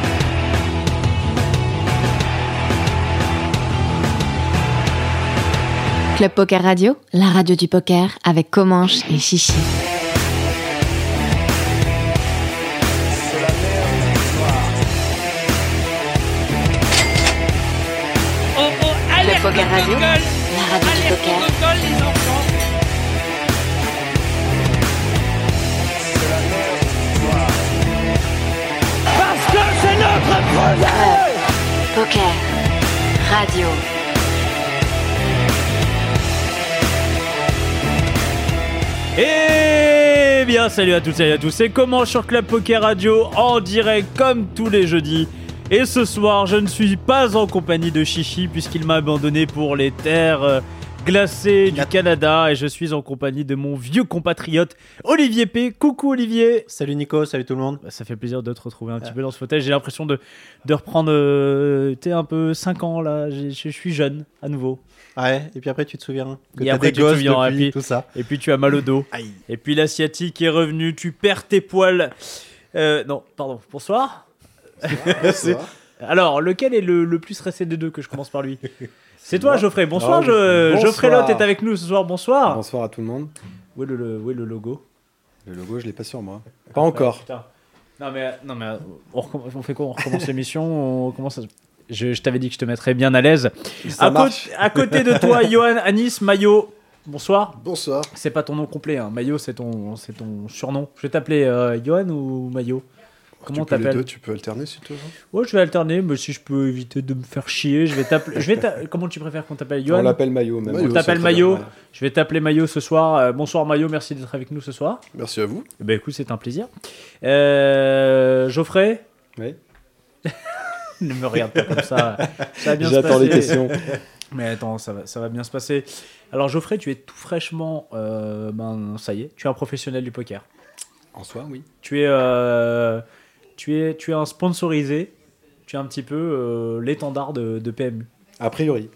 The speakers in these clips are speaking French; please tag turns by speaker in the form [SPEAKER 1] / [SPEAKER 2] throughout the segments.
[SPEAKER 1] Club Poker Radio, la radio du poker avec Comanche et Chichi.
[SPEAKER 2] Oh, oh, alerte
[SPEAKER 1] Poker Radio,
[SPEAKER 2] Google
[SPEAKER 1] la radio du
[SPEAKER 2] Alerte
[SPEAKER 1] poker.
[SPEAKER 2] Google, les enfants
[SPEAKER 1] Poker Radio.
[SPEAKER 3] Eh bien, salut à tous, salut à tous. C'est comment sur Club Poker Radio en direct comme tous les jeudis. Et ce soir, je ne suis pas en compagnie de Chichi puisqu'il m'a abandonné pour les terres euh, glacées du Canada et je suis en compagnie de mon vieux compatriote Olivier P. Coucou Olivier.
[SPEAKER 4] Salut Nico, salut tout le monde.
[SPEAKER 3] Bah, Ça fait plaisir de te retrouver un petit peu dans ce fauteuil. J'ai l'impression de, de reprendre, euh, tu sais, un peu 5 ans là. J'ai- Je suis jeune à nouveau.
[SPEAKER 4] Ouais, et puis après tu te souviens que
[SPEAKER 3] Et
[SPEAKER 4] t'as
[SPEAKER 3] après,
[SPEAKER 4] des
[SPEAKER 3] tu te
[SPEAKER 4] gosses
[SPEAKER 3] souviens,
[SPEAKER 4] depuis,
[SPEAKER 3] et puis-
[SPEAKER 4] tout ça.
[SPEAKER 3] Et puis tu as mal au dos.
[SPEAKER 4] Aïe.
[SPEAKER 3] Et puis l'asiatique est revenu, tu perds tes poils. Euh, non, pardon, bonsoir.
[SPEAKER 4] C'est-
[SPEAKER 3] Alors, lequel est le, le plus resté des deux que je commence par lui C'est toi,
[SPEAKER 5] moi.
[SPEAKER 3] Geoffrey. Bonsoir,
[SPEAKER 5] Ah,
[SPEAKER 3] je-
[SPEAKER 5] bonsoir.
[SPEAKER 3] Geoffrey Lotte est avec nous ce soir. Bonsoir.
[SPEAKER 5] Bonsoir à tout le monde.
[SPEAKER 3] Où est le, le- où est le logo
[SPEAKER 5] Le logo, je l'ai pas sur moi. Pas encore.
[SPEAKER 3] Putain. Non, mais, non, mais on, recommence- on fait quoi On recommence l'émission On commence à- Je, je t'avais dit que je te mettrais bien à l'aise.
[SPEAKER 5] Ça
[SPEAKER 3] À, cô-
[SPEAKER 5] marche.
[SPEAKER 3] à côté de toi, Johan, Anis, Maillot. Bonsoir.
[SPEAKER 6] Bonsoir.
[SPEAKER 3] C'est pas ton nom complet, hein. Maillot, c'est ton, c'est ton surnom. Je vais t'appeler euh, Johan ou Maillot Comment
[SPEAKER 6] tu peux les
[SPEAKER 3] t'appelles
[SPEAKER 6] deux, tu peux alterner si tu veux.
[SPEAKER 3] Ouais, je vais alterner, mais si je peux éviter de me faire chier, je vais t'appeler. je vais t'a- Comment tu préfères qu'on t'appelle
[SPEAKER 5] On
[SPEAKER 3] Johan
[SPEAKER 5] l'appelle Maillot. Même.
[SPEAKER 6] Maillot,
[SPEAKER 3] On t'appelle
[SPEAKER 6] c'est très
[SPEAKER 3] Maillot.
[SPEAKER 6] bien, ouais.
[SPEAKER 3] Je vais t'appeler Maillot ce soir. Euh, bonsoir Maillot, merci d'être avec nous ce soir.
[SPEAKER 6] Merci à vous.
[SPEAKER 3] Eh Ben écoute, c'est un plaisir. Euh, Geoffrey
[SPEAKER 5] Oui.
[SPEAKER 3] Ne me regarde pas comme ça. Ça va bien se
[SPEAKER 5] J'attends
[SPEAKER 3] passer.
[SPEAKER 5] les questions.
[SPEAKER 3] Mais attends, ça va, ça va bien se passer. Alors Geoffrey, tu es tout fraîchement. euh, ben, ça y est, tu es un professionnel du poker.
[SPEAKER 5] En soi, oui.
[SPEAKER 3] Tu es, euh, tu es, tu es un sponsorisé. Tu es un petit peu euh, l'étendard de, de PMU.
[SPEAKER 5] A priori. A priori.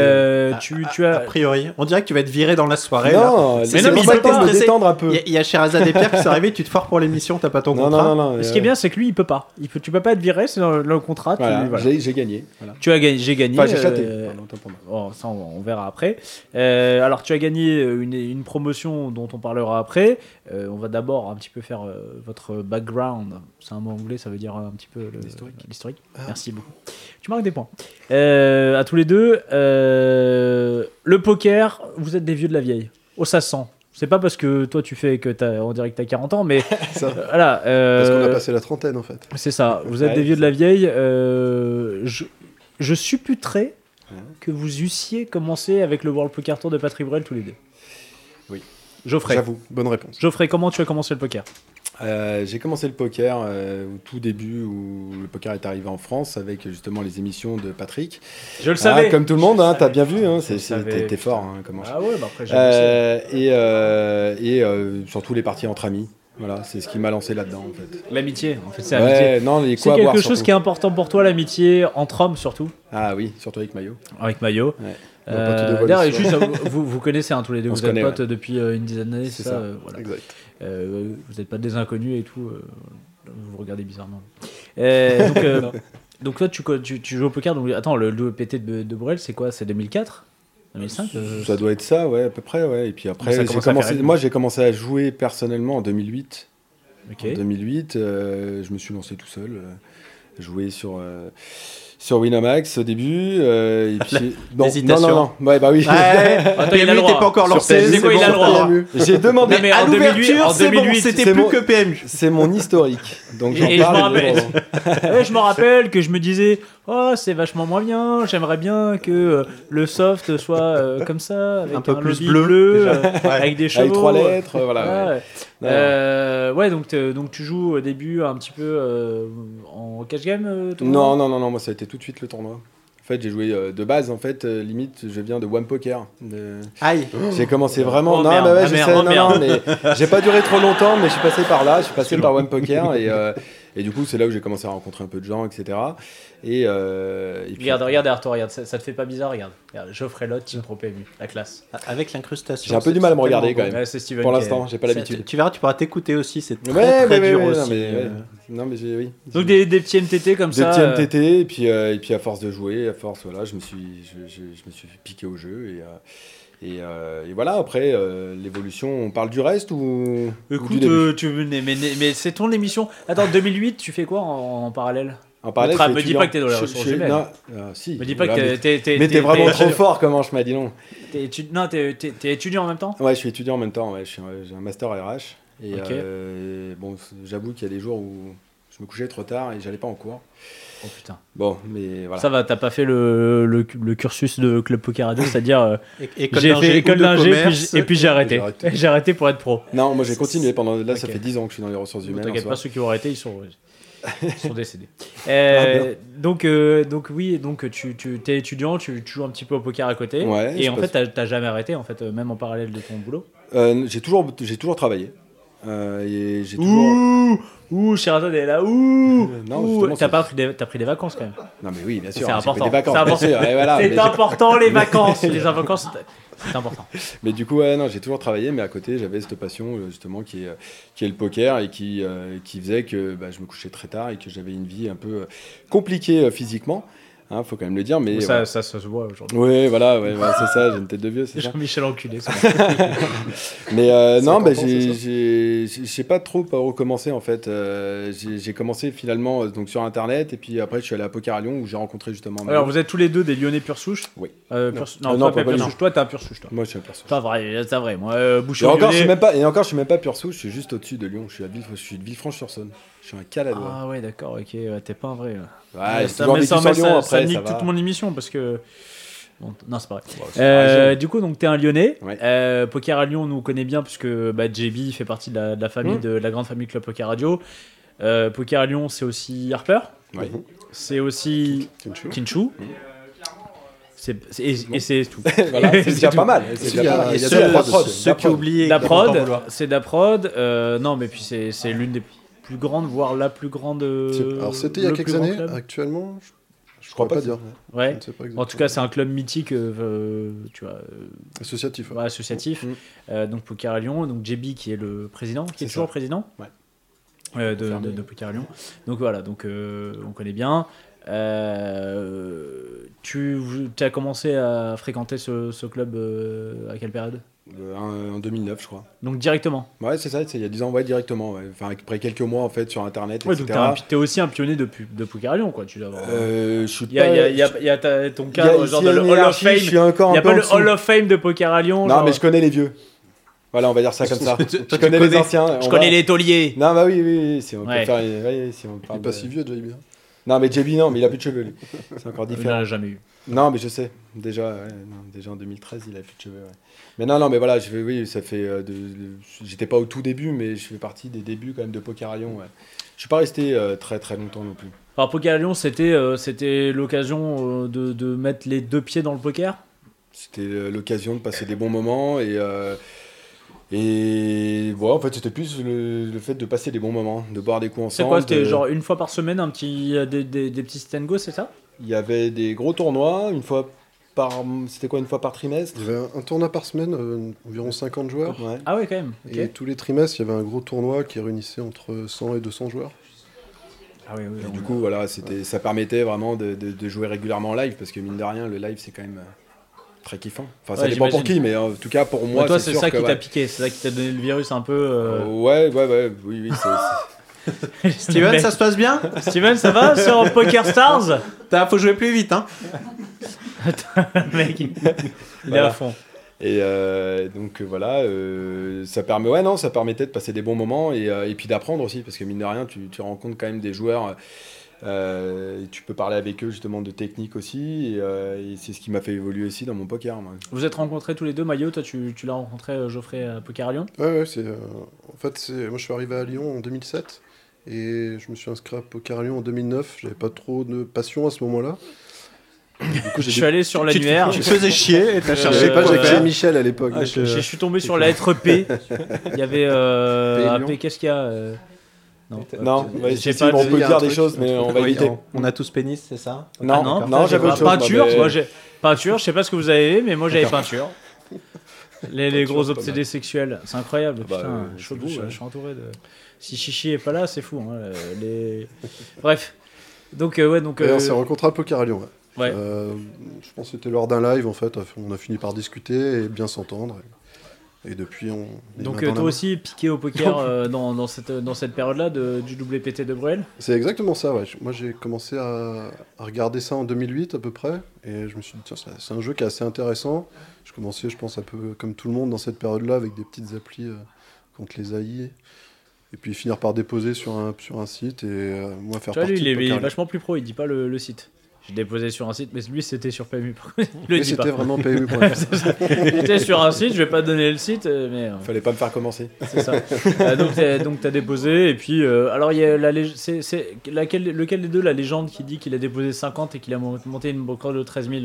[SPEAKER 3] Euh,
[SPEAKER 5] Ah,
[SPEAKER 3] tu, tu as.
[SPEAKER 4] A priori, on dirait que tu vas être viré dans la soirée. là.
[SPEAKER 5] non,
[SPEAKER 4] C'est-
[SPEAKER 5] c'est
[SPEAKER 3] non, mais
[SPEAKER 5] pas
[SPEAKER 3] il
[SPEAKER 5] le
[SPEAKER 3] faut pas
[SPEAKER 5] temps de me
[SPEAKER 4] stresser.
[SPEAKER 5] détendre un
[SPEAKER 4] Il
[SPEAKER 5] peu.
[SPEAKER 4] y a- il y a Sherazade et Pierre qui sont arrivés, tu te foires pour l'émission, t'as pas ton
[SPEAKER 5] Non,
[SPEAKER 4] contrat.
[SPEAKER 5] non, non, non.
[SPEAKER 3] Ce
[SPEAKER 5] euh,
[SPEAKER 3] qui est bien, c'est que lui, il peut pas. Il peut, tu peux pas être viré, c'est dans le contrat. tu-
[SPEAKER 5] voilà,
[SPEAKER 3] voilà.
[SPEAKER 5] j'ai- j'ai gagné. Voilà.
[SPEAKER 3] Tu as gagné, j'ai gagné.
[SPEAKER 5] Enfin, j'ai
[SPEAKER 3] euh,
[SPEAKER 5] chaté. Pardon, autant pour moi.
[SPEAKER 3] bon, ça, on, on verra après. Euh, alors, tu as gagné une, une promotion dont on parlera après. Euh, on va d'abord un petit peu faire euh, votre background. C'est un mot anglais, ça veut dire euh, un petit peu le-
[SPEAKER 5] L'historique.
[SPEAKER 3] l'historique. Merci beaucoup. Tu marques des points. Euh, à tous les deux, euh, le poker, vous êtes des vieux de la vieille. Oh, ça sent. C'est pas parce que toi tu fais que t'as, on dirait que t'as 40 ans, mais
[SPEAKER 6] Ça,
[SPEAKER 3] voilà.
[SPEAKER 6] parce qu'on
[SPEAKER 3] euh,
[SPEAKER 6] a passé la trentaine en fait.
[SPEAKER 3] c'est ça, vous êtes
[SPEAKER 5] Ouais,
[SPEAKER 3] des vieux de la vieille. euh, je, je supputerais que vous eussiez commencé avec le World Poker Tour de Patrick Bruel tous les deux.
[SPEAKER 5] Oui.
[SPEAKER 3] Geoffrey.
[SPEAKER 6] J'avoue, bonne réponse.
[SPEAKER 3] Geoffrey, comment tu as commencé le poker
[SPEAKER 5] Euh, j'ai commencé le poker euh, au tout début où le poker est arrivé en France avec justement les émissions de Patrick.
[SPEAKER 3] Je le
[SPEAKER 5] Ah,
[SPEAKER 3] savais.
[SPEAKER 5] comme tout le monde,
[SPEAKER 3] Je
[SPEAKER 5] hein,
[SPEAKER 3] savais.
[SPEAKER 5] t'as bien vu. Hein,
[SPEAKER 3] Je
[SPEAKER 5] c'est-
[SPEAKER 3] le
[SPEAKER 5] c'est-
[SPEAKER 3] savais,
[SPEAKER 5] T'es t'es fort,
[SPEAKER 3] putain.
[SPEAKER 5] hein, comment
[SPEAKER 3] Ah ouais, bah après, j'ai le
[SPEAKER 5] Euh, et euh, et euh, surtout les parties entre amis. Voilà, c'est ce qui m'a lancé là-dedans en fait.
[SPEAKER 3] sais. L'amitié, en fait, c'est
[SPEAKER 5] ouais,
[SPEAKER 3] l'amitié.
[SPEAKER 5] non, les
[SPEAKER 3] C'est
[SPEAKER 5] quoi à boire,
[SPEAKER 3] quelque chose
[SPEAKER 5] surtout.
[SPEAKER 3] qui est important pour toi, l'amitié, entre hommes surtout,
[SPEAKER 5] Ah oui, surtout avec Maillot.
[SPEAKER 3] avec Maillot.
[SPEAKER 5] Ouais.
[SPEAKER 6] On va pas tout dévoiler
[SPEAKER 3] Euh, D'ailleurs,
[SPEAKER 6] ce
[SPEAKER 3] juste, vous, vous connaissez hein, tous les deux,
[SPEAKER 5] On
[SPEAKER 3] vous
[SPEAKER 5] se
[SPEAKER 3] êtes
[SPEAKER 5] connaît,
[SPEAKER 3] potes depuis euh, une dizaine d'années, c'est ça,
[SPEAKER 5] C'est ça.
[SPEAKER 3] euh, voilà.
[SPEAKER 6] Exact.
[SPEAKER 3] Euh, vous n'êtes pas des inconnus et tout. euh, vous vous regardez bizarrement. Euh, donc, euh, donc toi, tu, co- tu, tu joues au poker. Donc, attends, le, le PT de, de Bruel, c'est quoi C'est 2004 2005 euh,
[SPEAKER 5] Ça doit être ça, ouais, à peu près, ouais. Et puis après,
[SPEAKER 3] Ça
[SPEAKER 5] j'ai
[SPEAKER 3] commence à
[SPEAKER 5] commencé,
[SPEAKER 3] faire
[SPEAKER 5] moi j'ai commencé à jouer personnellement en 2008.
[SPEAKER 3] Ok.
[SPEAKER 5] En 2008, euh, je me suis lancé tout seul. euh, jouer sur, euh, sur Winamax au début. euh, et puis, non, non,
[SPEAKER 4] l'hésitation.
[SPEAKER 5] non, non. Ouais, bah oui.
[SPEAKER 4] Ouais,
[SPEAKER 3] Attends, il a le
[SPEAKER 4] PMU,
[SPEAKER 3] droit.
[SPEAKER 4] t'es pas encore
[SPEAKER 5] Sur
[SPEAKER 4] lancé.
[SPEAKER 5] PMU,
[SPEAKER 4] c'est
[SPEAKER 5] c'est
[SPEAKER 4] bon,
[SPEAKER 5] bon,
[SPEAKER 3] il a le droit.
[SPEAKER 4] PMU.
[SPEAKER 5] J'ai demandé.
[SPEAKER 3] Non, mais
[SPEAKER 4] À
[SPEAKER 3] en 2008,
[SPEAKER 4] l'ouverture,
[SPEAKER 3] en
[SPEAKER 4] c'est bon,
[SPEAKER 3] 2008,
[SPEAKER 4] c'était
[SPEAKER 5] c'est
[SPEAKER 4] plus
[SPEAKER 5] bon.
[SPEAKER 4] que PMU.
[SPEAKER 5] C'est mon historique. Donc
[SPEAKER 3] Et-
[SPEAKER 5] j'en
[SPEAKER 3] et je
[SPEAKER 5] parle.
[SPEAKER 3] m'en rappelle.
[SPEAKER 5] mais
[SPEAKER 3] Ouais, Eh, je me rappelle que je me disais, oh, c'est vachement moins bien. J'aimerais bien que euh, le soft soit euh, comme ça, avec un,
[SPEAKER 4] Un peu plus
[SPEAKER 3] lobby
[SPEAKER 4] bleu,
[SPEAKER 3] euh, avec des
[SPEAKER 5] bon, Avec
[SPEAKER 3] chevaux.
[SPEAKER 5] trois lettres, euh,
[SPEAKER 3] Ouais.
[SPEAKER 5] voilà. ouais. Non,
[SPEAKER 3] Euh, ouais, donc, t'es- donc tu joues au début un petit peu euh, en cash game euh, ton
[SPEAKER 5] Non, non, non, non, moi ça a été tout de suite le tournoi. En fait, j'ai joué euh, de base, en fait, euh, limite, je viens de One Poker. de-
[SPEAKER 7] Aïe
[SPEAKER 5] J'ai commencé vraiment.
[SPEAKER 8] Oh
[SPEAKER 5] non,
[SPEAKER 8] merde,
[SPEAKER 5] mais ouais,
[SPEAKER 8] ah
[SPEAKER 5] je
[SPEAKER 8] merde,
[SPEAKER 5] sais,
[SPEAKER 8] oh
[SPEAKER 5] non, non, mais j'ai pas duré trop longtemps, mais je suis passé par là, je suis passé par One Poker, et, euh, et du coup, c'est là où j'ai commencé à rencontrer un peu de gens, etc. Et, euh, et puis-
[SPEAKER 3] Regarde, regarde Arthur, regarde, ça, ça te fait pas bizarre, regarde. regarde Geoffrey Lott, Team Pro PMU, la classe.
[SPEAKER 7] Avec l'incrustation.
[SPEAKER 5] J'ai un peu
[SPEAKER 7] c'est-
[SPEAKER 5] du mal à me
[SPEAKER 7] c'est
[SPEAKER 5] regarder,
[SPEAKER 7] tellement
[SPEAKER 5] quand même.
[SPEAKER 3] Ouais, c'est Steven
[SPEAKER 5] pour
[SPEAKER 3] qui est-
[SPEAKER 5] l'instant, j'ai pas
[SPEAKER 7] bon.
[SPEAKER 5] l'habitude.
[SPEAKER 7] Tu, tu verras, tu pourras t'écouter aussi. C'est très,
[SPEAKER 5] Ouais,
[SPEAKER 7] très
[SPEAKER 5] ouais,
[SPEAKER 7] dur
[SPEAKER 5] ouais, ouais,
[SPEAKER 7] aussi.
[SPEAKER 5] non, mais,
[SPEAKER 7] euh,
[SPEAKER 5] ouais. Non, mais j'ai, oui.
[SPEAKER 8] Donc des, des petits MTT comme
[SPEAKER 5] Des
[SPEAKER 8] ça.
[SPEAKER 5] petits
[SPEAKER 8] euh,
[SPEAKER 5] MTT, et puis, euh, et puis à force de jouer, à force, voilà, je me suis, je, je- je me suis piqué au jeu, et, euh, et, euh, et voilà, après, euh, l'évolution, on parle du reste ou. ou du
[SPEAKER 8] Écoute,
[SPEAKER 5] début
[SPEAKER 8] euh, tu
[SPEAKER 3] Mais, mais- mais c'est ton émission. Attends, 2008, tu fais quoi en, en parallèle
[SPEAKER 5] En
[SPEAKER 8] me tra-
[SPEAKER 5] je suis
[SPEAKER 8] me dis
[SPEAKER 5] étudiant.
[SPEAKER 8] pas que t'es dans les
[SPEAKER 5] Je-
[SPEAKER 8] ressources
[SPEAKER 5] je-
[SPEAKER 8] humaines.
[SPEAKER 5] non, ah, si.
[SPEAKER 3] Me dis pas
[SPEAKER 5] Ouais,
[SPEAKER 3] que
[SPEAKER 5] mais-
[SPEAKER 3] t'es. t'es-
[SPEAKER 5] Mais t'es vraiment
[SPEAKER 3] t'es-
[SPEAKER 5] trop fort, comment je m'a dit non.
[SPEAKER 3] t'es étu- Non, t'es t'es- t'es étudiant en même temps
[SPEAKER 5] Ouais, je suis étudiant en même temps, ouais, je suis un- j'ai un master RH. Et
[SPEAKER 3] Ok.
[SPEAKER 5] euh, bon, c'est- j'avoue qu'il y a des jours où je me couchais trop tard et j'allais pas en cours.
[SPEAKER 3] Oh putain.
[SPEAKER 5] Bon, mais voilà.
[SPEAKER 3] Ça va, t'as pas fait le, le, le cursus de Club Poker Radio, c'est-à-dire euh,
[SPEAKER 7] é- école
[SPEAKER 3] j'ai
[SPEAKER 7] d'ingé
[SPEAKER 3] fait
[SPEAKER 7] ou
[SPEAKER 3] école
[SPEAKER 7] de
[SPEAKER 3] d'ingé puis
[SPEAKER 7] commerce.
[SPEAKER 3] j'ai- et puis j'ai arrêté.
[SPEAKER 9] arrêté.
[SPEAKER 3] J'ai arrêté pour être pro.
[SPEAKER 5] Non, moi j'ai continué pendant. Là, ça
[SPEAKER 3] Ok.
[SPEAKER 5] fait 10 ans que je suis dans les ressources
[SPEAKER 3] Ne
[SPEAKER 5] humaines. en
[SPEAKER 3] T'inquiète
[SPEAKER 5] soi.
[SPEAKER 3] pas, ceux qui ont arrêté, ils sont, ils sont décédés.
[SPEAKER 5] Ah,
[SPEAKER 3] Euh, donc, euh, donc oui, donc tu, tu es étudiant, tu, tu joues un petit peu au poker à côté,
[SPEAKER 5] Ouais,
[SPEAKER 3] et
[SPEAKER 5] je
[SPEAKER 3] en fait,
[SPEAKER 5] passe-
[SPEAKER 3] t'as t'as jamais arrêté, en fait, euh, même en parallèle de ton boulot.
[SPEAKER 5] Euh, j'ai toujours, j'ai toujours travaillé. Euh, et j'ai toujours.
[SPEAKER 3] Ouh, euh, ouh, Sheraton est là, ouh,
[SPEAKER 5] Non,
[SPEAKER 3] ouh, t'as
[SPEAKER 5] justement, ça-
[SPEAKER 3] pas pris des, t'as pris des vacances quand même.
[SPEAKER 5] Non, mais oui, bien sûr.
[SPEAKER 3] C'est
[SPEAKER 5] hein, j'ai fait
[SPEAKER 3] important,
[SPEAKER 5] Des vacances,
[SPEAKER 3] c'est
[SPEAKER 5] bien
[SPEAKER 3] important.
[SPEAKER 5] sûr, et voilà, mais
[SPEAKER 3] c'est
[SPEAKER 5] j'ai-
[SPEAKER 3] important les vacances, les vacances, c'est c'est important.
[SPEAKER 5] Mais du coup, ouais, non, j'ai toujours travaillé, mais à côté, j'avais cette passion euh, justement qui est, euh, qui est le poker et qui, euh, qui faisait que bah, je me couchais très tard et que j'avais une vie un peu euh, compliquée euh, physiquement. Hein, faut quand même le dire, mais.
[SPEAKER 3] ça, ça, ça se voit aujourd'hui.
[SPEAKER 5] Ouais, voilà, ouais, ouais, c'est ça, j'ai une tête de vieux, c'est ça.
[SPEAKER 3] Jean-Michel enculé. ça.
[SPEAKER 5] Mais euh, non,
[SPEAKER 9] 50
[SPEAKER 5] bah,
[SPEAKER 9] ans, c'est
[SPEAKER 5] j'ai-
[SPEAKER 9] ça
[SPEAKER 5] j'ai- j'ai- je sais pas trop par où commencer en fait. Euh, j'ai j'ai commencé finalement euh, donc sur internet et puis après je suis allé à Poker à Lyon où j'ai rencontré justement.
[SPEAKER 3] Alors
[SPEAKER 5] Manu.
[SPEAKER 3] vous êtes tous les deux des Lyonnais pur souche.
[SPEAKER 5] Oui.
[SPEAKER 3] Euh, pur sou-
[SPEAKER 5] Euh,
[SPEAKER 3] Non,
[SPEAKER 5] non,
[SPEAKER 3] toi, pas
[SPEAKER 5] pas
[SPEAKER 3] pur
[SPEAKER 5] du
[SPEAKER 3] souche. Toi, t'es un pur souche, toi.
[SPEAKER 5] Moi je suis un perso.
[SPEAKER 3] Pas vrai, c'est vrai. Moi, euh,
[SPEAKER 5] Et
[SPEAKER 3] Bouchon
[SPEAKER 5] encore, je suis
[SPEAKER 3] Lyonnais.
[SPEAKER 5] même pas, et encore, je suis même pas pur souche, je suis juste au-dessus de Lyon. Je suis à Villef- je suis de Villefranche-sur-Saône. Je suis un caladois.
[SPEAKER 3] Ah ouais, d'accord, ok, ouais, t'es pas un vrai. là.
[SPEAKER 5] ouais, j'ai
[SPEAKER 3] ça,
[SPEAKER 5] toujours
[SPEAKER 3] mais
[SPEAKER 5] vécu
[SPEAKER 3] ça,
[SPEAKER 5] sur
[SPEAKER 3] mais
[SPEAKER 5] Lyon
[SPEAKER 3] ça-
[SPEAKER 5] après.
[SPEAKER 3] ça nique
[SPEAKER 5] va.
[SPEAKER 3] toute mon émission parce que. Bon, t- non, c'est pas vrai.
[SPEAKER 5] Bon, c'est
[SPEAKER 3] Euh,
[SPEAKER 5] pas
[SPEAKER 3] du coup, donc t'es un Lyonnais.
[SPEAKER 5] Ouais.
[SPEAKER 3] Euh, poker à Lyon, nous on connaît bien puisque bah, JB fait partie de la, de la famille
[SPEAKER 5] Mm.
[SPEAKER 3] de, de la grande famille Club Poker Radio. Euh, poker à Lyon, c'est aussi Harper.
[SPEAKER 5] grave. Ouais.
[SPEAKER 3] C'est aussi
[SPEAKER 9] Tinchou.
[SPEAKER 3] Kinchu.
[SPEAKER 5] Mmh.
[SPEAKER 3] C'est- c'est- Et, et c'est tout.
[SPEAKER 5] Voilà, c'est déjà
[SPEAKER 3] tout.
[SPEAKER 5] pas mal. C'est
[SPEAKER 9] Il Ah, y
[SPEAKER 5] déjà
[SPEAKER 9] a-
[SPEAKER 5] pas mal.
[SPEAKER 9] il y a
[SPEAKER 5] Ceux-
[SPEAKER 9] deux
[SPEAKER 5] la
[SPEAKER 9] prods.
[SPEAKER 5] prod,
[SPEAKER 7] Ceux
[SPEAKER 5] la
[SPEAKER 7] qui
[SPEAKER 5] prod.
[SPEAKER 7] oublient.
[SPEAKER 3] la
[SPEAKER 7] qui doivent encore
[SPEAKER 3] prod,
[SPEAKER 7] vouloir.
[SPEAKER 3] c'est de la prod. euh, non, mais puis c'est c'est l'une des plus grandes, voire la plus grande. euh,
[SPEAKER 9] Alors c'était il y a
[SPEAKER 3] le plus
[SPEAKER 9] quelques
[SPEAKER 3] grand
[SPEAKER 9] années, Ah,
[SPEAKER 3] club.
[SPEAKER 9] actuellement, je, je
[SPEAKER 5] crois pas
[SPEAKER 9] crois pas
[SPEAKER 5] que-
[SPEAKER 9] dire. Je
[SPEAKER 3] Ouais.
[SPEAKER 9] ne sais pas
[SPEAKER 3] En
[SPEAKER 9] exactement.
[SPEAKER 3] tout cas, c'est un club mythique, euh, tu vois, euh,
[SPEAKER 9] associatif. hein. ouais.
[SPEAKER 3] ouais, associatif.
[SPEAKER 5] Mm.
[SPEAKER 3] Euh, donc Poker à Lyon, donc JB qui est le président, qui
[SPEAKER 5] C'est
[SPEAKER 3] est toujours
[SPEAKER 5] ça.
[SPEAKER 3] président
[SPEAKER 5] Ouais.
[SPEAKER 3] euh, de,
[SPEAKER 5] Fermé.
[SPEAKER 3] de- de Poker à Lyon. Donc voilà, donc euh, on connaît bien. Euh, tu as commencé à fréquenter ce, ce club euh, à quelle période
[SPEAKER 5] Euh, En en 2009, je crois.
[SPEAKER 3] Donc directement.
[SPEAKER 5] Ouais, c'est ça, c'est il y a 10 ans, ouais, directement. ouais. Enfin, après quelques mois, en fait, sur Internet,
[SPEAKER 3] Ouais,
[SPEAKER 5] etc.
[SPEAKER 3] donc t'es un- t'es aussi un pionnier de, pu- de Poker à Lyon, quoi. Tu dois avoir-
[SPEAKER 5] Euh, je suis
[SPEAKER 3] Il y a,
[SPEAKER 5] pas-
[SPEAKER 3] il y a- il y a- il y a ta- ton
[SPEAKER 5] Il y a-
[SPEAKER 3] cadre,
[SPEAKER 5] s'il
[SPEAKER 3] genre
[SPEAKER 5] y a
[SPEAKER 3] de le
[SPEAKER 5] une
[SPEAKER 3] Hall of
[SPEAKER 5] hiérarchie,
[SPEAKER 3] Fame.
[SPEAKER 5] Je suis encore
[SPEAKER 3] Il
[SPEAKER 5] un
[SPEAKER 3] n'y a
[SPEAKER 5] peu
[SPEAKER 3] pas
[SPEAKER 5] en
[SPEAKER 3] le
[SPEAKER 5] dessous.
[SPEAKER 3] Hall of Fame de Poker à Lyon.
[SPEAKER 5] Non,
[SPEAKER 3] genre-
[SPEAKER 5] mais je connais les vieux. Voilà, on va dire ça comme ça.
[SPEAKER 7] Toi,
[SPEAKER 5] Je
[SPEAKER 7] tu
[SPEAKER 5] connais les
[SPEAKER 7] connais.
[SPEAKER 5] anciens.
[SPEAKER 3] Je
[SPEAKER 5] on
[SPEAKER 3] connais
[SPEAKER 5] va-
[SPEAKER 3] les tauliers.
[SPEAKER 5] Non, bah oui, oui, oui, si on peut
[SPEAKER 3] Ouais.
[SPEAKER 5] faire- ouais, si on parle
[SPEAKER 9] Il est pas
[SPEAKER 3] Ah,
[SPEAKER 5] de-
[SPEAKER 3] bah.
[SPEAKER 9] si vieux, JB. hein.
[SPEAKER 5] Non, mais JB, non, mais il a plus de cheveux, lui. C'est encore
[SPEAKER 3] Il
[SPEAKER 5] différent.
[SPEAKER 3] n'en a jamais eu.
[SPEAKER 5] Non, mais je sais. Déjà, ouais, non, déjà en 2013, il a plus de cheveux. ouais. Mais non, non, mais voilà, je fais, oui, ça fait. euh, de- de- J'étais pas au tout début, mais je fais partie des débuts quand même de Poker à Lyon. Ouais. Je suis pas resté euh, très très longtemps non plus.
[SPEAKER 3] Alors, Poker à Lyon, c'était euh, c'était l'occasion euh, de, de mettre les deux pieds dans le poker.
[SPEAKER 5] C'était euh, l'occasion de passer des bons moments et. euh, et voilà, en fait, c'était plus le, le fait de passer des bons moments, de boire des coups
[SPEAKER 3] C'est
[SPEAKER 5] ensemble.
[SPEAKER 3] quoi C'était
[SPEAKER 5] de-
[SPEAKER 3] genre une fois par semaine un petit, euh, des, des, des petits sit and go, c'est ça
[SPEAKER 5] Il y avait des gros tournois, une fois par. C'était quoi, une fois par trimestre
[SPEAKER 9] Il y avait un, un tournoi par semaine, euh, environ 50 joueurs.
[SPEAKER 5] Ouais.
[SPEAKER 3] Ah ouais, quand même. ok.
[SPEAKER 9] Et tous les trimestres, il y avait un gros tournoi qui réunissait entre 100 et 200 joueurs.
[SPEAKER 3] Ah ouais, ouais,
[SPEAKER 5] Et
[SPEAKER 3] on-
[SPEAKER 5] du coup, voilà, c'était, ça permettait vraiment de, de- de jouer régulièrement en live, parce que mine de rien, le live, c'est quand même euh, très kiffant. Enfin, ça
[SPEAKER 3] Ouais,
[SPEAKER 5] dépend pour
[SPEAKER 3] j'imagine.
[SPEAKER 5] qui, mais en tout cas, pour moi,
[SPEAKER 3] Ouais, toi,
[SPEAKER 5] c'est,
[SPEAKER 3] c'est
[SPEAKER 5] sûr
[SPEAKER 3] ça
[SPEAKER 5] que,
[SPEAKER 3] qui t'a
[SPEAKER 5] ouais.
[SPEAKER 3] piqué, c'est ça qui t'a donné le virus un peu. euh,
[SPEAKER 5] Ouais, ouais, ouais, oui, oui, c'est, c'est- Oh.
[SPEAKER 7] Steven, ça se passe bien
[SPEAKER 3] Steven, ça va sur Poker Stars
[SPEAKER 7] T'as- Faut jouer plus vite, hein
[SPEAKER 3] Mec, il il est
[SPEAKER 5] Voilà.
[SPEAKER 3] à fond.
[SPEAKER 5] Et euh, donc, euh, voilà, euh, ça, permet, ouais, non, ça permettait de passer des bons moments et, euh, et puis d'apprendre aussi, parce que mine de rien, tu, tu rencontres quand même des joueurs. euh, et tu peux parler avec eux justement de technique aussi, et, euh, et c'est ce qui m'a fait évoluer aussi dans mon poker. moi.
[SPEAKER 3] Vous êtes rencontrés tous les deux, Maillot, toi tu, tu l'as rencontré euh, Geoffrey à Poker à Lyon
[SPEAKER 9] Ouais, ouais, c'est. euh, en fait, c'est. Moi, je suis arrivé à Lyon en 2007 et je me suis inscrit à Poker à Lyon en 2009. J'avais pas trop de passion à ce moment-là. du coup,
[SPEAKER 3] Je
[SPEAKER 9] j'ai
[SPEAKER 3] suis allé sur l'annuaire.
[SPEAKER 4] Tu te faisais chier et
[SPEAKER 3] Euh,
[SPEAKER 4] t'as
[SPEAKER 9] Je
[SPEAKER 4] cherché
[SPEAKER 9] sais pas,
[SPEAKER 4] quoi
[SPEAKER 9] Jacques
[SPEAKER 4] faire.
[SPEAKER 9] Michel à l'époque.
[SPEAKER 4] Ah, je-
[SPEAKER 9] donc, euh,
[SPEAKER 3] Je suis tombé sur la lettre P. Il y avait euh,
[SPEAKER 9] P,
[SPEAKER 3] un
[SPEAKER 9] Lyon.
[SPEAKER 3] P. Qu'est-ce qu'il y a euh, Non,
[SPEAKER 5] Non,
[SPEAKER 3] euh,
[SPEAKER 5] ouais,
[SPEAKER 3] j'ai
[SPEAKER 5] si,
[SPEAKER 3] pas.
[SPEAKER 5] si, on
[SPEAKER 3] de-
[SPEAKER 5] peut
[SPEAKER 9] il y a
[SPEAKER 5] dire
[SPEAKER 9] un
[SPEAKER 5] des
[SPEAKER 9] truc,
[SPEAKER 5] choses, mais on va
[SPEAKER 4] Oui,
[SPEAKER 5] éviter.
[SPEAKER 4] on- on a tous pénis, c'est ça
[SPEAKER 3] Ah
[SPEAKER 5] Non, non, j'avais autre chose. moi,
[SPEAKER 3] peinture.
[SPEAKER 5] mais-
[SPEAKER 3] Moi, j'ai peinture. Je sais pas ce que vous avez, mais moi j'avais peinture. Les, les gros
[SPEAKER 5] c'est pas
[SPEAKER 3] obsédés sexuels, c'est incroyable.
[SPEAKER 5] bah,
[SPEAKER 3] putain,
[SPEAKER 5] euh,
[SPEAKER 3] je,
[SPEAKER 5] c'est
[SPEAKER 3] suis-
[SPEAKER 5] beau,
[SPEAKER 3] je-
[SPEAKER 5] ouais.
[SPEAKER 3] je suis entouré de. Si Chichi est pas là, c'est fou. hein, les- Bref. Donc euh, ouais, donc
[SPEAKER 9] Et
[SPEAKER 3] euh,
[SPEAKER 9] on s'est rencontrés à Poker à Lyon. ouais.
[SPEAKER 3] Ouais.
[SPEAKER 9] Euh, je pense que c'était lors d'un live en fait. On a fini par discuter et bien s'entendre. Et, et depuis, on. les
[SPEAKER 3] donc euh,
[SPEAKER 9] mains dans la
[SPEAKER 3] toi
[SPEAKER 9] main.
[SPEAKER 3] aussi piqué au poker euh, dans, dans cette dans cette période-là de- du WPT de Bruel.
[SPEAKER 9] C'est exactement ça, ouais. Je- Moi, j'ai commencé à, à regarder ça en 2008 à peu près, et je me suis dit, tiens, c'est- c'est un jeu qui est assez intéressant. Je commençais, je pense, un peu comme tout le monde dans cette période-là, avec des petites applis euh, contre les AI, et puis finir par déposer sur un, sur un site et euh, moi faire
[SPEAKER 3] Tu vois,
[SPEAKER 9] partie
[SPEAKER 3] lui, il
[SPEAKER 9] de
[SPEAKER 3] est, il est
[SPEAKER 9] Poker League.
[SPEAKER 3] vachement plus pro, il dit pas le, le site. J'ai déposé sur un site, mais lui, c'était sur PMU. par contre, il le
[SPEAKER 9] Mais
[SPEAKER 3] dit pas.
[SPEAKER 9] c'était vraiment PMU.fr.
[SPEAKER 3] J'étais sur un site, je vais pas donner le site, euh, mais euh,
[SPEAKER 5] Fallait pas me faire commencer.
[SPEAKER 4] Ah,
[SPEAKER 3] c'est ça. Euh, donc, t'as, donc, t'as déposé, et puis. euh, alors, il y a la lég- c'est, c'est laquelle, lequel des deux, la légende, qui dit qu'il a déposé 50 et qu'il a mo- monté une record de 13 000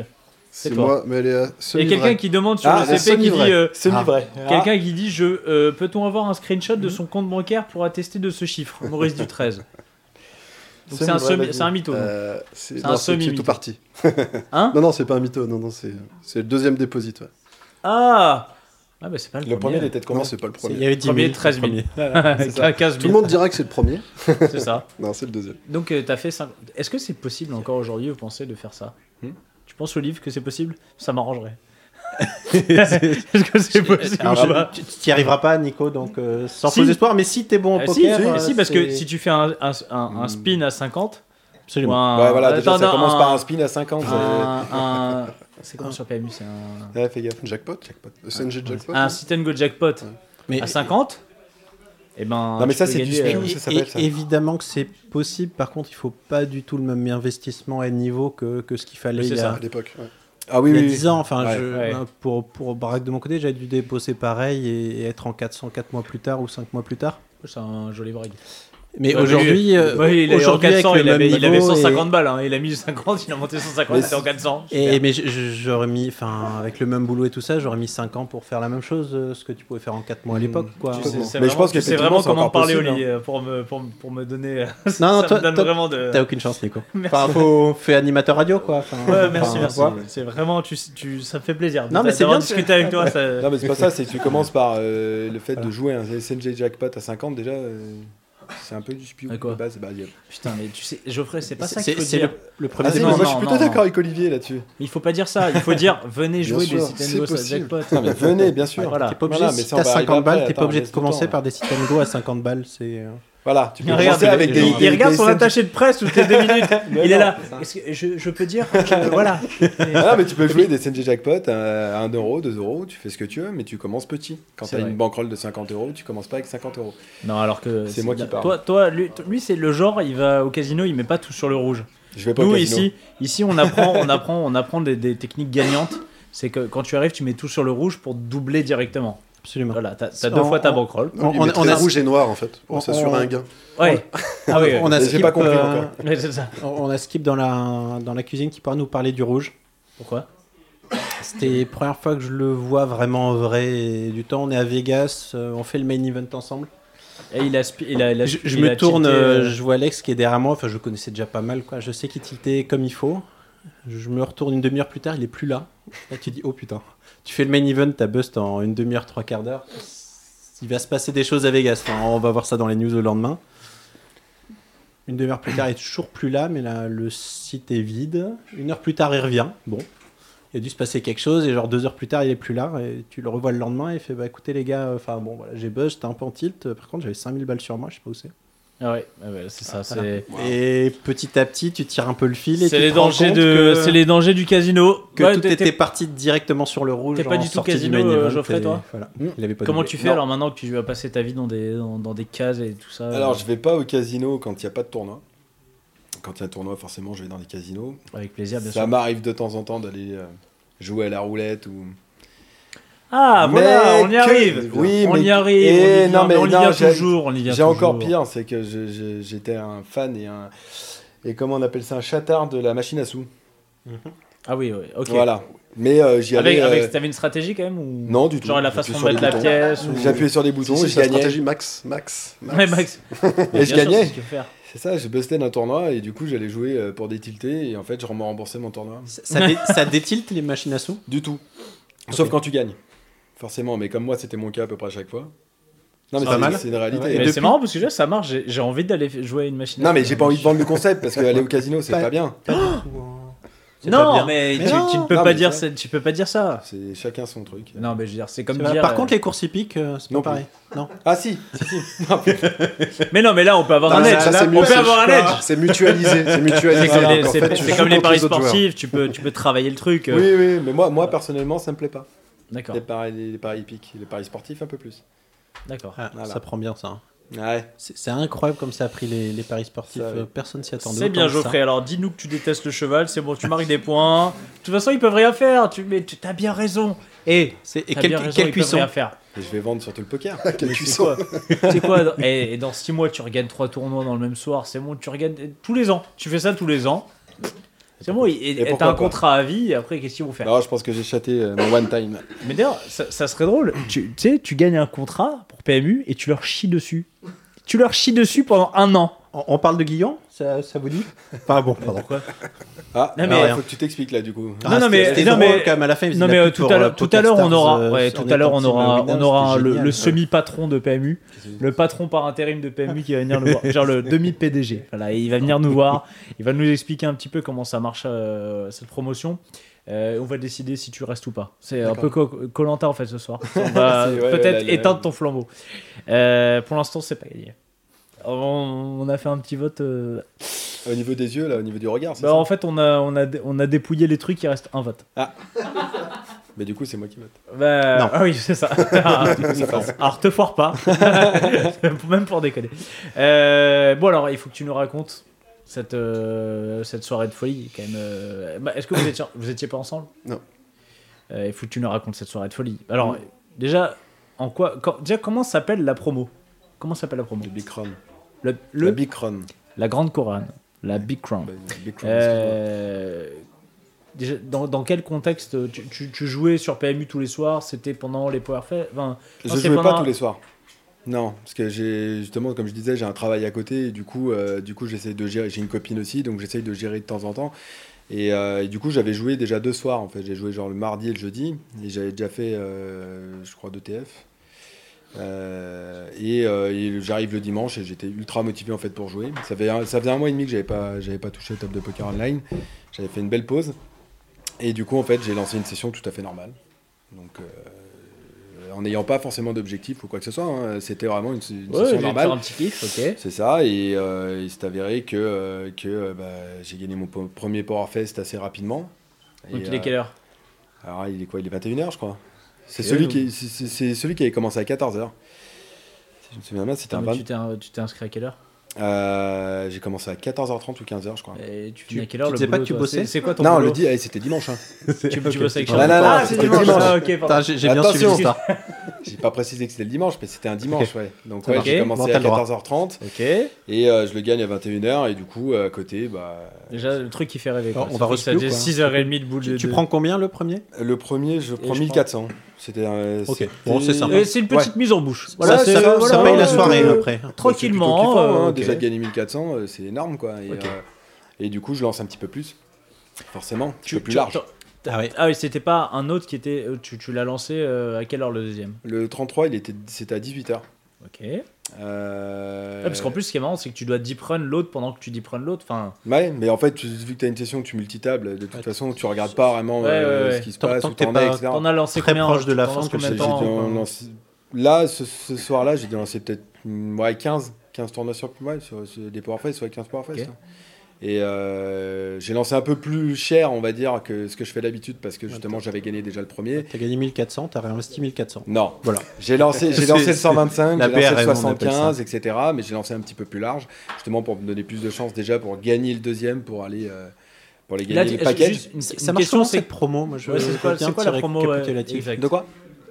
[SPEAKER 9] c'est
[SPEAKER 3] toi.
[SPEAKER 9] moi, mais elle est à
[SPEAKER 3] Il y a quelqu'un qui demande sur
[SPEAKER 5] Ah,
[SPEAKER 3] le
[SPEAKER 9] c'est
[SPEAKER 3] CP qui dit.
[SPEAKER 9] semi-vrai.
[SPEAKER 3] euh,
[SPEAKER 5] Semi-vrai.
[SPEAKER 4] Ah.
[SPEAKER 3] Quelqu'un qui dit je euh, peut-on avoir un screenshot de son compte bancaire pour attester de ce chiffre Maurice du 13. Donc c'est un,
[SPEAKER 5] Semi-vrai,
[SPEAKER 3] semi-
[SPEAKER 5] vas-y.
[SPEAKER 3] c'est un mytho. donc.
[SPEAKER 9] Euh, c'est
[SPEAKER 3] C'est
[SPEAKER 9] non,
[SPEAKER 3] un
[SPEAKER 9] c'est qui est
[SPEAKER 3] semi-mytho.
[SPEAKER 9] tout parti.
[SPEAKER 3] Hein
[SPEAKER 9] Non, non, c'est pas un mytho. Non, non, c'est c'est le deuxième déposit. ouais.
[SPEAKER 3] Ah Ah bah c'est pas le,
[SPEAKER 5] Le premier, il était de
[SPEAKER 9] Non,
[SPEAKER 5] combien
[SPEAKER 9] c'est pas le
[SPEAKER 4] Il
[SPEAKER 9] premier.
[SPEAKER 4] y avait 10
[SPEAKER 3] Premier,
[SPEAKER 4] 000,
[SPEAKER 3] 13 000.
[SPEAKER 4] premier.
[SPEAKER 3] Avec la 15
[SPEAKER 9] Tout le
[SPEAKER 3] 000,
[SPEAKER 9] monde dira que c'est le premier.
[SPEAKER 3] c'est ça.
[SPEAKER 9] Non, c'est le deuxième.
[SPEAKER 3] Donc euh, t'as fait 5... Est-ce que c'est possible encore aujourd'hui, vous pensez, de faire ça
[SPEAKER 5] Hmm
[SPEAKER 3] Tu penses, Olive, que c'est possible Ça m'arrangerait. bah, Est-ce que c'est possible
[SPEAKER 4] Alors,
[SPEAKER 3] ou pas
[SPEAKER 4] je- tu tu y arriveras pas, Nico, donc euh, sans
[SPEAKER 3] Si.
[SPEAKER 4] faux espoir. Mais si t'es bon au
[SPEAKER 3] Ah, si,
[SPEAKER 4] poker,
[SPEAKER 3] si,
[SPEAKER 4] euh,
[SPEAKER 3] si, parce que
[SPEAKER 4] c'est-
[SPEAKER 3] si tu fais un, un, un- un spin à 50, ou
[SPEAKER 4] absolument.
[SPEAKER 3] un...
[SPEAKER 5] Ouais, voilà, déjà,
[SPEAKER 3] Ah, Attends, Ah.
[SPEAKER 5] ça commence
[SPEAKER 3] un-
[SPEAKER 5] par un spin à 50. euh,
[SPEAKER 3] un- un- C'est comment sur PMU C'est un...
[SPEAKER 5] Ouais, fais gaffe.
[SPEAKER 9] Jackpot. Le CNG Jackpot.
[SPEAKER 3] Un
[SPEAKER 9] non
[SPEAKER 3] sit and go jackpot
[SPEAKER 4] Mais
[SPEAKER 3] à 50 Eh ben...
[SPEAKER 5] Non, mais
[SPEAKER 3] tu
[SPEAKER 5] ça,
[SPEAKER 3] peux
[SPEAKER 5] c'est du
[SPEAKER 3] gagner,
[SPEAKER 5] spin.
[SPEAKER 3] euh,
[SPEAKER 5] ça s'appelle,
[SPEAKER 4] Et-
[SPEAKER 5] ça.
[SPEAKER 4] Évidemment que c'est possible. Par contre, il faut pas du tout le même investissement et niveau que, que ce qu'il fallait
[SPEAKER 3] Oui, c'est
[SPEAKER 4] il y a,
[SPEAKER 9] à l'époque. ouais.
[SPEAKER 5] Ah
[SPEAKER 4] il
[SPEAKER 5] oui,
[SPEAKER 4] y a
[SPEAKER 5] oui.
[SPEAKER 4] 10 ans. Enfin,
[SPEAKER 5] Ouais.
[SPEAKER 4] je-
[SPEAKER 3] Ouais.
[SPEAKER 4] moi, pour, pour Barack de mon côté, j'avais dû déposer pareil et, et être en 400 4 mois plus tard ou 5 mois plus tard.
[SPEAKER 3] euh, C'est un joli break.
[SPEAKER 4] Mais
[SPEAKER 3] Ouais,
[SPEAKER 4] aujourd'hui, euh,
[SPEAKER 3] Oui, il, est en
[SPEAKER 4] aujourd'hui,
[SPEAKER 3] 400,
[SPEAKER 4] avec
[SPEAKER 3] il,
[SPEAKER 4] le
[SPEAKER 3] avait,
[SPEAKER 4] même
[SPEAKER 3] il avait
[SPEAKER 4] niveau et-
[SPEAKER 3] 150 balles, hein. il a mis 50, il a monté 150, il
[SPEAKER 5] Mais
[SPEAKER 3] était en 400.
[SPEAKER 4] Et, mais je- je- j'aurais mis, enfin, avec le même boulot et tout ça, j'aurais mis 5 ans pour faire la même chose, euh, ce que tu pouvais faire en 4 mois
[SPEAKER 5] Mm.
[SPEAKER 4] à l'époque. quoi.
[SPEAKER 3] Tu sais,
[SPEAKER 5] bon.
[SPEAKER 3] c'est
[SPEAKER 5] Mais je
[SPEAKER 3] vraiment-
[SPEAKER 5] pense
[SPEAKER 3] tu sais
[SPEAKER 5] qu'effectivement,
[SPEAKER 3] vraiment
[SPEAKER 5] c'est
[SPEAKER 3] comment
[SPEAKER 5] encore
[SPEAKER 3] parler au
[SPEAKER 5] possible, hein.
[SPEAKER 3] lit euh, pour me, pour, me- pour me donner. euh,
[SPEAKER 4] Non, non,
[SPEAKER 3] ça
[SPEAKER 4] toi-
[SPEAKER 3] me donne
[SPEAKER 4] toi-
[SPEAKER 3] vraiment de.
[SPEAKER 4] T'as aucune chance, Nico.
[SPEAKER 3] Merci.
[SPEAKER 4] Enfin, faut fais animateur radio, quoi. Enfin,
[SPEAKER 3] Ouais, merci,
[SPEAKER 4] enfin,
[SPEAKER 3] merci.
[SPEAKER 4] voilà.
[SPEAKER 3] C'est vraiment, tu, tu, ça me fait plaisir.
[SPEAKER 4] Non,
[SPEAKER 3] de-
[SPEAKER 4] mais c'est
[SPEAKER 3] d'avoir
[SPEAKER 4] bien de-
[SPEAKER 3] discuté avec toi. Ça...
[SPEAKER 5] Non, mais c'est pas ça, c'est que tu commences par euh, le fait de jouer un SNJ jackpot à 50, déjà, euh, c'est un peu du spin
[SPEAKER 3] Ouais, quoi.
[SPEAKER 5] de base. Bah, il y a-
[SPEAKER 3] Putain, mais tu sais, Geoffrey, c'est pas ça
[SPEAKER 4] C'est-
[SPEAKER 3] qu'il faut
[SPEAKER 4] Ah, c'est
[SPEAKER 3] dire.
[SPEAKER 4] le, le premier
[SPEAKER 5] Ah, si, mais
[SPEAKER 3] non,
[SPEAKER 5] moi,
[SPEAKER 4] élément.
[SPEAKER 5] je suis
[SPEAKER 3] non,
[SPEAKER 5] plutôt
[SPEAKER 3] non.
[SPEAKER 5] d'accord avec Olivier là-dessus.
[SPEAKER 3] Il faut pas dire ça. Il faut dire, venez
[SPEAKER 9] Bien
[SPEAKER 3] jouer
[SPEAKER 9] sûr,
[SPEAKER 3] des sit and
[SPEAKER 9] c'est
[SPEAKER 3] go, ça
[SPEAKER 9] possible.
[SPEAKER 3] jackpot.
[SPEAKER 5] Non, mais venez, bien sûr.
[SPEAKER 3] Voilà.
[SPEAKER 4] T'es pas obligé,
[SPEAKER 5] Voilà, mais
[SPEAKER 4] si
[SPEAKER 5] ça, on
[SPEAKER 4] t'as
[SPEAKER 5] va arriver
[SPEAKER 4] 50 balles,
[SPEAKER 5] après, hein.
[SPEAKER 4] t'es pas
[SPEAKER 5] attends,
[SPEAKER 4] obligé
[SPEAKER 5] on
[SPEAKER 4] de
[SPEAKER 5] laisse le
[SPEAKER 4] commencer
[SPEAKER 5] temps.
[SPEAKER 4] par des sit and go à 50 balles, c'est... euh,
[SPEAKER 5] Voilà, tu peux
[SPEAKER 3] Regarde,
[SPEAKER 5] commencer
[SPEAKER 3] il-
[SPEAKER 5] avec des.
[SPEAKER 3] il,
[SPEAKER 5] des-
[SPEAKER 3] regarde
[SPEAKER 5] des
[SPEAKER 3] son
[SPEAKER 5] SNJ.
[SPEAKER 3] attaché de presse toutes les deux minutes.
[SPEAKER 5] Mais
[SPEAKER 3] il est
[SPEAKER 5] non,
[SPEAKER 3] là.
[SPEAKER 5] c'est ça.
[SPEAKER 3] Est-ce que je, je peux dire que- euh, Voilà.
[SPEAKER 5] Ah, mais tu peux jouer des SNJ jackpot à 1 euro, 2 euros, tu fais ce que tu veux, mais tu commences petit. Quand
[SPEAKER 3] C'est
[SPEAKER 5] t'as
[SPEAKER 3] vrai.
[SPEAKER 5] une banquerolle de 50 euros, tu commences pas avec 50 euros.
[SPEAKER 3] Non, alors que.
[SPEAKER 5] C'est moi qui parle.
[SPEAKER 3] Toi, toi lui, t- lui, c'est le genre, il va au casino, il met pas tout sur le rouge.
[SPEAKER 5] Je vais pas au
[SPEAKER 3] Nous,
[SPEAKER 5] casino.
[SPEAKER 3] ici, ici, on apprend, on apprend, on apprend des, des techniques gagnantes. C'est que quand tu arrives, tu mets tout sur le rouge pour doubler directement.
[SPEAKER 4] Absolument.
[SPEAKER 3] Voilà, t'as t'as
[SPEAKER 4] En-
[SPEAKER 3] deux fois ta
[SPEAKER 4] en-
[SPEAKER 3] banquerolle.
[SPEAKER 9] Non,
[SPEAKER 4] On-
[SPEAKER 9] il
[SPEAKER 4] on-
[SPEAKER 9] mettrait
[SPEAKER 4] on a-
[SPEAKER 9] rouge et noir en fait
[SPEAKER 4] on-
[SPEAKER 9] pour s'assurer
[SPEAKER 4] on-
[SPEAKER 9] un gain.
[SPEAKER 3] Ouais. Ah oui,
[SPEAKER 4] On a
[SPEAKER 5] J'ai
[SPEAKER 4] skip,
[SPEAKER 5] pas compris
[SPEAKER 4] euh,
[SPEAKER 5] encore.
[SPEAKER 3] ouais, c'est ça.
[SPEAKER 4] on- on a skip dans la, dans la cuisine qui pourra nous parler du rouge.
[SPEAKER 3] Pourquoi
[SPEAKER 4] C'était la première fois que je le vois vraiment en vrai et du temps. On est à Vegas, euh, on fait le main event ensemble.
[SPEAKER 3] Et il a, spi- il a- il a-
[SPEAKER 4] je, je
[SPEAKER 3] il
[SPEAKER 4] me
[SPEAKER 3] a
[SPEAKER 4] tourne,
[SPEAKER 3] tilté,
[SPEAKER 4] euh,
[SPEAKER 3] euh,
[SPEAKER 4] je vois Alex qui est derrière moi. Enfin, je le connaissais déjà pas mal, quoi. Je sais qu'il tiltait comme il faut. Je me retourne une demi-heure plus tard, il est plus là. Là, tu dis, oh putain. Tu fais le main event, t'as bust en une demi-heure, trois quarts d'heure. Il va se passer des choses à Vegas. Enfin, on va voir ça dans les news le lendemain. Une demi-heure plus tard, il est toujours plus là, mais là, le site est vide. Une heure plus tard, il revient. Bon. Il a dû se passer quelque chose, et genre deux heures plus tard, il est plus là. Et tu le revois le lendemain, et il fait, bah écoutez les gars, euh, enfin bon, voilà, j'ai bust, j'étais un peu en tilt. Euh, Par contre, j'avais 5000 balles sur moi, je sais pas où c'est.
[SPEAKER 3] ah ouais, ah ouais, c'est ça.
[SPEAKER 4] voilà.
[SPEAKER 3] c'est
[SPEAKER 4] Et petit à petit, tu tires un peu le fil. et
[SPEAKER 3] c'est
[SPEAKER 4] tu
[SPEAKER 3] les
[SPEAKER 4] te rends
[SPEAKER 3] dangers
[SPEAKER 4] compte
[SPEAKER 3] de,
[SPEAKER 4] que-
[SPEAKER 3] c'est les dangers du casino.
[SPEAKER 4] Que
[SPEAKER 3] Ouais,
[SPEAKER 4] tout
[SPEAKER 3] t'es-
[SPEAKER 4] était
[SPEAKER 3] t'es-
[SPEAKER 4] parti directement sur le rouge.
[SPEAKER 3] t'es pas
[SPEAKER 4] en
[SPEAKER 3] du tout
[SPEAKER 4] sortie
[SPEAKER 3] casino,
[SPEAKER 4] main
[SPEAKER 3] euh,
[SPEAKER 4] event,
[SPEAKER 3] Geoffrey,
[SPEAKER 4] et
[SPEAKER 3] toi
[SPEAKER 4] voilà.
[SPEAKER 5] Mm.
[SPEAKER 4] Il avait pas
[SPEAKER 3] Comment
[SPEAKER 4] d'idée.
[SPEAKER 3] tu fais
[SPEAKER 5] Non.
[SPEAKER 3] alors maintenant que tu vas passer ta vie dans des dans, dans des cases et tout ça
[SPEAKER 5] Alors,
[SPEAKER 3] euh,
[SPEAKER 5] je vais pas au casino quand il n'y a pas de tournoi. Quand il y a un tournoi, forcément, je vais dans les casinos.
[SPEAKER 3] avec plaisir Ah, bien
[SPEAKER 5] Ça
[SPEAKER 3] sûr.
[SPEAKER 5] m'arrive de temps en temps d'aller euh, jouer à la roulette ou.
[SPEAKER 3] Ah voilà,
[SPEAKER 5] Mais
[SPEAKER 3] on y
[SPEAKER 5] que-
[SPEAKER 3] arrive.
[SPEAKER 5] Oui,
[SPEAKER 3] on
[SPEAKER 5] mais-
[SPEAKER 3] y arrive.
[SPEAKER 5] Eh,
[SPEAKER 3] on y vient,
[SPEAKER 5] non, mais
[SPEAKER 3] mais on y
[SPEAKER 5] non,
[SPEAKER 3] vient
[SPEAKER 5] j'ai-
[SPEAKER 3] toujours. On y vient
[SPEAKER 5] J'ai encore
[SPEAKER 3] toujours.
[SPEAKER 5] pire, c'est que je- je- j'étais un fan et un. Et comment on appelle ça Un chatard de la machine à sous.
[SPEAKER 3] Ah oui, oui, ok.
[SPEAKER 5] Voilà. Mais euh, j'y
[SPEAKER 3] Avec,
[SPEAKER 5] allais.
[SPEAKER 3] avec-
[SPEAKER 5] euh,
[SPEAKER 3] t'avais une stratégie quand même ou...
[SPEAKER 5] Non, du tout.
[SPEAKER 3] Genre la
[SPEAKER 5] J'appuie
[SPEAKER 3] façon de
[SPEAKER 5] sur les
[SPEAKER 3] mettre la
[SPEAKER 5] boutons.
[SPEAKER 3] pièce ou...
[SPEAKER 5] J'appuyais sur des boutons
[SPEAKER 9] Si,
[SPEAKER 5] et
[SPEAKER 9] si,
[SPEAKER 5] je
[SPEAKER 9] c'est la
[SPEAKER 5] gagnais.
[SPEAKER 9] stratégie max, max, max.
[SPEAKER 3] Ouais, Max.
[SPEAKER 5] Et je
[SPEAKER 3] Bien sûr, c'est
[SPEAKER 5] gagnais.
[SPEAKER 3] ce qu'il faut faire.
[SPEAKER 5] C'est ça, je bustais un tournoi et du coup j'allais jouer euh, pour des tiltés et en fait je me remboursais mon tournoi.
[SPEAKER 7] Ça, ça dé- ça détilte les machines à sous
[SPEAKER 5] Du tout. Sauf quand tu gagnes. Forcément, mais comme moi c'était mon cas à peu près à chaque fois. Non mais
[SPEAKER 7] Pas
[SPEAKER 5] c'est-
[SPEAKER 7] mal.
[SPEAKER 5] c'est une réalité.
[SPEAKER 7] Ouais.
[SPEAKER 5] Et
[SPEAKER 3] Mais
[SPEAKER 5] de-
[SPEAKER 3] c'est marrant parce que là, ça marche. J'ai j'ai envie d'aller jouer à une machine. à
[SPEAKER 5] Non mais
[SPEAKER 3] sous.
[SPEAKER 5] j'ai pas envie de vendre le concept parce qu'aller au casino c'est
[SPEAKER 7] Pas-
[SPEAKER 5] pas bien.
[SPEAKER 7] C'est pas
[SPEAKER 3] Non,
[SPEAKER 7] bien.
[SPEAKER 3] mais,
[SPEAKER 7] Mais
[SPEAKER 3] tu,
[SPEAKER 7] non.
[SPEAKER 3] tu ne peux
[SPEAKER 5] Non,
[SPEAKER 3] pas
[SPEAKER 5] mais
[SPEAKER 3] dire
[SPEAKER 5] ça-
[SPEAKER 3] ça. Tu peux pas dire ça.
[SPEAKER 5] C'est chacun son truc.
[SPEAKER 3] Non, mais je veux dire, c'est comme
[SPEAKER 7] C'est pas-
[SPEAKER 3] dire.
[SPEAKER 7] Par
[SPEAKER 3] euh,
[SPEAKER 7] contre, les courses hippiques, euh, c'est
[SPEAKER 5] Non
[SPEAKER 7] pas pareil. Non.
[SPEAKER 5] Ah si,
[SPEAKER 3] euh, mais non, mais là, on peut avoir
[SPEAKER 9] Non,
[SPEAKER 3] un
[SPEAKER 9] mais
[SPEAKER 3] edge.
[SPEAKER 9] ça, c'est
[SPEAKER 3] on
[SPEAKER 9] mieux,
[SPEAKER 3] peut
[SPEAKER 9] c'est-
[SPEAKER 3] avoir un edge.
[SPEAKER 9] C'est mutualisé, c'est mutualisé.
[SPEAKER 3] C'est comme
[SPEAKER 9] Alors
[SPEAKER 3] les-
[SPEAKER 9] qu'en fait,
[SPEAKER 3] C'est
[SPEAKER 9] tu
[SPEAKER 3] c'est
[SPEAKER 9] joues
[SPEAKER 3] comme les
[SPEAKER 9] contre
[SPEAKER 3] paris
[SPEAKER 9] les autres joueurs.
[SPEAKER 3] sportifs. Tu peux, tu peux travailler le truc. euh.
[SPEAKER 5] oui oui, mais moi, moi personnellement ça me plaît pas.
[SPEAKER 3] D'accord,
[SPEAKER 5] Les paris, les paris hippiques, les paris sportifs un peu plus.
[SPEAKER 3] d'accord.
[SPEAKER 7] Ah,
[SPEAKER 5] Voilà.
[SPEAKER 7] Ça prend bien ça. hein.
[SPEAKER 5] Ouais.
[SPEAKER 7] C'est c'est incroyable comme ça a pris les, les paris sportifs.
[SPEAKER 5] Ça, oui.
[SPEAKER 7] euh, Personne s'y attendait.
[SPEAKER 3] C'est bien,
[SPEAKER 7] autant que ça.
[SPEAKER 3] Geoffrey. Alors, dis-nous que tu détestes le cheval. C'est bon, tu marques des points. De toute façon, ils peuvent rien faire. Tu, mais tu as bien raison. Et
[SPEAKER 7] C'est- Et
[SPEAKER 3] t'as
[SPEAKER 7] quel,
[SPEAKER 3] bien raison,
[SPEAKER 7] quel
[SPEAKER 3] ils peuvent
[SPEAKER 7] cuisson
[SPEAKER 3] rien faire.
[SPEAKER 5] Et je vais vendre surtout le poker.
[SPEAKER 9] Quel
[SPEAKER 3] C'est
[SPEAKER 9] cuisson.
[SPEAKER 3] quoi, C'est quoi dans- eh, et, et dans 6 mois, tu regagnes 3 tournois dans le même soir. C'est bon, tu regagnes eh, tous les ans. Tu fais ça tous les ans. C'est bon, et- et
[SPEAKER 5] pourquoi
[SPEAKER 3] t'as un
[SPEAKER 5] pas
[SPEAKER 3] contrat à vie. Et après, qu'est-ce qu'ils vont faire
[SPEAKER 5] Non, je pense que j'ai chaté euh, mon one time.
[SPEAKER 3] Mais d'ailleurs, ça, ça serait drôle. Tu tu sais, tu gagnes un contrat pour PMU et tu leur chies dessus. Tu leur chies dessus pendant un an.
[SPEAKER 7] on, on parle de Guillon ça, ça vous dit Enfin bon, pardon.
[SPEAKER 5] Ah,
[SPEAKER 3] Non, mais-
[SPEAKER 5] alors, faut que tu t'expliques là du coup.
[SPEAKER 3] Non, non, mais-
[SPEAKER 7] c'était
[SPEAKER 3] non,
[SPEAKER 7] drôle,
[SPEAKER 3] mais-
[SPEAKER 7] quand même, à la fin, ils faisaient
[SPEAKER 3] Non mais
[SPEAKER 7] la
[SPEAKER 3] euh,
[SPEAKER 7] pub
[SPEAKER 3] tout
[SPEAKER 7] pour,
[SPEAKER 3] à
[SPEAKER 7] euh,
[SPEAKER 3] l'heure, tout à
[SPEAKER 7] Poker
[SPEAKER 3] l'heure on
[SPEAKER 7] Stars,
[SPEAKER 3] aura,
[SPEAKER 7] euh,
[SPEAKER 3] ouais,
[SPEAKER 7] sur
[SPEAKER 3] tout
[SPEAKER 7] des
[SPEAKER 3] à l'heure on
[SPEAKER 7] tantimes à
[SPEAKER 3] aura,
[SPEAKER 7] Wigan,
[SPEAKER 3] on aura
[SPEAKER 7] c'était
[SPEAKER 3] le,
[SPEAKER 7] génial.
[SPEAKER 3] le semi-patron de PMU, le patron par intérim de PMU qui va venir nous voir, genre le demi-PDG. Voilà, il va venir nous voir, il va nous expliquer un petit peu comment ça marche euh, cette promotion. Euh, on va décider si tu restes ou pas. C'est un peu Colanta en fait ce soir. On va
[SPEAKER 5] C'est- ouais,
[SPEAKER 3] peut-être
[SPEAKER 5] ouais, ouais,
[SPEAKER 3] éteindre
[SPEAKER 5] ouais.
[SPEAKER 3] ton flambeau. Euh, pour l'instant, c'est pas gagné. On, on a fait un petit vote. euh,
[SPEAKER 5] Au niveau des yeux là, au niveau du regard, c'est
[SPEAKER 3] bah,
[SPEAKER 5] ça
[SPEAKER 3] en fait, on a, on, a, dé- on a dépouillé les trucs, il reste un vote.
[SPEAKER 5] Mais du coup, c'est moi qui vote.
[SPEAKER 3] Bah,
[SPEAKER 7] Non.
[SPEAKER 3] Ah oui, c'est ça. alors, te foire pas. Même pour déconner. Euh, bon, alors, il faut que tu nous racontes cette, euh, cette soirée de folie. Quand même. euh, bah, Est-ce que vous étiez, vous étiez pas ensemble
[SPEAKER 9] Non.
[SPEAKER 3] Euh, il faut que tu nous racontes cette soirée de folie. Alors, déjà, en quoi, quand- déjà, comment s'appelle la promo Comment s'appelle la promo
[SPEAKER 5] Le Big Crown.
[SPEAKER 3] Le-
[SPEAKER 5] Le
[SPEAKER 3] le-
[SPEAKER 5] Big Crown.
[SPEAKER 3] La Grande Couronne. La Big Crown.
[SPEAKER 5] Bah, le Big Crown, excuse-moi.
[SPEAKER 3] Euh, déjà, dans, dans quel contexte euh, tu, tu- tu jouais sur PMU tous les soirs C'était pendant les Power Fest enfin, non,
[SPEAKER 5] je
[SPEAKER 3] c'est
[SPEAKER 5] jouais
[SPEAKER 3] pendant-
[SPEAKER 5] pas tous les soirs. Non, parce que j'ai justement, comme je disais, j'ai un travail à côté et du coup, euh, du coup, j'essaie de gérer. J'ai une copine aussi, donc j'essaye de gérer de temps en temps. Et, euh, et du coup, j'avais joué déjà deux soirs. En fait, j'ai joué genre le mardi et le jeudi, et j'avais déjà fait, euh, je crois, deux TF. Euh, et euh, et j'arrive le dimanche et j'étais ultra motivé en fait pour jouer. Ça fait un- ça faisait un mois et demi que j'avais pas, j'avais pas touché au top de poker online. J'avais fait une belle pause. Et du coup, en fait, j'ai lancé une session tout à fait normale. Donc, euh, en n'ayant pas forcément d'objectif ou quoi que ce soit, hein, c'était vraiment une, une
[SPEAKER 3] Ouais, je vais
[SPEAKER 5] session
[SPEAKER 3] te
[SPEAKER 5] normale.
[SPEAKER 3] faire un petit kiff, ok.
[SPEAKER 5] C'est ça, et euh, il s'est avéré que, euh, que euh, bah, j'ai gagné mon po- premier Powerfest assez rapidement. Et,
[SPEAKER 3] Donc il est
[SPEAKER 5] euh,
[SPEAKER 3] quelle heure
[SPEAKER 5] alors il est quoi Il est 21h je crois. C'est
[SPEAKER 3] Ouais,
[SPEAKER 5] celui,
[SPEAKER 3] donc.
[SPEAKER 5] qui, c'est- c'est- c'est celui qui avait commencé à 14h. Si je me souviens bien, c'était un
[SPEAKER 3] Attends, Ah, mais
[SPEAKER 5] ban.
[SPEAKER 3] Tu t'es tu t'es inscrit à quelle heure
[SPEAKER 5] Euh, J'ai commencé à 14h30 ou 15h je crois.
[SPEAKER 3] Et Euh, Tu
[SPEAKER 7] Tu-
[SPEAKER 3] finis à quelle heure
[SPEAKER 7] tu
[SPEAKER 3] le
[SPEAKER 7] disais pas
[SPEAKER 3] boulot,
[SPEAKER 7] que tu
[SPEAKER 3] toi
[SPEAKER 7] bossais
[SPEAKER 3] C'est- C'est quoi Eh, ton
[SPEAKER 5] non,
[SPEAKER 3] boulot
[SPEAKER 5] le dit, eh, c'était dimanche. hein.
[SPEAKER 3] Tu, tu bosses avec
[SPEAKER 5] Non, non, non,
[SPEAKER 3] Ah, c'est
[SPEAKER 5] c'était
[SPEAKER 3] dimanche.
[SPEAKER 5] dimanche.
[SPEAKER 3] Ah, ok, pardon.
[SPEAKER 7] Putain, J'ai j'ai bien suivi
[SPEAKER 5] Attention.
[SPEAKER 7] l'histoire.
[SPEAKER 5] J'ai pas précisé que c'était le dimanche, mais c'était un dimanche, ouais. Donc
[SPEAKER 7] Ça
[SPEAKER 5] ouais,
[SPEAKER 7] marche.
[SPEAKER 5] j'ai
[SPEAKER 3] Ok.
[SPEAKER 7] Bon,
[SPEAKER 5] commencé
[SPEAKER 7] t'as
[SPEAKER 5] à
[SPEAKER 7] le droit.
[SPEAKER 5] 14h30
[SPEAKER 3] Ok.
[SPEAKER 5] et euh, je le gagne à 21h et du coup euh, à côté, bah,
[SPEAKER 3] Déjà, le truc qui fait rêver. quoi.
[SPEAKER 7] Alors, on
[SPEAKER 3] Ça
[SPEAKER 7] va
[SPEAKER 3] fait
[SPEAKER 7] resplo,
[SPEAKER 3] que
[SPEAKER 7] quoi.
[SPEAKER 3] Ça fait 6h30 de boule de.
[SPEAKER 7] Tu, tu
[SPEAKER 3] de-
[SPEAKER 7] prends combien le premier
[SPEAKER 5] le premier je prends
[SPEAKER 3] je
[SPEAKER 5] 1400. C'était un-
[SPEAKER 7] Ok.
[SPEAKER 5] c'était-
[SPEAKER 7] Bon, c'est sympa.
[SPEAKER 3] Euh, C'est une petite mise en bouche. Voilà,
[SPEAKER 7] ça,
[SPEAKER 3] c'est-
[SPEAKER 7] ça- ça
[SPEAKER 3] voilà,
[SPEAKER 7] paye la
[SPEAKER 3] euh,
[SPEAKER 7] soirée
[SPEAKER 4] hein.
[SPEAKER 3] euh,
[SPEAKER 7] après.
[SPEAKER 5] C'est plutôt
[SPEAKER 3] Tranquillement.
[SPEAKER 5] kiffant, hein,
[SPEAKER 3] euh, ok.
[SPEAKER 5] Déjà de gagner 1400, euh, c'est énorme quoi. Et, euh, et du coup, je lance un petit peu plus. Forcément, tu peux plus large.
[SPEAKER 7] Ah ouais.
[SPEAKER 3] Ah oui, c'était pas un autre qui était. euh, Tu, tu l'as lancé euh, à quelle heure le deuxième
[SPEAKER 5] Le 33, il était, c'était à Euh, 18h.
[SPEAKER 3] Ok. Ouais, Ah, parce qu'en plus, ce qui est marrant, c'est que tu dois deep run l'autre pendant que tu deep run l'autre. Enfin,
[SPEAKER 5] Ouais, mais en fait, tu- vu que tu as une session, tu multitables. De toute
[SPEAKER 7] Ouais.
[SPEAKER 5] façon, tu regardes pas vraiment
[SPEAKER 3] Ouais,
[SPEAKER 5] euh,
[SPEAKER 3] ouais, ouais.
[SPEAKER 5] ce qui se
[SPEAKER 7] Tant-
[SPEAKER 5] passe,
[SPEAKER 7] tant
[SPEAKER 5] où
[SPEAKER 7] que t'es
[SPEAKER 5] t'en
[SPEAKER 7] pas-
[SPEAKER 5] es, etc.
[SPEAKER 3] t'en as lancé
[SPEAKER 7] Très
[SPEAKER 3] combien
[SPEAKER 7] proche de la
[SPEAKER 3] t'en
[SPEAKER 7] fin
[SPEAKER 3] lances
[SPEAKER 7] que
[SPEAKER 3] combien
[SPEAKER 5] J'ai
[SPEAKER 3] de
[SPEAKER 5] dû
[SPEAKER 3] temps
[SPEAKER 5] en
[SPEAKER 3] enfin
[SPEAKER 5] lancer- Là, ce, ce soir-là, j'ai dû lancer peut-être mm, ouais, 15, 15 tournois sur, ouais, sur, sur des Powerfest, soit 15 Powerfest.
[SPEAKER 3] Ok.
[SPEAKER 5] ouais. hein. Et euh, j'ai lancé un peu plus cher, on va dire, que ce que je fais d'habitude, parce que justement, j'avais gagné déjà le premier.
[SPEAKER 7] T'as gagné 1400, t'as réinvesti 1400.
[SPEAKER 5] Non,
[SPEAKER 7] Voilà.
[SPEAKER 5] J'ai lancé, j'ai
[SPEAKER 7] C'est-
[SPEAKER 5] lancé le
[SPEAKER 7] c'est
[SPEAKER 5] 125,
[SPEAKER 7] la
[SPEAKER 5] j'ai lancé le
[SPEAKER 7] BRM, on appelle
[SPEAKER 5] 75, etc. Mais j'ai lancé un petit peu plus large, justement pour me donner plus de chances déjà pour gagner le deuxième, pour aller euh, pour aller
[SPEAKER 3] Là, tu-
[SPEAKER 5] gagner le package.
[SPEAKER 3] juste une,
[SPEAKER 7] Ça
[SPEAKER 3] une
[SPEAKER 7] marche
[SPEAKER 3] question,
[SPEAKER 7] comment
[SPEAKER 3] c'est
[SPEAKER 7] cette promo Moi, je
[SPEAKER 3] Ouais, c'est
[SPEAKER 7] je
[SPEAKER 3] quoi-
[SPEAKER 7] veux bien
[SPEAKER 3] c'est
[SPEAKER 7] un
[SPEAKER 3] quoi la
[SPEAKER 7] petit
[SPEAKER 3] promo, ouais,
[SPEAKER 7] récapitulatif.
[SPEAKER 3] exact.
[SPEAKER 5] De quoi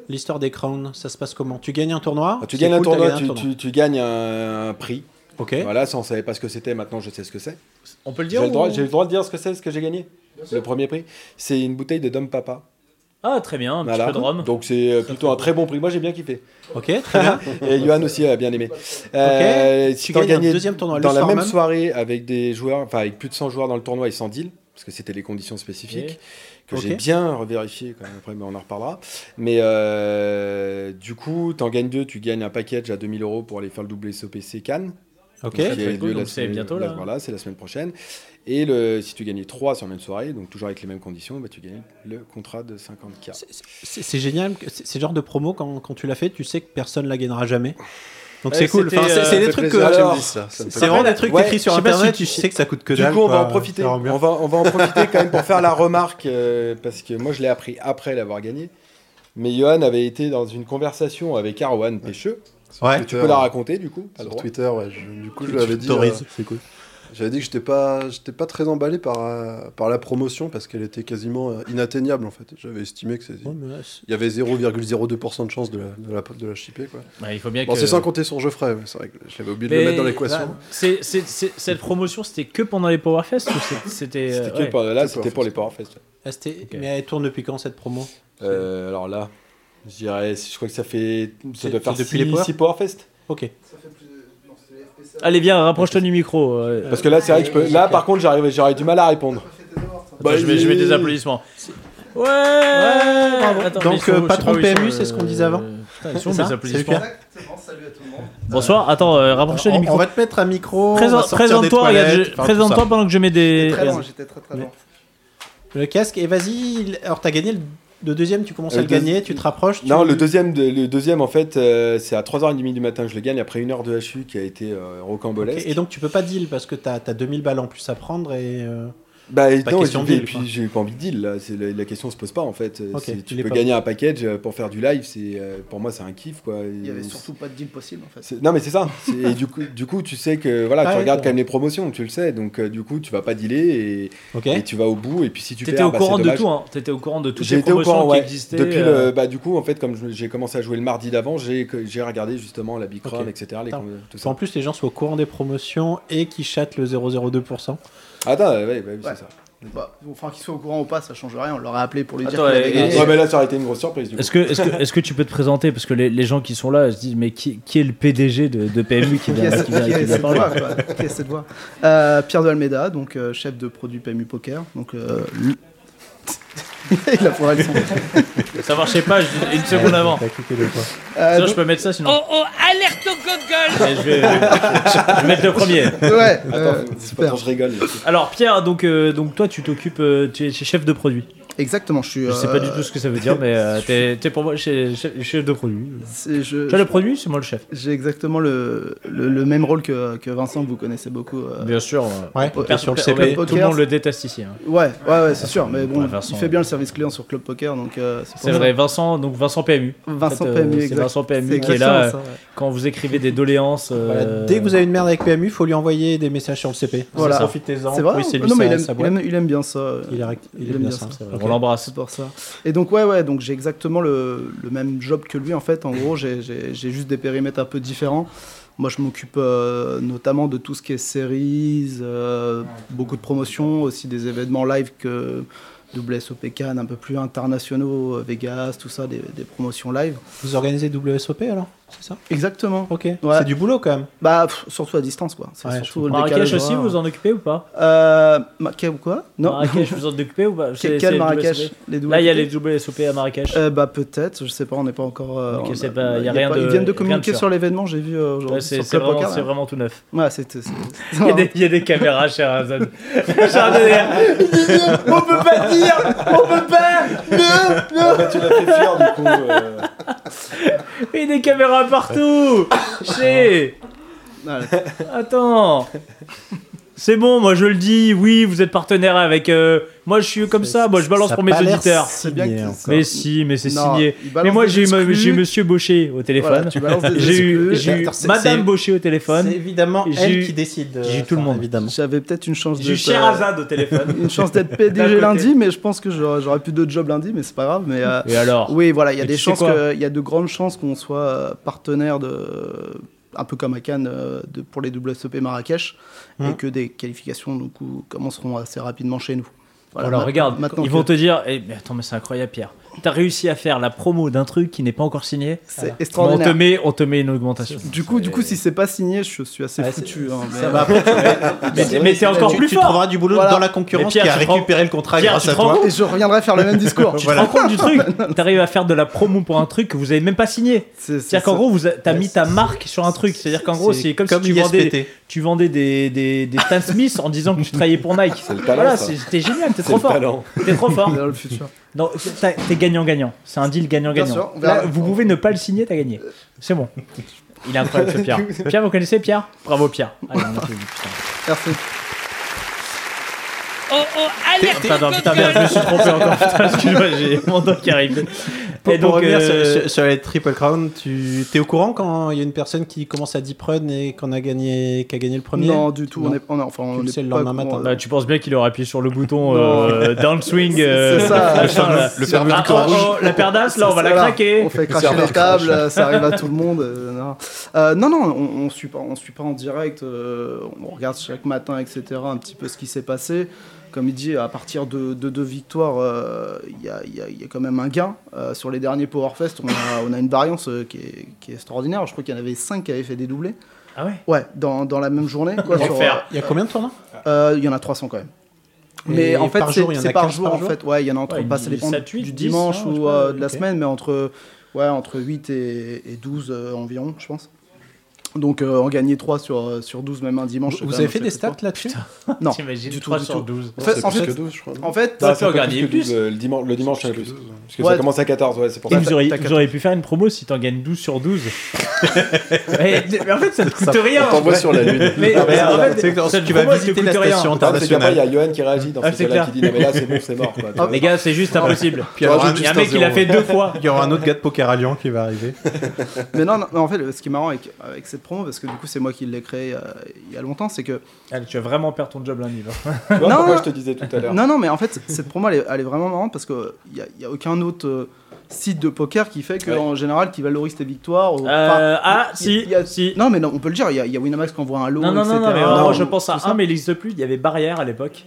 [SPEAKER 7] L'histoire des crowns, ça se passe comment Tu gagnes un tournoi
[SPEAKER 5] Ah, Tu
[SPEAKER 7] C'est
[SPEAKER 5] gagnes un
[SPEAKER 7] cool, t'as
[SPEAKER 5] tournoi,
[SPEAKER 7] gagné
[SPEAKER 5] tu, tu- tu gagnes un, un prix.
[SPEAKER 7] Ok.
[SPEAKER 5] Voilà, ça on savait pas ce que c'était, maintenant je sais ce que c'est.
[SPEAKER 3] on peut le
[SPEAKER 5] J'ai
[SPEAKER 3] dire
[SPEAKER 5] le droit,
[SPEAKER 3] ou-
[SPEAKER 5] j'ai le droit de dire ce que c'est, ce que j'ai gagné. le premier prix. C'est une bouteille de Dom Papa.
[SPEAKER 3] Ah, très bien, un
[SPEAKER 5] Voilà.
[SPEAKER 3] petit peu de rhum.
[SPEAKER 5] Donc c'est euh, plutôt un très bon prix. Moi j'ai bien kiffé.
[SPEAKER 7] Ok, très bien.
[SPEAKER 5] Et Johan aussi a bien aimé. Euh,
[SPEAKER 7] Tu
[SPEAKER 5] Si t'en
[SPEAKER 7] gagnes un
[SPEAKER 5] gagnais
[SPEAKER 7] deuxième tournoi
[SPEAKER 5] dans
[SPEAKER 7] le
[SPEAKER 5] la
[SPEAKER 7] soir
[SPEAKER 5] même
[SPEAKER 7] même.
[SPEAKER 5] soirée avec des joueurs, enfin avec plus de 100 joueurs dans le tournoi et sans deal, parce que c'était les conditions spécifiques, que
[SPEAKER 7] Ok.
[SPEAKER 5] j'ai bien revérifié quand même, après mais on en reparlera. Mais euh, du coup, t'en gagnes deux, tu gagnes un package à 2000 euros pour aller faire le WSOPC Cannes.
[SPEAKER 7] Ok,
[SPEAKER 5] Donc, qui a
[SPEAKER 3] très
[SPEAKER 5] lieu
[SPEAKER 3] cool,
[SPEAKER 5] la
[SPEAKER 3] donc c'est
[SPEAKER 5] semaine-
[SPEAKER 3] bientôt,
[SPEAKER 5] la-
[SPEAKER 3] là.
[SPEAKER 5] Voilà, c'est la semaine prochaine. Et le, si tu gagnais 3 sur la même soirée, donc toujours avec les mêmes conditions, bah, tu gagnes le contrat de 50K.
[SPEAKER 7] C'est- c'est c'est génial. que- C'est c'est le genre de promo quand, quand tu l'as fait, tu sais que personne la gagnera jamais. Donc
[SPEAKER 3] Ouais,
[SPEAKER 7] c'est cool.
[SPEAKER 3] c'était,
[SPEAKER 7] Enfin, c'est
[SPEAKER 3] euh,
[SPEAKER 7] c'est
[SPEAKER 9] Ça
[SPEAKER 7] des
[SPEAKER 9] me fait
[SPEAKER 7] trucs
[SPEAKER 9] plaisir
[SPEAKER 7] que-
[SPEAKER 5] que-
[SPEAKER 9] tu me
[SPEAKER 5] alors,
[SPEAKER 9] dises ça, ça me fait
[SPEAKER 7] C'est vraiment
[SPEAKER 5] Ouais,
[SPEAKER 7] des trucs
[SPEAKER 5] je
[SPEAKER 7] que
[SPEAKER 5] sais
[SPEAKER 7] t'écris sur
[SPEAKER 5] pas si
[SPEAKER 7] internet,
[SPEAKER 5] tu-
[SPEAKER 7] tu sais que ça coûte que
[SPEAKER 5] Du
[SPEAKER 7] dalle.
[SPEAKER 5] coup, on va en
[SPEAKER 7] quoi.
[SPEAKER 5] profiter.
[SPEAKER 7] Ça rend bien.
[SPEAKER 5] On va, on va en profiter quand même pour faire la remarque, euh, parce que moi, je l'ai appris après l'avoir gagné. Mais Johan avait été dans une conversation avec Arwan Pécheux.
[SPEAKER 7] Ouais.
[SPEAKER 5] que tu
[SPEAKER 9] Twitter,
[SPEAKER 5] peux la
[SPEAKER 9] ouais.
[SPEAKER 5] raconter, du coup t'as le
[SPEAKER 9] Sur
[SPEAKER 5] droit.
[SPEAKER 9] Twitter, ouais. je- du coup,
[SPEAKER 7] Tu
[SPEAKER 9] je lui avais dit. euh,
[SPEAKER 7] t'autorises, c'est cool.
[SPEAKER 9] J'avais dit que j'étais pas, j'étais pas très emballé par, euh, par la promotion parce qu'elle était quasiment euh, inatteignable en fait. J'avais estimé que c'est-
[SPEAKER 7] Ouais, Oh, mais là, c'est-
[SPEAKER 9] il y avait 0,02% de chance de la, de la, de la chipper, quoi.
[SPEAKER 3] Ouais, il faut bien
[SPEAKER 9] Bon,
[SPEAKER 3] que...
[SPEAKER 9] c'est sans compter sur Geoffrey, ouais, c'est vrai que j'avais oublié de
[SPEAKER 3] Mais-
[SPEAKER 9] le mettre dans l'équation.
[SPEAKER 3] bah, c'est- c'est- c'est- Cette promotion, c'était que pendant les Powerfest ou c'est- c'était... euh,
[SPEAKER 5] C'était que
[SPEAKER 3] ouais.
[SPEAKER 5] pour- là,
[SPEAKER 9] C'était
[SPEAKER 5] c'était
[SPEAKER 9] pour
[SPEAKER 5] pour les Powerfest.
[SPEAKER 7] Ah, c'était- Mais elle tourne depuis quand cette promo
[SPEAKER 5] Euh, alors là, je dirais, je crois que ça fait. Ça
[SPEAKER 7] C'est-
[SPEAKER 5] doit faire
[SPEAKER 7] c'est depuis
[SPEAKER 5] six-
[SPEAKER 7] les Power
[SPEAKER 5] six Powerfest.
[SPEAKER 7] Ok.
[SPEAKER 3] Allez, viens, rapproche-toi du micro. euh,
[SPEAKER 5] Parce que là, c'est vrai que je peux- là, par contre, j'arrive- j'aurais du mal à répondre.
[SPEAKER 7] Bah,
[SPEAKER 3] Attends, je, mets, je mets des applaudissements. Ouais, Attends,
[SPEAKER 7] Donc,
[SPEAKER 3] mais ils sont-
[SPEAKER 7] euh,
[SPEAKER 3] je sais
[SPEAKER 7] patron
[SPEAKER 3] pas où ils
[SPEAKER 7] PMU,
[SPEAKER 3] sont,
[SPEAKER 7] c'est ce qu'on disait avant
[SPEAKER 3] euh, Putain, ils sont
[SPEAKER 7] C'est
[SPEAKER 3] mes
[SPEAKER 7] ça
[SPEAKER 3] applaudissements.
[SPEAKER 7] C'est
[SPEAKER 3] Bonsoir, attends, euh, rapproche-toi du
[SPEAKER 7] On, on
[SPEAKER 3] micro.
[SPEAKER 7] va te mettre un micro. on va
[SPEAKER 3] Présent-
[SPEAKER 7] sortir des
[SPEAKER 3] Présente-toi, regarde,
[SPEAKER 7] toilettes,
[SPEAKER 3] je-
[SPEAKER 7] enfin, tout
[SPEAKER 3] présente-toi
[SPEAKER 7] ça.
[SPEAKER 3] pendant que je mets des.
[SPEAKER 10] Très loin,
[SPEAKER 3] Vas-y.
[SPEAKER 10] j'étais très très
[SPEAKER 7] Mais-
[SPEAKER 10] loin.
[SPEAKER 7] Le casque, et vas-y. il- Alors, t'as gagné le, le deuxième, tu commences à
[SPEAKER 5] Euh,
[SPEAKER 7] le
[SPEAKER 5] deux-
[SPEAKER 7] gagner, tu te rapproches. tu-
[SPEAKER 5] Non, le deuxième, de- le deuxième en fait, euh, c'est à 3h30 du matin que je le gagne après une heure de HU qui a été euh,
[SPEAKER 7] Ok,
[SPEAKER 5] rocambolesque.
[SPEAKER 7] Et donc, tu peux pas deal parce que t'as as 2000 balles en plus à prendre et. euh,
[SPEAKER 5] Bah
[SPEAKER 7] Pas
[SPEAKER 5] non,
[SPEAKER 7] question
[SPEAKER 5] et
[SPEAKER 7] de
[SPEAKER 5] puis,
[SPEAKER 7] deal,
[SPEAKER 5] et puis
[SPEAKER 7] quoi.
[SPEAKER 5] j'ai pas envie de deal, là. C'est La, la question se pose pas en fait. Euh,
[SPEAKER 7] Ok,
[SPEAKER 5] c'est-
[SPEAKER 7] il
[SPEAKER 5] tu
[SPEAKER 7] est
[SPEAKER 5] peux
[SPEAKER 7] pas-
[SPEAKER 5] gagner un package euh, pour faire du live, c'est euh, pour moi c'est un kiff quoi.
[SPEAKER 10] Il y avait
[SPEAKER 5] Et
[SPEAKER 10] surtout pas de deal possible en fait.
[SPEAKER 5] c'est- Non mais c'est ça. C'est- Et du coup, du coup, tu sais que voilà,
[SPEAKER 7] Ah
[SPEAKER 5] tu
[SPEAKER 7] ouais,
[SPEAKER 5] regardes
[SPEAKER 7] bon.
[SPEAKER 5] quand même les promotions, tu le sais. Donc euh, du coup, tu vas pas dealer
[SPEAKER 7] Ok.
[SPEAKER 5] et, et tu vas au bout. Et puis si tu
[SPEAKER 3] T'étais
[SPEAKER 5] perds,
[SPEAKER 3] au
[SPEAKER 5] bah,
[SPEAKER 3] courant
[SPEAKER 5] c'est
[SPEAKER 3] de
[SPEAKER 5] dommage.
[SPEAKER 3] tout, hein. T'étais au courant de toutes
[SPEAKER 5] J'ai
[SPEAKER 3] les
[SPEAKER 5] été au
[SPEAKER 3] promotions
[SPEAKER 5] courant, ouais.
[SPEAKER 3] qui existaient.
[SPEAKER 5] Depuis
[SPEAKER 3] euh,
[SPEAKER 5] le, bah, du coup, en fait, comme je- j'ai commencé à jouer le mardi d'avant, j'ai que- j'ai regardé justement la Big Run,
[SPEAKER 7] Ok.
[SPEAKER 5] etc. les
[SPEAKER 7] Attends.
[SPEAKER 5] com- tout ça.
[SPEAKER 7] En plus, les gens sont au courant des promotions et qui chattent le 0,02%.
[SPEAKER 5] Ah, Attends, ouais, ouais, c'est
[SPEAKER 10] Ouais.
[SPEAKER 5] ça.
[SPEAKER 10] Bah, enfin, qu'ils soient au courant ou pas, ça change rien. On leur a appelé pour lui dire.
[SPEAKER 3] Attends,
[SPEAKER 10] qu'on
[SPEAKER 3] et-
[SPEAKER 10] avait
[SPEAKER 3] et-
[SPEAKER 10] gagné.
[SPEAKER 5] Ouais, mais là, ça aurait été une grosse surprise. Du coup.
[SPEAKER 3] Est-ce que, est-ce, que, est-ce que tu peux te présenter Parce que les, les gens qui sont là se disent Mais qui, qui est le PDG de, de PMU qui
[SPEAKER 10] Qui
[SPEAKER 3] vient,
[SPEAKER 10] est-
[SPEAKER 3] qui vient,
[SPEAKER 10] qui
[SPEAKER 3] qui
[SPEAKER 10] est
[SPEAKER 3] vient
[SPEAKER 10] cette
[SPEAKER 3] parler
[SPEAKER 10] voix, quoi Qui est cette voix Euh, Pierre de Almeida, donc euh, chef de produit PMU Poker. Donc, euh, lui- Il a pour elle.
[SPEAKER 3] Ça marchait pas je- une seconde avant.
[SPEAKER 10] Euh,
[SPEAKER 3] Sinon, je
[SPEAKER 10] donc-
[SPEAKER 3] peux mettre ça sinon.
[SPEAKER 11] Oh oh, alerte au Google
[SPEAKER 3] Et je, vais, je vais mettre le premier.
[SPEAKER 10] Ouais, euh,
[SPEAKER 5] Attends, c'est pas
[SPEAKER 10] super.
[SPEAKER 5] tant que je rigole.
[SPEAKER 3] Alors, Pierre, donc, euh, donc toi, tu t'occupes, euh, tu es tu es chef de produit.
[SPEAKER 10] Exactement, je suis.
[SPEAKER 3] Je sais pas du
[SPEAKER 10] euh,
[SPEAKER 3] tout ce que ça veut dire, mais euh, t'es, t'es pour moi chez- chef, chef de produit.
[SPEAKER 10] c'est- je-
[SPEAKER 3] Tu as le produit, c'est moi le chef.
[SPEAKER 10] J'ai exactement le, le, le même rôle que, que Vincent, que vous connaissez beaucoup. euh.
[SPEAKER 3] Bien sûr.
[SPEAKER 7] Ouais,
[SPEAKER 10] Oh,
[SPEAKER 7] et sur le
[SPEAKER 3] tout
[SPEAKER 7] CP.
[SPEAKER 10] Poker,
[SPEAKER 3] le monde le déteste ici. hein.
[SPEAKER 10] Ouais, ouais, ouais, c'est sûr. Mais bon,
[SPEAKER 3] Ouais, Vincent,
[SPEAKER 10] il fait bien le service client sur Club Poker, donc euh, pour
[SPEAKER 3] C'est
[SPEAKER 10] ça.
[SPEAKER 3] vrai, Vincent, donc Vincent PMU. En
[SPEAKER 10] Vincent
[SPEAKER 3] fait, euh,
[SPEAKER 10] PMU,
[SPEAKER 3] c'est
[SPEAKER 10] exact.
[SPEAKER 3] Vincent PMU
[SPEAKER 10] C'est
[SPEAKER 3] qui est
[SPEAKER 10] exactement
[SPEAKER 3] là euh,
[SPEAKER 10] ça, ouais.
[SPEAKER 3] quand vous écrivez des doléances. euh,
[SPEAKER 7] Voilà, dès que vous avez une merde avec PMU, faut lui envoyer des messages sur le CP.
[SPEAKER 10] Voilà.
[SPEAKER 7] Ça, Profitez-en.
[SPEAKER 10] C'est vrai
[SPEAKER 7] Oui, c'est lui,
[SPEAKER 10] Non, mais
[SPEAKER 7] sa-
[SPEAKER 10] il aime,
[SPEAKER 7] sa
[SPEAKER 10] il,
[SPEAKER 7] boîte.
[SPEAKER 10] aime, il aime bien ça. euh,
[SPEAKER 7] Il est rect- il aime bien ça.
[SPEAKER 3] c'est vrai,
[SPEAKER 7] Ok.
[SPEAKER 3] euh, On l'embrasse.
[SPEAKER 10] C'est pour ça. Et donc, ouais, ouais, donc j'ai exactement le, le même job que lui, en fait. En gros, j'ai j'ai- j'ai juste des périmètres un peu différents. Moi, je m'occupe euh, notamment de tout ce qui est séries, euh, beaucoup de promotions, aussi des événements live que WSOP Cannes, un peu plus internationaux, euh, Vegas, tout ça, des, des promotions live.
[SPEAKER 7] Vous organisez WSOP alors C'est ça
[SPEAKER 10] Exactement.
[SPEAKER 7] Ok.
[SPEAKER 10] Ouais.
[SPEAKER 7] C'est du boulot quand même.
[SPEAKER 10] Bah, pff, surtout à distance, quoi. C'est
[SPEAKER 7] Ouais,
[SPEAKER 10] surtout le décalage
[SPEAKER 3] Marrakech aussi,
[SPEAKER 10] horaire.
[SPEAKER 3] vous en occupez ou pas
[SPEAKER 10] Euh, Marrakech ou quoi Non.
[SPEAKER 3] Marrakech, vous en occupez ou pas C'est-
[SPEAKER 10] Quel
[SPEAKER 3] c'est les
[SPEAKER 10] Marrakech
[SPEAKER 3] WSOP.
[SPEAKER 10] les
[SPEAKER 3] Là, il y a
[SPEAKER 10] WSOP?
[SPEAKER 3] les WSOP à Marrakech.
[SPEAKER 10] Euh, bah peut-être, je sais pas, on n'est pas encore. euh,
[SPEAKER 3] Ok,
[SPEAKER 10] on a-
[SPEAKER 3] c'est pas- y a
[SPEAKER 10] y a
[SPEAKER 3] rien
[SPEAKER 10] pas-
[SPEAKER 3] de-
[SPEAKER 10] Ils viennent de
[SPEAKER 3] rien de
[SPEAKER 10] communiquer
[SPEAKER 3] sûr.
[SPEAKER 10] sur l'événement, j'ai vu euh,
[SPEAKER 3] Ouais,
[SPEAKER 10] aujourd'hui
[SPEAKER 3] c'est
[SPEAKER 10] sur
[SPEAKER 3] c'est
[SPEAKER 10] Club
[SPEAKER 3] vraiment,
[SPEAKER 10] Poker,
[SPEAKER 3] c'est
[SPEAKER 10] là.
[SPEAKER 3] vraiment tout neuf.
[SPEAKER 10] Ouais, c'est c'est-
[SPEAKER 3] Il y, a des, il y a des caméras chez Razan. on peut pas dire On peut pas
[SPEAKER 5] tu l'as fait fier du coup. euh,
[SPEAKER 3] Il y a des caméras partout Chez
[SPEAKER 10] Voilà.
[SPEAKER 3] Attends C'est bon, moi je le dis, oui, vous êtes partenaire avec. euh, moi je suis comme ça, moi je balance
[SPEAKER 7] Ça a
[SPEAKER 3] pour mes
[SPEAKER 7] pas l'air
[SPEAKER 3] auditeurs.
[SPEAKER 10] C'est bien
[SPEAKER 7] signé,
[SPEAKER 10] que-
[SPEAKER 7] hein.
[SPEAKER 3] Mais si, mais c'est
[SPEAKER 10] Non,
[SPEAKER 3] signé.
[SPEAKER 10] il balance
[SPEAKER 3] Mais moi
[SPEAKER 10] des
[SPEAKER 3] j'ai eu ma-
[SPEAKER 10] exclus.
[SPEAKER 3] j'ai eu monsieur Baucher au
[SPEAKER 10] Voilà,
[SPEAKER 3] téléphone.
[SPEAKER 10] tu balances des
[SPEAKER 3] J'ai eu,
[SPEAKER 10] exclus.
[SPEAKER 3] j'ai eu
[SPEAKER 7] Attends, c'est-
[SPEAKER 3] madame
[SPEAKER 7] c'est-
[SPEAKER 3] Baucher au téléphone.
[SPEAKER 7] C'est évidemment
[SPEAKER 3] J'ai
[SPEAKER 7] elle
[SPEAKER 3] eu-
[SPEAKER 7] qui décide.
[SPEAKER 3] j'ai eu
[SPEAKER 7] euh,
[SPEAKER 3] tout le
[SPEAKER 7] ça,
[SPEAKER 3] monde.
[SPEAKER 7] Évidemment.
[SPEAKER 10] J'avais peut-être une chance
[SPEAKER 3] J'ai eu
[SPEAKER 10] de.
[SPEAKER 3] Sherazade au téléphone.
[SPEAKER 10] Une chance d'être
[SPEAKER 3] D'un côté.
[SPEAKER 10] PDG lundi, mais je pense que j'aurais j'aurais plus de job lundi, mais c'est pas grave. Mais euh,
[SPEAKER 3] Et alors
[SPEAKER 10] oui, voilà, il y a
[SPEAKER 3] Oh. Et
[SPEAKER 10] des
[SPEAKER 3] tu sais
[SPEAKER 10] chances,
[SPEAKER 3] quoi
[SPEAKER 10] que- il y a de grandes chances qu'on soit euh, partenaire de, un peu comme à Cannes euh, de- pour les WSOP Marrakech,
[SPEAKER 7] Mhm.
[SPEAKER 3] Hmm.
[SPEAKER 10] et que des qualifications du coup commenceront assez rapidement chez nous. Voilà,
[SPEAKER 3] Alors
[SPEAKER 10] ma-
[SPEAKER 3] Oh regarde,
[SPEAKER 10] maintenant
[SPEAKER 3] ils
[SPEAKER 10] que-
[SPEAKER 3] vont te dire, eh, mais attends mais c'est incroyable Pierre, t'as réussi à faire la promo d'un truc qui n'est pas encore signé,
[SPEAKER 10] C'est
[SPEAKER 3] mais on te
[SPEAKER 10] extraordinaire.
[SPEAKER 3] met, on te met une augmentation.
[SPEAKER 10] Du coup, du coup, si c'est pas signé, je suis assez
[SPEAKER 12] Ouais,
[SPEAKER 10] foutu. hein, mais-
[SPEAKER 12] Ça va, après,
[SPEAKER 3] Ah, Mais, mais t'es encore
[SPEAKER 12] tu-
[SPEAKER 3] plus
[SPEAKER 4] tu
[SPEAKER 3] fort.
[SPEAKER 4] trouveras du boulot
[SPEAKER 10] Voilà.
[SPEAKER 4] dans la concurrence
[SPEAKER 3] Mais Pierre,
[SPEAKER 4] qui a
[SPEAKER 3] tu te rends-
[SPEAKER 4] récupéré le contrat
[SPEAKER 3] Pierre,
[SPEAKER 4] grâce
[SPEAKER 3] tu
[SPEAKER 4] à
[SPEAKER 3] te rends
[SPEAKER 4] toi.
[SPEAKER 10] Et je reviendrai faire le même discours.
[SPEAKER 3] Tu te rends compte du truc T'arrives à faire de la promo pour un truc que vous avez même pas signé.
[SPEAKER 10] C'est- c'est
[SPEAKER 3] C'est-à-dire qu'en
[SPEAKER 10] ça.
[SPEAKER 3] gros, vous a- t'as mis ta marque sur un truc. C'est-à-dire qu'en gros, c'est comme, si tu vendais,
[SPEAKER 4] ISPT.
[SPEAKER 3] tu vendais des, des, des Stan Smith en disant que tu travaillais pour Nike.
[SPEAKER 5] C'est le talent,
[SPEAKER 3] voilà,
[SPEAKER 5] ça.
[SPEAKER 3] c'est- t'es génial, t'es
[SPEAKER 5] C'est
[SPEAKER 3] trop
[SPEAKER 5] le
[SPEAKER 3] fort.
[SPEAKER 5] talent.
[SPEAKER 3] T'es trop fort.
[SPEAKER 10] On verra le futur.
[SPEAKER 3] Non, t'as- t'es gagnant-gagnant. C'est un deal
[SPEAKER 10] Bien sûr,
[SPEAKER 3] gagnant-gagnant.
[SPEAKER 10] on verra.
[SPEAKER 3] Là, vous pouvez ne pas le signer, t'as gagné. C'est bon. Il est incroyable, ce Pierre. Pierre, vous connaissez Pierre Bravo, Pierre. Allez, on a fait- putain.
[SPEAKER 10] Merci.
[SPEAKER 2] Oh oh, alerte au
[SPEAKER 3] Pardon,
[SPEAKER 2] code
[SPEAKER 3] putain, merde, je me
[SPEAKER 2] gueule
[SPEAKER 3] suis trompé encore. Putain, excuse-moi, j'ai mon dos qui arrive.
[SPEAKER 4] Pour,
[SPEAKER 3] Et
[SPEAKER 4] pour
[SPEAKER 3] donc,
[SPEAKER 4] revenir sur-
[SPEAKER 3] euh,
[SPEAKER 4] sur, sur les Triple Crown, tu es au courant quand il y a une personne qui commence à deep run et qu'on a gagné, qui a gagné le premier
[SPEAKER 10] Non, du tout.
[SPEAKER 4] Non.
[SPEAKER 10] On est, on est- enfin,
[SPEAKER 4] Tu
[SPEAKER 10] on
[SPEAKER 4] le
[SPEAKER 10] est
[SPEAKER 4] sais le
[SPEAKER 10] pas
[SPEAKER 4] lendemain
[SPEAKER 10] con-
[SPEAKER 4] matin.
[SPEAKER 3] bah, tu penses bien qu'il aurait appuyé sur le bouton
[SPEAKER 10] Non.
[SPEAKER 3] euh, downswing.
[SPEAKER 10] C'est-
[SPEAKER 3] euh,
[SPEAKER 10] c'est ça.
[SPEAKER 3] machin,
[SPEAKER 10] Le fameux
[SPEAKER 3] là.
[SPEAKER 10] Le fameux
[SPEAKER 3] Ah,
[SPEAKER 10] bouton
[SPEAKER 3] oh,
[SPEAKER 10] rouge.
[SPEAKER 3] oh, la perdasse, là, on va la
[SPEAKER 10] Voilà.
[SPEAKER 3] craquer.
[SPEAKER 10] On fait cracher les tables, euh, ça arrive à tout le monde. euh, non. Euh, non, non, on, on suit pas, on suit pas en direct. euh, on regarde chaque matin, etc. Un petit peu ce qui s'est passé. Comme il dit, à partir de de deux victoires, euh, il y, a, il y a- il y a quand même un gain. Euh, sur les derniers Powerfest, on a, on a une variance euh, qui, est, qui est extraordinaire. Je crois qu'il y en avait cinq qui avaient fait des doublés.
[SPEAKER 3] Ah ouais
[SPEAKER 10] Ouais, dans, dans la même journée. quoi, sur, euh,
[SPEAKER 3] Enfer.
[SPEAKER 4] Il y a combien de tournants
[SPEAKER 10] euh, Il y en a 300 quand même. Mais
[SPEAKER 4] Et
[SPEAKER 10] en fait,
[SPEAKER 4] par
[SPEAKER 10] c'est
[SPEAKER 4] jour, il y en a
[SPEAKER 10] c'est par
[SPEAKER 4] 15
[SPEAKER 10] jour,
[SPEAKER 4] par
[SPEAKER 10] en
[SPEAKER 4] jour
[SPEAKER 10] fait. Ouais, il y en a entre,
[SPEAKER 3] Ouais,
[SPEAKER 10] bah, ça
[SPEAKER 3] une-
[SPEAKER 10] dépend
[SPEAKER 3] 7, 8,
[SPEAKER 10] du
[SPEAKER 3] 10,
[SPEAKER 10] dimanche
[SPEAKER 3] hein, je
[SPEAKER 10] ou
[SPEAKER 3] crois,
[SPEAKER 10] euh, de la
[SPEAKER 3] ok.
[SPEAKER 10] semaine, mais entre, ouais, entre 8 et, et 12 euh, environ, je pense. Donc, euh, en gagner 3 sur, euh, sur 12, même un dimanche. c'est
[SPEAKER 4] Vous
[SPEAKER 10] quand
[SPEAKER 4] avez
[SPEAKER 10] même
[SPEAKER 4] fait
[SPEAKER 10] un
[SPEAKER 4] des
[SPEAKER 10] exploit.
[SPEAKER 4] stats là-dessus
[SPEAKER 10] Non,
[SPEAKER 3] T'imagines,
[SPEAKER 10] du tout,
[SPEAKER 3] 3
[SPEAKER 10] du
[SPEAKER 3] sur
[SPEAKER 10] tout.
[SPEAKER 3] 12.
[SPEAKER 10] En fait,
[SPEAKER 9] C'est
[SPEAKER 10] en
[SPEAKER 9] plus
[SPEAKER 10] fait,
[SPEAKER 9] que 12, je crois. non
[SPEAKER 10] en fait,
[SPEAKER 3] Bah,
[SPEAKER 5] Ça
[SPEAKER 10] ça
[SPEAKER 3] fait
[SPEAKER 5] fait
[SPEAKER 3] gagner
[SPEAKER 5] plus que
[SPEAKER 3] plus.
[SPEAKER 5] 12, euh, le dimanche, le dimanche,
[SPEAKER 9] C'est
[SPEAKER 5] j'en ai
[SPEAKER 9] plus que
[SPEAKER 5] plus.
[SPEAKER 9] 12, ouais.
[SPEAKER 5] Parce que
[SPEAKER 10] Ouais.
[SPEAKER 5] ça commence à 14, ouais, c'est pour
[SPEAKER 3] Et
[SPEAKER 5] ça.
[SPEAKER 3] vous auriez,
[SPEAKER 10] t'as
[SPEAKER 3] vous auriez pu faire une promo si t'en gagnes 12 sur 12. mais, mais en fait, ça ne coûte rien.
[SPEAKER 5] On t'envoie sur la lune.
[SPEAKER 3] Mais,
[SPEAKER 4] Ah,
[SPEAKER 3] mais
[SPEAKER 4] merde,
[SPEAKER 3] en
[SPEAKER 4] tu sais
[SPEAKER 3] fait,
[SPEAKER 4] que lorsque
[SPEAKER 3] cette
[SPEAKER 4] tu vas
[SPEAKER 3] promo, elle te
[SPEAKER 4] visiter
[SPEAKER 3] coûte
[SPEAKER 4] la
[SPEAKER 3] rien.
[SPEAKER 4] station
[SPEAKER 5] Ah, c'est pas, il
[SPEAKER 4] internationale.
[SPEAKER 5] y a Johan qui réagit dans
[SPEAKER 3] Ah, c'est
[SPEAKER 5] ces cas-là
[SPEAKER 3] clair.
[SPEAKER 5] qui dit non mais là c'est bon c'est mort quoi.
[SPEAKER 10] Oh,
[SPEAKER 5] Tu vois.
[SPEAKER 3] Les gars, c'est juste impossible.
[SPEAKER 4] Puis alors,
[SPEAKER 3] Il y a un mec qui l'a fait deux fois.
[SPEAKER 4] il y aura un autre gars de poker à Lyon qui va arriver.
[SPEAKER 10] Mais non, non, mais en fait, le- ce qui est marrant avec, avec cette promo, parce que du coup, c'est moi qui l'ai créée euh, il y a longtemps, c'est que
[SPEAKER 12] Allez, tu vas vraiment perdre ton job lundi. là.
[SPEAKER 5] Tu vois
[SPEAKER 10] Non,
[SPEAKER 5] pourquoi
[SPEAKER 10] non.
[SPEAKER 5] je te disais tout à l'heure.
[SPEAKER 10] Non, non, mais en fait, cette promo, elle est, elle est vraiment marrante parce qu'il n'y a, y a aucun autre euh, site de poker qui fait
[SPEAKER 5] Ouais.
[SPEAKER 10] qu'en général, qui valorise tes victoires. ou-
[SPEAKER 3] Euh,
[SPEAKER 10] enfin,
[SPEAKER 3] ah,
[SPEAKER 10] y- y
[SPEAKER 3] si,
[SPEAKER 10] a- y a-
[SPEAKER 3] si.
[SPEAKER 10] Non, mais non, on peut le dire, il y, a- il y a Winamax qui envoie un lot,
[SPEAKER 3] Non, non,
[SPEAKER 10] etc.
[SPEAKER 3] non, non, mais
[SPEAKER 10] Non,
[SPEAKER 3] vraiment, je pense à
[SPEAKER 10] tout
[SPEAKER 3] un, mais il n'existe plus. Il y avait Barrière à l'époque.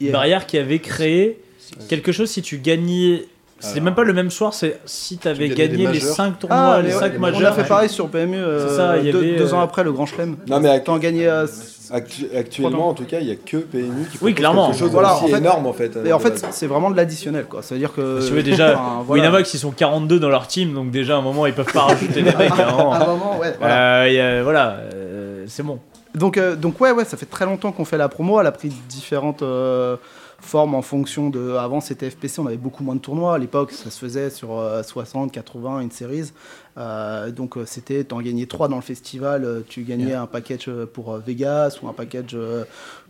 [SPEAKER 10] Il y a-
[SPEAKER 3] Barrière qui avait créé quelque chose si tu gagnais. C'est
[SPEAKER 5] Alors.
[SPEAKER 3] même pas le même soir, c'est si t'avais
[SPEAKER 9] Tu gagnais
[SPEAKER 3] gagné
[SPEAKER 9] des
[SPEAKER 3] les
[SPEAKER 9] majeurs.
[SPEAKER 3] 5 tournois,
[SPEAKER 10] Ah,
[SPEAKER 3] les
[SPEAKER 10] mais ouais,
[SPEAKER 3] 5
[SPEAKER 10] on
[SPEAKER 3] majeurs.
[SPEAKER 10] a fait pareil sur PMU euh,
[SPEAKER 3] C'est ça, il y
[SPEAKER 10] deux,
[SPEAKER 3] avait,
[SPEAKER 10] deux
[SPEAKER 3] euh,
[SPEAKER 10] ans après le Grand Chelem.
[SPEAKER 5] Non, mais à-
[SPEAKER 10] T'en gagnais. euh,
[SPEAKER 5] Actu- actuellement en tout cas il y a que PMU qui
[SPEAKER 3] Oui,
[SPEAKER 5] propose
[SPEAKER 3] clairement.
[SPEAKER 5] quelque chose
[SPEAKER 10] Voilà,
[SPEAKER 5] aussi
[SPEAKER 10] en fait-
[SPEAKER 5] énorme en fait. euh,
[SPEAKER 10] mais en fait, c'est vraiment de l'additionnel, quoi. C'est-à-dire que.
[SPEAKER 3] Tu veux déjà,
[SPEAKER 10] Enfin, voilà.
[SPEAKER 3] Winamax, ils sont 42 dans leur team, donc déjà à un moment, ils peuvent pas rajouter des mecs. à un moment.
[SPEAKER 10] À un moment, ouais, voilà.
[SPEAKER 3] Euh, y a- voilà, euh, c'est bon.
[SPEAKER 10] Donc, euh, donc ouais, ouais, ça fait très longtemps qu'on fait la promo. Elle a pris différentes euh, formes en fonction de. Avant, c'était FPC, on avait beaucoup moins de tournois. À l'époque, ça se faisait sur euh, 60, 80, une série. Euh, donc, euh, c'était, t'en gagnais 3 dans le festival. euh, tu gagnais un package euh, pour euh, Vegas ou un package. euh,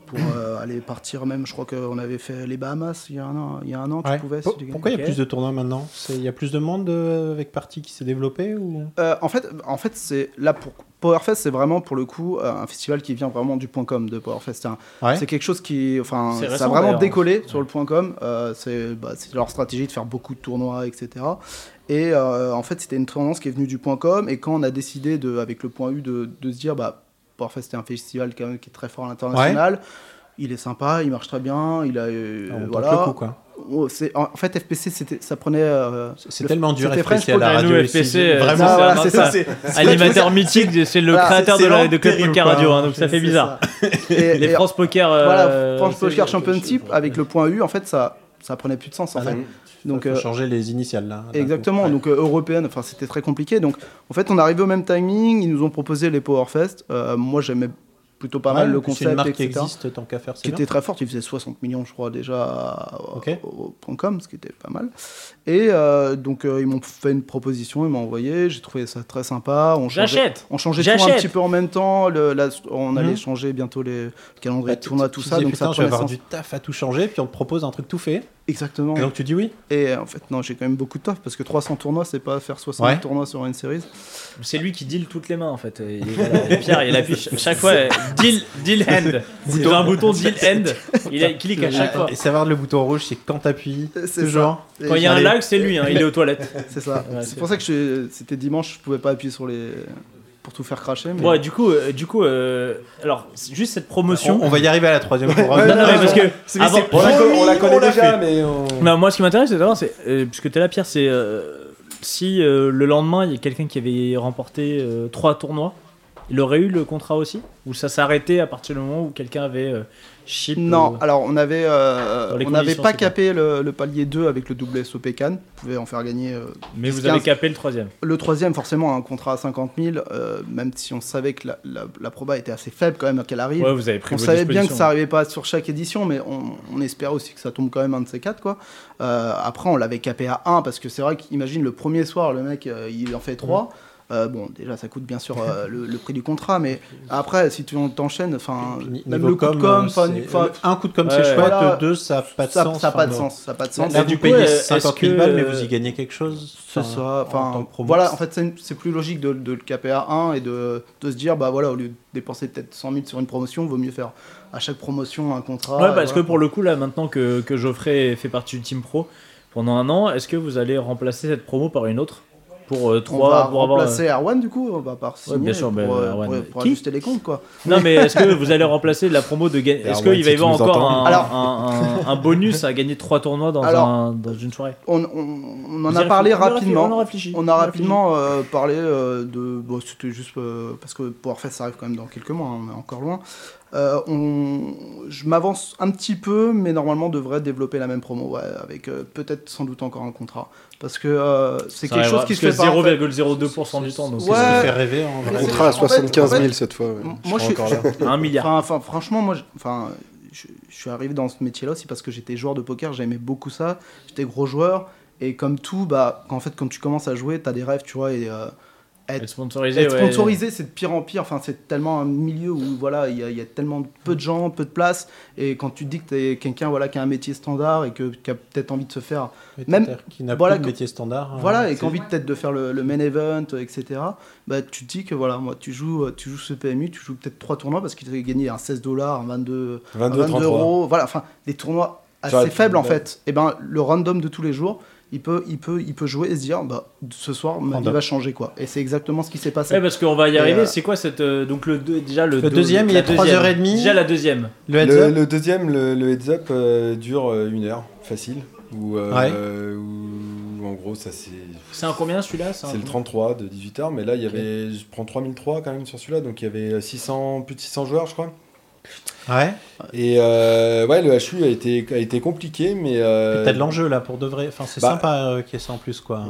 [SPEAKER 10] pour euh, aller partir même, je crois qu'on avait fait les Bahamas il y a un an, il y a un an
[SPEAKER 4] Ouais.
[SPEAKER 10] tu pouvais. si
[SPEAKER 4] Pour-
[SPEAKER 10] tu gagnais.
[SPEAKER 4] Pourquoi il y a
[SPEAKER 3] Ok.
[SPEAKER 4] plus de tournois maintenant C'est- Il y a plus de monde euh, avec Party qui s'est développé ou...
[SPEAKER 10] Euh, en fait, en fait c'est là pour Powerfest, c'est vraiment pour le coup euh, un festival qui vient vraiment du point com de Powerfest. hein. C'est un-
[SPEAKER 4] Ouais.
[SPEAKER 10] C'est quelque chose qui, enfin,
[SPEAKER 3] C'est
[SPEAKER 10] ça a
[SPEAKER 3] récent,
[SPEAKER 10] vraiment
[SPEAKER 3] d'ailleurs.
[SPEAKER 10] décollé sur le point com. Euh, c'est bah, c'est leur stratégie de faire beaucoup de tournois, etc. Et euh, en fait, c'était une tendance qui est venue du point com. Et quand on a décidé de, avec le point U, de, de se dire, bah, Powerfest, c'est un festival quand même qui est très fort à l'international. Il est sympa, il marche très bien, il a, euh,
[SPEAKER 4] On tente
[SPEAKER 10] voilà.
[SPEAKER 4] le coup, quoi.
[SPEAKER 10] Oh, c'est- en en fait, FPC, c'était- ça prenait. euh,
[SPEAKER 4] C'est
[SPEAKER 10] le-
[SPEAKER 4] tellement dur
[SPEAKER 10] c'était
[SPEAKER 4] FPC à
[SPEAKER 10] French
[SPEAKER 4] la
[SPEAKER 3] Poker, nous,
[SPEAKER 4] radio ici.
[SPEAKER 3] FPC, euh,
[SPEAKER 4] Vraiment,
[SPEAKER 3] ça,
[SPEAKER 10] Ah, voilà,
[SPEAKER 3] vraiment
[SPEAKER 10] c'est
[SPEAKER 3] ça.
[SPEAKER 10] ça. c'est-
[SPEAKER 3] Animateur mythique, c'est le
[SPEAKER 10] Voilà,
[SPEAKER 3] créateur
[SPEAKER 4] c'est-
[SPEAKER 3] de, la,
[SPEAKER 4] c'est
[SPEAKER 3] de Club
[SPEAKER 4] vraiment
[SPEAKER 3] Poker
[SPEAKER 4] terrible,
[SPEAKER 3] Radio,
[SPEAKER 4] quoi.
[SPEAKER 3] hein, donc ça fait
[SPEAKER 10] C'est
[SPEAKER 3] bizarre.
[SPEAKER 10] ça. Et-
[SPEAKER 3] Les
[SPEAKER 10] et-
[SPEAKER 3] France Poker. euh,
[SPEAKER 10] voilà, France
[SPEAKER 3] c'est-
[SPEAKER 10] Poker Championship avec le point U, en fait, ça, ça prenait plus de sens. En
[SPEAKER 4] Ah,
[SPEAKER 10] fait.
[SPEAKER 4] d'accord. Donc,
[SPEAKER 10] Donc, euh,
[SPEAKER 4] changer les initiales là. d'un coup.
[SPEAKER 10] exactement.
[SPEAKER 4] Ouais.
[SPEAKER 10] Donc euh, européenne, enfin, c'était très compliqué. Donc, en fait, on arrivait au même timing. Ils nous ont proposé les Powerfest. Euh, moi, j'aimais plutôt pas
[SPEAKER 4] Ouais,
[SPEAKER 10] mal le
[SPEAKER 4] puis C'est
[SPEAKER 10] concept,
[SPEAKER 4] une marque qui
[SPEAKER 10] etc.
[SPEAKER 4] existe tant qu'à faire.
[SPEAKER 10] qui
[SPEAKER 4] C'est
[SPEAKER 10] était
[SPEAKER 4] bien.
[SPEAKER 10] très forte, ils faisaient 60 millions, je crois, déjà euh,
[SPEAKER 4] Ok.
[SPEAKER 10] au point .com, ce qui était pas mal. Et euh, donc, euh, ils m'ont fait une proposition, ils m'ont envoyé, j'ai trouvé ça très sympa. On changeait-
[SPEAKER 3] J'achète
[SPEAKER 10] on changeait tout un
[SPEAKER 3] J'achète.
[SPEAKER 10] petit peu en même temps. le- la- on allait
[SPEAKER 4] Mhm.
[SPEAKER 10] changer bientôt les le calendrier
[SPEAKER 4] Ouais,
[SPEAKER 10] de tournoi,
[SPEAKER 4] tu-
[SPEAKER 10] Bah, tout
[SPEAKER 4] tu
[SPEAKER 10] ça.
[SPEAKER 4] disais,
[SPEAKER 10] Donc
[SPEAKER 4] putain,
[SPEAKER 10] ça
[SPEAKER 4] je vais
[SPEAKER 10] prenait
[SPEAKER 4] avoir du
[SPEAKER 10] sens.
[SPEAKER 4] taf à tout changer, puis on te propose un truc tout fait.
[SPEAKER 10] Exactement.
[SPEAKER 4] Et donc tu dis oui.
[SPEAKER 10] Et euh, en fait, non, j'ai quand même beaucoup de taf parce que 300 tournois, c'est pas faire 60
[SPEAKER 4] Ouais.
[SPEAKER 10] tournois sur une série.
[SPEAKER 3] C'est lui qui deal toutes les mains en fait. Et voilà, et Pierre, il appuie ch- chaque fois euh, deal, deal hand. Il a un bouton deal hand. Il, a- il clique à chaque fois.
[SPEAKER 4] Et savoir le bouton rouge, c'est quand t'appuies.
[SPEAKER 10] C'est ça.
[SPEAKER 4] Toujours.
[SPEAKER 10] Et
[SPEAKER 3] Quand il y a un
[SPEAKER 4] Allez.
[SPEAKER 3] lag, c'est lui, hein, il est aux toilettes.
[SPEAKER 10] C'est ça.
[SPEAKER 3] Ouais,
[SPEAKER 10] c'est
[SPEAKER 3] c'est
[SPEAKER 10] pour ça que je- c'était dimanche, je pouvais pas appuyer sur les. pour tout faire cracher. Mais...
[SPEAKER 3] Bon, et du coup, euh, du coup euh, alors, c'est juste cette promotion.
[SPEAKER 4] On, on va y arriver à la troisième.
[SPEAKER 3] Non, non, mais parce que. avant-
[SPEAKER 5] On la, co- on la connaît déjà, mais
[SPEAKER 3] Non, moi, ce qui m'intéresse, c'est de savoir, c'est, euh, puisque t'es là, Pierre, c'est euh, si euh, le lendemain, il y a quelqu'un qui avait remporté euh, trois tournois, il aurait eu le contrat aussi Ou ça s'arrêtait à partir du moment où quelqu'un avait euh, chip euh,
[SPEAKER 10] Non,
[SPEAKER 3] ou-
[SPEAKER 10] alors on avait, euh,
[SPEAKER 3] Dans les
[SPEAKER 10] on n'avait
[SPEAKER 3] conditions,
[SPEAKER 10] pas
[SPEAKER 3] c'est
[SPEAKER 10] capé le, le palier 2 avec le double SOP Cannes. On pouvait en faire gagner euh,
[SPEAKER 3] Mais vous
[SPEAKER 10] 15.
[SPEAKER 3] avez capé le troisième.
[SPEAKER 10] Le troisième, forcément, un contrat à 50 000, euh, même si on savait que la, la- la proba était assez faible quand même qu'elle arrive.
[SPEAKER 3] Ouais, vous avez pris
[SPEAKER 10] on
[SPEAKER 3] vos
[SPEAKER 10] savait bien que
[SPEAKER 3] dispositions.
[SPEAKER 10] ça arrivait pas sur chaque édition, mais on, on espérait aussi que ça tombe quand même un de ces quatre. Quoi. Euh, après, on l'avait capé à 1 parce que c'est vrai qu'imagine le premier soir, le mec euh, il en fait 3. bon, déjà ça coûte bien sûr euh, le, le prix du contrat, mais après, si tu en- t'enchaînes, enfin,
[SPEAKER 4] Ni-
[SPEAKER 10] même
[SPEAKER 4] niveau
[SPEAKER 10] le coup
[SPEAKER 4] com,
[SPEAKER 10] de com,
[SPEAKER 4] euh,
[SPEAKER 10] enfin,
[SPEAKER 4] c'est-
[SPEAKER 10] enfin,
[SPEAKER 4] un coup de com, c'est
[SPEAKER 3] Ouais.
[SPEAKER 4] chouette.
[SPEAKER 10] Voilà.
[SPEAKER 4] Deux, ça n'a pas de
[SPEAKER 10] ça
[SPEAKER 4] sens.
[SPEAKER 10] ça a pas de
[SPEAKER 4] enfin,
[SPEAKER 10] sens, ça a pas de
[SPEAKER 4] Là,
[SPEAKER 10] sens.
[SPEAKER 4] là,
[SPEAKER 3] du
[SPEAKER 4] vous
[SPEAKER 3] coup,
[SPEAKER 4] payez
[SPEAKER 3] euh,
[SPEAKER 4] 50
[SPEAKER 3] est-ce
[SPEAKER 4] 000
[SPEAKER 3] que,
[SPEAKER 4] balles, mais
[SPEAKER 3] euh,
[SPEAKER 4] vous y gagnez quelque chose.
[SPEAKER 10] C'est
[SPEAKER 4] Enfin,
[SPEAKER 10] ça.
[SPEAKER 4] en tant
[SPEAKER 10] Enfin,
[SPEAKER 4] que promo.
[SPEAKER 10] voilà, en fait, c'est- c'est plus logique de, de le caper à 1 et de, de se dire, bah voilà, au lieu de dépenser peut-être 100 000 sur une promotion, vaut mieux faire à chaque promotion un contrat.
[SPEAKER 3] ouais,
[SPEAKER 10] et
[SPEAKER 3] parce que
[SPEAKER 10] voilà.
[SPEAKER 3] pour le coup, là, maintenant que, que Geoffrey fait partie du Team Pro pendant un an, est-ce que vous allez remplacer cette promo par une autre Pour euh,
[SPEAKER 10] on va
[SPEAKER 3] trois, pour avoir. euh,
[SPEAKER 10] remplacer Erwan du coup, on va par signer
[SPEAKER 3] bien sûr,
[SPEAKER 10] pour,
[SPEAKER 3] mais
[SPEAKER 10] euh,
[SPEAKER 3] Erwan,
[SPEAKER 10] pour-
[SPEAKER 3] mais
[SPEAKER 10] pour
[SPEAKER 3] qui
[SPEAKER 10] ajuster les comptes quoi.
[SPEAKER 3] euh, Non, mais est-ce que vous allez remplacer la promo de gagner Est-ce qu'il va y avoir encore un,
[SPEAKER 10] Alors-
[SPEAKER 3] un- un- un bonus à gagner trois tournois dans,
[SPEAKER 10] Alors-
[SPEAKER 3] un- dans une soirée
[SPEAKER 10] On, on- on en
[SPEAKER 3] Vous
[SPEAKER 10] a
[SPEAKER 3] y
[SPEAKER 10] parlé
[SPEAKER 3] réfléchissez
[SPEAKER 10] rapidement.
[SPEAKER 3] On a réfléchi.
[SPEAKER 10] On a rapidement euh, parlé euh, de. Bon, c'était juste euh, parce que Powerfest ça arrive quand même dans quelques mois, hein, on est encore loin. Euh, on... Je m'avance un petit peu, mais normalement on devrait développer la même promo, ouais, avec euh, peut-être sans doute encore un contrat. Parce que euh, c'est
[SPEAKER 3] Ça
[SPEAKER 10] quelque
[SPEAKER 3] arrivera,
[SPEAKER 10] chose qui
[SPEAKER 3] parce
[SPEAKER 10] se fait
[SPEAKER 3] que
[SPEAKER 10] pas. en fait.
[SPEAKER 3] 0,02% du temps, donc
[SPEAKER 10] Ouais.
[SPEAKER 4] Ça fait rêver en vrai.
[SPEAKER 10] Mais c'est-
[SPEAKER 9] Contrat à
[SPEAKER 10] en fait-
[SPEAKER 9] 75
[SPEAKER 10] en
[SPEAKER 9] 000
[SPEAKER 10] fait,
[SPEAKER 9] cette fois. ouais.
[SPEAKER 10] moi,
[SPEAKER 9] Je
[SPEAKER 10] je
[SPEAKER 9] serai
[SPEAKER 10] suis-
[SPEAKER 9] encore là.
[SPEAKER 3] c'est 1 milliard.
[SPEAKER 10] Enfin, enfin, franchement, moi, je, enfin, je, je suis arrivé dans ce métier-là aussi parce que j'étais joueur de poker, j'aimais beaucoup ça, j'étais gros joueur, et comme tout, bah, en fait, quand tu commences à jouer, t'as des rêves, tu vois, et euh,
[SPEAKER 3] Être sponsorisé,
[SPEAKER 10] être
[SPEAKER 3] ouais.
[SPEAKER 10] sponsorisé, c'est de pire en pire. Enfin, c'est tellement un milieu où voilà, il y, a- il y a tellement peu de gens, peu de place, et quand tu te dis que t'es quelqu'un voilà qui a un métier standard et que qui a peut-être envie de se faire, Même-
[SPEAKER 4] Même qui n'a
[SPEAKER 10] voilà,
[SPEAKER 4] pas de
[SPEAKER 10] quand-
[SPEAKER 4] métier standard. hein,
[SPEAKER 10] voilà, et
[SPEAKER 4] c'est-
[SPEAKER 10] qui a envie peut-être de faire le, le main event, euh, etc. Bah, tu te dis que voilà, moi, tu joues, euh, tu joues ce PMU, tu joues peut-être trois tournois parce qu'il t'avait gagné un 16 dollars, un 22.
[SPEAKER 5] 22,
[SPEAKER 10] 22 euros, voilà, enfin des tournois
[SPEAKER 5] J'aurais
[SPEAKER 10] assez
[SPEAKER 5] pu-
[SPEAKER 10] faibles en
[SPEAKER 5] ouais.
[SPEAKER 10] fait. Et ben le random de tous les jours, il peut, il peut, il peut jouer et se dire bah ce soir ma vie
[SPEAKER 4] Random.
[SPEAKER 10] va changer quoi. Et c'est exactement ce qui s'est passé.
[SPEAKER 3] Ouais, parce qu'on va y
[SPEAKER 10] Et,
[SPEAKER 3] arriver.
[SPEAKER 10] euh,
[SPEAKER 3] C'est quoi cette. euh, donc, le deux- déjà, le,
[SPEAKER 4] Le
[SPEAKER 3] deux-
[SPEAKER 4] deuxième, il y a
[SPEAKER 3] la
[SPEAKER 4] trois
[SPEAKER 3] deuxième.
[SPEAKER 4] heures et demie.
[SPEAKER 3] Déjà, la deuxième.
[SPEAKER 4] Le heads
[SPEAKER 5] Le,
[SPEAKER 4] up,
[SPEAKER 5] le deuxième, le, le heads up euh, dure euh, une heure, facile. Ou euh, ou, en gros, ça c'est.
[SPEAKER 3] C'est un combien celui-là un
[SPEAKER 5] C'est le
[SPEAKER 3] combien
[SPEAKER 5] 33 de 18h, mais là, il y avait, je prends 3003 quand même sur celui-là, donc il y avait 600, plus de 600 joueurs, je crois.
[SPEAKER 4] ouais.
[SPEAKER 5] Et euh, ouais, le HU a été, a été compliqué, mais. euh,
[SPEAKER 4] Et T'as de l'enjeu là pour de vrai. Enfin, c'est
[SPEAKER 5] bah- euh,
[SPEAKER 4] sympa euh, qu'il y ait ça en plus quoi.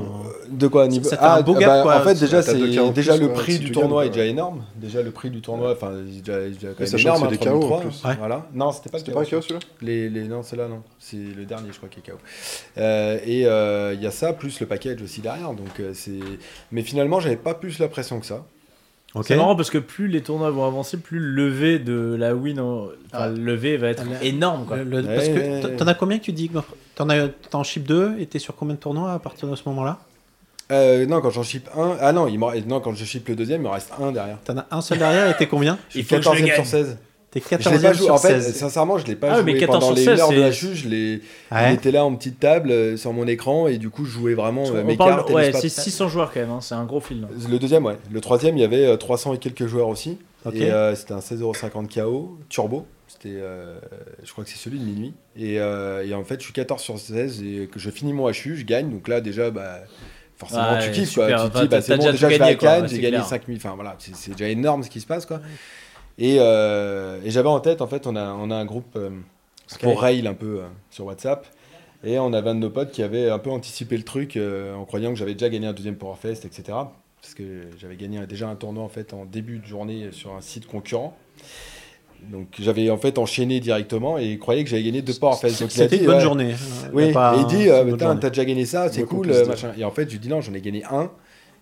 [SPEAKER 5] De quoi niveau... Ah, bah,
[SPEAKER 4] Ça fait un beau gap, quoi.
[SPEAKER 5] En fait, déjà,
[SPEAKER 9] T'as
[SPEAKER 5] c'est
[SPEAKER 9] deux cas en
[SPEAKER 5] déjà
[SPEAKER 9] plus,
[SPEAKER 5] le
[SPEAKER 9] quoi,
[SPEAKER 5] prix
[SPEAKER 9] si
[SPEAKER 5] du
[SPEAKER 9] tu
[SPEAKER 5] tournoi est
[SPEAKER 9] gagnes, quoi.
[SPEAKER 5] déjà énorme. Déjà, le prix du tournoi, enfin, il est déjà, il est déjà quand
[SPEAKER 9] Et
[SPEAKER 5] même
[SPEAKER 9] sachant que
[SPEAKER 5] énorme.
[SPEAKER 9] c'est
[SPEAKER 5] hein,
[SPEAKER 9] des KO, en
[SPEAKER 5] 3003,
[SPEAKER 9] plus.
[SPEAKER 4] Ouais.
[SPEAKER 5] Voilà. Non, c'était pas le
[SPEAKER 9] C'était
[SPEAKER 5] KO,
[SPEAKER 9] pas un chaos celui-là
[SPEAKER 5] Les, les- non, c'est là, non. C'est le dernier, je crois, qui est KO. Euh, et euh, il y a ça, plus le package aussi derrière. Donc, euh, c'est... Mais finalement, j'avais pas plus la pression que ça.
[SPEAKER 4] Ok.
[SPEAKER 3] C'est marrant parce que plus les tournois vont avancer, plus le levé de la win, en- enfin,
[SPEAKER 10] Ah.
[SPEAKER 3] le levé va être
[SPEAKER 4] Le-
[SPEAKER 3] énorme. Quoi.
[SPEAKER 4] Le- le- parce
[SPEAKER 5] Ouais.
[SPEAKER 4] que t- t'en as combien que tu dis que- T'en as t'en chip 2 et t'es sur combien de tournois à partir de ce moment-là
[SPEAKER 5] Euh, non, quand j'en ship un. Ah non, il me re- non, quand je ship le deuxième, il me reste un derrière.
[SPEAKER 4] T'en as un seul derrière et t'es combien
[SPEAKER 5] Je suis
[SPEAKER 3] Il faut que je le
[SPEAKER 5] 14e sur
[SPEAKER 3] gagne.
[SPEAKER 5] 16.
[SPEAKER 4] T'es
[SPEAKER 5] Je l'ai
[SPEAKER 4] 14
[SPEAKER 5] pas
[SPEAKER 4] e
[SPEAKER 5] joué.
[SPEAKER 4] sur
[SPEAKER 5] En fait,
[SPEAKER 4] 16.
[SPEAKER 5] sincèrement, je l'ai pas
[SPEAKER 3] Ah oui,
[SPEAKER 5] joué.
[SPEAKER 3] mais 14
[SPEAKER 5] Pendant
[SPEAKER 3] sur
[SPEAKER 5] les
[SPEAKER 3] 16,
[SPEAKER 5] une heure de la
[SPEAKER 3] c'est-
[SPEAKER 5] juge, je l'ai. On
[SPEAKER 4] Ouais.
[SPEAKER 5] était là en petite table euh, sur mon écran et du coup je jouais vraiment euh, mes
[SPEAKER 3] On parle,
[SPEAKER 5] cartes. et
[SPEAKER 3] ouais,
[SPEAKER 5] le
[SPEAKER 3] c'est
[SPEAKER 5] stat.
[SPEAKER 3] 600 joueurs quand même, hein, c'est un gros film.
[SPEAKER 5] Le deuxième, ouais. Le troisième, il y avait euh, 300 et quelques joueurs aussi.
[SPEAKER 4] Ok.
[SPEAKER 5] Et euh, c'était un 16,50€ KO, turbo. C'était, euh, je crois que c'est celui de minuit. Et, euh, et en fait, je suis 14 sur 16 et que je finis mon HU, je gagne. Donc là, déjà, bah, forcément,
[SPEAKER 3] Ouais,
[SPEAKER 5] tu kiffes.
[SPEAKER 3] super.
[SPEAKER 5] quoi. Tu te
[SPEAKER 3] Enfin,
[SPEAKER 5] dis, bah,
[SPEAKER 3] t'as
[SPEAKER 5] c'est bon,
[SPEAKER 3] déjà
[SPEAKER 5] déjà,
[SPEAKER 3] tout
[SPEAKER 5] je vais à
[SPEAKER 3] gagné, quoi.
[SPEAKER 5] Cannes,
[SPEAKER 3] Ouais,
[SPEAKER 5] j'ai
[SPEAKER 3] c'est
[SPEAKER 5] gagné
[SPEAKER 3] clair.
[SPEAKER 5] 5000. Enfin voilà, c'est c'est déjà énorme ce qui se passe. quoi. Et, euh, et j'avais en tête, en fait, on a, on a un groupe euh, pour rail un peu euh, sur WhatsApp. Et on avait un de nos potes qui avait un peu anticipé le truc euh, en croyant que j'avais déjà gagné un deuxième Powerfest, etc. Parce que j'avais gagné un- déjà un tournoi en fait en début de journée sur un site concurrent. Donc j'avais en fait enchaîné directement et il croyait que j'avais gagné deux Powerfest. Donc il a
[SPEAKER 4] C'était
[SPEAKER 5] dit,
[SPEAKER 4] une bonne
[SPEAKER 5] ouais,
[SPEAKER 4] journée. hein.
[SPEAKER 5] Oui,
[SPEAKER 4] Y a pas
[SPEAKER 5] et il
[SPEAKER 4] un-
[SPEAKER 5] dit,
[SPEAKER 4] c'est
[SPEAKER 5] euh,
[SPEAKER 4] une bonne
[SPEAKER 5] putain,
[SPEAKER 4] journée.
[SPEAKER 5] t'as déjà gagné ça, c'est
[SPEAKER 9] Moi, qu'on
[SPEAKER 5] cool,
[SPEAKER 9] puisse
[SPEAKER 5] euh,
[SPEAKER 9] dire.
[SPEAKER 5] machin. Et en fait, je lui dis non, j'en ai gagné un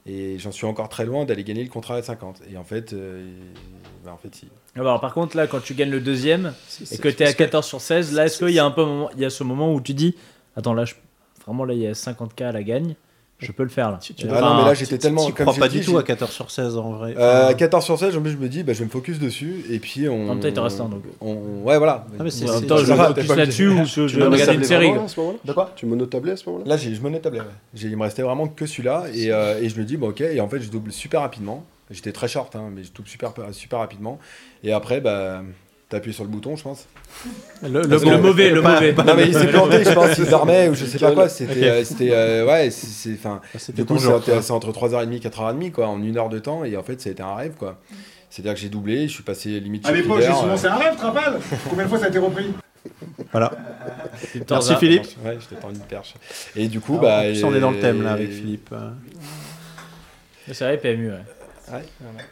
[SPEAKER 5] et j'en suis encore très loin d'aller gagner le contrat à 50. Et en fait, euh, il- bah, en fait, il-
[SPEAKER 3] Alors par contre là quand tu gagnes le deuxième et que tu es à
[SPEAKER 4] parce que-
[SPEAKER 3] 14 sur 16, là est-ce qu'il y a un peu un moment- il y a ce moment où tu dis attends là je- vraiment là il y a 50k à la gagne, je peux le faire là.
[SPEAKER 5] Ah non, mais là, j'étais tellement.
[SPEAKER 4] Tu
[SPEAKER 5] comme
[SPEAKER 4] crois
[SPEAKER 5] j'ai
[SPEAKER 4] pas
[SPEAKER 5] dit,
[SPEAKER 4] du tout à 14 sur 16 en vrai.
[SPEAKER 5] j'ai- euh, à
[SPEAKER 4] Enfin,
[SPEAKER 5] 14 sur 16, je me- je me dis, bah, je vais me focus dessus. Et puis, on.
[SPEAKER 3] En même temps, il te reste un, donc.
[SPEAKER 5] on- Ouais, voilà.
[SPEAKER 4] Ah, mais c'est-
[SPEAKER 3] En
[SPEAKER 4] c'est-
[SPEAKER 3] même temps, je
[SPEAKER 5] ça
[SPEAKER 3] me
[SPEAKER 5] va,
[SPEAKER 3] focus
[SPEAKER 5] t'es pas
[SPEAKER 3] là-dessus ou je, je vais
[SPEAKER 5] me
[SPEAKER 3] regarder
[SPEAKER 5] sables
[SPEAKER 3] une
[SPEAKER 5] les
[SPEAKER 3] série. quoi.
[SPEAKER 5] De quoi
[SPEAKER 9] Tu monotablais à ce moment-là
[SPEAKER 5] Là, j'ai- je me note tablé. ouais. J'ai- Il me restait vraiment que celui-là. Et, euh, et je me dis, bon, ok. Et en fait, je double super rapidement. J'étais très short, hein, mais je double super, super rapidement. Et après, bah, t'appuies sur le bouton, je pense.
[SPEAKER 4] Le, le
[SPEAKER 5] Parce
[SPEAKER 4] bon-
[SPEAKER 5] que-
[SPEAKER 3] Le mauvais, le mauvais.
[SPEAKER 4] Bah,
[SPEAKER 5] Non, mais il s'est planté, je pense, il dormait ou je sais pas quoi. C'était. euh, c'était, euh, ouais, c'est- c'est. Enfin,
[SPEAKER 4] c'était
[SPEAKER 5] du
[SPEAKER 4] ton
[SPEAKER 5] coup,
[SPEAKER 4] genre.
[SPEAKER 5] c'était- c'est entre 3h30 et 4h30, quoi, en une heure de temps. Et en fait, ça a été un rêve, quoi. C'est-à-dire que j'ai doublé, je suis passé limite
[SPEAKER 13] À
[SPEAKER 5] chez
[SPEAKER 13] l'époque, j'ai
[SPEAKER 5] Feeder,
[SPEAKER 13] souvent, c'est un rêve, Trapal Combien de fois ça a été repris
[SPEAKER 3] Torza.
[SPEAKER 4] Merci Philippe.
[SPEAKER 5] euh, Ouais, je t'ai tendu une perche. Et du coup,
[SPEAKER 4] On
[SPEAKER 5] bah.
[SPEAKER 4] Ah, on est dans le thème là avec
[SPEAKER 5] et-
[SPEAKER 4] Philippe.
[SPEAKER 3] C'est vrai, PMU, ouais.
[SPEAKER 5] Ouais, voilà.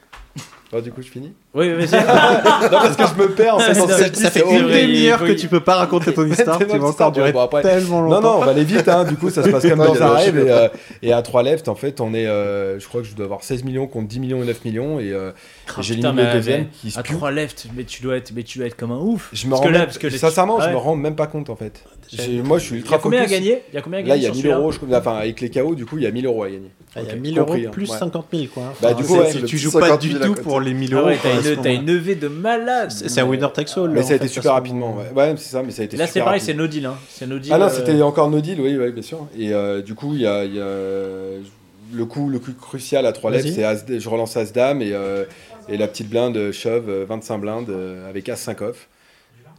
[SPEAKER 5] Bon, du coup, je finis.
[SPEAKER 3] Oui, mais c'est
[SPEAKER 5] non, parce que je me perds en fait. dans cette liste,
[SPEAKER 4] Ça fait
[SPEAKER 5] c'est
[SPEAKER 4] une
[SPEAKER 5] horrible.
[SPEAKER 4] demi-heure que tu peux pas raconter ton histoire.
[SPEAKER 5] Tellement
[SPEAKER 4] Tu vas
[SPEAKER 5] d'histoires,
[SPEAKER 4] encore durer
[SPEAKER 5] bon, bon, après-
[SPEAKER 4] tellement
[SPEAKER 5] Non,
[SPEAKER 4] longtemps.
[SPEAKER 5] non, on va aller vite, hein. du coup, ça se passe comme
[SPEAKER 9] Non, il y
[SPEAKER 5] dans
[SPEAKER 9] a
[SPEAKER 5] un
[SPEAKER 9] le
[SPEAKER 5] rêve.
[SPEAKER 9] chiffre.
[SPEAKER 5] Et, euh, et à 3 left, en fait, on est, euh, je crois que je dois avoir 16 millions contre 10 millions et 9 millions. Et, euh,
[SPEAKER 3] Crap,
[SPEAKER 5] j'ai
[SPEAKER 3] Ah, putain,
[SPEAKER 5] éliminé le
[SPEAKER 3] mais-
[SPEAKER 5] deuxième
[SPEAKER 3] mais
[SPEAKER 5] qui se
[SPEAKER 3] à
[SPEAKER 5] pue.
[SPEAKER 3] 3 left, mais tu dois être, mais tu dois être comme un ouf.
[SPEAKER 5] je me
[SPEAKER 3] Parce
[SPEAKER 5] rends
[SPEAKER 3] que là,
[SPEAKER 5] même-
[SPEAKER 3] parce que les-
[SPEAKER 5] sincèrement, je
[SPEAKER 3] ouais.
[SPEAKER 5] me rends même pas compte en fait. J'ai- Moi, je suis
[SPEAKER 3] Il y a
[SPEAKER 5] ultra
[SPEAKER 3] combien à
[SPEAKER 5] focus.
[SPEAKER 3] gagner Il y a combien à gagner
[SPEAKER 5] Là, il y a
[SPEAKER 3] sur
[SPEAKER 5] 1000
[SPEAKER 3] celui-là
[SPEAKER 5] euros. je crois. Enfin, avec les KO, du coup, il y a 1000 euros à gagner.
[SPEAKER 4] Ah, Il y a
[SPEAKER 5] Ok,
[SPEAKER 4] 1000 euros
[SPEAKER 5] compris, hein.
[SPEAKER 4] plus
[SPEAKER 5] Ouais.
[SPEAKER 4] 50 000 quoi.
[SPEAKER 5] Bah,
[SPEAKER 4] Enfin,
[SPEAKER 5] du coup,
[SPEAKER 4] c'est-
[SPEAKER 5] ouais,
[SPEAKER 4] c'est-
[SPEAKER 5] le
[SPEAKER 4] tu joues
[SPEAKER 9] 50
[SPEAKER 4] pas
[SPEAKER 9] 000
[SPEAKER 4] du
[SPEAKER 9] à
[SPEAKER 4] tout
[SPEAKER 9] côté.
[SPEAKER 4] pour les 1000
[SPEAKER 3] Ah
[SPEAKER 4] euros.
[SPEAKER 3] ouais, t'as
[SPEAKER 4] quoi, à ce
[SPEAKER 3] une, t'as
[SPEAKER 4] moment-là.
[SPEAKER 3] une levée de malade.
[SPEAKER 4] C'est c'est un winner takes all.
[SPEAKER 5] Mais
[SPEAKER 4] là,
[SPEAKER 5] ça a
[SPEAKER 4] en
[SPEAKER 5] été
[SPEAKER 4] fait,
[SPEAKER 5] super
[SPEAKER 4] à ce
[SPEAKER 5] rapidement.
[SPEAKER 4] moment.
[SPEAKER 5] Ouais, Ouais, c'est ça, mais ça a été
[SPEAKER 3] Là, c'est
[SPEAKER 5] super
[SPEAKER 3] pareil,
[SPEAKER 5] rapide.
[SPEAKER 3] c'est no deal. Hein. C'est no deal.
[SPEAKER 5] Ah non,
[SPEAKER 3] euh,
[SPEAKER 5] c'était encore no deal, oui, oui, bien sûr. Et euh, du coup, il y a, il y a- le coup, le coup crucial à trois lèvres,
[SPEAKER 4] Vas-y.
[SPEAKER 5] c'est As- je relance As Dame et, euh, et la petite blinde shove euh, 25 blindes euh, avec As 5 off.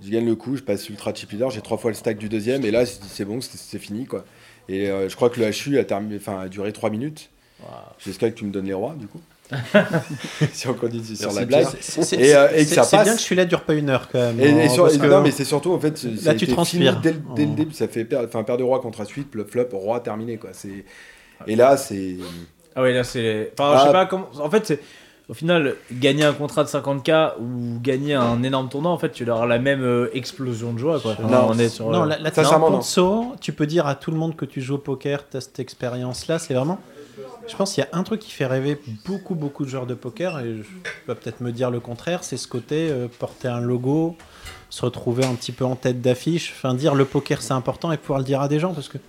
[SPEAKER 5] Je gagne le coup, je passe ultra chip leader, j'ai trois fois le stack du deuxième et là, je dis, c'est bon, c'est- c'est fini quoi. Et euh, je crois que le HU a, terminé, enfin, a duré 3 minutes. J'espère que tu me donnes les rois du coup. si on continue sur
[SPEAKER 4] Merci,
[SPEAKER 5] la blague.
[SPEAKER 4] Pierre. C'est- c'est-
[SPEAKER 5] Et, euh, et que
[SPEAKER 4] c'est-
[SPEAKER 5] ça
[SPEAKER 4] C'est bien
[SPEAKER 5] passe.
[SPEAKER 4] que celui-là dure pas une heure quand même.
[SPEAKER 5] Et, et
[SPEAKER 4] hein,
[SPEAKER 5] sur-
[SPEAKER 4] parce
[SPEAKER 5] et-
[SPEAKER 4] que-
[SPEAKER 5] non, mais c'est surtout en fait. c'est- ça a
[SPEAKER 4] tu
[SPEAKER 5] été
[SPEAKER 4] transpires.
[SPEAKER 5] fini Dès, le- dès le
[SPEAKER 4] Oh.
[SPEAKER 5] début, ça fait perdre, enfin, perdre de roi contre suite, le flop, roi terminé quoi. C'est et là c'est.
[SPEAKER 3] Ah ouais, là, c'est. Enfin, je
[SPEAKER 5] Ah.
[SPEAKER 3] sais pas comment. En fait, c'est. Au final, gagner un contrat de 50K ou gagner un énorme tournoi, en fait, tu auras la même euh, explosion de joie. Quoi. Enfin,
[SPEAKER 5] Non,
[SPEAKER 3] on est sur.
[SPEAKER 4] Non,
[SPEAKER 3] euh,
[SPEAKER 4] là, là t'as un
[SPEAKER 5] Sincèrement, non.
[SPEAKER 4] ponceau, tu peux dire à tout le monde que tu joues au poker, t'as cette expérience-là, c'est vraiment... Je pense qu'il y a un truc qui fait rêver beaucoup, beaucoup de joueurs de poker, et je vas peut-être me dire le contraire, c'est ce côté euh, porter un logo, se retrouver un petit peu en tête d'affiche, enfin dire le poker c'est important et pouvoir le dire à des gens, parce que...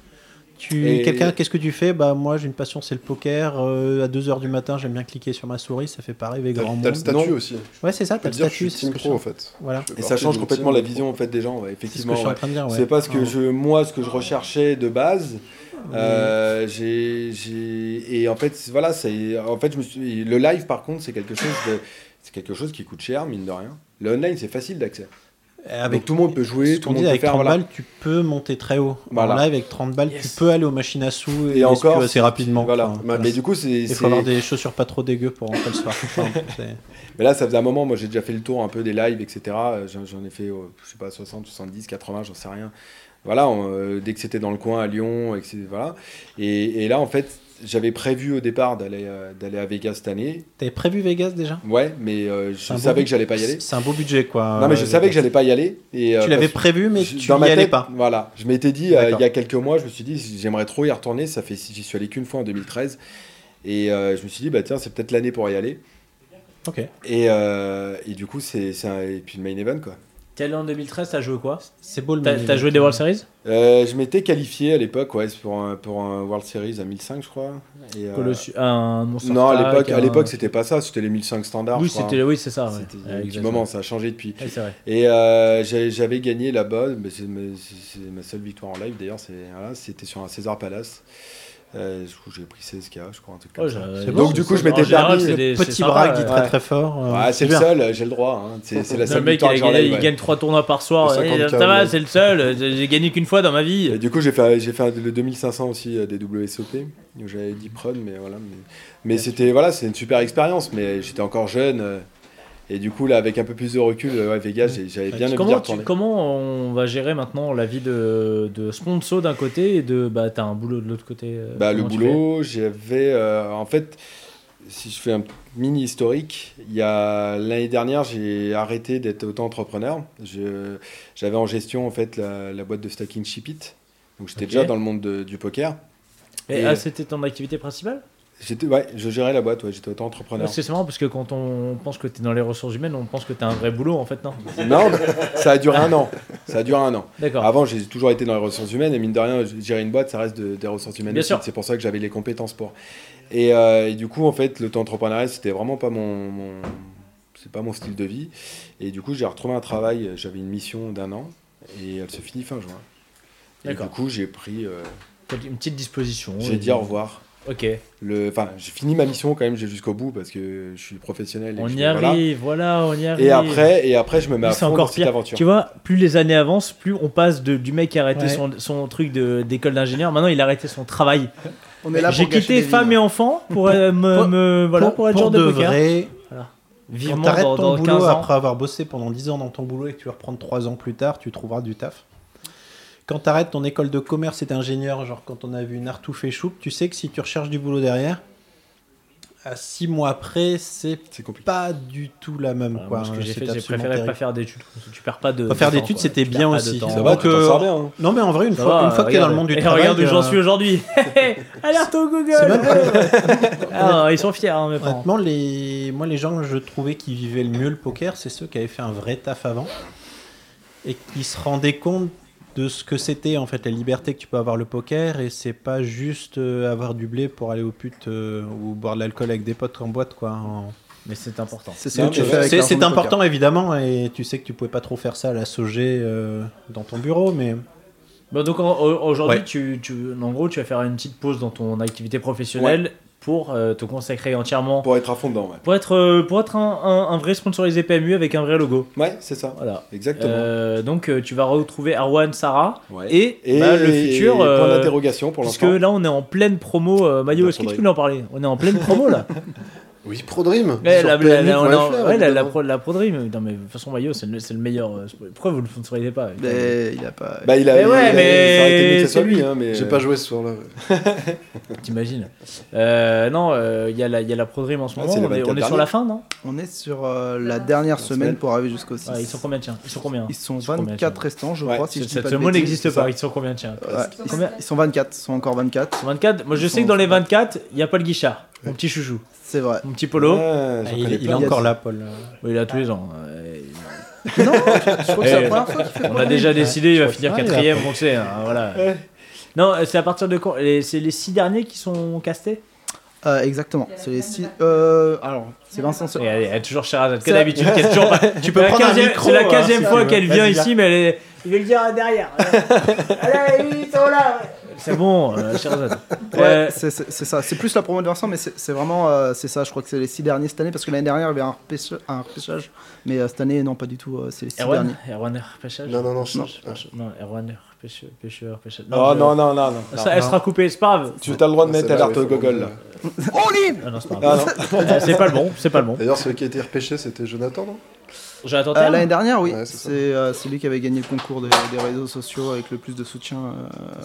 [SPEAKER 4] Tu,
[SPEAKER 5] Et-
[SPEAKER 4] Quelqu'un, qu'est-ce que tu fais Bah moi j'ai une passion, c'est le poker. euh, à 2h du matin, j'aime bien cliquer sur ma souris, ça fait pas rêver
[SPEAKER 9] T'as
[SPEAKER 4] grand
[SPEAKER 9] t'as
[SPEAKER 4] monde.
[SPEAKER 9] le statut
[SPEAKER 5] Non.
[SPEAKER 9] aussi.
[SPEAKER 4] Ouais c'est ça,
[SPEAKER 9] Je
[SPEAKER 4] t'as
[SPEAKER 9] peux te
[SPEAKER 4] le
[SPEAKER 9] dire, je suis
[SPEAKER 4] statut. c'est ce
[SPEAKER 9] team
[SPEAKER 4] que
[SPEAKER 9] pro en
[SPEAKER 4] je-
[SPEAKER 9] fait.
[SPEAKER 4] Voilà,
[SPEAKER 9] Je fais
[SPEAKER 5] Et ça
[SPEAKER 9] partie
[SPEAKER 5] change
[SPEAKER 9] d'une
[SPEAKER 5] complètement
[SPEAKER 9] team
[SPEAKER 5] la
[SPEAKER 9] pro.
[SPEAKER 5] vision en fait des gens. ouais,
[SPEAKER 4] c'est ce que
[SPEAKER 5] effectivement,
[SPEAKER 4] je suis en
[SPEAKER 5] ouais.
[SPEAKER 4] train de dire. ouais.
[SPEAKER 5] c'est parce que
[SPEAKER 4] Ah.
[SPEAKER 5] je, moi ce que je recherchais de base. euh, j'ai, j'ai- et en fait c'est- voilà c'est en fait je me suis le live par contre c'est quelque chose de c'est quelque chose qui coûte cher mine de rien. Le online c'est facile d'accès.
[SPEAKER 4] Avec
[SPEAKER 5] Donc, tout le monde peut
[SPEAKER 4] Ce
[SPEAKER 5] jouer, tout
[SPEAKER 4] qu'on
[SPEAKER 5] le monde
[SPEAKER 4] dit
[SPEAKER 5] peut
[SPEAKER 4] avec
[SPEAKER 5] faire.
[SPEAKER 4] 30
[SPEAKER 5] voilà.
[SPEAKER 4] balles, tu peux monter très haut.
[SPEAKER 5] Voilà.
[SPEAKER 4] En live, avec 30 balles,
[SPEAKER 3] Yes.
[SPEAKER 4] tu peux aller aux machines à sous et,
[SPEAKER 5] Et encore
[SPEAKER 4] assez rapidement.
[SPEAKER 5] Voilà. Bah,
[SPEAKER 4] Enfin,
[SPEAKER 5] Mais du coup c'est
[SPEAKER 4] Il
[SPEAKER 5] c'est-
[SPEAKER 4] faut avoir des chaussures pas trop dégueu pour rentrer le soir. Enfin, c'est-
[SPEAKER 5] Mais là, ça faisait un moment, moi j'ai déjà fait le tour un peu des lives, etc. Euh, J'en j'en ai fait, euh, je sais pas, 60, 70, 80, j'en sais rien. Voilà, on, euh, dès que c'était dans le coin à Lyon, et que c'est- voilà. Et, et là, en fait, j'avais prévu au départ d'aller euh, d'aller à Vegas cette année.
[SPEAKER 4] T'avais prévu Vegas déjà
[SPEAKER 5] Ouais, mais euh, je
[SPEAKER 4] C'est un
[SPEAKER 5] savais
[SPEAKER 4] beau-
[SPEAKER 5] que j'allais pas y aller.
[SPEAKER 4] C'est un beau budget quoi.
[SPEAKER 5] Non, mais je
[SPEAKER 4] euh,
[SPEAKER 5] savais que
[SPEAKER 4] Vegas.
[SPEAKER 5] j'allais pas y aller. Et, euh,
[SPEAKER 4] Tu l'avais
[SPEAKER 5] parce-
[SPEAKER 4] prévu, mais
[SPEAKER 5] je-
[SPEAKER 4] tu
[SPEAKER 5] dans
[SPEAKER 4] n'y
[SPEAKER 5] ma
[SPEAKER 4] allais
[SPEAKER 5] tête,
[SPEAKER 4] pas.
[SPEAKER 5] Voilà, je m'étais dit euh,
[SPEAKER 4] D'accord.
[SPEAKER 5] il y a quelques mois, je me suis dit j'aimerais trop y retourner. Ça fait j'y suis allé qu'une fois en 2013 et euh, je me suis dit bah tiens c'est peut-être l'année pour y aller.
[SPEAKER 4] Ok.
[SPEAKER 5] Et, euh, et du coup c'est c'est un- et puis le main event quoi.
[SPEAKER 3] T'es allé en 2013, t'as joué quoi
[SPEAKER 4] C'est beau le
[SPEAKER 3] T'as
[SPEAKER 4] mini-
[SPEAKER 3] t'as joué des World Series
[SPEAKER 5] Euh, je m'étais qualifié à l'époque ouais c'est pour un, pour un World Series à 1005 je crois. Et, euh,
[SPEAKER 3] Colossus- Un Monster
[SPEAKER 5] non à
[SPEAKER 3] Truck,
[SPEAKER 5] l'époque
[SPEAKER 4] euh,
[SPEAKER 5] à
[SPEAKER 3] un-
[SPEAKER 5] l'époque c'était pas ça c'était les 1005 standards.
[SPEAKER 3] Oui,
[SPEAKER 5] je crois,
[SPEAKER 3] c'était.
[SPEAKER 5] hein.
[SPEAKER 3] Oui, c'est
[SPEAKER 4] ah
[SPEAKER 3] ça. ouais.
[SPEAKER 5] C'était il y
[SPEAKER 3] Ouais,
[SPEAKER 5] a un petit
[SPEAKER 3] exactement.
[SPEAKER 5] moment ça a changé depuis.
[SPEAKER 3] Ouais, c'est vrai.
[SPEAKER 5] Et euh, j'ai- j'avais gagné là-bas, mais c'est ma, c'est- c'est ma seule victoire en live d'ailleurs, c'est- voilà, c'était sur un César Palace. Euh, je crois que j'ai pris 16K, je crois, un truc comme
[SPEAKER 3] Oh,
[SPEAKER 5] ça.
[SPEAKER 3] j'ai-
[SPEAKER 4] C'est
[SPEAKER 5] Donc, du coup, je m'étais
[SPEAKER 3] en général,
[SPEAKER 5] permis
[SPEAKER 3] c'est
[SPEAKER 5] le
[SPEAKER 3] des- c'est
[SPEAKER 4] Petit
[SPEAKER 3] sympa,
[SPEAKER 4] bras qui
[SPEAKER 3] ouais.
[SPEAKER 4] est très très fort. euh,
[SPEAKER 5] Ah, c'est le
[SPEAKER 4] bien.
[SPEAKER 5] seul, euh, j'ai le droit. hein. C'est c'est la
[SPEAKER 3] Le
[SPEAKER 5] seule
[SPEAKER 3] mec, il,
[SPEAKER 5] victoire
[SPEAKER 3] a
[SPEAKER 5] que j'ai en
[SPEAKER 3] gagné-
[SPEAKER 5] live.
[SPEAKER 3] il
[SPEAKER 5] ouais.
[SPEAKER 3] gagne 3 tournois par soir.
[SPEAKER 9] Le
[SPEAKER 3] Et euh,
[SPEAKER 9] 50K,
[SPEAKER 3] ça va,
[SPEAKER 9] ouais.
[SPEAKER 3] c'est le seul. J'ai j'ai gagné qu'une fois dans ma vie.
[SPEAKER 5] Et du coup, j'ai fait, j'ai fait le 2500 aussi euh, des WSOP. où J'avais 10 prunes, mais voilà. Mais, mais c'était voilà, c'est une super expérience, mais j'étais encore jeune. euh, et du coup, là, avec un peu plus de recul, euh, ouais, Vegas, j'ai- j'avais bien envie d'y
[SPEAKER 3] Comment, tu-
[SPEAKER 5] retourner.
[SPEAKER 3] comment on va gérer maintenant la vie de, de sponsor d'un côté et de bah t'as un boulot de l'autre côté euh,
[SPEAKER 5] Bah, le
[SPEAKER 3] comment tu
[SPEAKER 5] boulot, j'avais. euh, en fait, si je fais un mini historique, il y a l'année dernière, j'ai arrêté d'être auto-entrepreneur. Je- J'avais en gestion en fait la, la boîte de stacking Shipit. Donc j'étais
[SPEAKER 3] Ok.
[SPEAKER 5] déjà dans le monde de- du poker.
[SPEAKER 3] fais Et,
[SPEAKER 5] Et-
[SPEAKER 3] ah, c'était ton activité principale
[SPEAKER 5] J'étais, ouais, je gérais la boîte, ouais, j'étais auto-entrepreneur.
[SPEAKER 3] C'est marrant parce que quand on pense que tu es dans les ressources humaines, on pense que tu as un vrai boulot en fait, non
[SPEAKER 5] Non, mais ça a duré un an. Ça a duré un an.
[SPEAKER 3] D'accord.
[SPEAKER 5] Avant, j'ai toujours été dans les ressources humaines et mine de rien, gérer une boîte, ça reste de- des ressources humaines.
[SPEAKER 3] Bien
[SPEAKER 5] aussi.
[SPEAKER 3] sûr.
[SPEAKER 5] C'est pour ça que j'avais les compétences pour. Et, euh, et du coup, en fait, l'auto-entrepreneuriat, c'était vraiment pas mon, mon- c'est pas mon style de vie. Et du coup, j'ai retrouvé un travail. J'avais une mission d'un an et elle se finit fin juin. Et du
[SPEAKER 3] D'accord.
[SPEAKER 5] coup, j'ai pris, euh,
[SPEAKER 3] T'as Une petite disposition.
[SPEAKER 5] j'ai
[SPEAKER 3] Et-
[SPEAKER 5] dit au revoir.
[SPEAKER 3] Ok,
[SPEAKER 5] Le, enfin, j'ai fini ma mission quand même. J'ai jusqu'au bout parce que je suis professionnel. et
[SPEAKER 3] on
[SPEAKER 5] que
[SPEAKER 3] y
[SPEAKER 5] je- voilà.
[SPEAKER 3] arrive, voilà. on y arrive.
[SPEAKER 5] Et après, et après, je me mets à
[SPEAKER 3] c'est
[SPEAKER 5] fond dans
[SPEAKER 3] encore
[SPEAKER 5] cette
[SPEAKER 3] pire.
[SPEAKER 5] aventure.
[SPEAKER 3] Tu vois, plus les années avancent, plus on passe de, du mec qui a arrêté
[SPEAKER 4] Ouais.
[SPEAKER 3] son, son truc de- d'école d'ingénieur. Maintenant, il a arrêté son travail.
[SPEAKER 10] On est là
[SPEAKER 3] J'ai
[SPEAKER 10] pour gâcher
[SPEAKER 3] quitté
[SPEAKER 10] des
[SPEAKER 3] femme
[SPEAKER 10] vies. hein.
[SPEAKER 3] et enfant pour, euh, me,
[SPEAKER 4] pour-
[SPEAKER 3] me- voilà, pour, être
[SPEAKER 4] pour
[SPEAKER 3] joueur
[SPEAKER 4] de
[SPEAKER 3] de poker.
[SPEAKER 4] vrai, quand
[SPEAKER 3] Vivement
[SPEAKER 4] t'arrêtes
[SPEAKER 3] dans,
[SPEAKER 4] ton
[SPEAKER 3] dans
[SPEAKER 4] boulot
[SPEAKER 3] 15 ans.
[SPEAKER 4] après avoir bossé pendant 10 ans dans ton boulot et que tu vas reprendre 3 ans plus tard, tu trouveras du taf. Quand t'arrêtes ton école de commerce et d'ingénieur, genre quand on a vu une artouf et choupe, tu sais que si tu recherches du boulot derrière, à 6 mois après, c'est
[SPEAKER 5] C'est compliqué.
[SPEAKER 4] pas du tout la même.
[SPEAKER 3] Voilà,
[SPEAKER 4] quoi.
[SPEAKER 3] Ah, moi, ce que j'ai
[SPEAKER 4] C'est
[SPEAKER 3] fait, j'ai
[SPEAKER 4] absolument
[SPEAKER 3] préféré
[SPEAKER 4] terrible.
[SPEAKER 3] pas faire d'études. Tu perds pas de.
[SPEAKER 4] Pas faire
[SPEAKER 3] de temps,
[SPEAKER 4] d'études,
[SPEAKER 3] quoi.
[SPEAKER 4] c'était
[SPEAKER 3] Tu perds
[SPEAKER 4] bien
[SPEAKER 3] pas de
[SPEAKER 4] aussi.
[SPEAKER 3] temps.
[SPEAKER 4] Ça
[SPEAKER 5] Ça va,
[SPEAKER 4] Donc,
[SPEAKER 5] tu t'en
[SPEAKER 4] euh,
[SPEAKER 5] sors bien. hein.
[SPEAKER 4] Non mais en vrai, une
[SPEAKER 3] Ça
[SPEAKER 4] fois,
[SPEAKER 3] va,
[SPEAKER 4] une fois que t'es dans le monde
[SPEAKER 3] regarde.
[SPEAKER 4] du
[SPEAKER 3] Et
[SPEAKER 4] travail,
[SPEAKER 3] regarde où j'en
[SPEAKER 4] euh,
[SPEAKER 3] suis aujourd'hui. Alerte au Google.
[SPEAKER 4] C'est même-
[SPEAKER 3] Ah, ils sont fiers, hein, mes parents.
[SPEAKER 4] Honnêtement, les... moi, les gens que je trouvais qui vivaient le mieux le poker, c'est ceux qui avaient fait un vrai taf avant et qui se rendaient compte de ce que c'était en fait la liberté que tu peux avoir le poker et c'est pas juste euh, avoir du blé pour aller aux putes euh, ou boire de l'alcool avec des potes en boîte quoi. En-
[SPEAKER 3] Mais c'est important.
[SPEAKER 10] C'est ce
[SPEAKER 4] C'est
[SPEAKER 10] que tu fais avec
[SPEAKER 4] c'est-
[SPEAKER 10] l'argent
[SPEAKER 4] c'est
[SPEAKER 10] du poker.
[SPEAKER 4] important évidemment et tu sais que tu pouvais pas trop faire ça à la Sogé euh, dans ton bureau mais
[SPEAKER 3] Bon, donc en- au- aujourd'hui,
[SPEAKER 4] Ouais.
[SPEAKER 3] tu, tu- en gros, tu vas faire une petite pause dans ton activité professionnelle pour euh, te consacrer entièrement.
[SPEAKER 5] Pour être à fond dedans, ouais.
[SPEAKER 3] Pour être, euh, pour être un, un- un vrai E sponsorisé PMU avec un vrai logo.
[SPEAKER 5] Ouais, c'est ça.
[SPEAKER 3] Voilà.
[SPEAKER 5] Exactement.
[SPEAKER 3] Euh, donc euh, tu vas retrouver Arwan, Sarah
[SPEAKER 5] Ouais.
[SPEAKER 3] et, bah, le futur.
[SPEAKER 5] et point
[SPEAKER 3] euh,
[SPEAKER 5] d'interrogation pour
[SPEAKER 3] parce
[SPEAKER 5] l'instant.
[SPEAKER 3] que là on est en pleine promo. euh, Mayo,
[SPEAKER 5] Bah,
[SPEAKER 3] est-ce que tu
[SPEAKER 5] faudrait-
[SPEAKER 3] peux nous en parler On est en pleine promo là.
[SPEAKER 9] Oui, Prodream.
[SPEAKER 3] Ouais,
[SPEAKER 9] sur
[SPEAKER 3] la, la- la- on est en-
[SPEAKER 9] PMU.fr,
[SPEAKER 3] ouais, la- la
[SPEAKER 9] évidemment.
[SPEAKER 3] pro- la prodrie, mais non, mais de toute façon Mayo c'est le, c'est le meilleur. euh, sp- Pourquoi vous ne le sponsorisez pas euh,
[SPEAKER 10] Mais Ben, il a pas.
[SPEAKER 5] Bah, il a,
[SPEAKER 3] Mais
[SPEAKER 5] il
[SPEAKER 3] ouais,
[SPEAKER 5] a-
[SPEAKER 3] mais
[SPEAKER 5] ça aurait été mieux que ce
[SPEAKER 3] c'est
[SPEAKER 5] soit lui,
[SPEAKER 3] lui.
[SPEAKER 5] hein, mais.
[SPEAKER 9] J'ai
[SPEAKER 5] euh,
[SPEAKER 9] pas joué ce soir-là. ouais.
[SPEAKER 3] T'imagines Euh, Non, euh, il y a la, il y a la prodrime en ce
[SPEAKER 5] Ah,
[SPEAKER 3] moment.
[SPEAKER 5] c'est le
[SPEAKER 3] on est, on
[SPEAKER 5] 24
[SPEAKER 3] est sur
[SPEAKER 5] dernier.
[SPEAKER 3] la fin, non
[SPEAKER 10] On est sur euh, la dernière semaine
[SPEAKER 5] semaine.
[SPEAKER 10] pour arriver jusqu'au 6.
[SPEAKER 3] Ouais, Ils sont combien tiens Ils sont combien
[SPEAKER 10] Ils sont
[SPEAKER 3] sont combien,
[SPEAKER 10] 24 restants, je
[SPEAKER 5] Ouais,
[SPEAKER 10] crois, si je dis
[SPEAKER 3] Cette
[SPEAKER 10] pas de
[SPEAKER 3] ce mot
[SPEAKER 10] bêtises.
[SPEAKER 3] n'existe
[SPEAKER 10] C'est
[SPEAKER 3] pas.
[SPEAKER 10] ça.
[SPEAKER 3] Ils sont combien tiens
[SPEAKER 10] Ouais, ils, sont, ils sont 24, ils sont encore 24.
[SPEAKER 3] 24 Moi je
[SPEAKER 10] Ils
[SPEAKER 3] sais que
[SPEAKER 10] sont-
[SPEAKER 3] dans les 24, il n'y a pas le guichard. Mon petit chouchou,
[SPEAKER 10] C'est vrai.
[SPEAKER 3] mon petit polo.
[SPEAKER 5] ouais, j'en
[SPEAKER 4] il,
[SPEAKER 5] connais
[SPEAKER 4] il est
[SPEAKER 5] plein.
[SPEAKER 4] encore là Paul.
[SPEAKER 3] Ouais, il a tous les ans. Euh,
[SPEAKER 10] non, je trouve que c'est
[SPEAKER 3] Eh,
[SPEAKER 10] la première fois qu'il fait.
[SPEAKER 3] On a déjà décidé, il va finir
[SPEAKER 4] pas, il a-
[SPEAKER 3] quatrième, on le sait. hein, voilà. Non, euh, c'est à partir de quand Les- C'est les six derniers qui sont castés
[SPEAKER 10] Euh, exactement. C'est les six. Euh, alors, c'est Vincent.
[SPEAKER 3] Et
[SPEAKER 10] Seul.
[SPEAKER 3] elle, elle est toujours Sherazade,
[SPEAKER 10] Ça-
[SPEAKER 3] comme d'habitude. qu'elle est toujours pas-
[SPEAKER 4] Tu
[SPEAKER 3] C'est
[SPEAKER 4] peux
[SPEAKER 3] la
[SPEAKER 4] prendre un
[SPEAKER 3] 15e
[SPEAKER 4] micro,
[SPEAKER 3] C'est la
[SPEAKER 4] hein,
[SPEAKER 3] 15e
[SPEAKER 4] si
[SPEAKER 3] fois
[SPEAKER 4] tu veux.
[SPEAKER 3] qu'elle vient
[SPEAKER 4] Vas-y,
[SPEAKER 3] ici, mais elle est. Il veut le dire derrière. Allez, ils sont là. C'est bon, euh, Sherazade.
[SPEAKER 10] Ouais,
[SPEAKER 3] Euh,
[SPEAKER 10] c'est c'est- c'est ça. C'est plus la promo de Vincent, mais c'est c'est vraiment euh, c'est ça. Je crois que c'est les six derniers cette année parce que l'année dernière il y avait un repêchage, un repêchage mais euh, cette année non pas du tout. euh, c'est les six derniers.
[SPEAKER 3] Erwan, Erwan repêchage
[SPEAKER 9] Non, non, non, je-
[SPEAKER 10] Non.
[SPEAKER 3] Non, Erwan repêcheur, pêcheur, pêcheur.
[SPEAKER 5] Oh
[SPEAKER 3] je-
[SPEAKER 5] non, non, non, non.
[SPEAKER 3] hein. Ça, elle sera coupée, c'est pas grave.
[SPEAKER 5] Tu as le droit de
[SPEAKER 9] Ouais,
[SPEAKER 5] mettre
[SPEAKER 9] celle-là,
[SPEAKER 5] alerte
[SPEAKER 9] oui,
[SPEAKER 5] au
[SPEAKER 9] faut
[SPEAKER 5] Google
[SPEAKER 9] le-
[SPEAKER 5] là.
[SPEAKER 3] Ah non, c'est pas
[SPEAKER 5] Ah,
[SPEAKER 3] grave.
[SPEAKER 5] non.
[SPEAKER 3] Euh, c'est pas le bon, c'est pas le bon.
[SPEAKER 9] D'ailleurs, celui qui a été repêché, c'était Jonathan, non
[SPEAKER 3] Jonathan
[SPEAKER 10] Euh,
[SPEAKER 3] Terme
[SPEAKER 10] L'année dernière, oui.
[SPEAKER 9] Ouais, c'est ça.
[SPEAKER 10] c'est euh, c'est lui qui avait gagné le concours des, des réseaux sociaux avec le plus de soutien euh,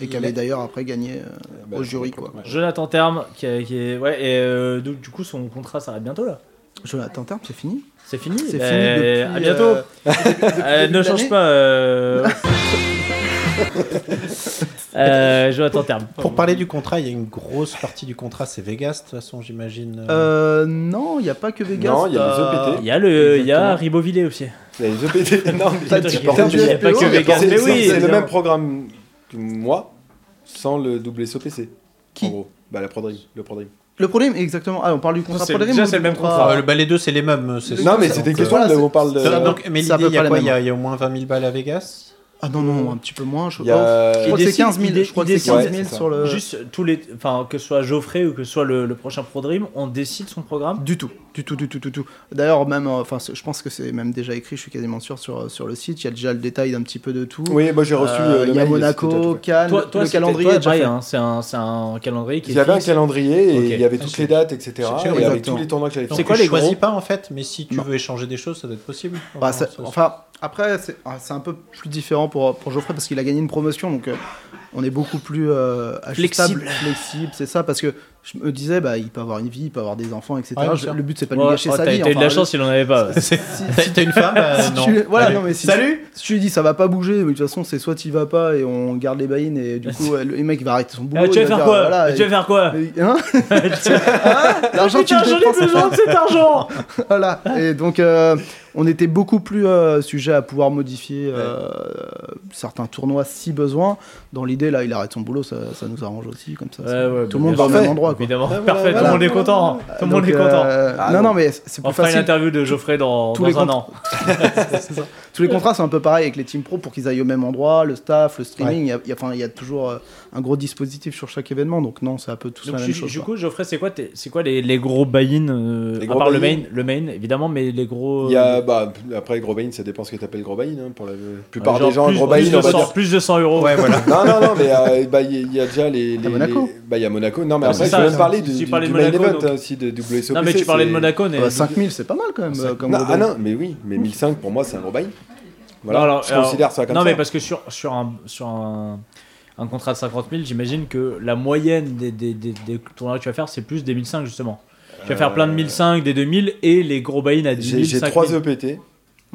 [SPEAKER 10] et qui avait d'ailleurs après gagné euh,
[SPEAKER 5] Bah,
[SPEAKER 10] au jury. Quoi.
[SPEAKER 3] Jonathan Terme, qui, est- qui est. Ouais, et euh, donc, du coup, son contrat s'arrête bientôt là.
[SPEAKER 10] Jonathan Terme, c'est fini
[SPEAKER 3] C'est fini
[SPEAKER 10] C'est
[SPEAKER 3] bah,
[SPEAKER 10] fini depuis,
[SPEAKER 3] À bientôt
[SPEAKER 10] euh,
[SPEAKER 3] Euh, Ne
[SPEAKER 10] début
[SPEAKER 3] change
[SPEAKER 10] d'année.
[SPEAKER 3] pas euh... euh, Jonathan Terme.
[SPEAKER 4] Pour parler du contrat, il y a une grosse partie du contrat, c'est Vegas de toute façon j'imagine. euh,
[SPEAKER 10] Euh, non, il n'y a pas que Vegas. euh,
[SPEAKER 5] Non, il y a les E
[SPEAKER 10] t'as-
[SPEAKER 5] OPT.
[SPEAKER 3] Il y a, le, il y a
[SPEAKER 5] Exactement.
[SPEAKER 3] Ribovillé aussi.
[SPEAKER 5] Les EPT, non, mais
[SPEAKER 10] T'as
[SPEAKER 5] j'ai
[SPEAKER 10] dit-
[SPEAKER 5] pas
[SPEAKER 10] t'as
[SPEAKER 5] entendu.
[SPEAKER 10] dit- pas que
[SPEAKER 5] C'est-
[SPEAKER 3] Vegas,
[SPEAKER 5] c'est-
[SPEAKER 3] mais
[SPEAKER 5] c'est-
[SPEAKER 3] oui,
[SPEAKER 5] C'est le
[SPEAKER 3] évidemment.
[SPEAKER 5] même programme que moi, sans le double SOPC.
[SPEAKER 10] Qui
[SPEAKER 5] En gros, bah la prodrime. Le prodrime.
[SPEAKER 10] Le problème, exactement. Ah, on parle du contrat
[SPEAKER 3] C'est-
[SPEAKER 10] pour les
[SPEAKER 3] déjà,
[SPEAKER 10] rimes ou
[SPEAKER 3] c'est
[SPEAKER 10] du
[SPEAKER 3] le même
[SPEAKER 4] euh,
[SPEAKER 3] contrat.
[SPEAKER 4] le- bah, les deux c'est les mêmes. c'est-
[SPEAKER 5] Non, mais c'était une
[SPEAKER 4] donc,
[SPEAKER 5] question
[SPEAKER 10] voilà,
[SPEAKER 5] là où on parle
[SPEAKER 4] euh,
[SPEAKER 5] de.
[SPEAKER 4] donc, mais
[SPEAKER 10] c'est à
[SPEAKER 4] l'idée,
[SPEAKER 10] peu
[SPEAKER 4] il y a
[SPEAKER 10] près
[SPEAKER 4] quoi
[SPEAKER 10] la
[SPEAKER 4] Il y, a- il y a au moins 20 000 balles à Vegas
[SPEAKER 10] Ah non, non, un petit peu moins, je
[SPEAKER 5] Il y a- euh,
[SPEAKER 10] Je crois que
[SPEAKER 3] Il
[SPEAKER 10] c'est
[SPEAKER 3] décide-
[SPEAKER 10] 15 000,
[SPEAKER 3] il
[SPEAKER 10] je crois que
[SPEAKER 3] dé-
[SPEAKER 10] c'est 15
[SPEAKER 5] il
[SPEAKER 10] 000
[SPEAKER 5] décide-
[SPEAKER 10] sur le...
[SPEAKER 3] Juste tous les, enfin que ce soit Geoffrey ou que ce soit le, le prochain ProDream, on décide son programme.
[SPEAKER 10] Du tout, du tout, du tout, du tout. D'ailleurs, même, euh, enfin, c'est- je pense que c'est même déjà écrit, je suis quasiment sûr, sur, euh, sur le site, il y a déjà le détail d'un petit peu de tout.
[SPEAKER 5] Oui, moi j'ai reçu
[SPEAKER 10] Euh,
[SPEAKER 5] euh, le
[SPEAKER 10] il y a
[SPEAKER 5] mail, c'était déjà
[SPEAKER 10] Monaco,
[SPEAKER 5] tout fait.
[SPEAKER 10] Cannes,
[SPEAKER 3] Toi, toi,
[SPEAKER 10] le
[SPEAKER 3] c'était-
[SPEAKER 10] calendrier
[SPEAKER 3] toi,
[SPEAKER 10] est déjà
[SPEAKER 3] pareil,
[SPEAKER 10] fait.
[SPEAKER 3] hein, c'est un, c'est un calendrier qui
[SPEAKER 5] Il
[SPEAKER 3] est
[SPEAKER 5] y avait un
[SPEAKER 3] fixe.
[SPEAKER 5] calendrier et
[SPEAKER 3] Ok.
[SPEAKER 5] il y avait toutes les dates, etc.
[SPEAKER 4] C'est
[SPEAKER 5] Et
[SPEAKER 4] sûr,
[SPEAKER 5] il y avait
[SPEAKER 10] exactement.
[SPEAKER 5] tous les tournois que j'allais faire.
[SPEAKER 4] Donc,
[SPEAKER 3] quoi
[SPEAKER 4] tu
[SPEAKER 3] les gros
[SPEAKER 4] choisis pas en fait, mais si tu
[SPEAKER 10] Non.
[SPEAKER 4] veux échanger des choses, ça doit être possible.
[SPEAKER 10] Bah,
[SPEAKER 4] Enfin,
[SPEAKER 10] ça-
[SPEAKER 4] ça-
[SPEAKER 10] enfin, après, c'est ah, c'est un peu plus différent pour, pour Geoffrey parce qu'il a gagné une promotion, donc euh, on est beaucoup plus euh, ajustable,
[SPEAKER 3] Flexible.
[SPEAKER 10] flexible, c'est ça, parce que je me disais, bah, il peut avoir une vie, il peut avoir des enfants, etc.
[SPEAKER 4] Ouais, bien
[SPEAKER 10] Je-
[SPEAKER 4] sûr.
[SPEAKER 10] le but, fais pas lui gâcher
[SPEAKER 3] Oh,
[SPEAKER 10] sa
[SPEAKER 3] t'as
[SPEAKER 10] vie.
[SPEAKER 3] t'as eu de la
[SPEAKER 10] enfin,
[SPEAKER 3] chance, il en avait pas.
[SPEAKER 4] T'as t'as une femme euh,
[SPEAKER 10] si
[SPEAKER 4] Non.
[SPEAKER 10] tu- voilà,
[SPEAKER 4] Allez.
[SPEAKER 10] non, mais si
[SPEAKER 4] Salut
[SPEAKER 10] Si tu lui dis ça va pas bouger, mais de toute façon c'est soit tu vas pas et on garde les baïnes et du coup le le mec il va arrêter son boulot.
[SPEAKER 3] Ah, tu vas
[SPEAKER 10] il va
[SPEAKER 3] faire
[SPEAKER 10] dire,
[SPEAKER 3] quoi
[SPEAKER 10] bah, voilà,
[SPEAKER 3] Tu vas faire quoi
[SPEAKER 10] et- Hein Hein L'argent tu
[SPEAKER 3] Putain,
[SPEAKER 10] le
[SPEAKER 3] j'en
[SPEAKER 10] dépenses
[SPEAKER 3] ai besoin de cet argent
[SPEAKER 10] voilà.
[SPEAKER 3] Ah.
[SPEAKER 10] Et donc, euh, on était beaucoup plus euh, sujet à pouvoir modifier euh, certains tournois si besoin. Dans l'idée, là, il arrête son boulot, ça, ça nous arrange aussi, comme ça. c'est- tout le monde va au même endroit. Quoi.
[SPEAKER 3] Évidemment,
[SPEAKER 4] Ouais, voilà,
[SPEAKER 3] parfait, tout
[SPEAKER 10] voilà.
[SPEAKER 3] le monde est content. hein. Tout le monde
[SPEAKER 10] Donc,
[SPEAKER 3] est content.
[SPEAKER 10] euh,
[SPEAKER 5] Ah,
[SPEAKER 10] non,
[SPEAKER 5] non.
[SPEAKER 10] non, mais c'est plus
[SPEAKER 3] On fera une
[SPEAKER 10] facile.
[SPEAKER 3] interview de Geoffrey dans,
[SPEAKER 10] Tous
[SPEAKER 3] dans
[SPEAKER 10] les
[SPEAKER 3] un
[SPEAKER 10] cont-
[SPEAKER 3] an.
[SPEAKER 10] Tous les contrats sont un peu pareils avec les teams pro pour qu'ils aillent au même endroit, le staff, le streaming. il y a- il y a- Enfin, il y, a toujours euh, un gros dispositif sur chaque événement. Donc, non, c'est un peu tous
[SPEAKER 3] Donc,
[SPEAKER 10] la même
[SPEAKER 3] du-
[SPEAKER 10] chose.
[SPEAKER 3] du
[SPEAKER 10] quoi.
[SPEAKER 3] coup, Geoffrey, c'est quoi, tes- c'est quoi les, les gros buy-in euh,
[SPEAKER 5] Les
[SPEAKER 3] À
[SPEAKER 5] gros
[SPEAKER 3] part le
[SPEAKER 5] buy-in
[SPEAKER 3] main, le main, évidemment, mais les gros. euh,
[SPEAKER 5] Il y a, bah, après, gros bain, ça dépend ce que tu appelles gros bain. hein, pour la plupart
[SPEAKER 3] genre
[SPEAKER 5] des gens,
[SPEAKER 3] plus,
[SPEAKER 5] gros
[SPEAKER 3] plus,
[SPEAKER 5] bain, on
[SPEAKER 3] de
[SPEAKER 5] va
[SPEAKER 3] 100,
[SPEAKER 5] dire.
[SPEAKER 3] plus de 100 euros.
[SPEAKER 4] Ouais, voilà.
[SPEAKER 5] Non, non, non, mais euh, bah, il y, il y a déjà les. les-
[SPEAKER 10] Monaco.
[SPEAKER 5] les- bah, il y a Monaco. Non, mais
[SPEAKER 3] Ah,
[SPEAKER 5] après,
[SPEAKER 3] c'est
[SPEAKER 5] je
[SPEAKER 3] ça,
[SPEAKER 5] peux même
[SPEAKER 3] ça.
[SPEAKER 5] parler
[SPEAKER 3] Tu
[SPEAKER 5] du,
[SPEAKER 3] dis
[SPEAKER 5] du
[SPEAKER 3] parles
[SPEAKER 5] main
[SPEAKER 3] de Monaco,
[SPEAKER 5] event
[SPEAKER 3] donc.
[SPEAKER 5] hein, aussi de WSOPC.
[SPEAKER 3] Non, mais tu parlais de
[SPEAKER 5] c'est-
[SPEAKER 3] Monaco, mais.
[SPEAKER 10] Ah bah, 5000, c'est pas mal quand même. euh, comme
[SPEAKER 5] Non,
[SPEAKER 10] gros
[SPEAKER 5] ah
[SPEAKER 10] bail.
[SPEAKER 5] non, mais oui, mais 1005 pour moi, c'est un gros bail. Voilà,
[SPEAKER 3] Non, alors-
[SPEAKER 5] je considère ça comme
[SPEAKER 3] non,
[SPEAKER 5] ça.
[SPEAKER 3] mais parce que sur, sur, un, sur un, un contrat de 50 000, j'imagine que la moyenne des, des, des, des tournois que tu vas faire, c'est plus des 1005 justement. Tu vas faire plein de 1005, des 2000 et les gros buy-in à 10 000.
[SPEAKER 5] J'ai- E J'ai
[SPEAKER 3] 5
[SPEAKER 5] 3
[SPEAKER 3] 000.
[SPEAKER 5] EPT.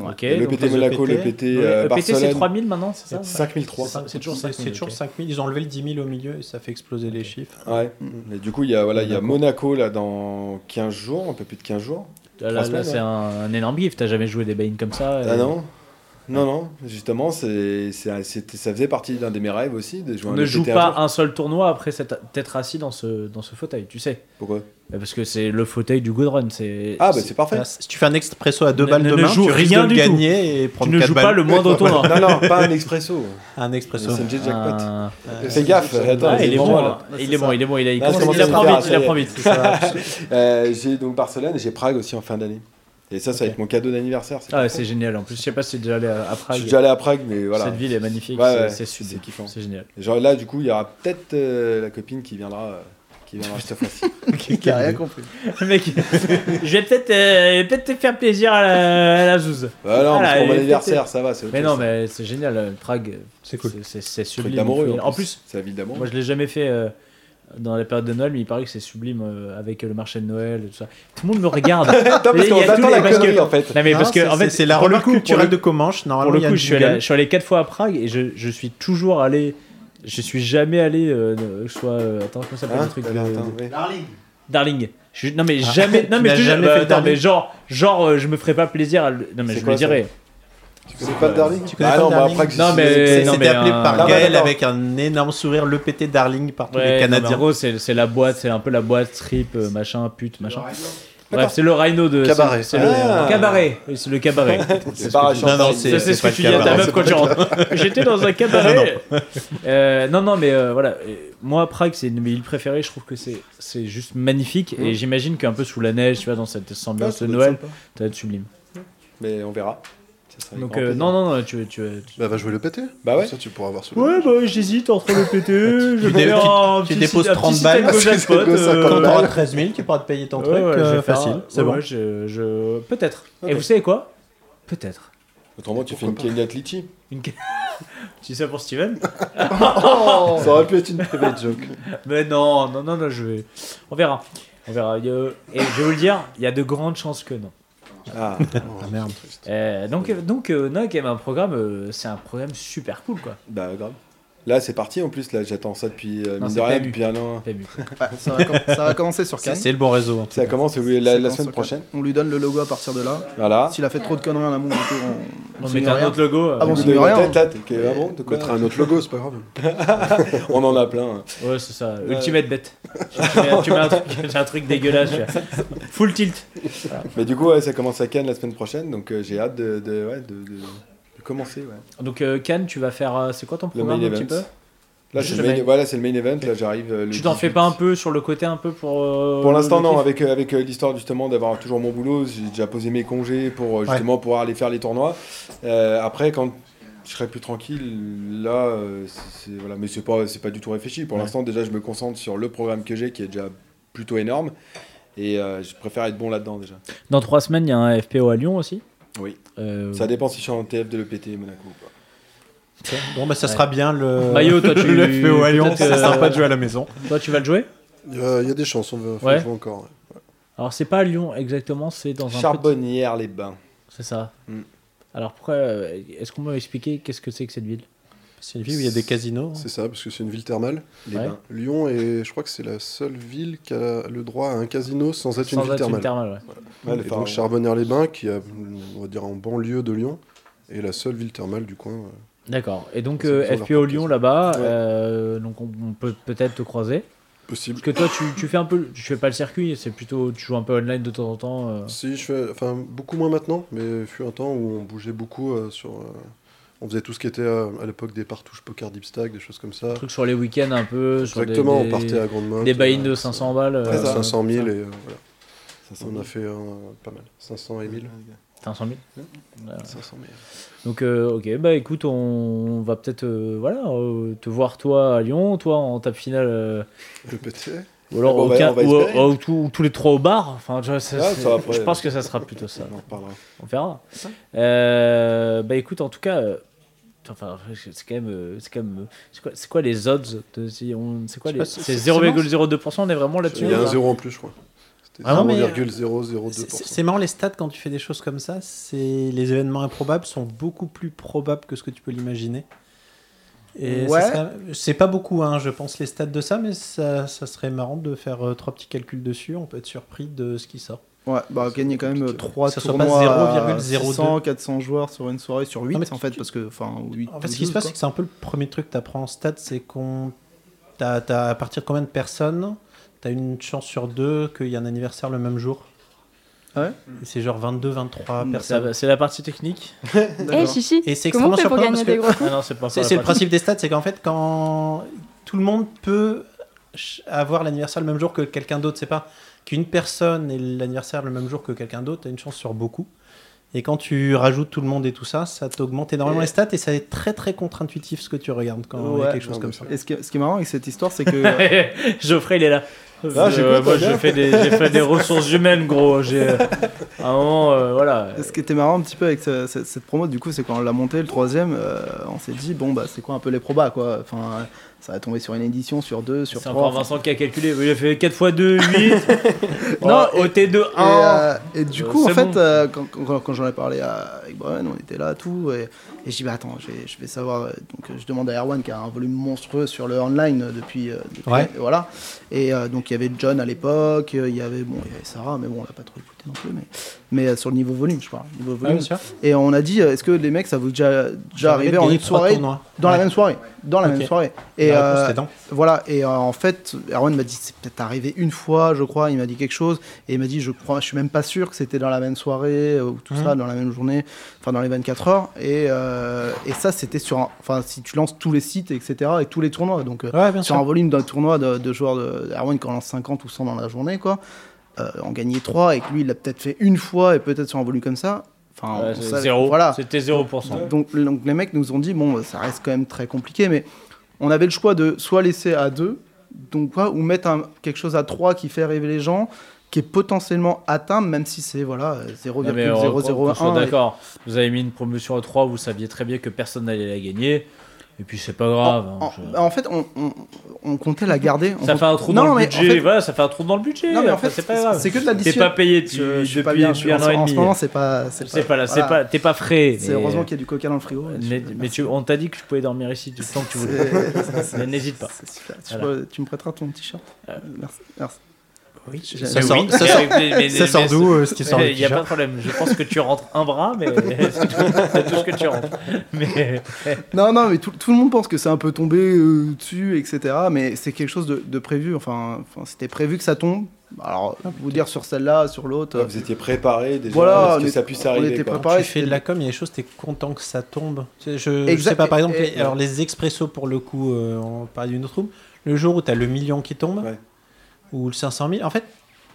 [SPEAKER 3] Ok,
[SPEAKER 5] le
[SPEAKER 3] donc- E
[SPEAKER 5] PT Monaco,
[SPEAKER 4] EPT,
[SPEAKER 5] le PT
[SPEAKER 3] Ouais,
[SPEAKER 5] euh,
[SPEAKER 3] EPT, c'est
[SPEAKER 5] Barcelone.
[SPEAKER 3] 3000 maintenant, c'est ça
[SPEAKER 5] 5003.
[SPEAKER 3] C'est- C'est toujours 5
[SPEAKER 4] C'est toujours 5000. Ils ont enlevé le 10 000 au milieu et ça fait exploser les chiffres.
[SPEAKER 5] Ouais. Et du coup, il y a, voilà, il y a Monaco là dans 15 jours, un peu plus de 15 jours.
[SPEAKER 3] Là,
[SPEAKER 5] Trois
[SPEAKER 3] là,
[SPEAKER 5] semaines,
[SPEAKER 3] c'est un, un énorme gift. T'as jamais joué des buy-in comme ça.
[SPEAKER 5] Ah
[SPEAKER 3] et-
[SPEAKER 5] non Non, non, justement, c'est c'est- c'était- ça faisait partie d'un de mes rêves aussi de jouer
[SPEAKER 3] On
[SPEAKER 5] un
[SPEAKER 3] ne
[SPEAKER 5] EPT
[SPEAKER 3] joue
[SPEAKER 5] un
[SPEAKER 3] pas
[SPEAKER 5] jour.
[SPEAKER 3] un seul tournoi après s'être- t'être assis dans ce, dans ce fauteuil, tu sais.
[SPEAKER 5] Pourquoi
[SPEAKER 3] Bah, Parce que c'est le fauteuil du good run. C'est,
[SPEAKER 5] Ah, bah c'est parfait.
[SPEAKER 4] Là, si tu fais un expresso à deux
[SPEAKER 3] Ne-
[SPEAKER 4] balles
[SPEAKER 3] ne-
[SPEAKER 4] de
[SPEAKER 3] ne
[SPEAKER 4] main,
[SPEAKER 3] joue
[SPEAKER 4] tu risques
[SPEAKER 3] rien
[SPEAKER 4] de
[SPEAKER 3] du
[SPEAKER 4] le gagner et
[SPEAKER 3] tu
[SPEAKER 4] prendre
[SPEAKER 3] ne
[SPEAKER 4] quatre
[SPEAKER 3] joues
[SPEAKER 4] balles.
[SPEAKER 3] pas le moindre tournoi.
[SPEAKER 5] Non, non, pas un expresso.
[SPEAKER 4] Un
[SPEAKER 5] C'est
[SPEAKER 4] expresso.
[SPEAKER 5] un jet jackpot.
[SPEAKER 3] Un-
[SPEAKER 4] Euh,
[SPEAKER 5] Fais gaffe, attends,
[SPEAKER 3] Ah, il est
[SPEAKER 5] devant
[SPEAKER 3] bon,
[SPEAKER 5] moi,
[SPEAKER 3] hein.
[SPEAKER 5] là.
[SPEAKER 3] il est bon, il est bon, il, a- il
[SPEAKER 5] Là,
[SPEAKER 3] commence-
[SPEAKER 5] je commence
[SPEAKER 3] il
[SPEAKER 5] à
[SPEAKER 3] apprend
[SPEAKER 5] le faire,
[SPEAKER 3] vite, il
[SPEAKER 5] ça y est.
[SPEAKER 3] apprend vite.
[SPEAKER 5] Euh, J'ai donc Barcelone et j'ai Prague aussi en fin d'année. Et ça, ça va être mon cadeau d'anniversaire. c'est
[SPEAKER 3] Ah, ouais,
[SPEAKER 5] parfait.
[SPEAKER 3] c'est génial. En plus, je sais pas si t'es déjà allé à à
[SPEAKER 5] Je
[SPEAKER 3] Prague.
[SPEAKER 5] suis déjà allé à Prague, mais voilà.
[SPEAKER 3] Cette ville est magnifique,
[SPEAKER 5] Ouais,
[SPEAKER 3] c'est,
[SPEAKER 5] ouais,
[SPEAKER 3] c'est sublime.
[SPEAKER 5] c'est kiffant.
[SPEAKER 3] C'est génial.
[SPEAKER 5] Genre là, du coup, il y aura peut-être euh, la copine qui viendra, euh, qui viendra cette fois-ci.
[SPEAKER 3] Ah,
[SPEAKER 10] Il a rien compris.
[SPEAKER 3] Mec, je vais peut-être, euh, peut-être te faire plaisir à la, à la zouze.
[SPEAKER 5] Bah non,
[SPEAKER 3] Ah, là,
[SPEAKER 5] parce qu'on
[SPEAKER 3] elle est
[SPEAKER 5] mon anniversaire, ça va. c'est autre
[SPEAKER 3] Mais
[SPEAKER 5] chose,
[SPEAKER 3] non,
[SPEAKER 5] ça.
[SPEAKER 3] mais c'est génial, euh, Prague.
[SPEAKER 4] C'est cool.
[SPEAKER 3] C'est, c'est
[SPEAKER 5] Truc
[SPEAKER 3] sublime.
[SPEAKER 5] d'amoureux.
[SPEAKER 3] En plus,
[SPEAKER 5] c'est la ville d'amour.
[SPEAKER 3] Moi, je l'ai jamais fait euh, dans la période de Noël, mais il paraît que c'est sublime euh, avec euh, le marché de Noël et tout ça. Tout le monde me regarde.
[SPEAKER 5] Attends,
[SPEAKER 3] Il
[SPEAKER 5] parce
[SPEAKER 3] y a
[SPEAKER 5] qu'on
[SPEAKER 3] tous
[SPEAKER 5] attend
[SPEAKER 3] les-
[SPEAKER 5] la
[SPEAKER 3] parce que-
[SPEAKER 5] connerie en fait.
[SPEAKER 3] Non, mais
[SPEAKER 4] Non,
[SPEAKER 3] parce que
[SPEAKER 4] c'est-
[SPEAKER 3] en fait,
[SPEAKER 4] c'est la
[SPEAKER 3] pour le
[SPEAKER 4] remarque
[SPEAKER 3] coup,
[SPEAKER 4] culturelle
[SPEAKER 3] pour
[SPEAKER 4] de Comanche.
[SPEAKER 3] le- pour
[SPEAKER 4] Normalement,
[SPEAKER 3] le
[SPEAKER 4] il y a
[SPEAKER 3] coup,
[SPEAKER 4] une
[SPEAKER 3] je suis, allé, je suis allé quatre fois à Prague et je, je suis toujours allé. Je suis jamais allé. euh, euh, que je sois. euh, attends, comment ça s'appelle
[SPEAKER 5] Hein
[SPEAKER 3] le truc
[SPEAKER 5] T'as
[SPEAKER 3] euh,
[SPEAKER 5] l'air- attends, ouais.
[SPEAKER 3] Darling. Je suis- non mais jamais. Non
[SPEAKER 4] Tu
[SPEAKER 3] mais
[SPEAKER 4] n'as
[SPEAKER 3] je te jure,
[SPEAKER 4] jamais
[SPEAKER 3] bah,
[SPEAKER 4] fait
[SPEAKER 3] attends,
[SPEAKER 4] Darling
[SPEAKER 3] mais genre, genre, euh, je me ferai pas plaisir. À le- non mais
[SPEAKER 5] C'est
[SPEAKER 3] je
[SPEAKER 5] quoi,
[SPEAKER 3] le dirai.
[SPEAKER 5] Tu connais pas le Darling
[SPEAKER 4] Tu connais
[SPEAKER 5] Ah
[SPEAKER 4] pas
[SPEAKER 5] non,
[SPEAKER 4] le
[SPEAKER 5] bah,
[SPEAKER 4] Darling
[SPEAKER 5] après que
[SPEAKER 3] Non,
[SPEAKER 5] je-
[SPEAKER 3] mais-
[SPEAKER 5] c'est-
[SPEAKER 3] non,
[SPEAKER 4] C'était appelé
[SPEAKER 3] un-
[SPEAKER 4] par
[SPEAKER 5] Non, mais
[SPEAKER 4] Gaël
[SPEAKER 5] attends.
[SPEAKER 4] avec un énorme sourire, le PT Darling par tous
[SPEAKER 3] Ouais,
[SPEAKER 4] les
[SPEAKER 3] non, mais en
[SPEAKER 4] Canadiens.
[SPEAKER 3] gros, c'est c'est la boîte, c'est un peu la boîte strip, euh, machin, pute, macin. Bref, c'est le rhino de.
[SPEAKER 9] Cabaret.
[SPEAKER 3] C'est c'est le
[SPEAKER 5] Ah.
[SPEAKER 3] cabaret. Oui, c'est le cabaret. C'est ce
[SPEAKER 5] pas
[SPEAKER 3] que
[SPEAKER 5] un
[SPEAKER 3] tu-
[SPEAKER 5] chanteur.
[SPEAKER 4] Non, non,
[SPEAKER 3] Ça, c'est ce
[SPEAKER 4] pas
[SPEAKER 3] que tu
[SPEAKER 4] le
[SPEAKER 3] dis à ta
[SPEAKER 4] cabaret.
[SPEAKER 3] meuf quand tu rentres. J'étais dans un cabaret. Euh, Non, non. mais euh, voilà. euh, Moi, Prague, c'est une de mes villes préférées. Je trouve que c'est c'est juste magnifique. Et j'imagine qu'un peu sous la neige, tu vois, dans cette
[SPEAKER 5] Ah,
[SPEAKER 3] ambiance
[SPEAKER 5] ça
[SPEAKER 3] de
[SPEAKER 5] doit être
[SPEAKER 3] Noël,
[SPEAKER 5] sympa.
[SPEAKER 3] ça va être sublime.
[SPEAKER 5] Mais on verra. Ça sera avec
[SPEAKER 3] Donc,
[SPEAKER 5] grand
[SPEAKER 3] euh,
[SPEAKER 5] plaisir.
[SPEAKER 3] non, non, non, tu tu- tu-
[SPEAKER 9] Bah, va jouer le PT.
[SPEAKER 5] Bah
[SPEAKER 9] Comme
[SPEAKER 5] ouais.
[SPEAKER 9] Ça, tu pourras avoir sous le-
[SPEAKER 3] Ouais, bah j'hésite entre le PT, je
[SPEAKER 4] Tu
[SPEAKER 3] vais
[SPEAKER 4] dé-
[SPEAKER 3] faire
[SPEAKER 4] tu-
[SPEAKER 3] un
[SPEAKER 4] tu
[SPEAKER 3] petit
[SPEAKER 4] déposes
[SPEAKER 3] site- un petit
[SPEAKER 4] 30
[SPEAKER 3] site
[SPEAKER 4] balles.
[SPEAKER 3] algo
[SPEAKER 9] Parce que
[SPEAKER 3] jackpot,
[SPEAKER 9] c'est
[SPEAKER 3] euh,
[SPEAKER 4] Quand
[SPEAKER 9] Ouais.
[SPEAKER 4] t'auras 13 000, tu pourras te payer ton
[SPEAKER 3] Ouais,
[SPEAKER 4] truc.
[SPEAKER 3] ouais, je
[SPEAKER 4] euh,
[SPEAKER 3] vais faire-
[SPEAKER 4] Facile, c'est
[SPEAKER 3] ouais,
[SPEAKER 4] bon.
[SPEAKER 3] ouais, je, je- Peut-être. Et
[SPEAKER 5] Ok.
[SPEAKER 3] vous savez quoi Peut-être.
[SPEAKER 5] Autrement, tu fais une cagnotte litchi.
[SPEAKER 3] Une... ca- tu dis ça pour Steven Oh.
[SPEAKER 9] Ça aurait pu être une private joke.
[SPEAKER 3] Mais non, non, non, non, je vais. On verra. On verra. Il y a- Et je vais vous le dire, il y a de grandes chances que non.
[SPEAKER 5] Ah,
[SPEAKER 4] Ah merde.
[SPEAKER 3] Euh, donc, donc euh, Nock aime un programme, euh, c'est un programme super cool quoi.
[SPEAKER 5] bah grave. Là, c'est parti en plus. Là, j'attends ça depuis euh,
[SPEAKER 3] Non,
[SPEAKER 5] mine
[SPEAKER 3] c'est
[SPEAKER 5] de rien,
[SPEAKER 3] prévu.
[SPEAKER 5] depuis un an.
[SPEAKER 3] T'as vu.
[SPEAKER 10] Ouais, ça, va com- ça va commencer sur
[SPEAKER 4] Ça,
[SPEAKER 3] Hein
[SPEAKER 10] Cannes.
[SPEAKER 4] C'est le bon réseau. en tout
[SPEAKER 5] Ça
[SPEAKER 4] cas.
[SPEAKER 5] commence oui, la,
[SPEAKER 10] Ça
[SPEAKER 5] la
[SPEAKER 10] commence
[SPEAKER 5] semaine
[SPEAKER 10] sur Cannes.
[SPEAKER 5] prochaine.
[SPEAKER 10] On lui donne le logo à partir de là.
[SPEAKER 5] Voilà.
[SPEAKER 10] S'il a fait trop de conneries en amont, du coup, on,
[SPEAKER 3] On
[SPEAKER 10] signe
[SPEAKER 3] met un
[SPEAKER 10] rien.
[SPEAKER 3] autre logo. euh,
[SPEAKER 10] Ah bon,
[SPEAKER 5] Vous
[SPEAKER 10] c'est
[SPEAKER 5] avez
[SPEAKER 10] rien.
[SPEAKER 5] la tête, là, t'es- que- ah bon, de quoi
[SPEAKER 9] Mettre un autre logo, c'est pas grave.
[SPEAKER 5] On en a plein. hein.
[SPEAKER 3] Ouais, c'est ça. Ultimate bet. tu, mets, tu mets un truc, un truc dégueulasse. tu vois. Full tilt.
[SPEAKER 5] Mais du coup, ouais, ça commence à Cannes la semaine prochaine, donc euh, j'ai hâte de, de, ouais, de, de- de commencer. ouais.
[SPEAKER 3] Donc euh, Cannes, tu vas faire. euh, c'est quoi ton
[SPEAKER 5] Le
[SPEAKER 3] programme
[SPEAKER 5] main
[SPEAKER 3] un petit peu
[SPEAKER 5] event. Là,
[SPEAKER 3] Juste
[SPEAKER 5] c'est le
[SPEAKER 3] le
[SPEAKER 5] main,
[SPEAKER 3] main.
[SPEAKER 5] voilà, c'est le main event. Là, j'arrive. euh, le
[SPEAKER 3] Tu t'en fais
[SPEAKER 5] 18.
[SPEAKER 3] pas un peu sur le côté un peu pour. euh,
[SPEAKER 5] Pour l'instant,
[SPEAKER 3] le
[SPEAKER 5] non.
[SPEAKER 3] kiff
[SPEAKER 5] Avec, euh, avec euh, l'histoire justement d'avoir toujours mon boulot, j'ai déjà posé mes congés pour euh, justement pouvoir aller faire les tournois. Euh, après, quand je serai plus tranquille, là, euh, c'est, c'est- voilà. mais c'est pas, c'est pas du tout réfléchi. Pour
[SPEAKER 3] Ouais.
[SPEAKER 5] l'instant, déjà, je me concentre sur le programme que j'ai qui est déjà plutôt énorme. Et euh, je préfère être bon là-dedans déjà.
[SPEAKER 3] Dans trois semaines, il y a un FPO à Lyon aussi.
[SPEAKER 5] Oui.
[SPEAKER 3] Euh,
[SPEAKER 5] Ça dépend si je suis en TF de l'EPT Monaco ou pas.
[SPEAKER 4] Bon, bah, ça sera bien le.
[SPEAKER 3] Maillot, toi, tu-
[SPEAKER 4] le FPO à Lyon.
[SPEAKER 3] peut-être euh, que-
[SPEAKER 4] C'est sympa de jouer à la maison.
[SPEAKER 3] Toi, tu vas le jouer
[SPEAKER 9] Il y a- il y a des chances, on va faut
[SPEAKER 3] Ouais.
[SPEAKER 9] jouer encore. ouais.
[SPEAKER 3] Alors, c'est pas à Lyon exactement, c'est dans un. petit-
[SPEAKER 5] Charbonnières-les-Bains.
[SPEAKER 3] C'est ça.
[SPEAKER 5] Mm.
[SPEAKER 3] Alors, pourquoi. euh, Est-ce qu'on peut m'expliquer qu'est-ce que c'est que cette ville
[SPEAKER 4] C'est une ville où il y a des casinos.
[SPEAKER 9] C'est ça, parce que c'est une ville thermale.
[SPEAKER 5] Les
[SPEAKER 3] Ouais.
[SPEAKER 5] bains.
[SPEAKER 9] Lyon est, je crois que c'est la seule ville qui a le droit à un casino sans être
[SPEAKER 3] Sans
[SPEAKER 9] une ville
[SPEAKER 3] être
[SPEAKER 9] thermale.
[SPEAKER 3] une thermale, ouais.
[SPEAKER 5] Ouais, le
[SPEAKER 9] et
[SPEAKER 5] pharaon.
[SPEAKER 9] donc Charbonnières-les-Bains, qui est, on va dire, en banlieue de Lyon, est la seule ville thermale du coin. euh.
[SPEAKER 3] D'accord. Et donc,
[SPEAKER 9] C'est
[SPEAKER 3] euh,
[SPEAKER 9] toujours leur
[SPEAKER 3] FPO Lyon
[SPEAKER 9] proposition.
[SPEAKER 3] là-bas,
[SPEAKER 9] Ouais.
[SPEAKER 3] euh, donc on, on peut peut-être te croiser.
[SPEAKER 9] Possible.
[SPEAKER 3] Parce que toi, tu, tu fais un peu. Tu fais pas le circuit, c'est plutôt. Tu joues un peu online de temps en temps. euh.
[SPEAKER 9] Si, je fais, enfin, beaucoup moins maintenant, mais il fut un temps où on bougeait beaucoup euh, sur. euh, on faisait tout ce qui était euh, à l'époque des partouches poker deep stack, des choses comme ça.
[SPEAKER 3] Un truc sur les week-ends un peu. sur des-
[SPEAKER 9] Exactement,
[SPEAKER 3] des-
[SPEAKER 9] on partait à Grande Motte.
[SPEAKER 3] Des buy-in de
[SPEAKER 9] euh,
[SPEAKER 3] 500 balles. euh,
[SPEAKER 9] ouais, 500 000 et euh, voilà.
[SPEAKER 5] Ça sent
[SPEAKER 9] On
[SPEAKER 5] bon.
[SPEAKER 9] a fait euh, pas mal. 500 et 1000.
[SPEAKER 3] 500 000.
[SPEAKER 9] 500 000.
[SPEAKER 3] Donc, euh, ok, bah écoute, on va peut-être euh, voilà, euh, te voir toi à Lyon, toi en table finale, euh,
[SPEAKER 9] Le PT
[SPEAKER 3] ou alors
[SPEAKER 5] bon,
[SPEAKER 3] au
[SPEAKER 5] bah,
[SPEAKER 3] quin-
[SPEAKER 5] on va
[SPEAKER 3] ou-
[SPEAKER 5] espérer.
[SPEAKER 3] ou- ou tous- ou tous les trois au bar. Enfin, tu vois, ça,
[SPEAKER 5] Ouais,
[SPEAKER 3] c'est-
[SPEAKER 5] ça va, après.
[SPEAKER 3] je pense que ça sera plutôt ça.
[SPEAKER 9] On en reparlera.
[SPEAKER 3] On verra. Euh, bah écoute, en tout cas, euh, enfin, c'est quand même, euh, c'est quand même, euh, c'est quoi, c'est quoi les odds de si on, c'est quoi
[SPEAKER 4] Je sais
[SPEAKER 3] les,
[SPEAKER 4] pas, c'est-
[SPEAKER 3] c'est
[SPEAKER 4] c'est
[SPEAKER 3] 0,02%, on est vraiment là-dessus.
[SPEAKER 9] Il y a
[SPEAKER 3] ou
[SPEAKER 9] un
[SPEAKER 3] pas
[SPEAKER 9] zéro en plus, je crois. C'était
[SPEAKER 3] bah. Ah non, mais-
[SPEAKER 9] 0,002%.
[SPEAKER 4] C'est c'est marrant les stats quand tu fais des choses comme ça. C'est les événements improbables sont beaucoup plus probables que ce que tu peux l'imaginer. Et ça
[SPEAKER 10] Ouais.
[SPEAKER 4] serait- c'est pas beaucoup, hein, je pense, les stats de ça, mais ça, ça serait marrant de faire euh, trois petits calculs dessus. On peut être surpris de ce qui sort.
[SPEAKER 10] Ouais, bah gagner quand même
[SPEAKER 9] compliqué.
[SPEAKER 10] 3
[SPEAKER 4] Ça soit pas
[SPEAKER 10] tournois à
[SPEAKER 4] 0,02.
[SPEAKER 10] 600, 400 joueurs sur une soirée, sur 8
[SPEAKER 4] mais
[SPEAKER 10] en
[SPEAKER 4] tu-
[SPEAKER 10] fait, parce que, enfin, 8
[SPEAKER 4] En fait, ce qui se passe, c'est que c'est un peu le premier truc que tu apprends en stats, c'est qu'on. t'as- t'as- à partir de combien de personnes T'as une chance sur deux qu'il y a un anniversaire le même jour.
[SPEAKER 10] Ah ouais
[SPEAKER 4] Et C'est genre 22, 23
[SPEAKER 10] Mm.
[SPEAKER 4] personnes.
[SPEAKER 3] Ça va, C'est la partie technique.
[SPEAKER 1] Eh Chichi,
[SPEAKER 4] Et c'est
[SPEAKER 1] comment on
[SPEAKER 4] extrêmement
[SPEAKER 1] fait pour
[SPEAKER 4] surprenant
[SPEAKER 1] gagner
[SPEAKER 4] parce
[SPEAKER 1] des
[SPEAKER 4] que-
[SPEAKER 1] gros
[SPEAKER 3] Ah non, c'est pas.
[SPEAKER 4] C'est
[SPEAKER 3] pas
[SPEAKER 4] c'est
[SPEAKER 3] la partie-
[SPEAKER 4] le principe des stats, c'est qu'en fait, quand tout le monde peut ch- avoir l'anniversaire le même jour que quelqu'un d'autre, c'est pas qu'une personne ait l'anniversaire le même jour que quelqu'un d'autre, t'as une chance sur beaucoup. Et quand tu rajoutes tout le monde et tout ça, ça t'augmente énormément
[SPEAKER 10] Et-
[SPEAKER 4] les stats et ça est très très contre-intuitif ce que tu regardes quand il y a
[SPEAKER 10] Ouais.
[SPEAKER 4] quelque chose
[SPEAKER 9] Non,
[SPEAKER 4] comme
[SPEAKER 9] mais
[SPEAKER 4] ça.
[SPEAKER 10] Et ce qui, ce qui est marrant avec cette histoire, c'est
[SPEAKER 4] hein.
[SPEAKER 10] que.
[SPEAKER 3] Geoffrey, il est là.
[SPEAKER 5] Ah, j'ai
[SPEAKER 3] Euh, moi,
[SPEAKER 5] quoi, toi,
[SPEAKER 3] j'ai
[SPEAKER 5] gars
[SPEAKER 3] fait des, j'ai fait des ressources humaines, gros. J'ai euh, à un moment, euh, voilà.
[SPEAKER 10] Ce qui était marrant un petit peu avec ce- ce- cette promo, du coup, c'est quand on l'a monté, le troisième, euh, on s'est dit, bon, bah, c'est quoi un peu les probas, quoi Enfin, euh, ça va tomber sur une édition, sur deux, sur
[SPEAKER 3] C'est
[SPEAKER 10] trois.
[SPEAKER 3] encore
[SPEAKER 10] enfin.
[SPEAKER 3] Vincent qui a calculé. Il a fait 4 x 2, 8.
[SPEAKER 10] Non,
[SPEAKER 3] non, OT2,
[SPEAKER 10] Et,
[SPEAKER 3] 1.
[SPEAKER 10] euh, et du
[SPEAKER 3] Euh,
[SPEAKER 10] coup, en
[SPEAKER 3] c'est
[SPEAKER 10] fait,
[SPEAKER 3] bon.
[SPEAKER 10] euh, quand, quand- quand j'en ai parlé à- avec Brian, on était là, tout, et, et je dis, bah attends, je vais, je vais savoir. euh, Donc, euh, je demande à Erwan qui a un volume monstrueux sur le online euh, depuis. euh, depuis-
[SPEAKER 4] Ouais.
[SPEAKER 10] et voilà. Et euh, donc, il y avait John à l'époque, euh, il y avait, bon, il y avait Sarah, mais bon, on l'a pas trop écouté non plus, mais, mais euh, sur le niveau volume, je parle. Niveau
[SPEAKER 4] Ouais,
[SPEAKER 10] volume.
[SPEAKER 4] bien sûr.
[SPEAKER 10] et on a dit, euh, est-ce que les mecs, ça vous est déjà, déjà
[SPEAKER 4] J'arrivais
[SPEAKER 10] arrivé
[SPEAKER 4] de
[SPEAKER 10] en
[SPEAKER 4] gagner
[SPEAKER 10] une
[SPEAKER 4] trois
[SPEAKER 10] soirée
[SPEAKER 4] tournois.
[SPEAKER 10] dans la
[SPEAKER 4] Ouais.
[SPEAKER 10] même soirée. Dans la
[SPEAKER 4] Ok. Bah,
[SPEAKER 10] même soirée.
[SPEAKER 4] La
[SPEAKER 10] Et
[SPEAKER 4] réponse,
[SPEAKER 10] euh,
[SPEAKER 4] c'est non.
[SPEAKER 10] voilà, et euh, en fait, Erwan m'a dit c'est peut-être arrivé une fois, je crois, il m'a dit quelque chose, et il m'a dit je crois, je suis même pas sûr que c'était dans la même soirée euh, ou tout
[SPEAKER 4] Mhm.
[SPEAKER 10] ça, dans la même journée, enfin dans les 24 heures, et, euh, et ça c'était sur, un- enfin si tu lances tous les sites, etc., et tous les tournois, donc euh,
[SPEAKER 4] Ouais, bien
[SPEAKER 10] sur un
[SPEAKER 4] sûr.
[SPEAKER 10] volume d'un tournoi de, de joueurs de Erwan qui en lance 50 ou 100 dans la journée, quoi, euh, en gagner 3, et que lui il l'a peut-être fait une fois, et peut-être sur un volume comme ça, enfin, on savait-
[SPEAKER 3] zéro.
[SPEAKER 10] voilà.
[SPEAKER 3] C'était 0%.
[SPEAKER 10] Donc, le- donc les mecs nous ont dit bon ça reste quand même très compliqué mais on avait le choix de soit laisser à 2 donc quoi ou mettre un- quelque chose à 3 qui fait rêver les gens qui est potentiellement atteint même si c'est voilà euh,
[SPEAKER 3] Non, mais on- qu'on soit
[SPEAKER 10] 0,001 et-
[SPEAKER 3] D'accord. Vous avez mis une promotion à 3, vous saviez très bien que personne n'allait la gagner. Et puis c'est pas grave. hein,
[SPEAKER 10] en,
[SPEAKER 3] je-
[SPEAKER 10] en fait on, on- on comptait la garder on
[SPEAKER 3] ça
[SPEAKER 10] compte-
[SPEAKER 3] fait un trou
[SPEAKER 10] Non,
[SPEAKER 3] dans le
[SPEAKER 10] mais en
[SPEAKER 3] budget.
[SPEAKER 10] fait-
[SPEAKER 3] Voilà, ça fait un trou dans le budget.
[SPEAKER 10] non mais en fait
[SPEAKER 3] c'est pas grave.
[SPEAKER 10] c'est que de l'addition
[SPEAKER 3] T'es pas payé tu-
[SPEAKER 10] je, je suis
[SPEAKER 3] depuis,
[SPEAKER 10] pas bien, je
[SPEAKER 3] depuis
[SPEAKER 10] suis en,
[SPEAKER 3] un an et
[SPEAKER 10] en
[SPEAKER 3] demi.
[SPEAKER 10] ce moment c'est pas
[SPEAKER 3] C'est pas là, c'est
[SPEAKER 10] voilà.
[SPEAKER 3] pas, t'es pas frais.
[SPEAKER 10] C'est
[SPEAKER 3] mais-
[SPEAKER 10] heureusement qu'il y a du coca dans le frigo
[SPEAKER 3] Mais, mais tu, on t'a dit que je pouvais dormir ici du temps que tu voulais. Mais n'hésite pas.
[SPEAKER 10] C'est super. Tu,
[SPEAKER 3] Voilà.
[SPEAKER 10] peux- tu me prêteras ton t-shirt
[SPEAKER 4] Euh.
[SPEAKER 10] Merci. merci.
[SPEAKER 3] Oui,
[SPEAKER 10] J'ai-
[SPEAKER 4] Ça sort- ça sort- Ça sort d'où euh, cette histoire de
[SPEAKER 3] Il n'y a pas de
[SPEAKER 4] t-shirt
[SPEAKER 3] problème. Je pense que tu rentres un bras, mais c'est tout, c'est tout ce que tu rentres. Mais euh,
[SPEAKER 10] Non, non, mais tout, tout le monde pense que c'est un peu tombé euh, dessus, etc. Mais c'est quelque chose de, de prévu. Enfin, enfin, c'était prévu que ça tombe. Alors,
[SPEAKER 4] Ah,
[SPEAKER 10] vous dire sur celle-là, sur l'autre.
[SPEAKER 5] Ouais, vous étiez préparé déjà
[SPEAKER 10] Voilà,
[SPEAKER 5] à ce
[SPEAKER 10] on
[SPEAKER 5] que
[SPEAKER 10] est-
[SPEAKER 5] ça puisse
[SPEAKER 10] on
[SPEAKER 5] arriver.
[SPEAKER 10] était
[SPEAKER 5] quoi.
[SPEAKER 10] préparé.
[SPEAKER 4] Quand
[SPEAKER 10] pareil,
[SPEAKER 4] tu fais de
[SPEAKER 10] c'était-
[SPEAKER 4] la com, il y a des choses, t'es content que ça tombe. Tu sais, Je, je
[SPEAKER 10] Exact-
[SPEAKER 4] sais pas, par exemple,
[SPEAKER 10] et-
[SPEAKER 4] les- alors les expressos pour le coup, euh, on parlait d'une autre room, le jour où t'as le million qui tombe,
[SPEAKER 5] Ouais.
[SPEAKER 4] ou le 500 000, en fait,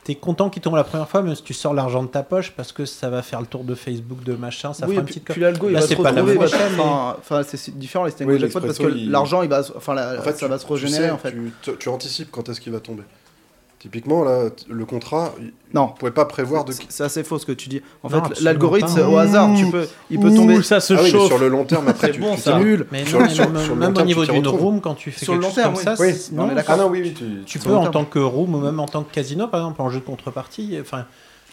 [SPEAKER 4] t'es content qu'il tombe la première fois, même si tu sors l'argent de ta poche, parce que ça va faire le tour de Facebook, de machin, ça fera
[SPEAKER 10] oui, et
[SPEAKER 4] une
[SPEAKER 10] puis,
[SPEAKER 4] petite com.
[SPEAKER 10] puis l'algo, il
[SPEAKER 4] Là,
[SPEAKER 10] va se
[SPEAKER 4] c'est pas la
[SPEAKER 10] retrouver.
[SPEAKER 4] même
[SPEAKER 10] machin,
[SPEAKER 4] chose, mais-
[SPEAKER 10] Enfin, enfin, c'est différent, les Stanley
[SPEAKER 5] Oui,
[SPEAKER 10] Jackpot, parce que
[SPEAKER 5] l'expresso, il-
[SPEAKER 10] l'argent, il va, se- enfin, la-
[SPEAKER 9] En fait,
[SPEAKER 10] ça va se
[SPEAKER 9] Ah, tu- tu
[SPEAKER 10] régénérer,
[SPEAKER 9] sais,
[SPEAKER 10] en fait.
[SPEAKER 9] Tu, tu- tu anticipes quand est-ce qu'il va tomber. Typiquement, là, t- le contrat, il-
[SPEAKER 10] Non.
[SPEAKER 9] on pouvait pas prévoir de.
[SPEAKER 10] C'est c'est assez faux ce que tu dis. En
[SPEAKER 4] Non,
[SPEAKER 10] fait,
[SPEAKER 4] absolument
[SPEAKER 10] l'algorithme,
[SPEAKER 4] pas.
[SPEAKER 10] c'est au hasard. Tu peux, il peut tomber.
[SPEAKER 8] ça se
[SPEAKER 9] Ah oui, mais
[SPEAKER 8] chauffe.
[SPEAKER 9] sur le long terme, après,
[SPEAKER 4] C'est
[SPEAKER 9] tu,
[SPEAKER 4] bon,
[SPEAKER 9] tu
[SPEAKER 4] ça.
[SPEAKER 9] t'annules.
[SPEAKER 4] Mais
[SPEAKER 9] Sur-
[SPEAKER 4] non,
[SPEAKER 9] sur-
[SPEAKER 4] même,
[SPEAKER 9] sur le
[SPEAKER 4] même
[SPEAKER 9] long
[SPEAKER 4] au
[SPEAKER 9] terme,
[SPEAKER 4] niveau
[SPEAKER 9] tu t'y
[SPEAKER 4] d'une
[SPEAKER 9] retrouves.
[SPEAKER 4] room, quand tu fais
[SPEAKER 10] Sur le
[SPEAKER 4] quelque
[SPEAKER 10] long
[SPEAKER 4] chose
[SPEAKER 10] terme,
[SPEAKER 4] comme ça,
[SPEAKER 10] oui.
[SPEAKER 9] Oui,
[SPEAKER 4] c'est-
[SPEAKER 10] Non, mais
[SPEAKER 4] non,
[SPEAKER 10] d'accord.
[SPEAKER 9] Ah non, oui, oui, tu.
[SPEAKER 4] tu
[SPEAKER 10] Sur
[SPEAKER 4] peux
[SPEAKER 10] le
[SPEAKER 4] en
[SPEAKER 10] long
[SPEAKER 4] tant que room ou même en tant que casino, par exemple, en jeu de contrepartie, enfin,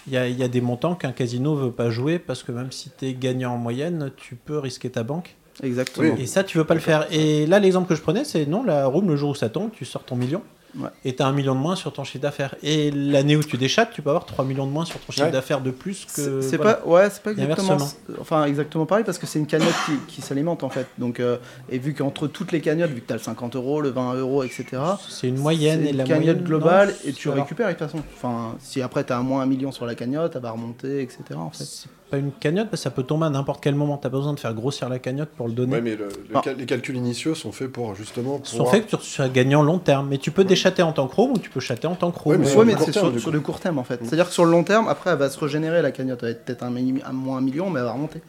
[SPEAKER 4] il y a, il y a des montants qu'un casino veut pas jouer parce que même si tu es gagnant en moyenne, tu peux risquer ta banque.
[SPEAKER 10] Exactement.
[SPEAKER 4] Et ça, tu veux pas le faire. Et là, l'exemple que je prenais, c'est non, la room, le jour où ça tombe, tu sors ton million.
[SPEAKER 10] Ouais.
[SPEAKER 4] Et tu as un million de moins sur ton chiffre d'affaires. Et l'année où tu déchattes, tu peux avoir 3 millions de moins sur ton chiffre
[SPEAKER 9] Ouais.
[SPEAKER 4] d'affaires de plus que.
[SPEAKER 10] C'est c'est
[SPEAKER 4] voilà.
[SPEAKER 10] pas, ouais, c'est pas exactement,
[SPEAKER 4] Inversement.
[SPEAKER 10] enfin exactement pareil parce que c'est une cagnotte qui, qui s'alimente en fait. Donc euh, et vu qu'entre toutes les cagnottes, vu que t'as le 50 euros, le 20 euros, etc.
[SPEAKER 4] C'est une
[SPEAKER 10] C'est
[SPEAKER 4] moyenne et
[SPEAKER 10] une
[SPEAKER 4] la
[SPEAKER 10] cagnotte
[SPEAKER 4] moyenne
[SPEAKER 10] globale
[SPEAKER 4] non,
[SPEAKER 10] et tu
[SPEAKER 4] alors,
[SPEAKER 10] récupères de toute façon. Enfin, si après t'as un moins un million sur la cagnotte, elle va remonter, etc. En fait.
[SPEAKER 4] C'est pas une cagnotte parce que ça peut tomber à n'importe quel moment. T'as pas besoin de faire grossir la cagnotte pour le donner.
[SPEAKER 9] Ouais, mais le- le
[SPEAKER 10] Ah.
[SPEAKER 9] cal- les calculs initiaux sont faits pour justement.
[SPEAKER 4] Ils sont faits que tu sois gagnant long terme. Mais tu peux déchatter en tant que room ou tu peux chatter en tant que room.
[SPEAKER 9] Ouais, mais
[SPEAKER 10] Ouais,
[SPEAKER 9] sur le
[SPEAKER 10] mais
[SPEAKER 9] court
[SPEAKER 10] c'est
[SPEAKER 9] terme,
[SPEAKER 10] sur,
[SPEAKER 9] du
[SPEAKER 10] sur
[SPEAKER 9] coup. Mm.
[SPEAKER 10] le court terme en fait. C'est-à-dire que sur le long terme, après, elle va se régénérer la cagnotte. Elle va être peut-être un, mini- un moins un million, mais elle va remonter.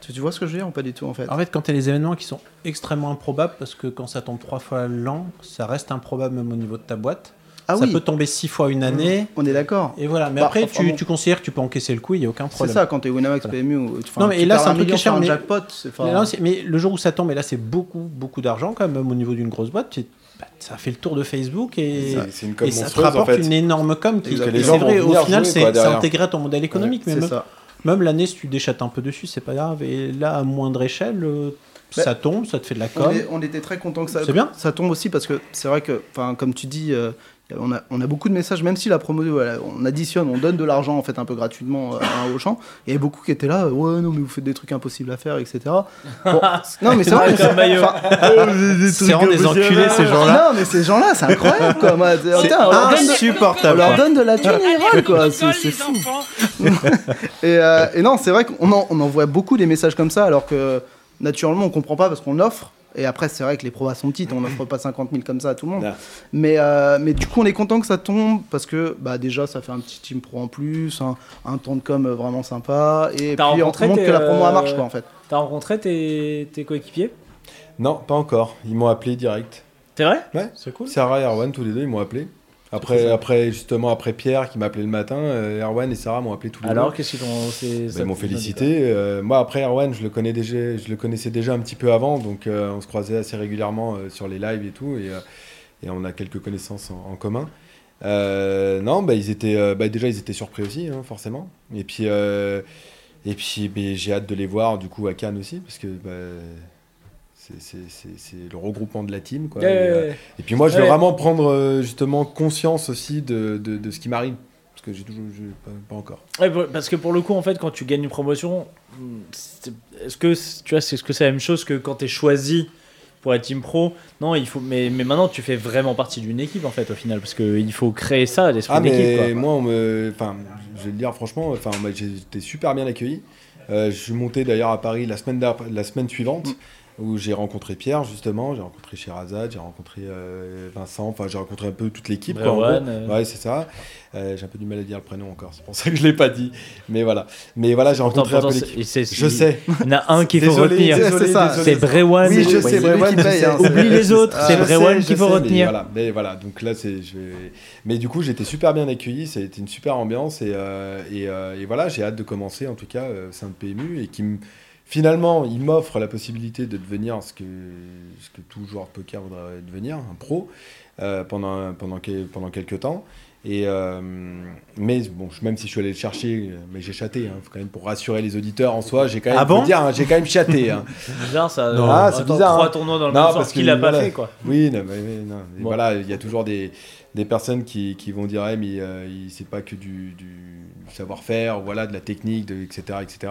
[SPEAKER 10] Tu, tu vois ce que je veux dire ou pas du tout en fait
[SPEAKER 4] En fait, quand t'as les événements qui sont extrêmement improbables, parce que quand ça tombe trois fois l'an, ça reste improbable même au niveau de ta boîte.
[SPEAKER 10] Ah
[SPEAKER 4] ça
[SPEAKER 10] oui,
[SPEAKER 4] peut tomber six fois une année.
[SPEAKER 10] on est d'accord.
[SPEAKER 4] Et voilà, mais
[SPEAKER 10] Bah,
[SPEAKER 4] après,
[SPEAKER 10] enfin,
[SPEAKER 4] tu,
[SPEAKER 10] bon.
[SPEAKER 4] tu considères que tu peux encaisser le coup, il n'y a aucun
[SPEAKER 10] C'est
[SPEAKER 4] problème.
[SPEAKER 10] ça quand t'es Winamax
[SPEAKER 4] Voilà.
[SPEAKER 10] PMU. Ou, enfin,
[SPEAKER 4] Non, mais
[SPEAKER 10] tu
[SPEAKER 4] là,
[SPEAKER 10] perds
[SPEAKER 4] c'est un
[SPEAKER 10] million
[SPEAKER 4] truc qui est
[SPEAKER 10] sur
[SPEAKER 4] cher, mais-
[SPEAKER 10] jackpot. c'est- enfin,
[SPEAKER 4] Mais, là, c'est- mais le jour où ça tombe, et là, c'est beaucoup, beaucoup d'argent quand même, même au niveau d'une grosse boîte, tu- bah, ça fait le tour de Facebook et,
[SPEAKER 9] C'est c'est une com
[SPEAKER 4] et ça te
[SPEAKER 9] monstrueuse
[SPEAKER 4] rapporte
[SPEAKER 9] en fait.
[SPEAKER 4] une énorme com qui,
[SPEAKER 9] Parce que
[SPEAKER 4] et
[SPEAKER 9] les gens
[SPEAKER 4] c'est vrai,
[SPEAKER 9] vont
[SPEAKER 4] au
[SPEAKER 9] venir
[SPEAKER 4] final,
[SPEAKER 9] jouer,
[SPEAKER 4] c'est
[SPEAKER 9] quoi,
[SPEAKER 4] c'est
[SPEAKER 9] derrière.
[SPEAKER 4] intégré à ton modèle économique. mais
[SPEAKER 10] c'est
[SPEAKER 4] même,
[SPEAKER 10] ça.
[SPEAKER 4] même l'année, si tu déchattes un peu dessus, c'est pas grave. Et là, à moindre échelle, euh,
[SPEAKER 10] Bah,
[SPEAKER 4] ça tombe, ça te fait de la com.
[SPEAKER 10] On, est- on était très content que ça,
[SPEAKER 4] C'est bien.
[SPEAKER 10] ça tombe aussi parce que c'est vrai que, enfin, comme tu dis, euh, on, a, on a beaucoup de messages, même si la promo, voilà, on additionne, on donne de l'argent en fait un peu gratuitement euh, à Auchan. Il y avait beaucoup qui étaient là, euh, ouais, non, mais vous faites des trucs impossibles à faire, etc. Bon, non, mais c'est vrai.
[SPEAKER 8] Comme maillot.
[SPEAKER 10] enfin,
[SPEAKER 3] C'est vraiment des enculés, ces gens-là.
[SPEAKER 10] non, mais ces gens-là, c'est incroyable quoi. Moi,
[SPEAKER 2] Oh,
[SPEAKER 10] putain, on leur donne de- on
[SPEAKER 3] insupportable.
[SPEAKER 10] leur donne de la
[SPEAKER 2] Ah,
[SPEAKER 10] thune, ils râlent, quoi. C'est
[SPEAKER 11] Alerte
[SPEAKER 10] c'est
[SPEAKER 11] les
[SPEAKER 10] fou.
[SPEAKER 11] enfants.
[SPEAKER 10] Et, euh, et non, c'est vrai qu'on en, on envoie beaucoup des messages comme ça, alors que naturellement on comprend pas parce qu'on offre. Et après, c'est vrai que les probas sont petites, on n'offre pas 50 000 comme ça à tout le monde.
[SPEAKER 5] Non.
[SPEAKER 10] Mais, euh, mais du coup, on est content que ça tombe parce que bah, déjà, ça fait un petit team pro en plus, un, un temps de com vraiment sympa. Et
[SPEAKER 3] T'as
[SPEAKER 10] puis, on
[SPEAKER 3] rencontré
[SPEAKER 10] montre
[SPEAKER 3] tes,
[SPEAKER 10] que la promo
[SPEAKER 3] euh,
[SPEAKER 10] elle marche, quoi, en fait.
[SPEAKER 3] T'as rencontré tes, tes coéquipiers
[SPEAKER 5] Non, pas encore. Ils m'ont appelé direct.
[SPEAKER 3] C'est vrai
[SPEAKER 5] Ouais.
[SPEAKER 3] C'est cool.
[SPEAKER 5] Sarah et Erwan, tous les deux, ils m'ont appelé. Après, après, justement, après Pierre qui m'a appelé le matin, euh, Erwan et Sarah m'ont appelé tous les
[SPEAKER 3] Alors,
[SPEAKER 5] deux.
[SPEAKER 3] qu'est-ce qu'ils t'ont. c'est-
[SPEAKER 5] Bah,
[SPEAKER 3] ça-
[SPEAKER 5] ils m'ont félicité. Euh, moi, après Erwan, je le, connais déjà, je le connaissais déjà un petit peu avant, donc euh, on se croisait assez régulièrement euh, sur les lives et tout, et, euh, et on a quelques connaissances en, en commun. Euh, non, bah, ils étaient, euh, bah, déjà, ils étaient surpris aussi, hein, forcément. Et puis, euh, et puis mais j'ai hâte de les voir, du coup, à Cannes aussi, parce que bah, c'est- c'est c'est- c'est le regroupement de la team. Quoi,
[SPEAKER 3] Ouais,
[SPEAKER 5] Et, euh,
[SPEAKER 3] ouais, ouais.
[SPEAKER 5] et puis moi, je vais
[SPEAKER 3] Ouais.
[SPEAKER 5] vraiment prendre euh, justement conscience aussi de, de, de ce qui m'arrive. Parce que j'ai toujours. j'ai Pas, pas encore.
[SPEAKER 3] Ouais, pour- parce que pour le coup, en fait, quand tu gagnes une promotion, hmm, c'est- est-ce que c'est- tu vois, c'est ce que c'est la même chose que quand t'es choisi pour être team pro Non, il faut. Mais, mais maintenant, tu fais vraiment partie d'une équipe, en fait, au final, parce que il faut créer ça, l'esprit
[SPEAKER 5] Ah,
[SPEAKER 3] d'équipe.
[SPEAKER 5] mais
[SPEAKER 3] quoi.
[SPEAKER 5] moi, on me. Enfin, je vais le dire franchement, enfin, moi, j'ai été super bien accueilli. Euh, je suis monté d'ailleurs à Paris la semaine, d'ap- la semaine suivante.
[SPEAKER 3] Mm.
[SPEAKER 5] Où j'ai rencontré Pierre, justement, j'ai rencontré Sherazade, j'ai rencontré euh, Vincent, enfin j'ai rencontré un peu toute l'équipe. quoi, en gros.
[SPEAKER 3] Brewan, euh,
[SPEAKER 5] Ouais, c'est ça. Euh, j'ai un peu du mal à dire le prénom encore, c'est pour ça que je l'ai pas dit. Mais voilà. Mais voilà, j'ai rencontré un peu
[SPEAKER 3] pourtant,
[SPEAKER 5] l'équipe.
[SPEAKER 3] c'est- c'est-
[SPEAKER 5] Je sais.
[SPEAKER 3] Il y en a un qu'il faut
[SPEAKER 5] Désolé,
[SPEAKER 3] retenir.
[SPEAKER 5] désolé,
[SPEAKER 10] C'est ça,
[SPEAKER 3] C'est
[SPEAKER 5] désolé.
[SPEAKER 3] Brewan.
[SPEAKER 5] Ah, Oui, je sais,
[SPEAKER 10] c'est lui
[SPEAKER 5] Brewan,
[SPEAKER 10] qui
[SPEAKER 5] je
[SPEAKER 10] paye,
[SPEAKER 5] sais.
[SPEAKER 10] hein,
[SPEAKER 3] Oublie les autres,
[SPEAKER 5] Ah,
[SPEAKER 3] c'est
[SPEAKER 5] je
[SPEAKER 3] Brewan
[SPEAKER 5] sais, je
[SPEAKER 3] qu'il faut
[SPEAKER 5] sais, mais
[SPEAKER 3] retenir.
[SPEAKER 5] Voilà, mais voilà, donc là, c'est. Je... vais- Mais du coup, j'étais super bien accueilli, c'était une super ambiance, et, euh, et, euh, et voilà, j'ai hâte de commencer, en tout cas, euh, sein de PMU, et qui me. Finalement, il m'offre la possibilité de devenir ce que, ce que tout joueur de poker voudrait devenir, un pro, euh, pendant, pendant, que- pendant quelques temps. Et, euh, mais bon, je- même si je suis allé le chercher, euh, mais j'ai chaté, hein, faut quand même pour rassurer les auditeurs en soi, j'ai quand même,
[SPEAKER 3] Ah bon
[SPEAKER 5] faut dire, hein, j'ai quand même chaté. hein.
[SPEAKER 3] C'est bizarre ça.
[SPEAKER 5] Non.
[SPEAKER 3] euh,
[SPEAKER 5] Ah, c'est
[SPEAKER 3] attends,
[SPEAKER 5] bizarre,
[SPEAKER 3] Trois
[SPEAKER 5] hein.
[SPEAKER 3] tournois dans le
[SPEAKER 5] Non,
[SPEAKER 3] même sens
[SPEAKER 5] parce que
[SPEAKER 3] qu'il a pas
[SPEAKER 5] voilà.
[SPEAKER 3] fait quoi.
[SPEAKER 5] Oui, non, mais, mais non. Et
[SPEAKER 3] Bon.
[SPEAKER 5] voilà, il y a toujours des, des personnes qui, qui vont dire, Ouais, mais euh, il- c'est pas que du, du savoir-faire, voilà, de la technique, de, etc., etc.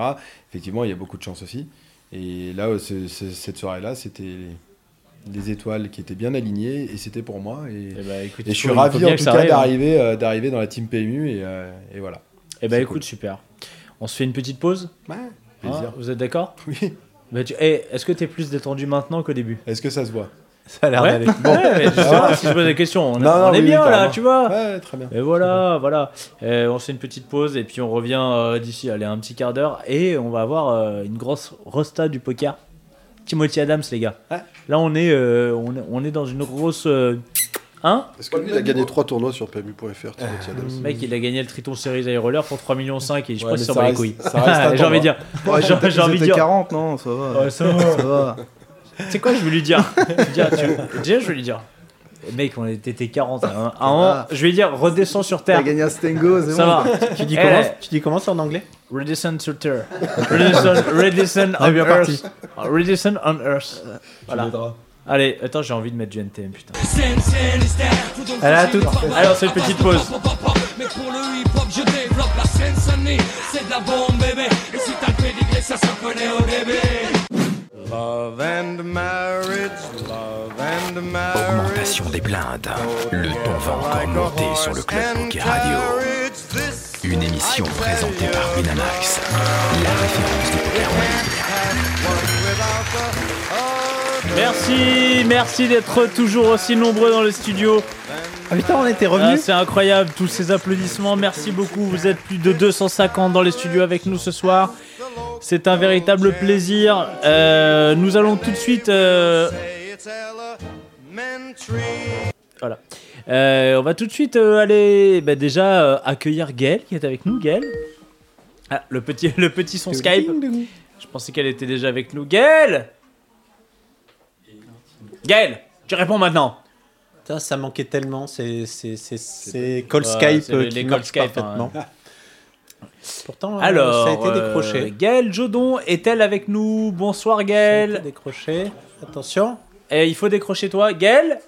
[SPEAKER 5] Effectivement, il y a beaucoup de chance aussi. Et là, euh, ce- ce- cette soirée-là, c'était les- les étoiles qui étaient bien alignées et c'était pour moi. Et,
[SPEAKER 3] Eh ben, écoute,
[SPEAKER 5] et je suis
[SPEAKER 3] il faut
[SPEAKER 5] ravi
[SPEAKER 3] bien
[SPEAKER 5] en
[SPEAKER 3] que
[SPEAKER 5] tout
[SPEAKER 3] ça
[SPEAKER 5] cas
[SPEAKER 3] arrive, hein.
[SPEAKER 5] d'arriver euh, d'arriver dans la team PMU et, euh, et voilà.
[SPEAKER 3] Eh ben
[SPEAKER 5] C'est
[SPEAKER 3] écoute, super. On se fait une petite pause hein
[SPEAKER 5] Plaisir.
[SPEAKER 3] Vous êtes d'accord
[SPEAKER 5] Oui.
[SPEAKER 3] Bah, tu- eh, Est-ce que t'es plus détendu maintenant qu'au début
[SPEAKER 5] Est-ce que ça se voit
[SPEAKER 4] Ça a l'air
[SPEAKER 3] Ouais,
[SPEAKER 4] d'aller.
[SPEAKER 3] Ouais, mais je sais pas si je pose des questions. On,
[SPEAKER 5] Non,
[SPEAKER 3] on
[SPEAKER 5] non,
[SPEAKER 3] est
[SPEAKER 5] oui,
[SPEAKER 3] bien
[SPEAKER 5] oui,
[SPEAKER 3] là,
[SPEAKER 5] carrément.
[SPEAKER 3] tu vois.
[SPEAKER 5] Ouais, très bien.
[SPEAKER 3] Et voilà, voilà. Euh, on se fait une petite pause et puis on revient euh, d'ici, allez, un petit quart d'heure et on va avoir euh, une grosse rosta du poker. Timothy Adams, les gars.
[SPEAKER 5] Ouais.
[SPEAKER 3] Là, on est, euh, on, est- on est dans une grosse. euh,
[SPEAKER 14] Hein
[SPEAKER 9] Est-ce que lui, il a gagné trois tournois sur PMU.fr Timothy Adams
[SPEAKER 14] Mec, il a gagné le Triton Series Air Roller pour 3,5 millions et je
[SPEAKER 15] Ouais,
[SPEAKER 14] crois qu'il
[SPEAKER 15] mais ça
[SPEAKER 14] s'en bat les
[SPEAKER 15] reste-
[SPEAKER 14] couilles.
[SPEAKER 15] ça reste un
[SPEAKER 14] J'ai envie de dire.
[SPEAKER 10] Ouais,
[SPEAKER 14] J'ai j'ai envie de
[SPEAKER 10] Ils étaient
[SPEAKER 14] dire.
[SPEAKER 10] 40, non, ça va.
[SPEAKER 14] Ouais, ça va.
[SPEAKER 10] Ça va.
[SPEAKER 14] C'est quoi, je vais lui dire Je vais dire, tu- Déjà, je vais lui dire. Mec, on était t'es 40 à un,
[SPEAKER 15] Ah,
[SPEAKER 14] à un moment, Je vais lui dire, redescends sur
[SPEAKER 10] T'as
[SPEAKER 14] Terre.
[SPEAKER 10] gagné un Stengo, c'est
[SPEAKER 14] Ça
[SPEAKER 10] bon.
[SPEAKER 14] va.
[SPEAKER 4] Tu dis,
[SPEAKER 14] Eh,
[SPEAKER 4] comment, tu dis comment c'est en anglais
[SPEAKER 14] Redescend sur Terre. Redescend, redescend
[SPEAKER 4] Ah,
[SPEAKER 14] on
[SPEAKER 4] bien
[SPEAKER 14] Earth. Redescend on Earth. Voilà.
[SPEAKER 4] m'aideras.
[SPEAKER 14] Allez, attends, j'ai envie de mettre du NTM, putain.
[SPEAKER 4] Allez, à toutes.
[SPEAKER 14] Allez, on se fait une petite pause.
[SPEAKER 2] Mais pour le hip hop, je développe la scène Sunny. C'est de la bombe, bébé. Et si t'as le pédigré, ça s'en connaît au début.
[SPEAKER 16] Augmentation des blindes. Le ton va encore monter sur le Club Poker Radio. Une émission présentée par Winamax, la référence du poker en ligne.
[SPEAKER 3] Merci, merci d'être toujours aussi nombreux dans le studio.
[SPEAKER 4] Ah putain, on était
[SPEAKER 3] Ah,
[SPEAKER 4] revenus
[SPEAKER 3] c'est incroyable, tous ces applaudissements. Merci beaucoup. Vous êtes plus de 250 dans les studios avec nous ce soir. C'est un véritable plaisir. Euh, nous allons tout de suite. euh, Voilà. Euh, on va tout de suite euh, aller bah, déjà euh, accueillir Gaël qui est avec nous. Gaël. Ah, le petit, le petit son Skype. Je pensais qu'elle était déjà avec nous. Gaël Gaël, tu réponds maintenant.
[SPEAKER 4] Putain, ça manquait tellement. C'est c'est- c'est- c'est
[SPEAKER 3] Ouais,
[SPEAKER 4] call Skype
[SPEAKER 3] c'est les-
[SPEAKER 4] euh, qui
[SPEAKER 3] les call
[SPEAKER 4] marche
[SPEAKER 3] Skype, hein.
[SPEAKER 4] parfaitement. Pourtant, euh,
[SPEAKER 3] Alors,
[SPEAKER 4] ça a été
[SPEAKER 3] euh,
[SPEAKER 4] décroché.
[SPEAKER 3] Gaëlle Jodon est-elle avec nous Bonsoir
[SPEAKER 4] Ça a été
[SPEAKER 3] Gaëlle.
[SPEAKER 4] décroché. Attention,
[SPEAKER 3] Eh, il faut décrocher toi. Gaëlle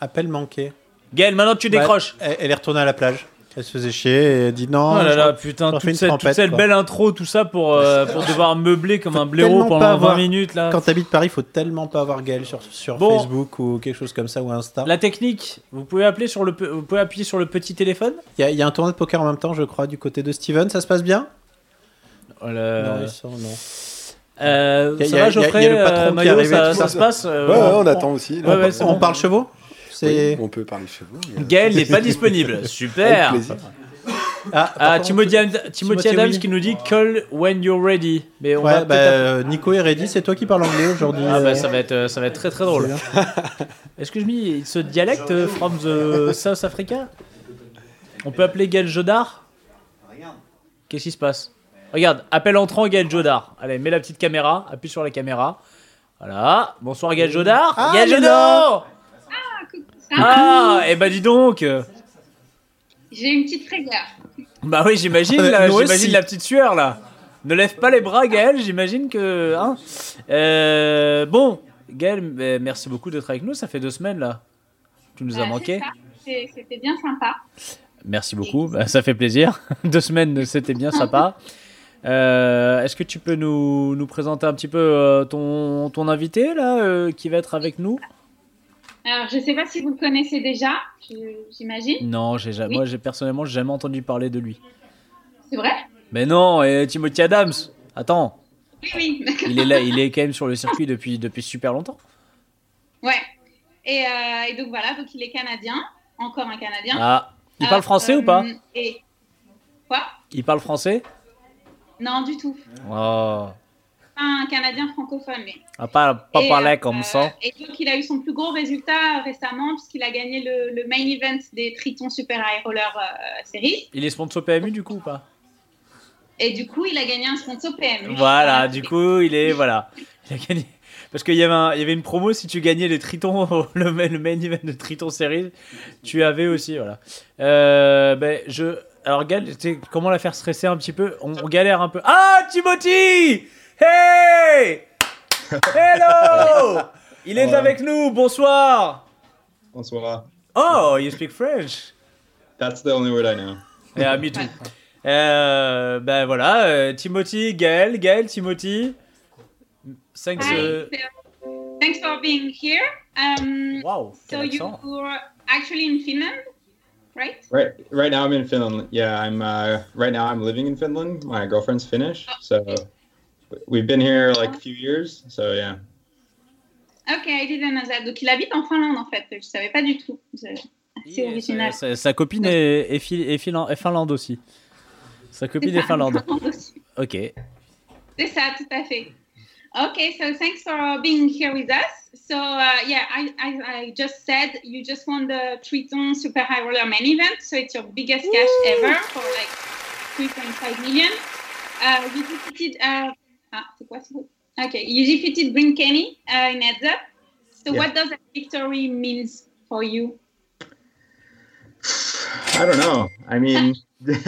[SPEAKER 4] appel manqué.
[SPEAKER 3] Gaëlle, maintenant tu décroches.
[SPEAKER 4] Bah, elle, elle est retournée à la plage. Elle se faisait chier et elle dit non.
[SPEAKER 3] oh là
[SPEAKER 4] je
[SPEAKER 3] là,
[SPEAKER 4] rentre.
[SPEAKER 3] putain,
[SPEAKER 4] j'en
[SPEAKER 3] toute
[SPEAKER 4] fais une
[SPEAKER 3] cette, toute
[SPEAKER 4] trempette,
[SPEAKER 3] cette
[SPEAKER 4] quoi.
[SPEAKER 3] belle intro, tout ça pour, euh, pour devoir meubler comme un blaireau
[SPEAKER 4] tellement
[SPEAKER 3] pendant
[SPEAKER 4] pas
[SPEAKER 3] 20
[SPEAKER 4] avoir-
[SPEAKER 3] minutes là.
[SPEAKER 4] Quand t'habites Paris, faut tellement pas avoir Gaël sur, sur
[SPEAKER 3] Euh, Bon.
[SPEAKER 4] Facebook ou quelque chose comme ça ou Insta.
[SPEAKER 3] La technique, vous pouvez, appeler sur le, pe- vous pouvez appuyer sur le petit téléphone
[SPEAKER 4] Il y, a- il y a un tournoi de poker en même temps, je crois, du côté de Steven. Ça se passe bien
[SPEAKER 3] Euh,
[SPEAKER 4] Oh Non, ils sont- non.
[SPEAKER 3] euh,
[SPEAKER 4] Y a-
[SPEAKER 3] ça
[SPEAKER 4] y a-
[SPEAKER 3] va
[SPEAKER 4] y a- y a
[SPEAKER 3] Geoffrey
[SPEAKER 4] le patron
[SPEAKER 3] euh,
[SPEAKER 4] qui est
[SPEAKER 3] Maillot,
[SPEAKER 4] arrivé,
[SPEAKER 3] ça,
[SPEAKER 4] tout
[SPEAKER 3] ça
[SPEAKER 4] ça.
[SPEAKER 3] se passe euh,
[SPEAKER 15] Ouais, ouais,
[SPEAKER 3] on-
[SPEAKER 15] on attend aussi. là,
[SPEAKER 3] Ouais,
[SPEAKER 15] on
[SPEAKER 3] ouais,
[SPEAKER 15] parle-
[SPEAKER 3] c'est
[SPEAKER 4] On parle chevaux C'est.
[SPEAKER 15] Oui, on peut parler chevaux. mais, euh,
[SPEAKER 3] Gaëlle n'est pas disponible.
[SPEAKER 15] avec
[SPEAKER 3] Super
[SPEAKER 15] plaisir.
[SPEAKER 4] Ah,
[SPEAKER 3] Ah,
[SPEAKER 4] par contre-
[SPEAKER 3] Timothy, Ad- Timothy
[SPEAKER 4] Timothy,
[SPEAKER 3] Adams
[SPEAKER 4] oui.
[SPEAKER 3] qui nous dit Call when you're ready. Mais on
[SPEAKER 4] Ouais,
[SPEAKER 3] va
[SPEAKER 4] bah,
[SPEAKER 3] peut-être
[SPEAKER 4] euh, Nico est ready, c'est toi qui parles anglais aujourd'hui.
[SPEAKER 3] Ah bah
[SPEAKER 4] euh.
[SPEAKER 3] ça va être euh, ça va être très très drôle. Est-ce que je mis ce dialecte euh, from the South Africa On peut appeler Gaël Jodard Qu'est-ce qui se passe Regarde, appel entrant Gaël Jodard. Allez, mets la petite caméra, appuie sur la caméra. Voilà, bonsoir Gaël Jodard.
[SPEAKER 4] Ah,
[SPEAKER 3] Gaël
[SPEAKER 4] il est
[SPEAKER 3] Jodard Ah, et bah dis donc
[SPEAKER 17] J'ai une petite frayeur.
[SPEAKER 3] Bah oui, j'imagine,
[SPEAKER 4] Euh,
[SPEAKER 3] là,
[SPEAKER 4] nous
[SPEAKER 3] j'imagine
[SPEAKER 4] aussi.
[SPEAKER 3] la petite sueur là. Ne lève pas les bras, Gaël, j'imagine que. hein. Euh, bon, Gaël, euh, merci beaucoup d'être avec nous, ça fait deux semaines là. Tu nous as
[SPEAKER 17] Bah, c'est
[SPEAKER 3] manqué.
[SPEAKER 17] ça. C'est- C'était bien sympa.
[SPEAKER 3] Merci beaucoup, bah, ça fait plaisir. deux semaines, c'était bien sympa. Euh, Est-ce que tu peux nous, nous présenter un petit peu euh, ton, ton invité là, euh, qui va être avec nous
[SPEAKER 17] Alors, je ne sais pas si vous le connaissez déjà, je- j'imagine.
[SPEAKER 3] Non, j'ai jamais, moi j'ai personnellement j'ai jamais entendu parler de lui.
[SPEAKER 17] C'est vrai
[SPEAKER 3] Mais non, et Timothy Adams Attends,
[SPEAKER 17] Oui, oui.
[SPEAKER 3] il est là, il est quand même sur le circuit depuis, depuis super longtemps.
[SPEAKER 17] ouais. Et, euh, et donc voilà, donc il est canadien, encore un canadien.
[SPEAKER 3] Ah, il parle
[SPEAKER 17] Euh,
[SPEAKER 3] français ou pas
[SPEAKER 17] euh, et... Quoi
[SPEAKER 3] Il parle français
[SPEAKER 17] Non, du tout.
[SPEAKER 3] Oh,
[SPEAKER 17] Pas un canadien francophone, mais.
[SPEAKER 3] à pas, pas
[SPEAKER 17] Et,
[SPEAKER 3] parler
[SPEAKER 17] euh,
[SPEAKER 3] comme ça.
[SPEAKER 17] Et donc, il a eu son plus gros résultat euh, récemment, puisqu'il a gagné le, le main event des Triton Super High Roller euh, Series.
[SPEAKER 3] Il est sponsor PMU du coup ou pas
[SPEAKER 17] Et du coup, il a gagné un sponsor PM.
[SPEAKER 3] Voilà, du coup, il est. Voilà. Il a gagné. Parce qu'il y, avait un- il y avait une promo, si tu gagnais les Tritons, le, ma- le main event de Triton Series, tu avais aussi, voilà. Euh, ben, je. Alors, Gal, tu sais, comment la faire stresser un petit peu on, on galère un peu. Ah, Timothy Hey Hello Il est avec nous, bonsoir
[SPEAKER 5] Bonsoir.
[SPEAKER 3] Oh, you speak French
[SPEAKER 5] That's the only word I know.
[SPEAKER 3] Et à MeToo. Euh, ben voilà, euh, Timothy, Gaël, Gaël, Timothy. Thanks.
[SPEAKER 17] Hi,
[SPEAKER 3] euh,
[SPEAKER 17] so thanks for being here. Um,
[SPEAKER 3] Wow,
[SPEAKER 17] so
[SPEAKER 3] quel accent.
[SPEAKER 17] you were actually in Finland, right?
[SPEAKER 5] Right, right now I'm in Finland. Yeah, I'm. Uh, right now I'm living in Finland. My girlfriend's Finnish, so we've been here like a few years. So yeah.
[SPEAKER 17] Ok, I didn't know that. Donc il habite en Finlande en fait. Je savais pas du tout. C'est assez
[SPEAKER 3] Et
[SPEAKER 17] original.
[SPEAKER 3] Euh, sa- sa- Sa copine est, est Fi- est Finlan- est Finlande aussi. Sa copine est Finlande. Ok.
[SPEAKER 17] C'est ça, tout à fait.
[SPEAKER 2] Okay, so thanks for being here with us. So uh, yeah, I, I, I just said you just won the Triton Super High Roller Main Event, so it's your biggest cash ever for like 3.5 million. Uh, you defeated uh, ah, c'est quoi, c'est quoi? okay, you defeated Brin Kenny uh, in heads up. So
[SPEAKER 9] Yeah.
[SPEAKER 2] what does that victory means for you?
[SPEAKER 9] I don't know. I mean,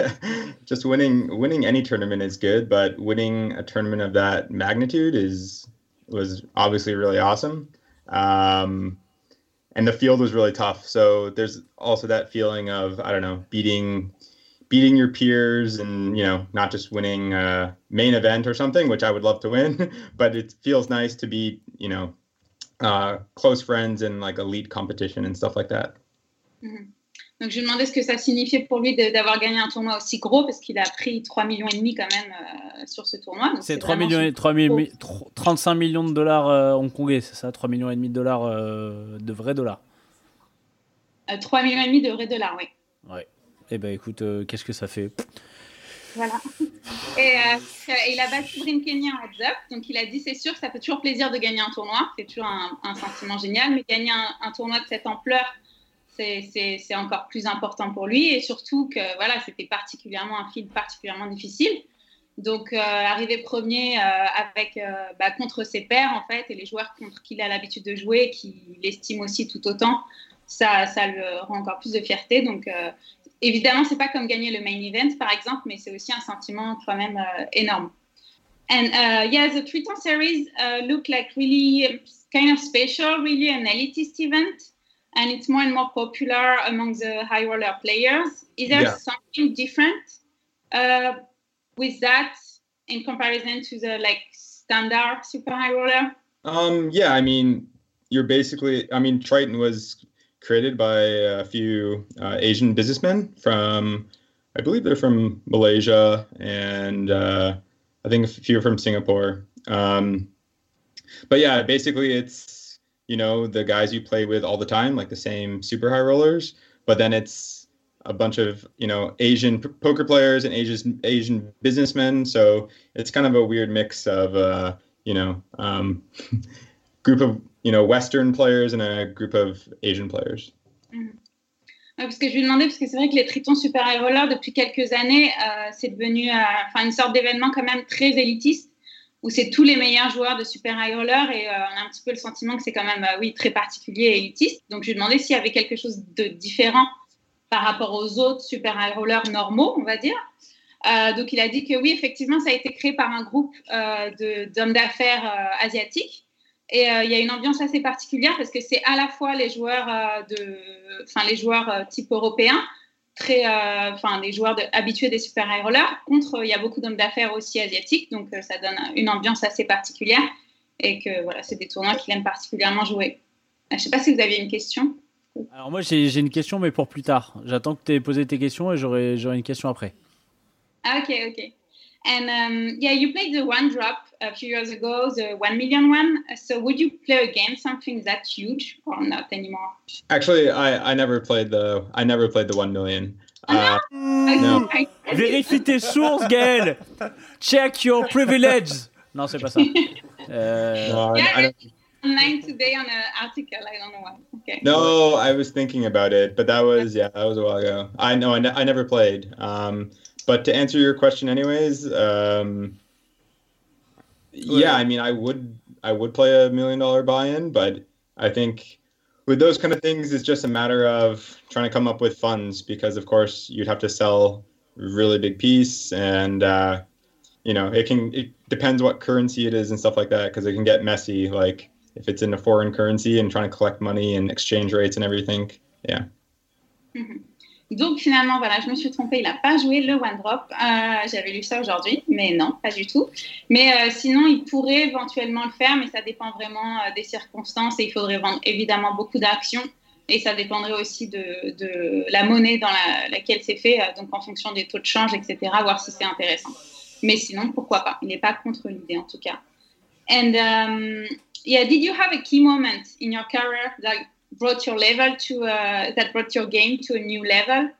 [SPEAKER 9] just winning winning any tournament is good, but winning a tournament of that magnitude is was obviously really awesome. Um, and the field was really tough. So there's also that feeling of I don't know beating beating your peers and you know not just winning uh, a main event or something, which I would love to win, but it feels nice to beat you know uh, close friends and like elite competition and stuff like that.
[SPEAKER 2] Mhm. Donc je lui demandais ce que ça signifiait pour lui de- d'avoir gagné un tournoi aussi gros parce qu'il a pris 3 millions et demi quand même euh, sur ce tournoi. Donc,
[SPEAKER 3] C'est 3
[SPEAKER 2] vraiment
[SPEAKER 3] millions, et-
[SPEAKER 2] super.
[SPEAKER 3] 3 000 mi- tro- 35 millions de dollars euh, hongkongais, c'est ça 3 millions et demi de dollars euh, de vrais dollars.
[SPEAKER 2] Euh, 3 millions et demi de vrais dollars, oui.
[SPEAKER 3] Ouais. Eh ben écoute, euh, qu'est-ce que ça fait
[SPEAKER 2] Voilà. Et euh, euh, il a battu Brin Kenny en heads up. Donc il a dit c'est sûr, ça fait toujours plaisir de gagner un tournoi. C'est toujours un, un sentiment génial. Mais gagner un, un tournoi de cette ampleur, c'est- c'est c'est encore plus important pour lui. Et surtout que voilà, c'était particulièrement un field particulièrement difficile. Donc euh, arriver premier euh, avec, euh, bah, contre ses pairs en fait et les joueurs contre qui il a l'habitude de jouer, qu'il estime aussi tout autant, ça, ça le rend encore plus de fierté. Donc euh, évidemment, c'est pas comme gagner le main event, par exemple, mais c'est aussi un sentiment quand même euh, énorme. And uh, yeah, the Triton series uh, look like really kind of special, really an elitist event, and it's more and more popular among the high roller players. Is there
[SPEAKER 9] Yeah.
[SPEAKER 2] something different uh, with that in comparison to the like standard super high roller?
[SPEAKER 9] Um, yeah, I mean, you're basically, I mean, Triton was created by a few uh, Asian businessmen from, I believe they're from Malaysia and uh, I think a few are from Singapore. Um, but yeah, basically it's, you know, the guys you play with all the time, like the same super high rollers, but then it's a bunch of, you know, Asian p- poker players and Asian, Asian businessmen. So it's kind of a weird mix of, uh, you know, um, group of you know Western players and a group of Asian players.
[SPEAKER 2] Ouais, parce que je lui demandais, parce que c'est vrai que les Tritons Super High Roller, depuis quelques années, euh, c'est devenu euh, enfin, une sorte d'événement quand même très élitiste, où c'est tous les meilleurs joueurs de Super High Roller, et euh, on a un petit peu le sentiment que c'est quand même, euh, oui, très particulier et élitiste. Donc je lui demandais s'il y avait quelque chose de différent par rapport aux autres Super High Rollers normaux, on va dire. Euh, donc il a dit que oui, effectivement, ça a été créé par un groupe euh, de- d'hommes d'affaires euh, asiatiques. Et euh, il y a une ambiance assez particulière parce que c'est à la fois les joueurs euh, de, enfin les joueurs euh, type européen, très, euh, enfin les joueurs de- habitués des super high rollers, contre euh, il y a beaucoup d'hommes d'affaires aussi asiatiques, donc euh, ça donne une ambiance assez particulière et que voilà, c'est des tournois qu'il aime particulièrement jouer. Euh, Je sais pas si vous aviez une question.
[SPEAKER 3] Alors moi j'ai j'ai une question mais pour plus tard. J'attends que tu aies posé tes questions et j'aurai j'aurai une question après.
[SPEAKER 2] Ah, okay, okay. And um, yeah, you played the one drop a few years ago, the one million one. So would you play again something that huge or not anymore?
[SPEAKER 9] Actually, I I never played the I never played the one million. Uh, no.
[SPEAKER 2] I-
[SPEAKER 3] Vérifie tes sources Gaël Check your privileges Non c'est pas ça. Euh,
[SPEAKER 9] No, Uh, I, I don't-
[SPEAKER 2] online today on an article. I don't know why. Okay.
[SPEAKER 9] no, I was thinking about it, but that was yeah, that was a while ago. I know I ne- I never played. Um, but to answer your question, anyways, um, yeah, I mean, I would I would play a million dollar buy-in, but I think with those kind of things, it's just a matter of trying to come up with funds because, of course, you'd have to sell a really big piece, and uh, you know, it can it depends what currency it is and stuff like that because it can get messy. Like if it's in a foreign currency and trying to collect money and exchange rates and everything, yeah.
[SPEAKER 2] Mhm. Donc finalement, voilà, je me suis trompée, il n'a pas joué le One Drop. Euh, J'avais lu ça aujourd'hui, mais non, pas du tout. Mais euh, sinon, il pourrait éventuellement le faire, mais ça dépend vraiment euh, des circonstances et il faudrait vendre évidemment beaucoup d'actions. Et ça dépendrait aussi de, de la monnaie dans la- laquelle c'est fait, euh, donc en fonction des taux de change, etc., voir si c'est intéressant. Mais sinon, pourquoi pas Il n'est pas contre l'idée en tout cas. And um, yeah, did you have a key moment in your career that brought your level to uh, that brought your game to a new level?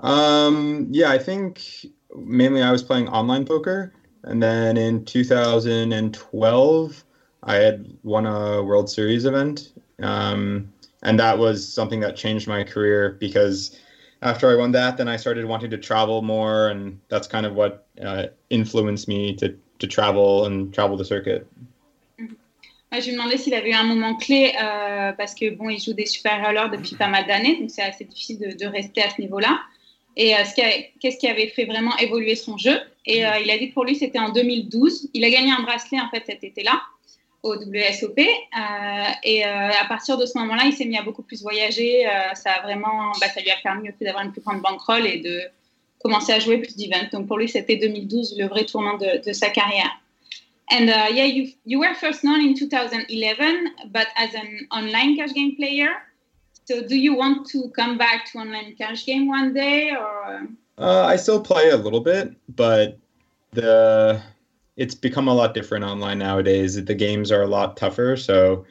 [SPEAKER 9] Um, yeah, I think mainly I was playing online poker, And then in 2012, I had won a World Series event. Um, and that was something that changed my career because after I won that, then I started wanting to travel more. And that's kind of what uh, influenced me to, to travel and travel the circuit.
[SPEAKER 2] Ouais, je lui ai demandé s'il avait eu un moment clé euh, parce que bon, il joue des super rollers depuis pas mal d'années, donc c'est assez difficile de, de rester à ce niveau-là. Et euh, ce qui a- qu'est-ce qui avait fait vraiment évoluer son jeu Et euh, il a dit que pour lui, c'était en 2012. Il a gagné un bracelet en fait cet été-là au WSOP. euh, et euh, à partir de ce moment-là, il s'est mis à beaucoup plus voyager. euh, ça a vraiment, bah, ça lui a permis aussi d'avoir une plus grande bankroll et de commencer à jouer plus d'events. Donc pour lui, c'était 2012 le vrai tournant de- de sa carrière. And uh, yeah, you you were first known in 2011, but as an online cash game player. So, do you want to come back to online cash game one day, or
[SPEAKER 9] Uh, I still play a little bit, but the it's become a lot different online nowadays. The games are a lot tougher, so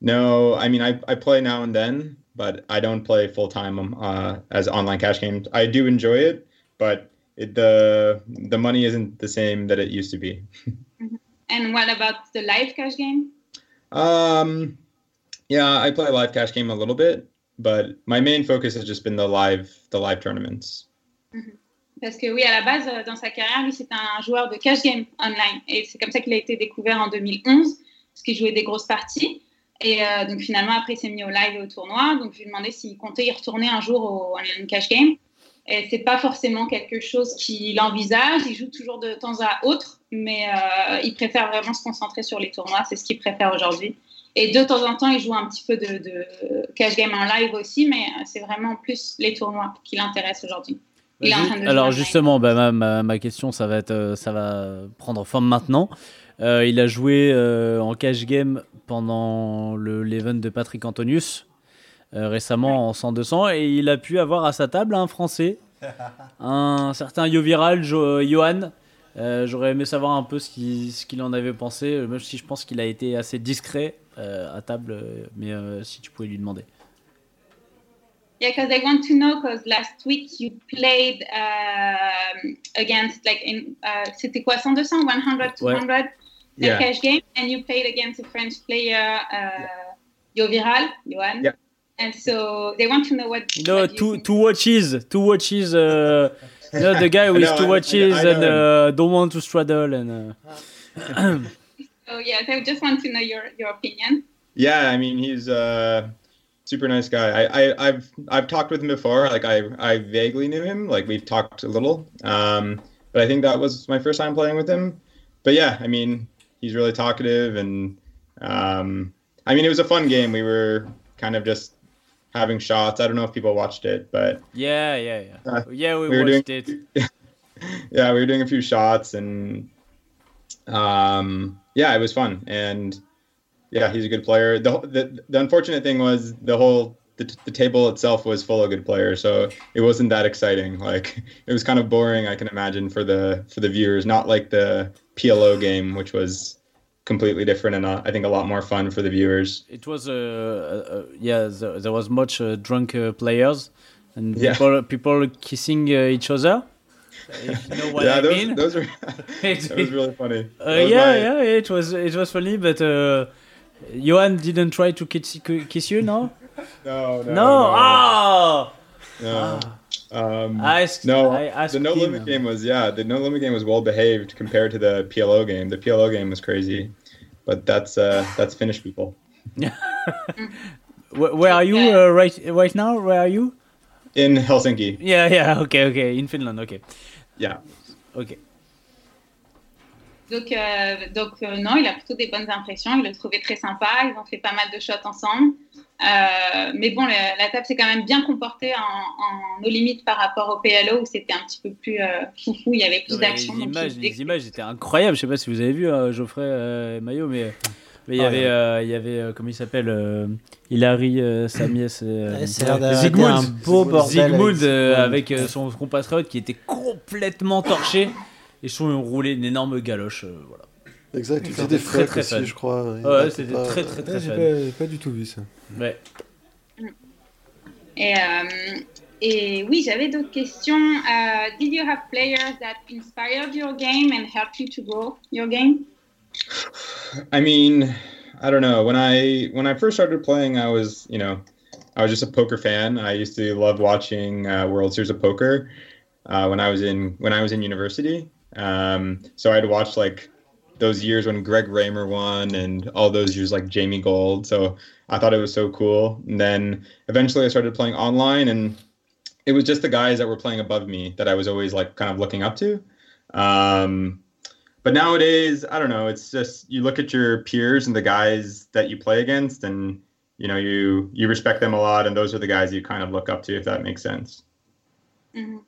[SPEAKER 9] no, I mean I, I play now and then, but I don't play full time uh, as online cash games. I do enjoy it, but it, the the money isn't the same that it used to be.
[SPEAKER 2] and what about the live cash game?
[SPEAKER 9] Um, yeah, I play live cash game a little bit, but my main focus has just been the live the live tournaments.
[SPEAKER 2] Parce que oui, à la base, euh, dans sa carrière, lui, c'était un joueur de cash game online. Et c'est comme ça qu'il a été découvert en 2011, parce qu'il jouait des grosses parties. Et euh, donc finalement, après, il s'est mis au live et au tournoi. Donc je lui ai demandé s'il comptait y retourner un jour au online cash game. Et c'est pas forcément quelque chose qu'il envisage. Il joue toujours de temps à autre, mais euh, il préfère vraiment se concentrer sur les tournois. C'est ce qu'il préfère aujourd'hui. Et de temps en temps, il joue un petit peu de, de cash game en live aussi, mais euh, c'est vraiment plus les tournois qui l'intéressent aujourd'hui. Il est en train de jouer
[SPEAKER 3] Alors
[SPEAKER 2] en
[SPEAKER 3] justement, bah, ma, ma- ma question, ça va, être, euh, ça va prendre forme maintenant. Euh, il a joué euh, en cash game pendant le l'event de Patrick Antonius euh, récemment en 100-200 et il a pu avoir à sa table un Français, un certain Yoviral, Jo- euh, Johan. Euh, J'aurais aimé savoir un peu ce qu'il ce qu'il en avait pensé, euh, même si je pense qu'il a été assez discret euh, à table, euh, mais euh, si tu pouvais lui demander.
[SPEAKER 2] Yeah, because I want to know because last week you played um, against like in uh, c'était quoi 100 200 100 200 like
[SPEAKER 9] Yeah.
[SPEAKER 2] cash game and you played against a French player uh, Yoviral Johan
[SPEAKER 9] Yeah.
[SPEAKER 2] and so they want to know what
[SPEAKER 3] You know, two two watches, two watches. Uh, you know, the guy with
[SPEAKER 9] No,
[SPEAKER 3] two
[SPEAKER 9] I-
[SPEAKER 3] watches
[SPEAKER 9] I- I
[SPEAKER 3] and
[SPEAKER 9] know.
[SPEAKER 3] uh, don't want to straddle and. Uh,
[SPEAKER 2] so oh, yeah they just want to know your your opinion
[SPEAKER 9] Yeah, I mean he's a super nice guy. I, I I've I've talked with him before. Like I I vaguely knew him. Like we've talked a little. Um, but I think that was my first time playing with him. But yeah, I mean he's really talkative and um, I mean it was a fun game. We were kind of just having shots. I don't know if people watched it, but
[SPEAKER 3] yeah, yeah, yeah. Yeah, we,
[SPEAKER 9] Uh, we were doing-
[SPEAKER 3] watched it.
[SPEAKER 9] yeah, we were doing a few shots and um, yeah, it was fun. And yeah, he's a good player. The, the the unfortunate thing was the whole the, the table itself was full of good players, so it wasn't that exciting. Like it was kind of boring, I can imagine for the for the viewers. Not like the PLO game, which was completely different and uh, I think a lot more fun for the viewers.
[SPEAKER 3] It was uh, uh, uh, yeah. There, there was much uh, drunk uh, players and
[SPEAKER 9] Yeah.
[SPEAKER 3] people people kissing uh, each other. If you know what
[SPEAKER 9] yeah,
[SPEAKER 3] I
[SPEAKER 9] Ah, those,
[SPEAKER 3] mean.
[SPEAKER 9] those were that was really funny.
[SPEAKER 3] Uh,
[SPEAKER 9] That was
[SPEAKER 3] yeah,
[SPEAKER 9] my-
[SPEAKER 3] yeah, it was it was funny, but uh, Johan didn't try to kiss, kiss you, no?
[SPEAKER 9] No, no,
[SPEAKER 3] no.
[SPEAKER 9] no.
[SPEAKER 3] Ah,
[SPEAKER 9] No. Um,
[SPEAKER 3] I asked-
[SPEAKER 9] no,
[SPEAKER 3] I asked
[SPEAKER 9] the no
[SPEAKER 3] him.
[SPEAKER 9] limit game was yeah, the no limit game was well behaved compared to the PLO game. The PLO game was crazy, but that's uh, that's Finnish people.
[SPEAKER 3] Wh- where are you uh, right right now? Where are you?
[SPEAKER 9] In Helsinki.
[SPEAKER 3] Yeah, yeah, okay, okay, in Finland, okay.
[SPEAKER 9] Yeah.
[SPEAKER 3] Okay.
[SPEAKER 2] donc euh, donc euh, non il a plutôt des bonnes impressions il le trouvait très sympa ils ont fait pas mal de shots ensemble Euh, mais bon la, la table s'est quand même bien comportée en, en nos limites par rapport au PLO où c'était un petit peu plus euh, foufou il y avait plus
[SPEAKER 3] Non, mais
[SPEAKER 2] d'action
[SPEAKER 3] les
[SPEAKER 2] donc
[SPEAKER 3] images,
[SPEAKER 2] il-
[SPEAKER 3] les images étaient incroyables. Je sais pas si vous avez vu euh, Geoffrey euh, Maillot, mais mais il y
[SPEAKER 4] Ah,
[SPEAKER 3] avait,
[SPEAKER 4] ouais.
[SPEAKER 3] euh, il y avait euh, comment il s'appelle euh, Hilary euh, Samies, euh,
[SPEAKER 4] Ouais, ça a l'air d'avoir été
[SPEAKER 3] Zygmunt,
[SPEAKER 4] un beau bordel
[SPEAKER 3] Zygmunt
[SPEAKER 4] avec-
[SPEAKER 3] euh,
[SPEAKER 4] ouais.
[SPEAKER 3] avec euh, son compatriote qui était complètement torché et son ont roulé une énorme galoche. euh, voilà.
[SPEAKER 5] Exact, il
[SPEAKER 3] C'était
[SPEAKER 5] faisait des
[SPEAKER 3] très,
[SPEAKER 5] flex
[SPEAKER 3] très
[SPEAKER 5] aussi,
[SPEAKER 3] fun.
[SPEAKER 5] je crois. Il
[SPEAKER 3] Ouais,
[SPEAKER 5] arrêtait
[SPEAKER 3] c'était
[SPEAKER 5] pas.
[SPEAKER 3] très très très
[SPEAKER 5] Ouais, j'ai
[SPEAKER 3] fun.
[SPEAKER 5] pas- j'ai pas du tout vu ça.
[SPEAKER 3] Ouais.
[SPEAKER 2] Et, euh, Et oui, j'avais d'autres questions. Euh, did you have players that inspired your game and helped you to grow your game?
[SPEAKER 9] I mean, I don't know. When I when I first started playing, I was you know, I was just a poker fan. I used to love watching uh, World Series of Poker uh, when I was in when I was in university. Um, so I'd watch like those years when Greg Raymer won and all those years like Jamie Gold. So I thought it was so cool. And then eventually I started playing online and it was just the guys that were playing above me that I was always like kind of looking up to. Um, but nowadays, I don't know. It's just you look at your peers and the guys that you play against, and you know you you respect them a lot, and those are the guys you kind of look up to, if that makes sense.
[SPEAKER 2] Mhm.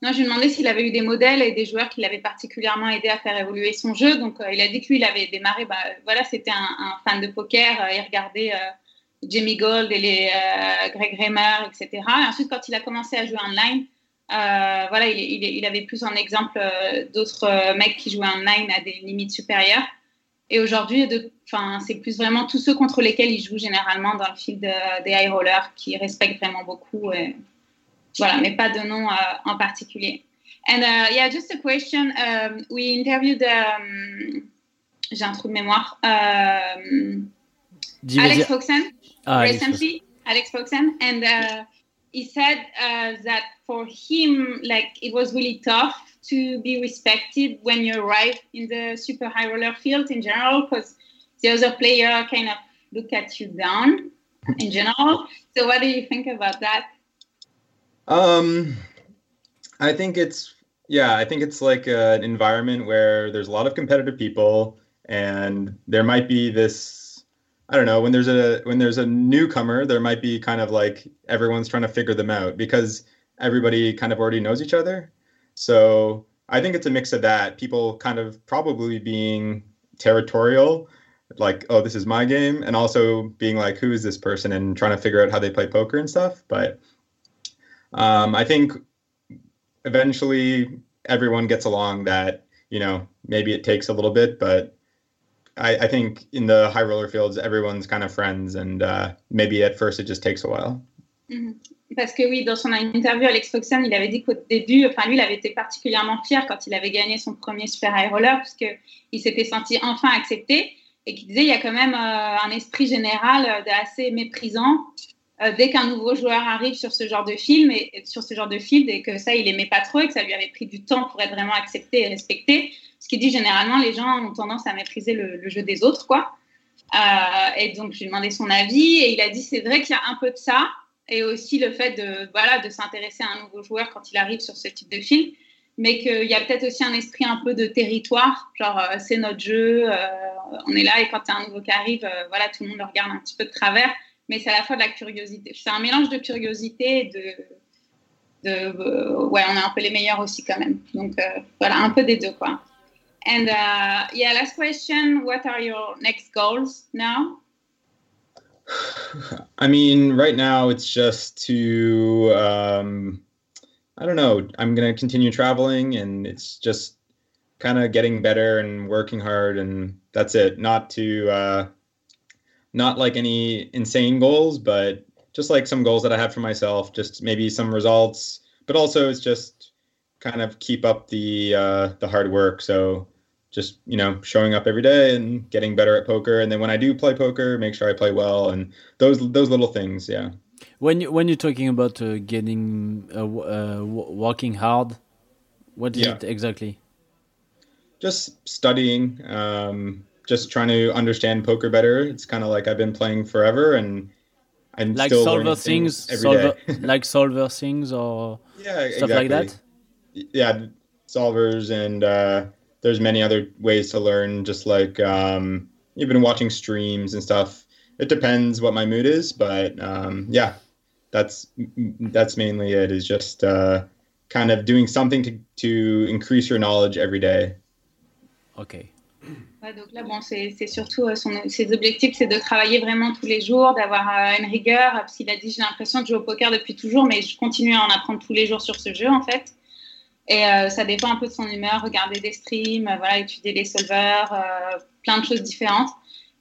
[SPEAKER 2] Non, je lui ai demandé s'il avait eu des modèles et des joueurs qui l'avaient particulièrement aidé à faire évoluer son jeu. Donc, euh, il a dit que lui, il avait démarré, bah, euh, voilà, c'était un, un fan de poker, euh, il regardait euh, Jimmy Gold et les euh, Greg Raymer, etc. Et ensuite, quand il a commencé à jouer online, euh, voilà, il, il- il avait plus en exemple euh, d'autres euh, mecs qui jouaient online à des limites supérieures. Et aujourd'hui, de- 'fin, c'est plus vraiment tous ceux contre lesquels il joue généralement dans le field euh, des high rollers qui respectent vraiment beaucoup. et- voilà, mais pas de nom euh, en particulier. And uh, yeah, just a question. Um, we interviewed. um, j'ai un trou de mémoire. um,
[SPEAKER 3] Dis, vas-y.
[SPEAKER 2] Alex Foxen
[SPEAKER 3] Ah, Alex
[SPEAKER 2] recently. Alex Foxen, and uh, he said uh, that for him, like it was really tough to be respected when you arrive in the super high roller field in general, because the other player kind of look at you down in general. So, what do you think about that?
[SPEAKER 9] Um, I think it's yeah, I think it's like an environment where there's a lot of competitive people, and there might be this. I don't know when there's a when there's a newcomer, there might be kind of like everyone's trying to figure them out because everybody kind of already knows each other. So I think it's a mix of that. People kind of probably being territorial, like, oh, this is my game, and also being like, who is this person, and trying to figure out how they play poker and stuff. But um, I think eventually everyone gets along that, you know, maybe it takes a little bit, but I, I think in the high roller fields, everyone's kind of friends, and uh, maybe at first it just takes a while.
[SPEAKER 2] Mhm. Parce que oui, dans son interview, Alex Foxen, il avait dit qu'au début, enfin lui, il avait été particulièrement fier quand il avait gagné son premier Super High Roller, parce que il s'était senti enfin accepté et qu'il disait il y a quand même euh, un esprit général euh, de- assez méprisant euh, dès qu'un nouveau joueur arrive sur ce genre de film et, et sur ce genre de field et que ça, il aimait pas trop et que ça lui avait pris du temps pour être vraiment accepté et respecté. Ce qu'il dit généralement, les gens ont tendance à mépriser le, le jeu des autres, quoi. Euh, et donc, je lui ai demandé son avis et il a dit c'est vrai qu'il y a un peu de ça et aussi le fait de, voilà, de s'intéresser à un nouveau joueur quand il arrive sur ce type de film, mais qu'il y a peut-être aussi un esprit un peu de territoire, genre euh, c'est notre jeu, euh, on est là et quand il y a un nouveau qui arrive, euh, voilà, tout le monde le regarde un petit peu de travers, mais c'est à la fois de la curiosité. C'est un mélange de curiosité et de. de euh, ouais, on est un peu les meilleurs aussi quand même. Donc euh, voilà, un peu des deux quoi. And uh, yeah, last question. What are your next goals now?
[SPEAKER 9] I mean, right now it's just to um, I don't know. I'm gonna continue traveling, and it's just kind of getting better and working hard, and that's it. Not to uh, not like any insane goals, but just like some goals that I have for myself. Just maybe some results, but also it's just kind of keep up the uh, the hard work. So just you know showing up every day and getting better at poker and then when i do play poker make sure i play well and those those little things yeah
[SPEAKER 3] When you, when you're talking about uh, getting uh, w- uh, w- working hard, what is
[SPEAKER 9] Yeah.
[SPEAKER 3] it exactly?
[SPEAKER 9] just studying um just trying to understand poker better it's kind of like i've been playing forever and i'm
[SPEAKER 3] Like
[SPEAKER 9] still
[SPEAKER 3] solver
[SPEAKER 9] learning
[SPEAKER 3] things,
[SPEAKER 9] things every day.
[SPEAKER 3] solver, like solver things or
[SPEAKER 9] yeah
[SPEAKER 3] stuff like that.
[SPEAKER 9] that yeah solvers and uh there's many other ways to learn just like um you've been watching streams and stuff it depends what my mood is but um yeah that's that's mainly it is just uh kind of doing something to to increase your knowledge every day
[SPEAKER 3] okay
[SPEAKER 2] Ouais, donc là, bon, c'est c'est surtout euh, son, ses objectifs, c'est de travailler vraiment tous les jours, d'avoir euh, une rigueur. euh, Parce qu'il a dit, j'ai l'impression de jouer au poker depuis toujours, mais je continue à en apprendre tous les jours sur ce jeu, en fait. Et euh, ça dépend un peu de son humeur, regarder des streams, euh, voilà, étudier les solvers, euh, plein de choses différentes.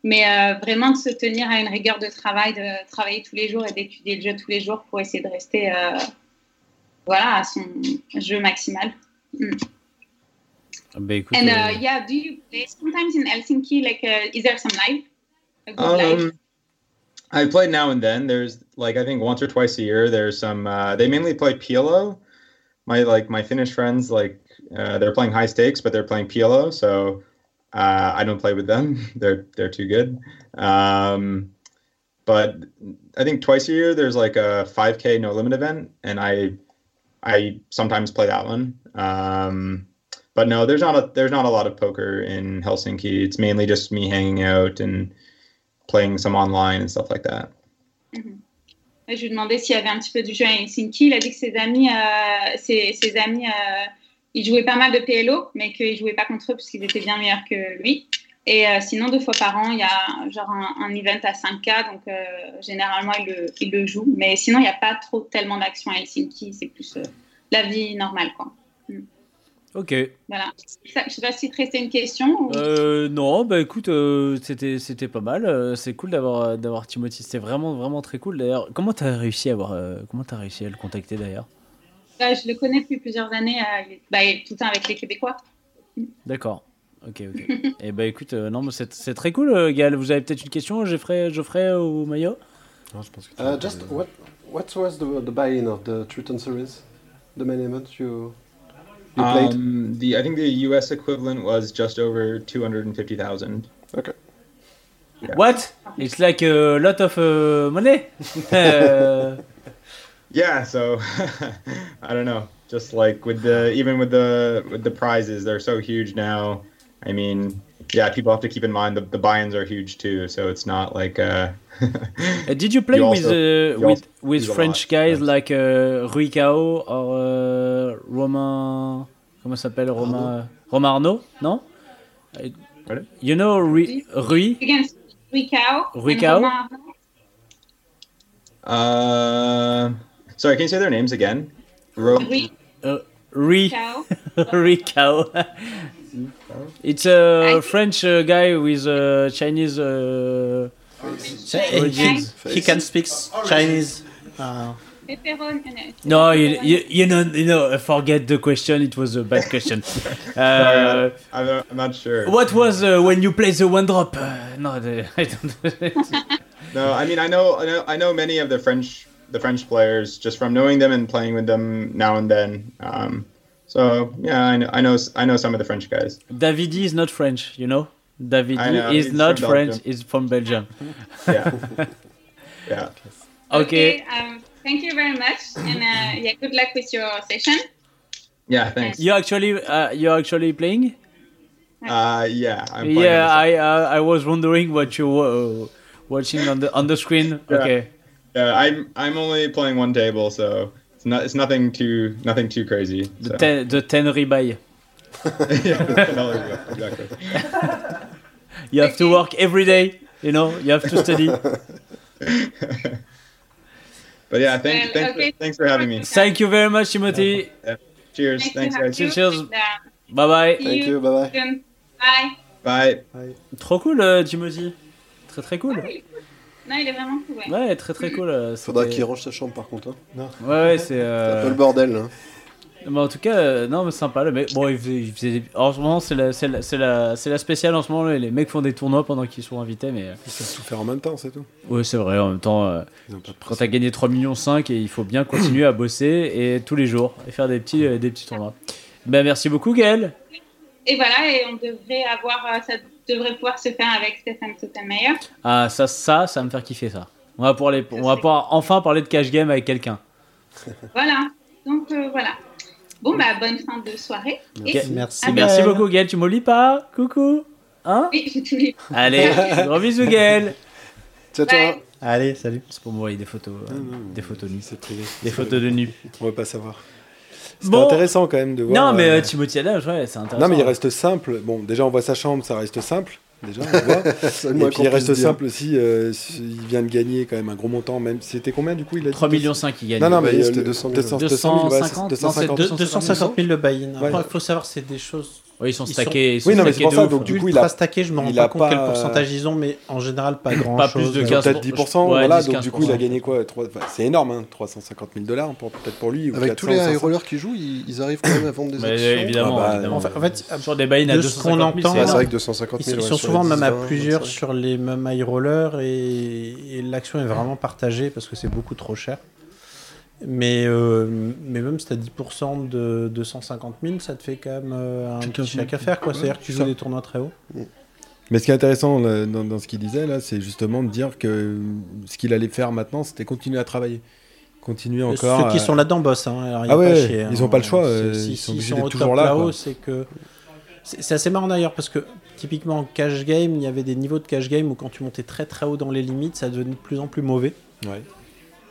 [SPEAKER 2] Mais euh, vraiment de se tenir à une rigueur de travail, de travailler tous les jours et d'étudier le jeu tous les jours pour essayer de rester euh, voilà, à son jeu maximal. Mm.
[SPEAKER 3] Bah, écoute,
[SPEAKER 2] And
[SPEAKER 3] euh,
[SPEAKER 2] uh, yeah, do you play sometimes in Helsinki? Like, uh, is there some live? A good live?
[SPEAKER 9] Um, I play now and then. There's like I think once or twice a year. There's some. Uh, they mainly play PLO. My like my Finnish friends like uh, they're playing high stakes, but they're playing PLO. So uh, I don't play with them. they're they're too good. Um, but I think twice a year there's like a 5K no limit event, and I I sometimes play that one. Um, but no, there's not a there's not a lot of poker in Helsinki. It's mainly just me hanging out and playing some online and stuff like that.
[SPEAKER 2] Ouais, Je lui ai demandé s'il y avait un petit peu du jeu à Helsinki. Il a dit que ses amis, euh, ses, ses amis euh, ils jouaient pas mal de PLO, mais qu'ils ne jouaient pas contre eux parce qu'ils étaient bien meilleurs que lui. Et euh, sinon, deux fois par an, il y a genre un, un event à 5K, donc euh, généralement, il le, il le joue. Mais sinon, il n'y a pas trop tellement d'action à Helsinki. C'est plus euh, la vie normale, quoi.
[SPEAKER 3] Ok.
[SPEAKER 2] Voilà. Ça, je ne sais pas si te restait une question. ou-
[SPEAKER 3] Euh, non, bah écoute, euh, c'était c'était pas mal. Euh, C'est cool d'avoir d'avoir Timothy. C'était vraiment vraiment très cool. D'ailleurs, comment t'as réussi à avoir euh, comment t'as réussi à le contacter d'ailleurs
[SPEAKER 2] Euh, je le connais depuis plusieurs années. euh, il est- bah, il est tout le temps avec les Québécois.
[SPEAKER 3] D'accord. Ok, ok. Et bah écoute, euh, non, mais c'est c'est très cool, euh, Gaël. Vous avez peut-être une question, Geoffrey, Geoffrey ou Mayo
[SPEAKER 4] Non, je pense que
[SPEAKER 18] Uh, just what what was the, the buy-in of the Triton series, the main event you you played?
[SPEAKER 9] Um, the I think the U.S. equivalent was just over two hundred and fifty thousand.
[SPEAKER 18] Okay.
[SPEAKER 3] What It's like a lot of uh, money. Euh,
[SPEAKER 9] Yeah, so I don't know. Just like with the even with the with the prizes, they're so huge now. I mean, yeah, people have to keep in mind the, the buy-ins are huge too. So it's not like uh,
[SPEAKER 3] Uh, did you play
[SPEAKER 9] You
[SPEAKER 3] with,
[SPEAKER 9] also-
[SPEAKER 3] uh, with
[SPEAKER 9] you also-
[SPEAKER 3] with
[SPEAKER 9] he's a
[SPEAKER 3] French
[SPEAKER 9] lot,
[SPEAKER 3] guys like uh, Rui Cao or uh, Romain comment s'appelle Romain uh, Romain Arnaud non I-
[SPEAKER 9] Pardon?
[SPEAKER 3] You know Rui, Rui
[SPEAKER 2] Against Ricao.
[SPEAKER 3] Ricao?
[SPEAKER 9] uh, sorry, can you say their names again? Ro-
[SPEAKER 3] uh, Rui
[SPEAKER 2] Ricao.
[SPEAKER 3] Rui Cao. It's a French uh, guy with uh, Chinese uh, origins.
[SPEAKER 4] He can speak
[SPEAKER 9] Oh,
[SPEAKER 4] Chinese. Uh,
[SPEAKER 3] No, you, you, you know, you know. Forget the question. It was a bad question. Uh,
[SPEAKER 9] Sorry, I, I'm not- I'm not sure.
[SPEAKER 3] What was uh, when you play the one drop? Uh, no, the, I don't.
[SPEAKER 9] No, I mean I know I know I know many of the French the French players just from knowing them and playing with them now and then. Um, so yeah, I know, I know I know some of the French guys.
[SPEAKER 3] Davidi is not French, you know.
[SPEAKER 9] I
[SPEAKER 3] Davidi
[SPEAKER 9] know,
[SPEAKER 3] is
[SPEAKER 9] he's
[SPEAKER 3] not
[SPEAKER 9] from
[SPEAKER 3] French.
[SPEAKER 9] Belgium.
[SPEAKER 3] Is from Belgium.
[SPEAKER 9] Yeah, yeah.
[SPEAKER 3] Okay.
[SPEAKER 2] um, thank you very much. And uh, yeah, good luck with your session.
[SPEAKER 9] Yeah, thanks.
[SPEAKER 3] You actually, uh, you actually playing?
[SPEAKER 9] Uh, yeah, I'm playing
[SPEAKER 3] yeah,
[SPEAKER 9] on
[SPEAKER 3] I, uh, I was wondering what you were uh, watching on the on the screen.
[SPEAKER 9] Yeah.
[SPEAKER 3] Okay.
[SPEAKER 9] the- yeah, I'm I'm only playing one table, so it's not it's nothing too nothing too crazy.
[SPEAKER 3] The
[SPEAKER 9] so.
[SPEAKER 3] ten, the ten rebuy.
[SPEAKER 9] Yeah, no, exactly.
[SPEAKER 3] You have to work every day. You know, you have to study.
[SPEAKER 9] But yeah, thank,
[SPEAKER 2] Well,
[SPEAKER 9] thanks
[SPEAKER 2] okay.
[SPEAKER 9] for, thanks for having me.
[SPEAKER 3] Thank you very much, Timothy.
[SPEAKER 9] Cheers,
[SPEAKER 2] Nice to
[SPEAKER 9] thanks
[SPEAKER 2] have
[SPEAKER 9] guys.
[SPEAKER 2] you.
[SPEAKER 3] Cheers.
[SPEAKER 2] And, uh,
[SPEAKER 3] Bye bye.
[SPEAKER 2] see
[SPEAKER 18] Thank you, bye bye.
[SPEAKER 2] soon. Bye.
[SPEAKER 9] Bye.
[SPEAKER 3] Trop cool, euh, Timothy. Très très cool.
[SPEAKER 2] Non, il est vraiment cool, ouais.
[SPEAKER 3] Ouais, très très cool. euh,
[SPEAKER 18] Faudra
[SPEAKER 3] c'était-
[SPEAKER 18] qu'il range sa chambre par contre. Hein.
[SPEAKER 3] Ouais, ouais, c'est.
[SPEAKER 18] Un peu
[SPEAKER 3] euh,
[SPEAKER 18] le bordel. Hein.
[SPEAKER 3] Mais en tout cas, euh, non, mais sympa. Le mec, bon, il faisait, il faisait- en ce moment, c'est la, c'est la, c'est la, c'est la spéciale en ce moment. Les les mecs font des tournois pendant qu'ils sont invités, mais. euh,
[SPEAKER 5] Ils savent tout faire en même temps, c'est tout.
[SPEAKER 3] Ouais, c'est vrai. En même temps, euh,
[SPEAKER 5] Ils ont pas de
[SPEAKER 3] quand
[SPEAKER 5] pression.
[SPEAKER 3] t'as gagné 3,5 millions, et il faut bien continuer à bosser et tous les jours et faire des petits, euh, des petits tournois. Ben, merci beaucoup, Gaël.
[SPEAKER 2] Et voilà, et on devrait avoir, euh, ça devrait pouvoir se faire avec Stéphane Sotomayor.
[SPEAKER 3] Ah, ça, ça, ça va me faire kiffer ça. On va, pouvoir les- on va pouvoir enfin parler de cash game avec quelqu'un.
[SPEAKER 2] Voilà. Donc euh, voilà. Bon, bah, bonne fin de soirée. Et
[SPEAKER 4] Merci.
[SPEAKER 2] Ah,
[SPEAKER 3] Merci
[SPEAKER 4] Gaël.
[SPEAKER 3] beaucoup, Gaël. Tu m'oublies pas Coucou. Hein
[SPEAKER 2] oui, j'ai tout lu.
[SPEAKER 3] Allez, gros bisous, Gaël.
[SPEAKER 18] Ciao, ciao.
[SPEAKER 2] Bye.
[SPEAKER 4] Allez, salut.
[SPEAKER 3] C'est pour m'envoyer des photos, euh, des photos nues.
[SPEAKER 5] C'est privé.
[SPEAKER 3] Des photos de nu.
[SPEAKER 5] On veut pas savoir. C'est
[SPEAKER 3] Bon.
[SPEAKER 5] intéressant quand même de voir.
[SPEAKER 3] Non, mais
[SPEAKER 5] euh,
[SPEAKER 3] euh, Timothy Adams, ouais, c'est intéressant.
[SPEAKER 5] non, mais il reste simple. Bon, déjà on voit sa chambre, ça reste simple. Déjà, on le voit.
[SPEAKER 18] C'est le
[SPEAKER 5] Et
[SPEAKER 18] moins
[SPEAKER 5] puis
[SPEAKER 18] qu'on
[SPEAKER 5] il
[SPEAKER 18] puisse
[SPEAKER 5] reste
[SPEAKER 18] dire.
[SPEAKER 5] simple aussi. euh, si- il vient de gagner quand même un gros montant. Même c'était combien du coup Il a dit
[SPEAKER 3] 3 millions 5 qui gagne.
[SPEAKER 5] Non, non, mais
[SPEAKER 18] Ouais,
[SPEAKER 5] euh,
[SPEAKER 18] c'était
[SPEAKER 5] le-
[SPEAKER 18] 200 000.
[SPEAKER 5] 200 000, ouais, c'est-
[SPEAKER 3] Non, c'est
[SPEAKER 5] 250
[SPEAKER 3] deux-
[SPEAKER 5] 000.
[SPEAKER 4] 250 000 le buy-in. Après, il
[SPEAKER 5] Ouais.
[SPEAKER 4] faut savoir, c'est des choses
[SPEAKER 3] Oui, ils sont
[SPEAKER 4] Ils
[SPEAKER 3] stackés.
[SPEAKER 4] sont-
[SPEAKER 3] Ils sont
[SPEAKER 4] Oui, non, mais
[SPEAKER 3] stackés
[SPEAKER 4] c'est pour
[SPEAKER 3] de
[SPEAKER 4] ça,
[SPEAKER 3] ouf.
[SPEAKER 4] donc, du coup, il
[SPEAKER 5] Ultra
[SPEAKER 4] a
[SPEAKER 5] stacké,
[SPEAKER 4] je me rends
[SPEAKER 5] il
[SPEAKER 4] pas
[SPEAKER 5] a
[SPEAKER 4] compte quel pourcentage ils ont, mais en général, pas grand-chose.
[SPEAKER 5] Ils ont Peut-être 10%,
[SPEAKER 3] ouais,
[SPEAKER 5] voilà.
[SPEAKER 3] 10,
[SPEAKER 5] donc, du coup, il a
[SPEAKER 3] 15%.
[SPEAKER 5] gagné quoi trois- enfin, C'est énorme, hein, 350 000 dollars peut-être pour
[SPEAKER 18] euh,
[SPEAKER 5] lui. ou
[SPEAKER 9] Avec tous les
[SPEAKER 5] 400, 500.
[SPEAKER 9] high-rollers qui jouent, ils, ils arrivent quand même à vendre des
[SPEAKER 5] Mais,
[SPEAKER 9] actions.
[SPEAKER 5] euh, évidemment, Ah bah, évidemment.
[SPEAKER 9] En fait,
[SPEAKER 5] en fait,
[SPEAKER 3] sur des buy-in à
[SPEAKER 4] de ce qu'on
[SPEAKER 3] 250 000,
[SPEAKER 4] entend,
[SPEAKER 3] c'est
[SPEAKER 9] Ah, c'est vrai que 250 000,
[SPEAKER 4] ils,
[SPEAKER 9] ouais,
[SPEAKER 4] sont
[SPEAKER 9] sur
[SPEAKER 4] souvent
[SPEAKER 9] les
[SPEAKER 4] même à
[SPEAKER 9] 10, 20,
[SPEAKER 4] plusieurs
[SPEAKER 9] 25.
[SPEAKER 4] sur les mêmes high rollers et, et l'action est vraiment partagée parce que c'est beaucoup trop cher. Mais, euh, mais même si t'as 10% de 250 000, ça te fait quand même euh, un petit
[SPEAKER 9] 15 000.
[SPEAKER 4] chèque à faire. quoi.
[SPEAKER 9] Ouais,
[SPEAKER 4] C'est-à-dire que tu
[SPEAKER 9] c'est
[SPEAKER 4] joues
[SPEAKER 9] ça.
[SPEAKER 4] des tournois très hauts.
[SPEAKER 5] Mais ce qui est intéressant là, dans, dans ce qu'il disait là, c'est justement de dire que ce qu'il allait faire maintenant, c'était continuer à travailler. Continuer encore.
[SPEAKER 4] Ceux qui
[SPEAKER 5] à-
[SPEAKER 4] sont là-dedans bossent. hein. Alors, y a
[SPEAKER 5] ah
[SPEAKER 4] pas
[SPEAKER 5] ouais,
[SPEAKER 4] chier, hein.
[SPEAKER 5] ils n'ont pas le choix.
[SPEAKER 4] C'est-
[SPEAKER 5] euh,
[SPEAKER 4] si-
[SPEAKER 5] ils sont
[SPEAKER 4] s'ils
[SPEAKER 5] obligés
[SPEAKER 4] au
[SPEAKER 5] d'être
[SPEAKER 4] top
[SPEAKER 5] toujours là.
[SPEAKER 4] là-haut,
[SPEAKER 5] quoi.
[SPEAKER 4] c'est que c'est c'est assez marrant d'ailleurs parce que typiquement en cash game, il y avait des niveaux de cash game où quand tu montais très très haut dans les limites, ça devenait de plus en plus mauvais.
[SPEAKER 5] Ouais.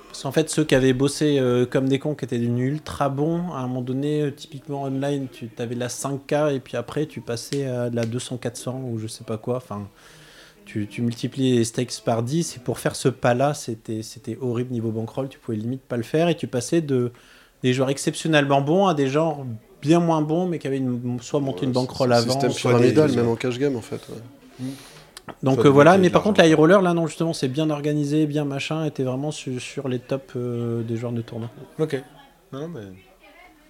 [SPEAKER 4] Parce qu'en fait, ceux qui avaient bossé euh, comme des cons, qui étaient devenus ultra bons, à un moment donné, euh, typiquement online, tu avais la 5K et puis après, tu passais à de la 200-400 ou je sais pas quoi. Enfin, tu, tu multiplies les stakes par 10 et pour faire ce pas-là, c'était c'était horrible niveau bankroll. Tu pouvais limite pas le faire et tu passais de des joueurs exceptionnellement bons à des gens bien moins bons mais qui avaient une, soit monté une bankroll
[SPEAKER 9] C'est un
[SPEAKER 4] avant.
[SPEAKER 9] Système
[SPEAKER 4] soit
[SPEAKER 9] pyramidal,
[SPEAKER 4] des-
[SPEAKER 9] même en cash game, en fait. ouais.
[SPEAKER 4] donc
[SPEAKER 9] Soit
[SPEAKER 4] euh,
[SPEAKER 9] des
[SPEAKER 4] voilà,
[SPEAKER 9] mecs
[SPEAKER 4] mais
[SPEAKER 9] avec
[SPEAKER 4] par contre, la high roller, là, non, justement, c'est bien organisé, bien machin, était vraiment su- sur les tops euh, des joueurs de tournoi.
[SPEAKER 5] Ok. Non, mais.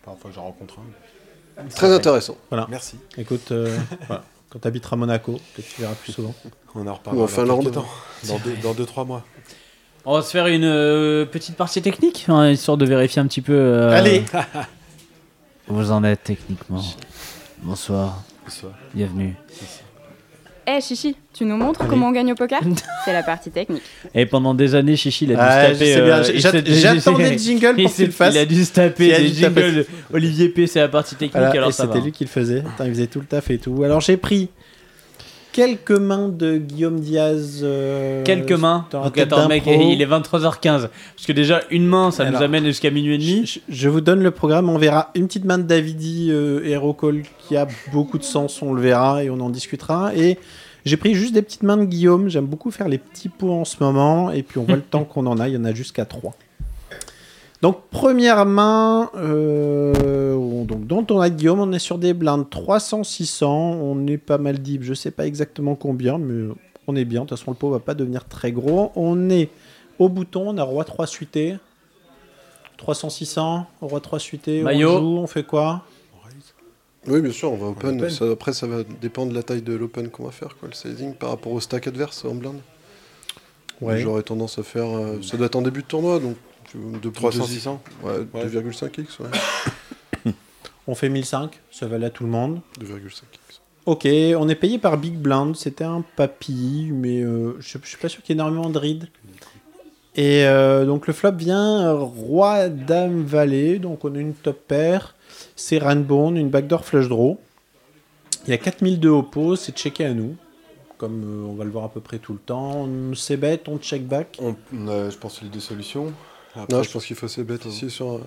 [SPEAKER 5] Parfois, j'en rencontre un.
[SPEAKER 9] Très intéressant.
[SPEAKER 4] Voilà.
[SPEAKER 5] Merci.
[SPEAKER 4] Écoute, euh, voilà. quand t'habiteras à Monaco, peut-être tu verras plus souvent.
[SPEAKER 5] On en
[SPEAKER 9] Ou en Finlande.
[SPEAKER 5] Dans 2-3 mois.
[SPEAKER 3] On va se faire une euh, petite partie technique, hein, histoire de vérifier un petit peu. euh,
[SPEAKER 4] Allez
[SPEAKER 3] où Vous en êtes techniquement. Bonsoir.
[SPEAKER 5] Bonsoir.
[SPEAKER 3] Bienvenue.
[SPEAKER 19] Eh Chichi, tu nous montres comment on gagne au poker C'est la partie technique.
[SPEAKER 3] Et pendant des années, Chichi, il a dû
[SPEAKER 4] Ah,
[SPEAKER 3] se taper.
[SPEAKER 4] je sais bien,
[SPEAKER 3] euh,
[SPEAKER 4] j'ai-
[SPEAKER 3] il s'est-
[SPEAKER 4] j'attendais le jingle pour
[SPEAKER 3] il
[SPEAKER 4] qu'il
[SPEAKER 3] s'est-
[SPEAKER 4] le fasse.
[SPEAKER 3] Il a dû se
[SPEAKER 4] Il
[SPEAKER 3] taper
[SPEAKER 4] a
[SPEAKER 3] des
[SPEAKER 4] dû taper-
[SPEAKER 3] jingles. de Olivier P, c'est la partie technique,
[SPEAKER 4] Voilà,
[SPEAKER 3] alors
[SPEAKER 4] et
[SPEAKER 3] ça va.
[SPEAKER 4] c'était lui qui le faisait. Attends, il faisait tout le taf et tout. Alors j'ai pris quelques mains de Guillaume Diaz. euh,
[SPEAKER 3] Quelques mains.
[SPEAKER 4] dans la
[SPEAKER 3] Donc
[SPEAKER 4] tête
[SPEAKER 3] attends,
[SPEAKER 4] d'un
[SPEAKER 3] mec,
[SPEAKER 4] pro.
[SPEAKER 3] il est 23h15. Parce que déjà, une main, ça nous
[SPEAKER 4] Alors,
[SPEAKER 3] amène jusqu'à minuit et demi.
[SPEAKER 4] Je vous donne le programme, on verra une petite main de Davidi euh, Hero Call qui a beaucoup de sens, on le verra et on en discutera. Et j'ai pris juste des petites mains de Guillaume, j'aime beaucoup faire les petits pots en ce moment, et puis on voit le temps qu'on en a, il y en a jusqu'à 3. Donc première main, euh, on- donc, dont on a Guillaume, on est sur des blindes 300-600, on est pas mal deep, je sais pas exactement combien, mais on est bien, de toute façon le pot va pas devenir très gros. On est au bouton, on a Roi 3 suité, 300-600, Roi 3 suité,
[SPEAKER 3] Maillot.
[SPEAKER 4] on joue, on fait quoi
[SPEAKER 9] Oui, bien sûr, on va open.
[SPEAKER 4] open.
[SPEAKER 9] Ça- après, ça va dépendre de la taille de l'open qu'on va faire, quoi, le sizing, par rapport au stack adverse en blind.
[SPEAKER 4] Ouais.
[SPEAKER 9] J'aurais tendance à faire. euh, ça doit être en début de tournoi, donc. tu- De
[SPEAKER 5] 300, 600.
[SPEAKER 9] Ouais,
[SPEAKER 5] Ouais.
[SPEAKER 9] 2,5x, ouais.
[SPEAKER 4] On fait 1005, ça valait à tout le monde.
[SPEAKER 9] 2,5x.
[SPEAKER 4] Ok, on est payé par Big Blind, c'était un papy, mais euh, je, je suis pas sûr qu'il y ait énormément de rides. Et euh, donc le flop vient euh, Roi, Dame, Valet, donc on a une top paire, c'est Rainbow, une backdoor flush draw. Il y a 4002 au pot, c'est checké à nous, comme euh, on va le voir à peu près tout le temps. On s'est bête, on check back.
[SPEAKER 5] On, on a, je pense, les deux solutions. Après,
[SPEAKER 9] Non, je pense qu'il faut assez bête ici. Sur, euh,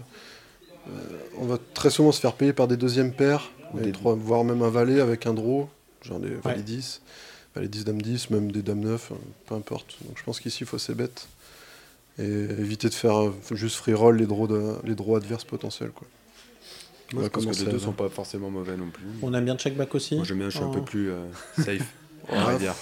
[SPEAKER 9] euh, on va très souvent se faire payer par des deuxièmes paires,
[SPEAKER 5] Ou
[SPEAKER 9] et
[SPEAKER 5] des-
[SPEAKER 9] trois- voire même un valet avec un draw, genre des valets 10, valets 10, dame 10, même des dames 9, hein, peu importe. Donc je pense qu'ici, il faut assez bête. Et éviter de faire euh, juste free roll les draws, de- les draws adverses potentiels. Quoi.
[SPEAKER 5] Moi, je
[SPEAKER 9] On
[SPEAKER 5] pense
[SPEAKER 9] va
[SPEAKER 5] que
[SPEAKER 9] commencer
[SPEAKER 5] les deux
[SPEAKER 9] à-
[SPEAKER 5] sont pas forcément mauvais non plus.
[SPEAKER 4] On aime bien check back aussi.
[SPEAKER 5] Moi, j'aime bien, je suis un peu
[SPEAKER 4] Oh.
[SPEAKER 5] plus euh, safe. on
[SPEAKER 9] Ouais.
[SPEAKER 5] va dire.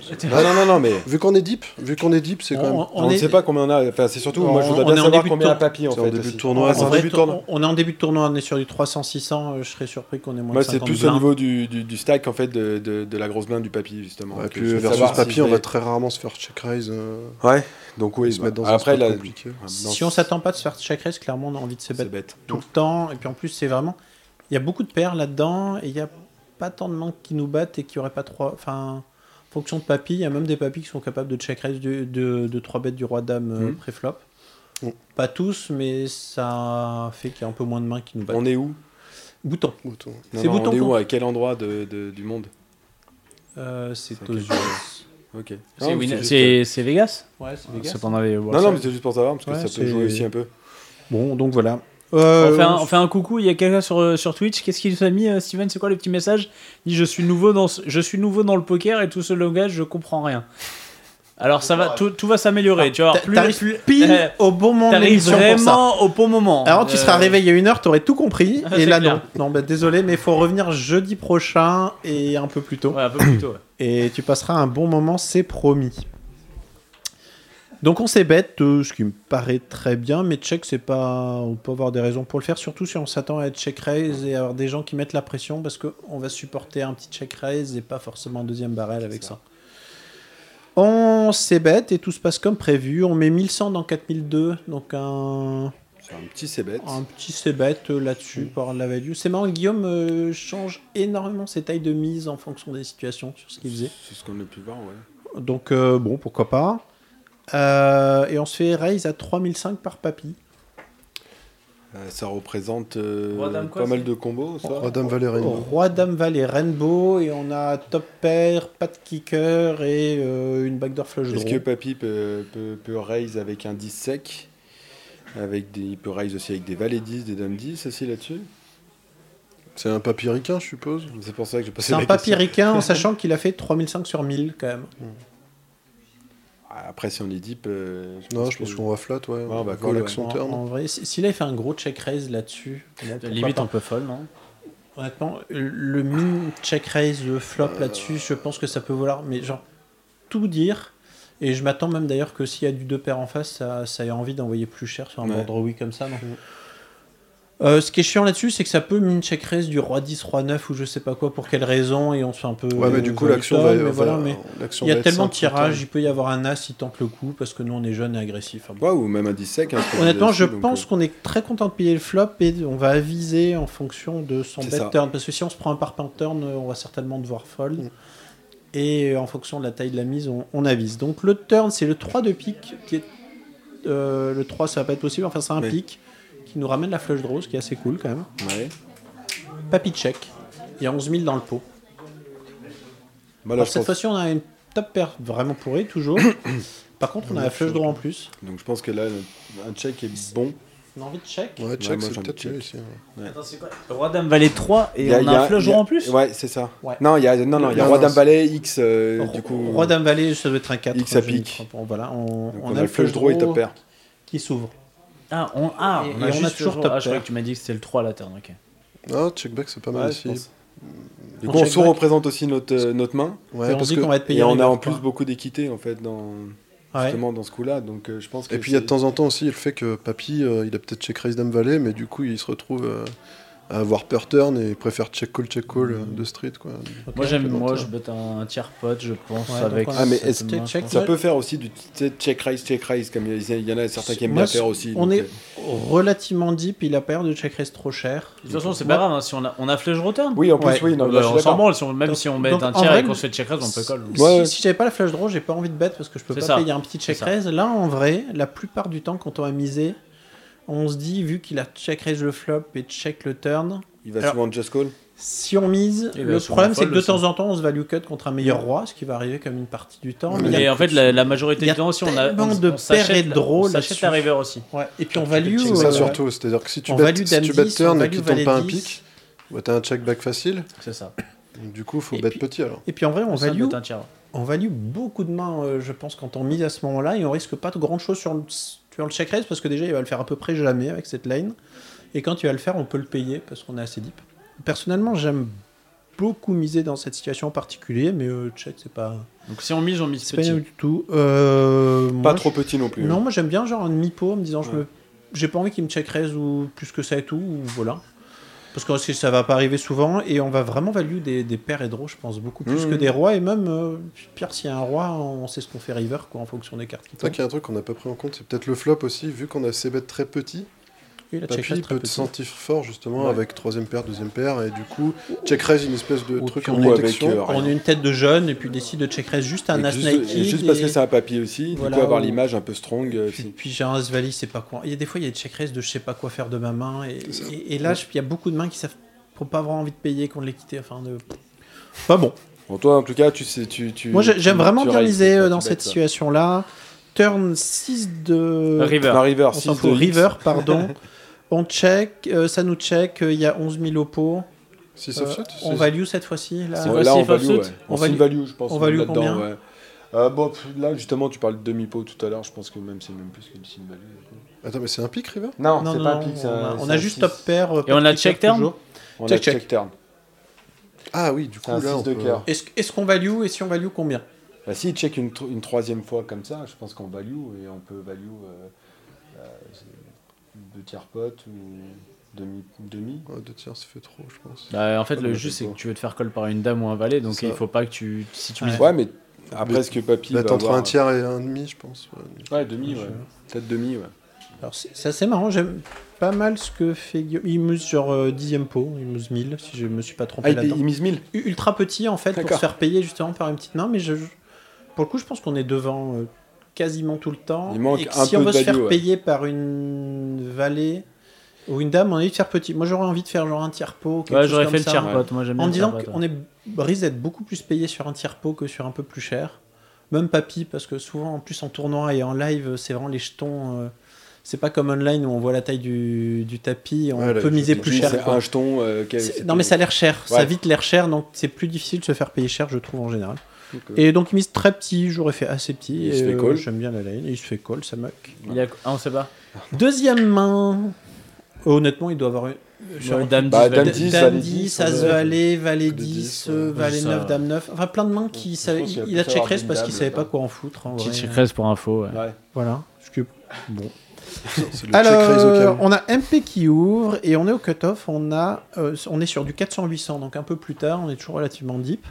[SPEAKER 9] c'est-
[SPEAKER 5] Non, non, non, non, mais.
[SPEAKER 9] Vu qu'on est deep, vu qu'on est deep, c'est quand même.
[SPEAKER 5] On ne sait pas combien on a. Enfin, c'est surtout, moi, je voudrais
[SPEAKER 4] on est
[SPEAKER 5] bien
[SPEAKER 4] en
[SPEAKER 5] savoir
[SPEAKER 4] début de
[SPEAKER 5] combien
[SPEAKER 4] tour-
[SPEAKER 5] à papy en
[SPEAKER 9] c'est en
[SPEAKER 5] fait.
[SPEAKER 9] début de
[SPEAKER 5] aussi.
[SPEAKER 9] tournoi,
[SPEAKER 5] En
[SPEAKER 4] Ah, En
[SPEAKER 5] début
[SPEAKER 4] vrai,
[SPEAKER 5] de tournoi.
[SPEAKER 4] on est en début de tournoi, on est sur du 300-600, euh, je serais surpris qu'on ait moins
[SPEAKER 5] Moi,
[SPEAKER 4] de
[SPEAKER 5] Bah, c'est
[SPEAKER 4] 50
[SPEAKER 5] plus au
[SPEAKER 4] blindes.
[SPEAKER 5] niveau du, du, du stack en fait de, de, de la grosse blinde du papy justement.
[SPEAKER 9] Ouais,
[SPEAKER 5] Donc,
[SPEAKER 9] puis
[SPEAKER 5] je veux
[SPEAKER 9] versus
[SPEAKER 5] savoir si
[SPEAKER 9] papy, on
[SPEAKER 5] je
[SPEAKER 9] va
[SPEAKER 5] vais-
[SPEAKER 9] très rarement se faire check raise. euh,
[SPEAKER 5] Ouais. Donc oui.
[SPEAKER 9] se
[SPEAKER 5] bah,
[SPEAKER 9] mettre dans un
[SPEAKER 5] après,
[SPEAKER 9] spot
[SPEAKER 5] là,
[SPEAKER 9] compliqué.
[SPEAKER 5] dans-
[SPEAKER 4] Si on s'attend pas de se faire check raise, clairement on a envie de se
[SPEAKER 5] c'est
[SPEAKER 4] battre
[SPEAKER 5] bête.
[SPEAKER 4] tout le temps. Et puis en plus, c'est vraiment. Il y a beaucoup de paires là-dedans et il n'y a pas tant de mains qui nous battent et qui n'auraient pas trois. Enfin, en fonction de papy, il y a même des papys qui sont capables de check raise de, de, 3 bêtes du roi dame euh,
[SPEAKER 5] Mhm.
[SPEAKER 4] préflop.
[SPEAKER 9] Mhm.
[SPEAKER 4] Pas tous, mais ça fait qu'il y a un peu moins de mains qui nous battent.
[SPEAKER 5] On est où
[SPEAKER 4] Bouton.
[SPEAKER 9] Mouton.
[SPEAKER 5] Non,
[SPEAKER 4] C'est
[SPEAKER 5] non,
[SPEAKER 4] bouton
[SPEAKER 5] On est où
[SPEAKER 4] contre.
[SPEAKER 5] à quel endroit de, de- du monde
[SPEAKER 4] Euh, c'est
[SPEAKER 5] C'est
[SPEAKER 4] aux
[SPEAKER 5] à
[SPEAKER 4] US.
[SPEAKER 5] quel- Ok. Non,
[SPEAKER 3] C'est
[SPEAKER 5] mais
[SPEAKER 3] Win-
[SPEAKER 5] juste-
[SPEAKER 3] C'est c'est Vegas
[SPEAKER 4] Ouais, c'est
[SPEAKER 3] C'est
[SPEAKER 4] Vegas.
[SPEAKER 3] pendant les World
[SPEAKER 5] Non, non, mais
[SPEAKER 3] Series.
[SPEAKER 5] c'est juste pour savoir parce que
[SPEAKER 4] Ouais,
[SPEAKER 5] ça
[SPEAKER 4] c'est-
[SPEAKER 5] peut jouer aussi un peu.
[SPEAKER 4] Bon, donc voilà.
[SPEAKER 3] on,
[SPEAKER 4] Euh,
[SPEAKER 3] fait un,
[SPEAKER 4] on-
[SPEAKER 3] on fait un coucou, il y a quelqu'un sur, euh, sur Twitch. Qu'est-ce qu'il nous a mis, euh, Steven C'est quoi le petit message Il dit je suis, nouveau dans ce- je suis nouveau dans le poker et tout ce langage, je comprends rien.
[SPEAKER 8] Alors ça va, tout, tout va
[SPEAKER 5] Ah,
[SPEAKER 8] s'améliorer. Tu vas avoir plus,
[SPEAKER 4] T'arrives
[SPEAKER 8] plus-
[SPEAKER 4] pile
[SPEAKER 8] euh,
[SPEAKER 4] au bon moment de
[SPEAKER 8] t'arrives
[SPEAKER 4] l'émission pour ça.
[SPEAKER 8] vraiment au bon moment.
[SPEAKER 4] Alors tu
[SPEAKER 8] Euh,
[SPEAKER 4] seras réveillé à une heure, t'aurais tout compris.
[SPEAKER 8] Ah,
[SPEAKER 4] et
[SPEAKER 8] c'est
[SPEAKER 4] là
[SPEAKER 8] clair.
[SPEAKER 4] non. Non, bah, désolé, mais il faut revenir jeudi prochain et un peu plus tôt.
[SPEAKER 8] un peu plus tôt, ouais.
[SPEAKER 4] Et tu passeras un bon moment, c'est promis. Donc on s'ébête, euh, ce qui me paraît très bien, mais check, c'est pas, on peut avoir des raisons pour le faire, surtout si on s'attend à être check raise et à avoir des gens qui mettent la pression parce qu'on va supporter un petit check raise et pas forcément un deuxième barrel avec ça. On s'ébête et tout se passe comme prévu. On met 1100 dans 4002, donc un.
[SPEAKER 5] un petit cébette.
[SPEAKER 4] Un petit cébette euh, là-dessus par la value. C'est marrant, Guillaume euh, change énormément ses tailles de mise en fonction des situations sur ce qu'il faisait.
[SPEAKER 5] C'est ce qu'on a pu voir, ouais.
[SPEAKER 4] Donc euh, bon, pourquoi pas. Euh, et on se fait raise à 3005 par papy.
[SPEAKER 5] Euh, ça représente euh,
[SPEAKER 4] Roi, dame, quoi,
[SPEAKER 5] pas mal
[SPEAKER 4] c'est
[SPEAKER 5] de combos, ça.
[SPEAKER 4] Oh, Roi, Dame, Valet, Rainbow. Et on a top pair, pas de kicker et euh, une backdoor flush draw.
[SPEAKER 5] Est-ce que Papy peut, peut, peut raise avec un 10 sec avec des, Il peut raise aussi avec des valets 10, des dames 10 aussi là-dessus
[SPEAKER 9] C'est un papyricain, je suppose
[SPEAKER 5] C'est pour ça que je passais
[SPEAKER 4] C'est
[SPEAKER 5] la
[SPEAKER 4] un
[SPEAKER 5] question.
[SPEAKER 4] papyricain en sachant qu'il a fait 3005 sur 1000 quand même.
[SPEAKER 5] Après, si on est deep. euh,
[SPEAKER 4] Non, je
[SPEAKER 5] que-
[SPEAKER 4] pense qu'on va flat, Ah, bah, ouais.
[SPEAKER 5] Ouais,
[SPEAKER 4] On
[SPEAKER 5] on
[SPEAKER 4] va
[SPEAKER 5] va
[SPEAKER 4] voir
[SPEAKER 5] call,
[SPEAKER 4] l'action
[SPEAKER 5] ouais.
[SPEAKER 4] turn. En vrai, si- s'il avait fait un gros check raise là-dessus, bon, pourquoi
[SPEAKER 8] Limite
[SPEAKER 4] pas.
[SPEAKER 8] un peu folle, non
[SPEAKER 4] Honnêtement, euh, le min check raise le flop
[SPEAKER 9] Euh,
[SPEAKER 4] là-dessus, je pense que ça peut valoir, mais genre tout dire. Et je m'attends même d'ailleurs que s'il y a du deux paires en face, ça, ça ait envie d'envoyer plus cher sur un
[SPEAKER 5] Ouais.
[SPEAKER 4] board oui comme ça. non
[SPEAKER 9] Mm.
[SPEAKER 4] Euh, ce qui est chiant là-dessus, c'est que ça peut min check raise du roi 10, roi 9 ou je sais pas quoi pour quelle raison et on se fait un peu.
[SPEAKER 9] Ouais, mais du
[SPEAKER 4] on
[SPEAKER 9] coup,
[SPEAKER 4] se fait
[SPEAKER 9] l'action
[SPEAKER 4] tort,
[SPEAKER 9] va-
[SPEAKER 4] mais
[SPEAKER 9] va-
[SPEAKER 4] voilà, mais
[SPEAKER 9] l'action
[SPEAKER 4] Il y a
[SPEAKER 9] va être
[SPEAKER 4] tellement de
[SPEAKER 9] simple,
[SPEAKER 4] tirages,
[SPEAKER 9] hein.
[SPEAKER 4] il peut y avoir un as, il tente le coup parce que nous on est jeunes et agressifs. hein. Enfin, bon.
[SPEAKER 5] Ouais, ou même un 10 sec. hein, ce que vous
[SPEAKER 4] Honnêtement,
[SPEAKER 5] avez
[SPEAKER 4] je
[SPEAKER 5] aussi, donc,
[SPEAKER 4] pense qu'on est très content de payer le flop et on va aviser en fonction de son
[SPEAKER 5] C'est
[SPEAKER 4] bet
[SPEAKER 5] ça. Mm.
[SPEAKER 4] turn. Parce que si on se prend un parpaing turn, euh, on va certainement devoir fold. Et euh, en fonction de la taille de la mise, on, on avise. Donc le turn, c'est le 3 de pique. Qui est, euh, le 3, ça va pas être possible. Enfin, c'est un
[SPEAKER 5] Oui.
[SPEAKER 4] pique qui nous ramène la flush draw, ce qui est assez cool quand même.
[SPEAKER 5] euh, Ouais.
[SPEAKER 4] Papy check. Il y a 11 000 dans le pot.
[SPEAKER 5] Moi, là,
[SPEAKER 4] Alors,
[SPEAKER 5] je
[SPEAKER 4] cette
[SPEAKER 5] pense-
[SPEAKER 4] fois-ci, on a une top paire vraiment pourrie, toujours. Par contre, on a la flush draw en plus.
[SPEAKER 5] Donc je pense que là, le- un check est bon.
[SPEAKER 4] On a envie de check
[SPEAKER 9] Ouais, check,
[SPEAKER 5] moi,
[SPEAKER 9] c'est
[SPEAKER 5] j'ai un
[SPEAKER 9] peut-être hein.
[SPEAKER 5] check.
[SPEAKER 9] mieux ici. ouais.
[SPEAKER 5] Ouais.
[SPEAKER 8] Attends, c'est quoi Roi Dame Valet 3 et
[SPEAKER 5] Il y
[SPEAKER 8] on
[SPEAKER 5] il
[SPEAKER 8] a,
[SPEAKER 5] y
[SPEAKER 8] un flush
[SPEAKER 5] il y a-
[SPEAKER 8] draw en plus
[SPEAKER 5] Ouais, c'est ça.
[SPEAKER 4] Ouais.
[SPEAKER 5] Non, il y a, non, non, il y a
[SPEAKER 4] Non,
[SPEAKER 5] Roi
[SPEAKER 4] non,
[SPEAKER 5] Dame
[SPEAKER 4] c'est-
[SPEAKER 5] Valet, X, euh,
[SPEAKER 4] Ro-
[SPEAKER 5] du coup.
[SPEAKER 4] Roi Dame Valet, ça doit être un 4.
[SPEAKER 5] X à
[SPEAKER 4] je ne
[SPEAKER 5] pique.
[SPEAKER 4] crois pas. Voilà, on,
[SPEAKER 5] Donc on a le flush draw et top pair.
[SPEAKER 4] qui s'ouvre.
[SPEAKER 8] Ah, on, ah,
[SPEAKER 4] Et-
[SPEAKER 8] on
[SPEAKER 4] et
[SPEAKER 8] a,
[SPEAKER 4] on a
[SPEAKER 8] juste le
[SPEAKER 4] toujours
[SPEAKER 8] jour-
[SPEAKER 4] top
[SPEAKER 8] Ah, je croyais
[SPEAKER 4] pair.
[SPEAKER 8] que tu m'as dit que c'était le 3 à la turn, ok.
[SPEAKER 9] Ah, check back, c'est pas mal
[SPEAKER 5] Ouais, je
[SPEAKER 9] ici.
[SPEAKER 5] pense. Du
[SPEAKER 4] On
[SPEAKER 5] coup, on
[SPEAKER 4] check back.
[SPEAKER 5] sous-représente aussi notre, euh, notre main.
[SPEAKER 9] Ouais,
[SPEAKER 4] Et on
[SPEAKER 9] parce
[SPEAKER 4] dit
[SPEAKER 9] que-
[SPEAKER 4] qu'on va être payé.
[SPEAKER 5] Et on a
[SPEAKER 4] river,
[SPEAKER 5] en
[SPEAKER 4] quoi.
[SPEAKER 5] plus beaucoup d'équité, en fait, dans,
[SPEAKER 4] Ouais.
[SPEAKER 5] justement, dans ce coup-là. Donc euh, je pense que.
[SPEAKER 9] Et puis il y a
[SPEAKER 5] c'est-
[SPEAKER 9] de temps en temps aussi le fait que Papy, euh, il a peut-être check raise Dame Valet, mais du coup il se retrouve euh, à avoir peur turn et il préfère check call, check call euh, de street quoi.
[SPEAKER 8] moi, j'aime, moi, je
[SPEAKER 9] complémentaire.
[SPEAKER 8] botte un, tiers pote, je pense,
[SPEAKER 4] Ouais,
[SPEAKER 8] avec.
[SPEAKER 4] donc on a-
[SPEAKER 5] Ah, mais
[SPEAKER 8] cette
[SPEAKER 5] est-ce
[SPEAKER 8] main, je
[SPEAKER 4] check,
[SPEAKER 8] pense.
[SPEAKER 5] Ça peut faire aussi du tu sais, check raise, check raise, comme il y, a- il y en a certains qui aiment
[SPEAKER 4] Moi,
[SPEAKER 5] bien faire aussi.
[SPEAKER 4] On
[SPEAKER 5] donc,
[SPEAKER 4] est
[SPEAKER 5] euh,
[SPEAKER 4] relativement deep, il a peur de check raise trop cher.
[SPEAKER 8] De toute façon, c'est
[SPEAKER 4] Moi-
[SPEAKER 8] pas grave, hein, si on a, on a flush draw turn.
[SPEAKER 5] Oui, en plus,
[SPEAKER 4] Ouais.
[SPEAKER 5] oui, non,
[SPEAKER 8] Bah,
[SPEAKER 5] là, je suis
[SPEAKER 8] on s'en
[SPEAKER 5] d'accord.
[SPEAKER 8] branle, si on- même
[SPEAKER 4] Donc-
[SPEAKER 8] si on met
[SPEAKER 4] donc,
[SPEAKER 8] un
[SPEAKER 4] en
[SPEAKER 8] tiers
[SPEAKER 4] vrai,
[SPEAKER 8] et qu'on se fait check raise, on peut call.
[SPEAKER 4] Si,
[SPEAKER 5] Ouais, ouais.
[SPEAKER 4] si j'avais pas la flash draw, j'ai pas envie de bet parce que je peux
[SPEAKER 8] C'est
[SPEAKER 4] pas
[SPEAKER 8] ça.
[SPEAKER 4] payer un petit check
[SPEAKER 8] C'est ça.
[SPEAKER 4] raise. Là, en vrai, la plupart du temps, quand on va miser, on se dit, vu qu'il a check raise le flop et check le turn,
[SPEAKER 5] Il va
[SPEAKER 4] Alors-
[SPEAKER 5] souvent just call.
[SPEAKER 4] si on mise,
[SPEAKER 8] Et
[SPEAKER 4] le
[SPEAKER 8] bah, souvent
[SPEAKER 4] problème c'est que
[SPEAKER 8] fold
[SPEAKER 4] de
[SPEAKER 8] aussi.
[SPEAKER 4] temps en temps, on se value cut contre un meilleur roi, ce qui va arriver comme une partie du temps. mais il y a
[SPEAKER 8] Mais en fait, la, la majorité
[SPEAKER 4] il y
[SPEAKER 8] du
[SPEAKER 4] a
[SPEAKER 8] temps, si on a.
[SPEAKER 4] tellement
[SPEAKER 8] on-
[SPEAKER 4] de
[SPEAKER 8] on s'achète
[SPEAKER 4] paires et de
[SPEAKER 8] la-
[SPEAKER 4] draws
[SPEAKER 8] on s'achète
[SPEAKER 4] là-dessus.
[SPEAKER 8] la river aussi.
[SPEAKER 4] Ouais, et puis on value.
[SPEAKER 9] C'est ça
[SPEAKER 4] euh,
[SPEAKER 9] surtout, c'est-à-dire que si tu
[SPEAKER 4] on
[SPEAKER 9] bets
[SPEAKER 4] value
[SPEAKER 9] si
[SPEAKER 4] dame
[SPEAKER 9] tu bets
[SPEAKER 4] 10, on
[SPEAKER 9] turn et
[SPEAKER 4] value
[SPEAKER 9] qu'il
[SPEAKER 4] valet
[SPEAKER 9] tombe pas un
[SPEAKER 4] 10.
[SPEAKER 9] pic, bah, t'as un check back facile.
[SPEAKER 8] C'est ça.
[SPEAKER 9] Donc, du coup faut
[SPEAKER 4] Et
[SPEAKER 9] bet
[SPEAKER 4] puis-
[SPEAKER 9] petit alors.
[SPEAKER 4] Et puis en vrai, on
[SPEAKER 8] Ça,
[SPEAKER 4] value,
[SPEAKER 8] botte un tiers.
[SPEAKER 4] on value beaucoup de mains, euh, je pense, quand on mise à ce moment-là, et on risque pas de grand-chose sur le, sur le check raise, parce que déjà, il va le faire à peu près jamais avec cette line. Et quand il va le faire, on peut le payer, parce qu'on est assez deep. Personnellement, j'aime beaucoup miser dans cette situation en particulier, mais euh, check, c'est pas,
[SPEAKER 8] Donc si on mise, on mise
[SPEAKER 4] c'est pas
[SPEAKER 8] petit.
[SPEAKER 4] du tout. Euh, moi,
[SPEAKER 5] Pas trop petit non plus. hein.
[SPEAKER 4] Non, moi j'aime bien genre un demi-pot en me disant je me j'ai pas envie qu'il me check raise ou plus que ça et tout, ou voilà. Parce que c'est- ça va pas arriver souvent et on va vraiment value des, des paires et draws, je pense, beaucoup plus
[SPEAKER 5] Mhm.
[SPEAKER 4] que des rois. Et même, euh, pire, s'il y a un roi, on sait ce qu'on fait river quoi, en fonction des cartes qui
[SPEAKER 9] C'est vrai
[SPEAKER 4] tombent.
[SPEAKER 9] qu'il y a un truc qu'on n'a pas pris en compte, c'est peut-être le flop aussi, vu qu'on a ses bêtes très petits.
[SPEAKER 4] Et la check
[SPEAKER 9] Papy
[SPEAKER 4] raise très
[SPEAKER 9] peut te
[SPEAKER 4] petit.
[SPEAKER 9] sentir fort justement avec troisième paire, deuxième paire, et du coup check raise une espèce de
[SPEAKER 4] Ou
[SPEAKER 9] truc
[SPEAKER 4] puis
[SPEAKER 9] en
[SPEAKER 4] on est
[SPEAKER 9] protection.
[SPEAKER 5] avec, euh,
[SPEAKER 4] On est une tête de jeune et puis décide de check raise juste un
[SPEAKER 5] Et
[SPEAKER 4] as
[SPEAKER 5] juste,
[SPEAKER 4] naked.
[SPEAKER 5] et juste parce
[SPEAKER 4] et-
[SPEAKER 5] que c'est un papier aussi,
[SPEAKER 4] Voilà,
[SPEAKER 5] du coup avoir
[SPEAKER 4] ou-
[SPEAKER 5] l'image un peu strong. euh,
[SPEAKER 4] Puis,
[SPEAKER 5] c'est-
[SPEAKER 4] puis j'ai un as valet, c'est pas quoi. Il y a des fois, il y a des check raise de je sais pas quoi faire de ma main. Et, et- et là, je- il y a beaucoup de mains qui savent pour pas avoir envie de payer, qu'on de l'équité. Enfin, de... Pas bon.
[SPEAKER 5] Bon, toi, en tout cas, tu sais, tu. tu-
[SPEAKER 4] Moi, j'ai-
[SPEAKER 5] tu-
[SPEAKER 4] j'aime vraiment
[SPEAKER 5] tu
[SPEAKER 4] bien
[SPEAKER 5] raise,
[SPEAKER 4] miser
[SPEAKER 5] toi,
[SPEAKER 4] euh,
[SPEAKER 5] tu
[SPEAKER 4] dans
[SPEAKER 5] bêtes,
[SPEAKER 4] cette
[SPEAKER 5] toi.
[SPEAKER 4] situation-là. Turn 6 de.
[SPEAKER 8] River.
[SPEAKER 5] Un river,
[SPEAKER 4] On s'en
[SPEAKER 5] 6
[SPEAKER 4] fout.
[SPEAKER 5] de X.
[SPEAKER 4] River, pardon. on check, euh, ça nous check, euh, il y a 11 000 au pot.
[SPEAKER 9] Si
[SPEAKER 4] Euh,
[SPEAKER 9] ça fait,
[SPEAKER 4] on value cette fois-ci. là.
[SPEAKER 8] C'est
[SPEAKER 5] Ouais,
[SPEAKER 8] quoi,
[SPEAKER 5] là,
[SPEAKER 8] c'est
[SPEAKER 5] on value,
[SPEAKER 8] offsuit
[SPEAKER 5] ouais.
[SPEAKER 4] On
[SPEAKER 5] On
[SPEAKER 4] value-
[SPEAKER 5] value, je pense.
[SPEAKER 4] on value
[SPEAKER 5] là-dedans,
[SPEAKER 4] combien
[SPEAKER 5] ouais. Euh, bon, pff, là, justement, tu parles de demi-pot tout à l'heure. Je pense que même c'est même plus qu'une sin value.
[SPEAKER 9] Attends, mais c'est un pic, River
[SPEAKER 5] Non,
[SPEAKER 9] Non,
[SPEAKER 5] c'est
[SPEAKER 9] non,
[SPEAKER 5] pas un pic.
[SPEAKER 9] on
[SPEAKER 5] c'est
[SPEAKER 9] a-
[SPEAKER 5] un-
[SPEAKER 9] on
[SPEAKER 5] c'est
[SPEAKER 9] a
[SPEAKER 5] un
[SPEAKER 9] juste
[SPEAKER 5] six.
[SPEAKER 9] top pair, euh, Et on a check check turn toujours.
[SPEAKER 5] On
[SPEAKER 9] Check,
[SPEAKER 5] a check
[SPEAKER 9] check.
[SPEAKER 5] turn.
[SPEAKER 9] Ah oui, du coup,
[SPEAKER 5] C'est un
[SPEAKER 9] là,
[SPEAKER 5] six
[SPEAKER 9] on
[SPEAKER 5] de
[SPEAKER 9] peut-
[SPEAKER 5] cœur.
[SPEAKER 4] Est-ce est-ce qu'on value et si on value combien
[SPEAKER 5] Bah, S'il check une, tro- une troisième fois comme ça, je pense qu'on value et on peut value euh, euh, c'est deux tiers potes ou demi. demi.
[SPEAKER 9] Ah, deux tiers, ça fait trop, je pense.
[SPEAKER 3] Bah, en fait, le juste, c'est que tu veux te faire call par une dame ou un valet, donc
[SPEAKER 9] C'est
[SPEAKER 3] il
[SPEAKER 9] ça.
[SPEAKER 3] faut pas que tu. Si tu
[SPEAKER 9] Ouais.
[SPEAKER 5] Ouais, mais après, ce que papy.
[SPEAKER 9] Là,
[SPEAKER 5] va
[SPEAKER 9] t'es entre
[SPEAKER 5] avoir- euh,
[SPEAKER 9] un tiers et un demi, je pense. Ouais,
[SPEAKER 5] Ouais, demi, ouais. Peut-être demi, ouais.
[SPEAKER 4] Alors, c'est c'est assez marrant, j'aime pas mal ce que fait Guillaume. Il mousse genre euh, dixième pot, il mousse 1000, si je me suis pas trompé
[SPEAKER 5] Ah, il-
[SPEAKER 4] là-dedans.
[SPEAKER 5] il mise 1000
[SPEAKER 4] U- Ultra petit, en fait, pour se
[SPEAKER 5] D'accord.
[SPEAKER 4] faire payer justement par une petite main, mais je, je- pour le coup, je pense qu'on est devant euh, quasiment tout le temps.
[SPEAKER 5] Il manque
[SPEAKER 4] et que
[SPEAKER 5] un
[SPEAKER 4] si on
[SPEAKER 5] peu
[SPEAKER 4] veut
[SPEAKER 5] de
[SPEAKER 4] se faire
[SPEAKER 5] value, ouais.
[SPEAKER 4] payer par une vallée ou une dame, on a envie de faire petit. Moi, j'aurais envie de faire genre un tiers pot. quelque
[SPEAKER 3] Ouais,
[SPEAKER 4] chose
[SPEAKER 3] j'aurais
[SPEAKER 4] comme
[SPEAKER 3] fait le
[SPEAKER 4] ça.
[SPEAKER 3] tiers pot, moi, j'aime bien
[SPEAKER 4] En
[SPEAKER 3] le
[SPEAKER 4] disant
[SPEAKER 3] tiers pot,
[SPEAKER 4] qu'on est risque d'être beaucoup plus payé sur un tiers pot que sur un peu plus cher. Même papy, parce que souvent, en plus en tournoi et en live, c'est vraiment les jetons. euh, c'est pas comme online où on voit la taille du, du tapis, on
[SPEAKER 5] Ouais, là,
[SPEAKER 4] peut
[SPEAKER 5] je-
[SPEAKER 4] miser
[SPEAKER 5] je
[SPEAKER 4] plus
[SPEAKER 5] dis,
[SPEAKER 4] cher.
[SPEAKER 5] c'est
[SPEAKER 4] quoi.
[SPEAKER 5] un jeton, euh, quel-
[SPEAKER 4] C'est-
[SPEAKER 5] c'est
[SPEAKER 4] non, mais ça a l'air cher, ça
[SPEAKER 5] Ouais.
[SPEAKER 4] a vite l'air cher, donc c'est plus difficile de se faire payer cher, je trouve en général.
[SPEAKER 5] Ok.
[SPEAKER 4] Et donc, il mise très petit, j'aurais fait assez petit.
[SPEAKER 5] Il se
[SPEAKER 4] et,
[SPEAKER 5] fait
[SPEAKER 4] euh,
[SPEAKER 5] call.
[SPEAKER 4] J'aime bien la line, il se fait call, ça moque.
[SPEAKER 3] Il a... Ah, on sait pas.
[SPEAKER 4] Deuxième main. Honnêtement, il doit avoir une.
[SPEAKER 3] Ouais, dame
[SPEAKER 4] Bah,
[SPEAKER 3] 10, valet
[SPEAKER 4] 10,
[SPEAKER 3] 10,
[SPEAKER 4] dame
[SPEAKER 3] valet
[SPEAKER 4] 10,
[SPEAKER 3] 10,
[SPEAKER 4] as
[SPEAKER 3] ouais.
[SPEAKER 4] valet, valet
[SPEAKER 3] Que de
[SPEAKER 4] 10,
[SPEAKER 3] 10,
[SPEAKER 4] euh,
[SPEAKER 3] ouais.
[SPEAKER 4] valet
[SPEAKER 3] Ça,
[SPEAKER 4] 9,
[SPEAKER 3] ouais.
[SPEAKER 4] dame 9. Enfin, plein de mains qui savait.
[SPEAKER 3] qu'il y a
[SPEAKER 4] Il,
[SPEAKER 3] plus
[SPEAKER 4] a
[SPEAKER 3] savoir
[SPEAKER 4] check raise parce qu'il
[SPEAKER 3] d'une
[SPEAKER 4] savait
[SPEAKER 3] dame, hein.
[SPEAKER 4] pas quoi en foutre. en
[SPEAKER 3] Petite
[SPEAKER 4] vrai.
[SPEAKER 3] check raise pour info. Ouais.
[SPEAKER 4] Voilà. Ce que- Bon.
[SPEAKER 9] C'est le check raise au
[SPEAKER 4] Alors,
[SPEAKER 9] calme.
[SPEAKER 4] on a MP qui ouvre et on est au cut-off. On, a, euh, on est sur du 400-800, donc un peu plus tard. On est toujours relativement deep.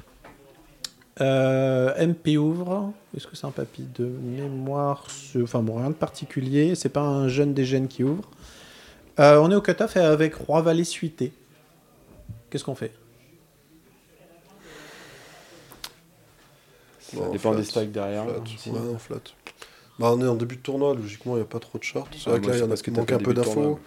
[SPEAKER 4] Euh, MP ouvre. Est-ce que c'est un papy de mémoire ce- Enfin bon, rien de particulier. C'est pas un jeune des jeunes qui ouvre. Euh, on est au cut-off et avec Roi Valet suité. Qu'est-ce qu'on fait
[SPEAKER 5] Ça dépend des strikes derrière.
[SPEAKER 9] Flat.
[SPEAKER 5] aussi.
[SPEAKER 9] Ouais, non, flat. Bah, on est en début de tournoi, logiquement, il n'y a pas trop de chartes. C'est
[SPEAKER 5] Ah,
[SPEAKER 9] vrai que
[SPEAKER 5] moi, je
[SPEAKER 9] là, il y
[SPEAKER 5] sais
[SPEAKER 9] en
[SPEAKER 5] pas
[SPEAKER 9] a
[SPEAKER 5] ce
[SPEAKER 9] qui
[SPEAKER 5] que
[SPEAKER 9] manque
[SPEAKER 5] t'as
[SPEAKER 9] un
[SPEAKER 5] fait
[SPEAKER 9] peu
[SPEAKER 5] début de
[SPEAKER 9] d'infos.
[SPEAKER 5] tournoi.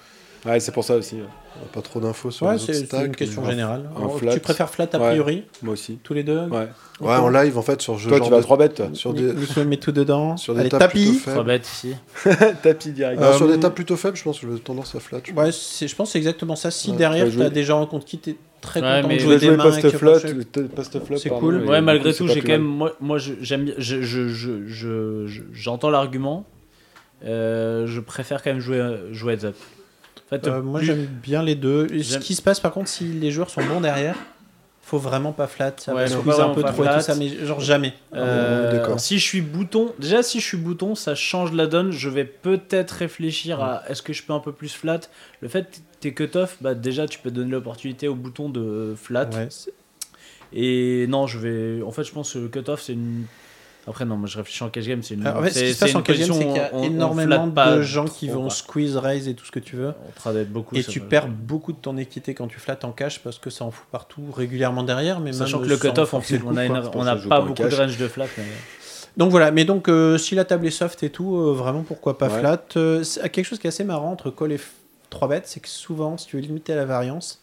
[SPEAKER 5] Ouais, c'est pour ça aussi. euh, ouais.
[SPEAKER 9] On a pas trop d'infos sur
[SPEAKER 4] Ouais,
[SPEAKER 9] les autres
[SPEAKER 4] c'est- c'est
[SPEAKER 9] stacks.
[SPEAKER 4] une question
[SPEAKER 9] mais-
[SPEAKER 4] générale. Oh,
[SPEAKER 5] Un flat.
[SPEAKER 4] Tu préfères flat a
[SPEAKER 5] Ouais.
[SPEAKER 4] priori
[SPEAKER 5] Moi aussi.
[SPEAKER 4] Tous les deux
[SPEAKER 5] Ouais.
[SPEAKER 9] Ouais, en live, en fait, sur jeu
[SPEAKER 5] Toi,
[SPEAKER 9] genre
[SPEAKER 5] tu vas
[SPEAKER 9] de-
[SPEAKER 5] à 3 bêtes.
[SPEAKER 9] Sur des,
[SPEAKER 4] Nico, mets tout dedans.
[SPEAKER 9] sur des
[SPEAKER 4] Allez,
[SPEAKER 9] tables plutôt
[SPEAKER 4] tapis.
[SPEAKER 9] faibles. Trois
[SPEAKER 3] bêtes ici.
[SPEAKER 5] Tapis direct.
[SPEAKER 9] Alors, sur
[SPEAKER 4] Euh, bah,
[SPEAKER 9] des tables plutôt faibles, je pense que j'ai tendance à flat. je
[SPEAKER 4] Ouais, c'est- je pense que c'est exactement ça. Si
[SPEAKER 9] Ouais,
[SPEAKER 4] derrière,
[SPEAKER 9] tu vas jouer-
[SPEAKER 4] t'as des gens contre qui t'es très
[SPEAKER 3] Ouais,
[SPEAKER 4] content
[SPEAKER 3] mais-
[SPEAKER 4] de
[SPEAKER 3] Tu
[SPEAKER 4] jouer
[SPEAKER 3] vas
[SPEAKER 4] des
[SPEAKER 5] jouer
[SPEAKER 4] mains.
[SPEAKER 5] post
[SPEAKER 4] et que-
[SPEAKER 5] flop, le post flop,
[SPEAKER 4] C'est
[SPEAKER 5] pardon,
[SPEAKER 4] cool.
[SPEAKER 5] et
[SPEAKER 3] Ouais,
[SPEAKER 5] du
[SPEAKER 3] malgré
[SPEAKER 5] coup,
[SPEAKER 3] tout,
[SPEAKER 5] c'est
[SPEAKER 3] j'ai
[SPEAKER 5] pas
[SPEAKER 3] quand même.
[SPEAKER 5] plus
[SPEAKER 3] Moi, moi je- j'aime bien. je- je- je- je- je- J'entends l'argument. Euh, je préfère quand même jouer, euh, jouer heads up. En fait,
[SPEAKER 4] Euh, moi,
[SPEAKER 3] plus-
[SPEAKER 4] j'aime bien les deux. Et Ce
[SPEAKER 3] J'aime-
[SPEAKER 4] qui se passe, par contre, si les joueurs sont bons derrière, faut vraiment pas flat. Ça
[SPEAKER 3] Ouais,
[SPEAKER 4] va
[SPEAKER 3] faut
[SPEAKER 4] squeeze
[SPEAKER 3] pas
[SPEAKER 4] un
[SPEAKER 3] vraiment
[SPEAKER 4] peu
[SPEAKER 3] pas
[SPEAKER 4] trop et tout
[SPEAKER 3] flat.
[SPEAKER 4] ça, mais genre jamais.
[SPEAKER 3] Euh,
[SPEAKER 9] Ah, d'accord.
[SPEAKER 3] si je suis bouton, déjà si je suis bouton, ça change la donne. Je vais peut-être réfléchir à est-ce que je peux un peu plus flat. Le fait que t'es cut-off, bah déjà tu peux donner l'opportunité au bouton de flat.
[SPEAKER 4] Ouais.
[SPEAKER 3] Et non, je vais. En fait, je pense que le cut-off c'est une. Après, non, moi je réfléchis en cash game, c'est une.
[SPEAKER 4] Alors, Ah, en fait, ce
[SPEAKER 3] c'est-
[SPEAKER 4] qui se passe
[SPEAKER 3] c'est
[SPEAKER 4] en
[SPEAKER 3] une
[SPEAKER 4] cash game, c'est
[SPEAKER 3] position
[SPEAKER 4] qu'il y
[SPEAKER 3] où on-
[SPEAKER 4] a
[SPEAKER 3] on- on
[SPEAKER 4] énormément
[SPEAKER 3] flatte pas
[SPEAKER 4] de gens qui
[SPEAKER 3] trop,
[SPEAKER 4] vont
[SPEAKER 3] quoi.
[SPEAKER 4] squeeze, raise et tout ce que tu veux.
[SPEAKER 3] On travaille beaucoup.
[SPEAKER 4] Et
[SPEAKER 3] ça,
[SPEAKER 4] tu
[SPEAKER 3] moi,
[SPEAKER 4] perds beaucoup de ton équité quand tu flattes en cash parce que ça en fout partout régulièrement derrière. Mais
[SPEAKER 3] Sachant
[SPEAKER 4] même
[SPEAKER 3] que le
[SPEAKER 4] sans-
[SPEAKER 3] cut-off, en
[SPEAKER 4] c'est
[SPEAKER 3] fait,
[SPEAKER 4] le
[SPEAKER 3] on a
[SPEAKER 4] coup,
[SPEAKER 3] une-
[SPEAKER 4] quoi.
[SPEAKER 5] C'est pour
[SPEAKER 3] on
[SPEAKER 5] ça
[SPEAKER 3] n'a
[SPEAKER 5] que je joue
[SPEAKER 3] pas
[SPEAKER 5] pas en
[SPEAKER 3] beaucoup de
[SPEAKER 5] cash.
[SPEAKER 3] range de flat. mais-
[SPEAKER 4] Donc voilà, mais donc euh, si la table est soft et tout, euh, vraiment pourquoi pas
[SPEAKER 5] Ouais.
[SPEAKER 4] flat. Euh, c'est- quelque chose qui est assez marrant entre call et 3 bêtes, c'est que souvent, si tu veux limiter la variance,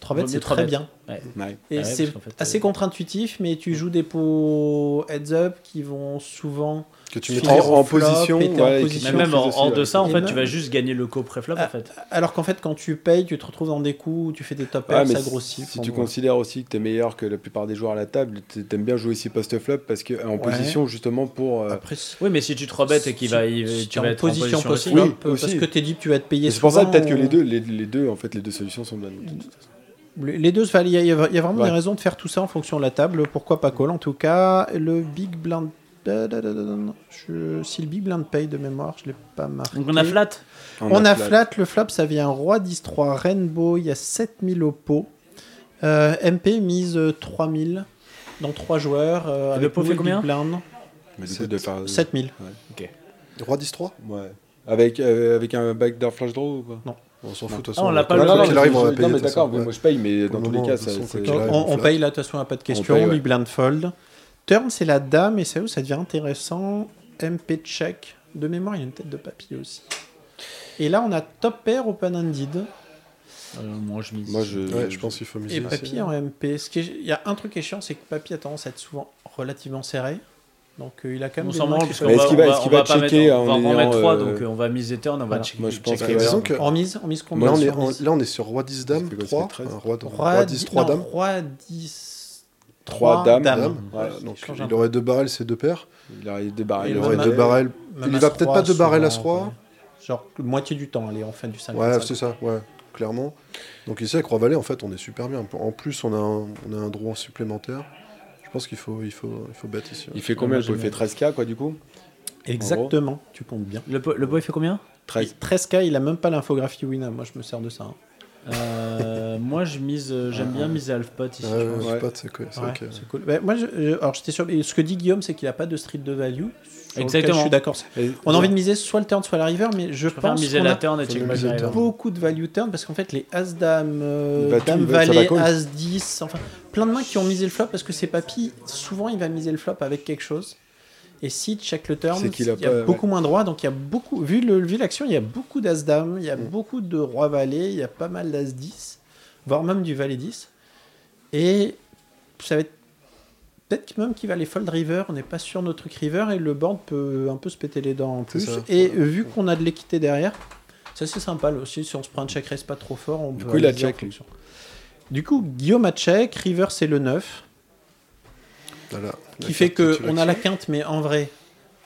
[SPEAKER 4] 3
[SPEAKER 3] Vaut
[SPEAKER 4] bêtes
[SPEAKER 3] mieux
[SPEAKER 4] c'est
[SPEAKER 3] trois
[SPEAKER 4] très
[SPEAKER 3] bêtes.
[SPEAKER 4] bien.
[SPEAKER 3] Ouais.
[SPEAKER 5] Ah Ouais.
[SPEAKER 4] Et
[SPEAKER 3] Ouais, parce
[SPEAKER 4] c'est
[SPEAKER 3] qu'en fait,
[SPEAKER 4] assez
[SPEAKER 3] euh,
[SPEAKER 4] contre-intuitif, mais tu joues des pots heads up qui vont souvent.
[SPEAKER 9] Que tu
[SPEAKER 4] finir
[SPEAKER 9] mettrais
[SPEAKER 4] au
[SPEAKER 5] en
[SPEAKER 4] flop,
[SPEAKER 5] position,
[SPEAKER 4] péter
[SPEAKER 5] ouais, et
[SPEAKER 4] en
[SPEAKER 5] qui
[SPEAKER 4] position.
[SPEAKER 3] Mais même en,
[SPEAKER 5] aussi,
[SPEAKER 3] hors
[SPEAKER 5] ouais.
[SPEAKER 3] de ça, en
[SPEAKER 4] Et
[SPEAKER 3] fait,
[SPEAKER 4] même-
[SPEAKER 3] tu vas juste gagner le co-préflop
[SPEAKER 4] Ah.
[SPEAKER 3] en fait.
[SPEAKER 4] Alors qu'en fait, quand tu payes, tu te retrouves dans des coups où tu fais des top
[SPEAKER 5] Ouais,
[SPEAKER 4] pairs,
[SPEAKER 5] Ah, mais
[SPEAKER 4] ça
[SPEAKER 5] si-
[SPEAKER 4] grossit.
[SPEAKER 5] Si
[SPEAKER 4] Bon,
[SPEAKER 5] tu
[SPEAKER 4] voilà.
[SPEAKER 5] considères aussi que t'es meilleur que la plupart des joueurs à la table, t- t'aimes bien jouer aussi post-flop parce que euh, en position justement pour. euh,
[SPEAKER 4] Après, si-
[SPEAKER 3] Oui, mais si tu te rebêtes et qu'il va, il-
[SPEAKER 4] si
[SPEAKER 3] tu
[SPEAKER 4] t'es
[SPEAKER 3] vas
[SPEAKER 4] en
[SPEAKER 3] être
[SPEAKER 4] position
[SPEAKER 3] en position aussi.
[SPEAKER 4] post-flop,
[SPEAKER 5] aussi.
[SPEAKER 4] euh,
[SPEAKER 5] Oui,
[SPEAKER 4] parce
[SPEAKER 5] aussi.
[SPEAKER 4] que t'es dit que tu vas te payer.
[SPEAKER 5] et C'est pour ça
[SPEAKER 4] souvent,
[SPEAKER 5] peut-être que
[SPEAKER 4] euh,
[SPEAKER 5] les deux, les, les deux en fait, les deux solutions sont bonnes.
[SPEAKER 4] Les les deux se valent. Il y a, il y a- il y a vraiment
[SPEAKER 5] Ouais.
[SPEAKER 4] des raisons de faire tout ça en fonction de la table. Pourquoi pas call En tout cas, le big blind. da, da, da, da, da, je- Si le big blind paye de mémoire, je l'ai pas marqué.
[SPEAKER 3] Donc on a flat.
[SPEAKER 4] On a flat. Le flop, ça vient roi 10-3, rainbow. Il y a 7000 au pot. Euh, MP mise euh, 3000 dans 3 joueurs. euh,
[SPEAKER 3] Et le
[SPEAKER 4] avec
[SPEAKER 3] pot
[SPEAKER 4] nous,
[SPEAKER 3] fait
[SPEAKER 4] big
[SPEAKER 3] combien
[SPEAKER 4] blind,
[SPEAKER 5] Mais du coup, de faire- euh,
[SPEAKER 4] 7000.
[SPEAKER 9] Roi 10-3
[SPEAKER 5] Ouais. Avec, euh, avec un backdoor flash draw ou pas
[SPEAKER 9] On s'en fout, de
[SPEAKER 3] Ah,
[SPEAKER 9] toute façon.
[SPEAKER 3] on l'a
[SPEAKER 9] le-
[SPEAKER 3] pas
[SPEAKER 9] quoi
[SPEAKER 3] le-
[SPEAKER 9] qu'il
[SPEAKER 3] Non, non,
[SPEAKER 9] arrive, on va
[SPEAKER 5] je-
[SPEAKER 9] payer,
[SPEAKER 5] Non,
[SPEAKER 9] de
[SPEAKER 5] mais
[SPEAKER 9] toute
[SPEAKER 5] d'accord,
[SPEAKER 9] façon,
[SPEAKER 5] mais
[SPEAKER 9] ouais.
[SPEAKER 5] moi je paye, mais dans
[SPEAKER 9] Pour
[SPEAKER 5] tous
[SPEAKER 9] le
[SPEAKER 5] les cas,
[SPEAKER 9] moment,
[SPEAKER 5] ça.
[SPEAKER 9] de toute façon,
[SPEAKER 5] c'est-
[SPEAKER 9] quoi qu'il
[SPEAKER 4] Donc,
[SPEAKER 9] arrive,
[SPEAKER 4] Euh, on, on
[SPEAKER 9] flat.
[SPEAKER 4] paye là, de toute façon, on n'a pas de question.
[SPEAKER 5] paye, ouais.
[SPEAKER 4] Big blind fold. Turn, c'est la dame, et c'est là où ça devient intéressant. MP check. De mémoire, il y a une tête de papy aussi. Et là, on a top pair open-ended.
[SPEAKER 3] Euh, moi je mise.
[SPEAKER 5] Moi je.
[SPEAKER 9] Ouais, je pense qu'il faut miser.
[SPEAKER 4] Et
[SPEAKER 9] là-dessus.
[SPEAKER 4] papy hein. en MP. Ce qui est- Il y a un truc qui est chiant, c'est que papy a tendance à être souvent relativement serré. Donc, euh, il a quand même
[SPEAKER 3] On
[SPEAKER 4] des
[SPEAKER 3] s'en
[SPEAKER 4] mains
[SPEAKER 3] branle
[SPEAKER 4] qui
[SPEAKER 3] parce
[SPEAKER 4] sont-
[SPEAKER 3] qu'on
[SPEAKER 5] Mais est-ce
[SPEAKER 3] va,
[SPEAKER 5] qu'il
[SPEAKER 3] on
[SPEAKER 5] va-
[SPEAKER 3] va,
[SPEAKER 5] est-ce
[SPEAKER 3] on
[SPEAKER 5] qu'il
[SPEAKER 3] va
[SPEAKER 5] va
[SPEAKER 3] pas
[SPEAKER 5] checker
[SPEAKER 3] mettre- on
[SPEAKER 5] en
[SPEAKER 3] va en
[SPEAKER 5] ayant,
[SPEAKER 3] remettre 3,
[SPEAKER 5] euh,
[SPEAKER 3] donc euh, on va miser turn, on va
[SPEAKER 5] Voilà.
[SPEAKER 3] checker.
[SPEAKER 5] Moi, je pense
[SPEAKER 3] checker
[SPEAKER 5] que-
[SPEAKER 3] turn.
[SPEAKER 9] Disons que
[SPEAKER 4] En mise, en mise combien
[SPEAKER 9] là, on
[SPEAKER 4] sur
[SPEAKER 9] est,
[SPEAKER 4] dix
[SPEAKER 9] on- là, on est sur roi 10
[SPEAKER 5] Ça
[SPEAKER 9] dame
[SPEAKER 5] fait quoi, ça
[SPEAKER 9] 3.
[SPEAKER 5] fait 13.
[SPEAKER 9] un Roi,
[SPEAKER 4] Roi 10,
[SPEAKER 9] 3
[SPEAKER 4] non,
[SPEAKER 9] dame.
[SPEAKER 4] Roi 10.
[SPEAKER 5] Trois
[SPEAKER 9] Trois
[SPEAKER 5] dames.
[SPEAKER 9] dames.
[SPEAKER 5] Voilà,
[SPEAKER 9] Ouais,
[SPEAKER 5] donc,
[SPEAKER 9] ce qui change un il aurait deux barrels, c'est deux paires.
[SPEAKER 5] Il aurait deux barrels.
[SPEAKER 9] Il aurait deux barrels. Il va peut-être pas deux
[SPEAKER 4] hein.
[SPEAKER 9] barrels à ce roi.
[SPEAKER 4] euh, Genre moitié du temps, allez, en fin du 5.
[SPEAKER 9] Ouais, c'est ça, ouais, clairement. Donc ici, avec Roi-Vallée, en fait, on est super bien. En plus, on a un, on a un droit supplémentaire. Je pense qu'il faut, il faut, il faut bête ici. hein.
[SPEAKER 5] Il fait combien le pot Il fait 13K, quoi, du coup
[SPEAKER 4] Exactement, tu comptes bien.
[SPEAKER 8] Le, po- le boy fait combien
[SPEAKER 5] 13.
[SPEAKER 4] 13K, il a même pas l'infographie Wina, moi je me sers de ça. hein.
[SPEAKER 3] Euh, moi, je mise, euh, j'aime bien miser Alphpot ici.
[SPEAKER 4] Ouais,
[SPEAKER 9] Euh,
[SPEAKER 3] je
[SPEAKER 4] ouais,
[SPEAKER 3] pense.
[SPEAKER 4] Alphpot, c'est cool, c'est ok. C'est cool. Bah, moi, je- je- alors j'étais sûr. et Ce que dit Guillaume, c'est qu'il a pas de street de value. sur lequel
[SPEAKER 3] Exactement.
[SPEAKER 4] Je suis d'accord.
[SPEAKER 3] Et-
[SPEAKER 4] On a envie de miser soit le turn, soit la river, mais je,
[SPEAKER 3] préfère
[SPEAKER 4] pense
[SPEAKER 3] miser
[SPEAKER 4] qu'on
[SPEAKER 3] la
[SPEAKER 4] a
[SPEAKER 3] turn et check back la river.
[SPEAKER 4] beaucoup de value turn parce qu'en fait les as dame, euh,
[SPEAKER 3] Il va tout,
[SPEAKER 4] dame
[SPEAKER 3] il va- ça va
[SPEAKER 4] valet,
[SPEAKER 3] call.
[SPEAKER 4] as 10, enfin plein de mains qui ont misé le flop parce que c'est papy. Souvent, il va miser le flop avec quelque chose. Et si check le turn,
[SPEAKER 5] C'est qu'il a
[SPEAKER 4] il y a
[SPEAKER 5] pas-
[SPEAKER 4] beaucoup
[SPEAKER 5] ouais.
[SPEAKER 4] moins droit. Donc il y a beaucoup vu le vu l'action, il y a beaucoup d'as dame, il y a beaucoup de roi valet, il y a pas mal d'as 10, voire même du valet 10. Et ça va être peut-être même qu'il va les fold river, on n'est pas sûr de notre truc river et le board peut un peu se péter les dents en plus.
[SPEAKER 9] C'est ça.
[SPEAKER 4] Et euh, vu qu'on a de l'équité derrière, ça c'est sympa là aussi si on se prend un check raise pas trop fort, on
[SPEAKER 5] Du
[SPEAKER 4] peut
[SPEAKER 5] coup, il a
[SPEAKER 4] analyser en
[SPEAKER 5] check, lui.
[SPEAKER 4] fonction. Du coup, Guillaume a check, river c'est le 9 qui fait que on a la quinte, mais en vrai.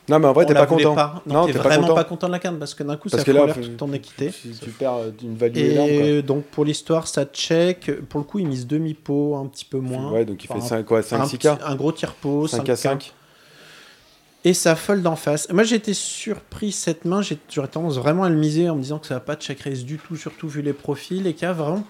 [SPEAKER 5] Non, mais en vrai,
[SPEAKER 4] on
[SPEAKER 5] t'es
[SPEAKER 4] la
[SPEAKER 5] pas
[SPEAKER 4] voulait
[SPEAKER 5] content.
[SPEAKER 4] Non,
[SPEAKER 5] Non,
[SPEAKER 4] t'es
[SPEAKER 5] t'es pas
[SPEAKER 4] vraiment
[SPEAKER 5] content.
[SPEAKER 4] pas content de la quinte parce que d'un coup,
[SPEAKER 5] Parce
[SPEAKER 4] ça
[SPEAKER 5] que là,
[SPEAKER 4] colère
[SPEAKER 5] faut-
[SPEAKER 4] toute ton équité.
[SPEAKER 5] Tu, tu perds une value énorme. quoi.
[SPEAKER 4] Et donc, pour l'histoire, ça check. Pour le coup, il mise demi-pot, un petit peu moins.
[SPEAKER 5] Ouais, donc il fait
[SPEAKER 4] Enfin,
[SPEAKER 5] cinq- quoi, cinq,
[SPEAKER 4] un
[SPEAKER 5] six
[SPEAKER 4] petit-
[SPEAKER 5] K.
[SPEAKER 4] Un gros tir-pot.
[SPEAKER 5] Cinq
[SPEAKER 4] 5
[SPEAKER 5] à
[SPEAKER 4] à
[SPEAKER 5] cinq.
[SPEAKER 4] 5. Et ça fold en face. Moi, j'étais surpris cette main. j'ai- J'aurais tendance vraiment à le miser en me disant que ça va pas de check raise du tout, surtout vu les profils, et qu'il y a vraiment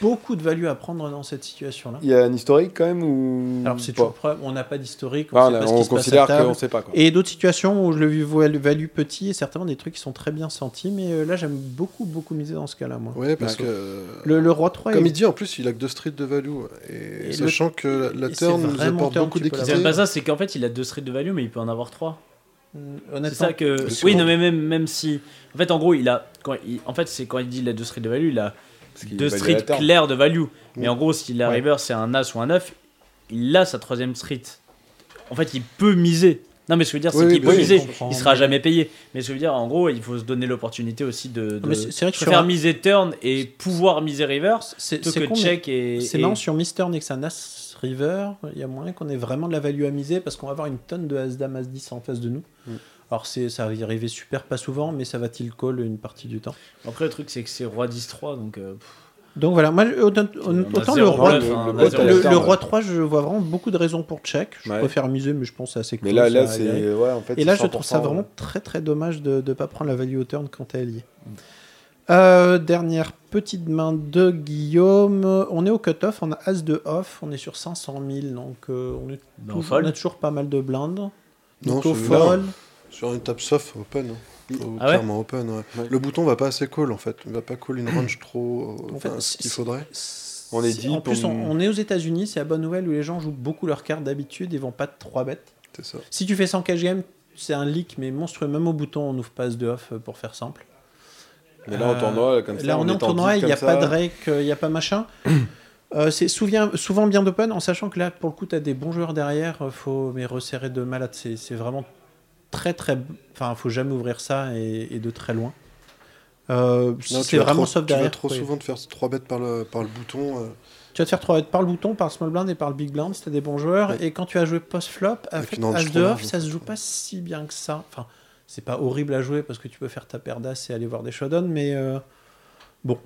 [SPEAKER 4] beaucoup de value à prendre dans cette situation-là.
[SPEAKER 5] Il y a un historique quand même ou
[SPEAKER 4] Alors c'est
[SPEAKER 5] pas
[SPEAKER 4] toujours probable, on n'a pas d'historique, on
[SPEAKER 5] Ah,
[SPEAKER 4] sait
[SPEAKER 5] on a-
[SPEAKER 4] pas ce
[SPEAKER 5] on
[SPEAKER 4] qui se passe
[SPEAKER 5] considère
[SPEAKER 4] à table.
[SPEAKER 5] qu'on sait pas, quoi.
[SPEAKER 4] Et d'autres situations où je le vis val- value petit et certainement des trucs qui sont très bien sentis, mais euh, là j'aime beaucoup beaucoup miser dans ce cas-là moi.
[SPEAKER 9] Ouais, parce que. euh,
[SPEAKER 4] le, le roi 3
[SPEAKER 9] Comme
[SPEAKER 4] est-
[SPEAKER 9] il dit, en plus, il a que deux streets de value. Et,
[SPEAKER 4] Et
[SPEAKER 9] sachant
[SPEAKER 4] le-
[SPEAKER 9] que la- la
[SPEAKER 4] et c'est
[SPEAKER 9] turn nous
[SPEAKER 4] vraiment
[SPEAKER 9] apporte
[SPEAKER 4] turn,
[SPEAKER 9] beaucoup
[SPEAKER 4] tu peux
[SPEAKER 9] d'équité.
[SPEAKER 4] l'avoir.
[SPEAKER 3] C'est pas ça, c'est qu'en fait, il a deux streets de value, mais il peut en avoir trois. C'est
[SPEAKER 4] honnêtement.
[SPEAKER 3] ça que.
[SPEAKER 4] Parce
[SPEAKER 3] Oui,
[SPEAKER 4] que-
[SPEAKER 3] non, mais même, même si. En fait, en gros, il a. Quand il- En fait, c'est quand il dit il a deux streets de value, il a
[SPEAKER 5] qu'il
[SPEAKER 3] deux
[SPEAKER 5] value la
[SPEAKER 3] streets
[SPEAKER 5] terre.
[SPEAKER 3] clairs de value. Mais
[SPEAKER 5] Mm.
[SPEAKER 3] en gros, si la
[SPEAKER 5] Ouais.
[SPEAKER 3] river c'est un as ou un 9, il a sa troisième street. En fait, il peut miser. Non, mais ce que je veux dire, c'est
[SPEAKER 4] Oui,
[SPEAKER 3] qu'il
[SPEAKER 4] oui,
[SPEAKER 3] peut
[SPEAKER 4] oui,
[SPEAKER 3] miser.
[SPEAKER 4] je comprends.
[SPEAKER 3] Il sera jamais payé. Mais ce que je veux dire, en gros, il faut se donner l'opportunité aussi de. de...
[SPEAKER 4] mais c'est- c'est vrai que
[SPEAKER 3] je
[SPEAKER 4] sur
[SPEAKER 3] préfère
[SPEAKER 4] un-
[SPEAKER 3] miser turn et pouvoir miser reverse plutôt que
[SPEAKER 4] con, mais
[SPEAKER 3] check et.
[SPEAKER 4] C'est
[SPEAKER 3] et-
[SPEAKER 4] marrant sur Mister et que c'est un As River, il y a moyen qu'on ait vraiment de la value à miser parce qu'on va avoir une tonne de As Dame As 10 en face de nous.
[SPEAKER 3] Mm.
[SPEAKER 4] Alors c'est ça va y arriver super pas souvent, mais ça va-t-il call une partie du temps.
[SPEAKER 3] Après, le truc, c'est que c'est roi 10-3, donc. euh, pff.
[SPEAKER 4] Donc voilà, moi, je- autant, autant le
[SPEAKER 3] zéro
[SPEAKER 4] roi,
[SPEAKER 3] bluff, hein,
[SPEAKER 4] le,
[SPEAKER 3] on a zéro
[SPEAKER 4] le-
[SPEAKER 3] bluff.
[SPEAKER 4] le roi 3, je vois vraiment beaucoup de raisons pour check. Je
[SPEAKER 5] Ouais.
[SPEAKER 4] préfère miser, mais je pense que c'est assez
[SPEAKER 5] Mais
[SPEAKER 4] cool,
[SPEAKER 5] là- là,
[SPEAKER 4] ça,
[SPEAKER 5] c'est-
[SPEAKER 4] ouais.
[SPEAKER 5] ouais, en fait,
[SPEAKER 4] Et là,
[SPEAKER 5] c'est
[SPEAKER 4] je trouve ça
[SPEAKER 5] 100%,
[SPEAKER 4] vraiment
[SPEAKER 5] ouais.
[SPEAKER 4] très très dommage de ne pas prendre la value au turn quand elle est liée. Euh, dernière petite main de Guillaume. On est au cut-off, on a As de off, on est sur 500 000, donc euh, on, est
[SPEAKER 3] Ben, on
[SPEAKER 4] toujours,
[SPEAKER 3] fold.
[SPEAKER 4] on a toujours pas mal de blindes.
[SPEAKER 9] Non,
[SPEAKER 4] Donc au
[SPEAKER 9] c'est-
[SPEAKER 4] fold.
[SPEAKER 9] non, Sur une table soft, open. hein. Faut
[SPEAKER 4] Ah ouais
[SPEAKER 9] clairement open, ouais. Le bouton va pas assez call en fait. Il va pas call une range trop. euh,
[SPEAKER 4] En fait,
[SPEAKER 9] enfin, ce
[SPEAKER 4] c'est-
[SPEAKER 9] qu'il faudrait.
[SPEAKER 5] On est dit.
[SPEAKER 4] En plus,
[SPEAKER 5] pour-
[SPEAKER 4] on, on est aux États-Unis, c'est la bonne nouvelle où les gens jouent beaucoup leurs cartes d'habitude et vont pas de 3 bêtes.
[SPEAKER 9] C'est ça.
[SPEAKER 4] Si tu fais 100 cash game, c'est un leak, mais monstrueux. Même au bouton, on ouvre pas de off euh, pour faire simple.
[SPEAKER 5] Mais là, en tournoi, comme ça,
[SPEAKER 4] Là, on,
[SPEAKER 5] on
[SPEAKER 4] est
[SPEAKER 5] est
[SPEAKER 4] en
[SPEAKER 5] tendu
[SPEAKER 4] tournoi, il n'y a
[SPEAKER 5] comme
[SPEAKER 4] pas
[SPEAKER 5] ça.
[SPEAKER 4] de rec, euh, il n'y a pas machin. Euh, c'est souvient- souvent bien d'open, en sachant que là, pour le coup, tu as des bons joueurs derrière, euh, faut mais resserrer de malade. C'est c'est vraiment très, très. Enfin, faut jamais ouvrir ça et, et de très loin. Euh, si
[SPEAKER 9] Non, tu
[SPEAKER 4] c'est
[SPEAKER 9] vas
[SPEAKER 4] vraiment
[SPEAKER 9] trop-
[SPEAKER 4] sauf
[SPEAKER 9] Tu
[SPEAKER 4] derrière.
[SPEAKER 9] vas trop
[SPEAKER 4] faut-
[SPEAKER 9] souvent de faire 3 bêtes par le, par le bouton. euh,
[SPEAKER 4] tu vas te faire 3 par le bouton, par le small blind et par le big blind si t'as des bons joueurs. Et quand tu vas jouer post-flop, en fait,
[SPEAKER 9] une hanche
[SPEAKER 4] as
[SPEAKER 9] trop
[SPEAKER 4] de
[SPEAKER 9] large,
[SPEAKER 4] off, ça se joue pas si bien que ça. Enfin, c'est pas horrible à jouer parce que tu peux faire ta paire d'as et aller voir des showdowns, mais euh, bon.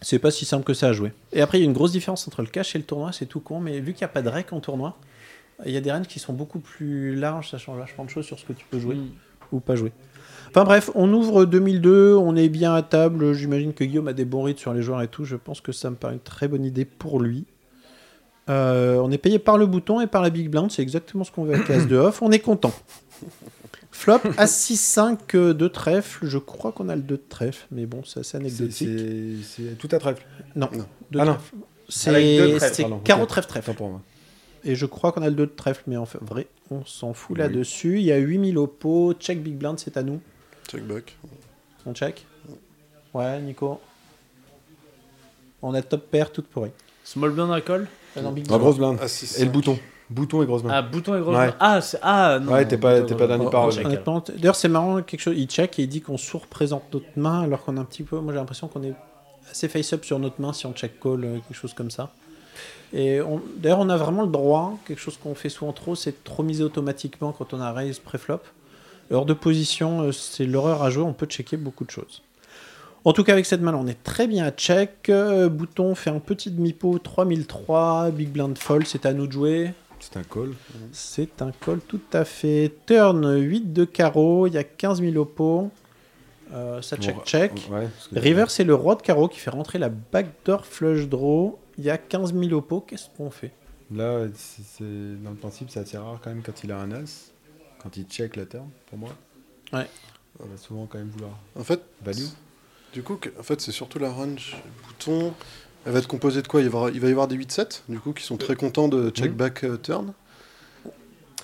[SPEAKER 4] C'est pas si simple que ça à jouer. Et après, il y a une grosse différence entre le cash et le tournoi, c'est tout con, mais vu qu'il n'y a pas de rec en tournoi, il y a des ranges qui sont beaucoup plus larges, ça change vachement de choses sur ce que tu peux jouer ou pas jouer. Enfin bref, on ouvre 2002, on est bien à table, j'imagine que Guillaume a des bons rides sur les joueurs et tout, je pense que ça me paraît une très bonne idée pour lui. Euh, on est payé par le bouton et par la Big Blind, c'est exactement ce qu'on veut avec As de Off, on est content. Flop à 6-5 euh, de trèfle, je crois qu'on a le 2 de trèfle, mais bon, c'est assez anecdotique.
[SPEAKER 5] C'est tout à trèfle
[SPEAKER 4] Non, deux
[SPEAKER 5] Ah non.
[SPEAKER 4] trèfles.
[SPEAKER 5] Avec deux
[SPEAKER 4] C'est
[SPEAKER 5] trèfles,
[SPEAKER 4] c'est
[SPEAKER 5] pardon, ok.
[SPEAKER 4] carreau trèfle trèfle.
[SPEAKER 5] Autant pour moi.
[SPEAKER 4] Et je crois qu'on a le 2 de trèfle, mais en fait, vrai, on s'en fout là-dessus. Il y a 8000 au pot, check Big Blind, c'est à nous.
[SPEAKER 9] Check back.
[SPEAKER 4] On check Ouais, Nico. On a top pair toute pourrie.
[SPEAKER 3] Small blind à call
[SPEAKER 4] Ah non, big
[SPEAKER 5] La grosse blinde.
[SPEAKER 9] Ah, six,
[SPEAKER 5] et le
[SPEAKER 9] cinq.
[SPEAKER 5] bouton. Bouton et grosse blinde.
[SPEAKER 3] Ah, bouton et grosse
[SPEAKER 5] Ouais.
[SPEAKER 3] blinde. Ah, c'est- ah, non.
[SPEAKER 5] Ouais, t'es pas,
[SPEAKER 3] bouton et
[SPEAKER 5] t'es pas
[SPEAKER 3] grosse
[SPEAKER 5] dernier
[SPEAKER 3] blinde.
[SPEAKER 5] par
[SPEAKER 3] Oh,
[SPEAKER 5] eux.
[SPEAKER 3] check.
[SPEAKER 4] Honnêtement, t- d'ailleurs c'est marrant, quelque chose, il check et il dit qu'on sous-représente notre main alors qu'on a un petit peu, moi j'ai l'impression qu'on est assez face-up sur notre main si on check call, euh, quelque chose comme ça. Et on- d'ailleurs, on a vraiment le droit, quelque chose qu'on fait souvent trop, c'est de trop miser automatiquement quand on a raise pré-flop. Hors de position, euh, c'est l'horreur à jouer, on peut checker beaucoup de choses. En tout cas, avec cette main, on est très bien à check. Euh, Bouton fait un petit demi-pot 3003, Big Blind Fold, c'est à nous de jouer.
[SPEAKER 5] C'est un call.
[SPEAKER 4] C'est un call tout à fait. Turn 8 de carreau, il y a 15 000 au pot. Euh, ça check,
[SPEAKER 5] Bon,
[SPEAKER 4] check.
[SPEAKER 5] ouais, parce que-
[SPEAKER 4] River, c'est le roi de carreau qui fait rentrer la backdoor flush draw. Il y a 15 000 au pot. Qu'est-ce qu'on fait
[SPEAKER 5] Là, c'est- c'est- dans le principe, c'est assez rare quand même quand il a un as, quand il check la terre, pour moi.
[SPEAKER 4] Ouais.
[SPEAKER 5] On va souvent quand même vouloir.
[SPEAKER 9] En fait,
[SPEAKER 5] Value.
[SPEAKER 9] du coup, que- en fait, c'est surtout la range bouton. Elle va être composée de quoi il va, il va y avoir des 8-7, du coup, qui sont très contents de check
[SPEAKER 5] Mhm.
[SPEAKER 9] back euh, turn.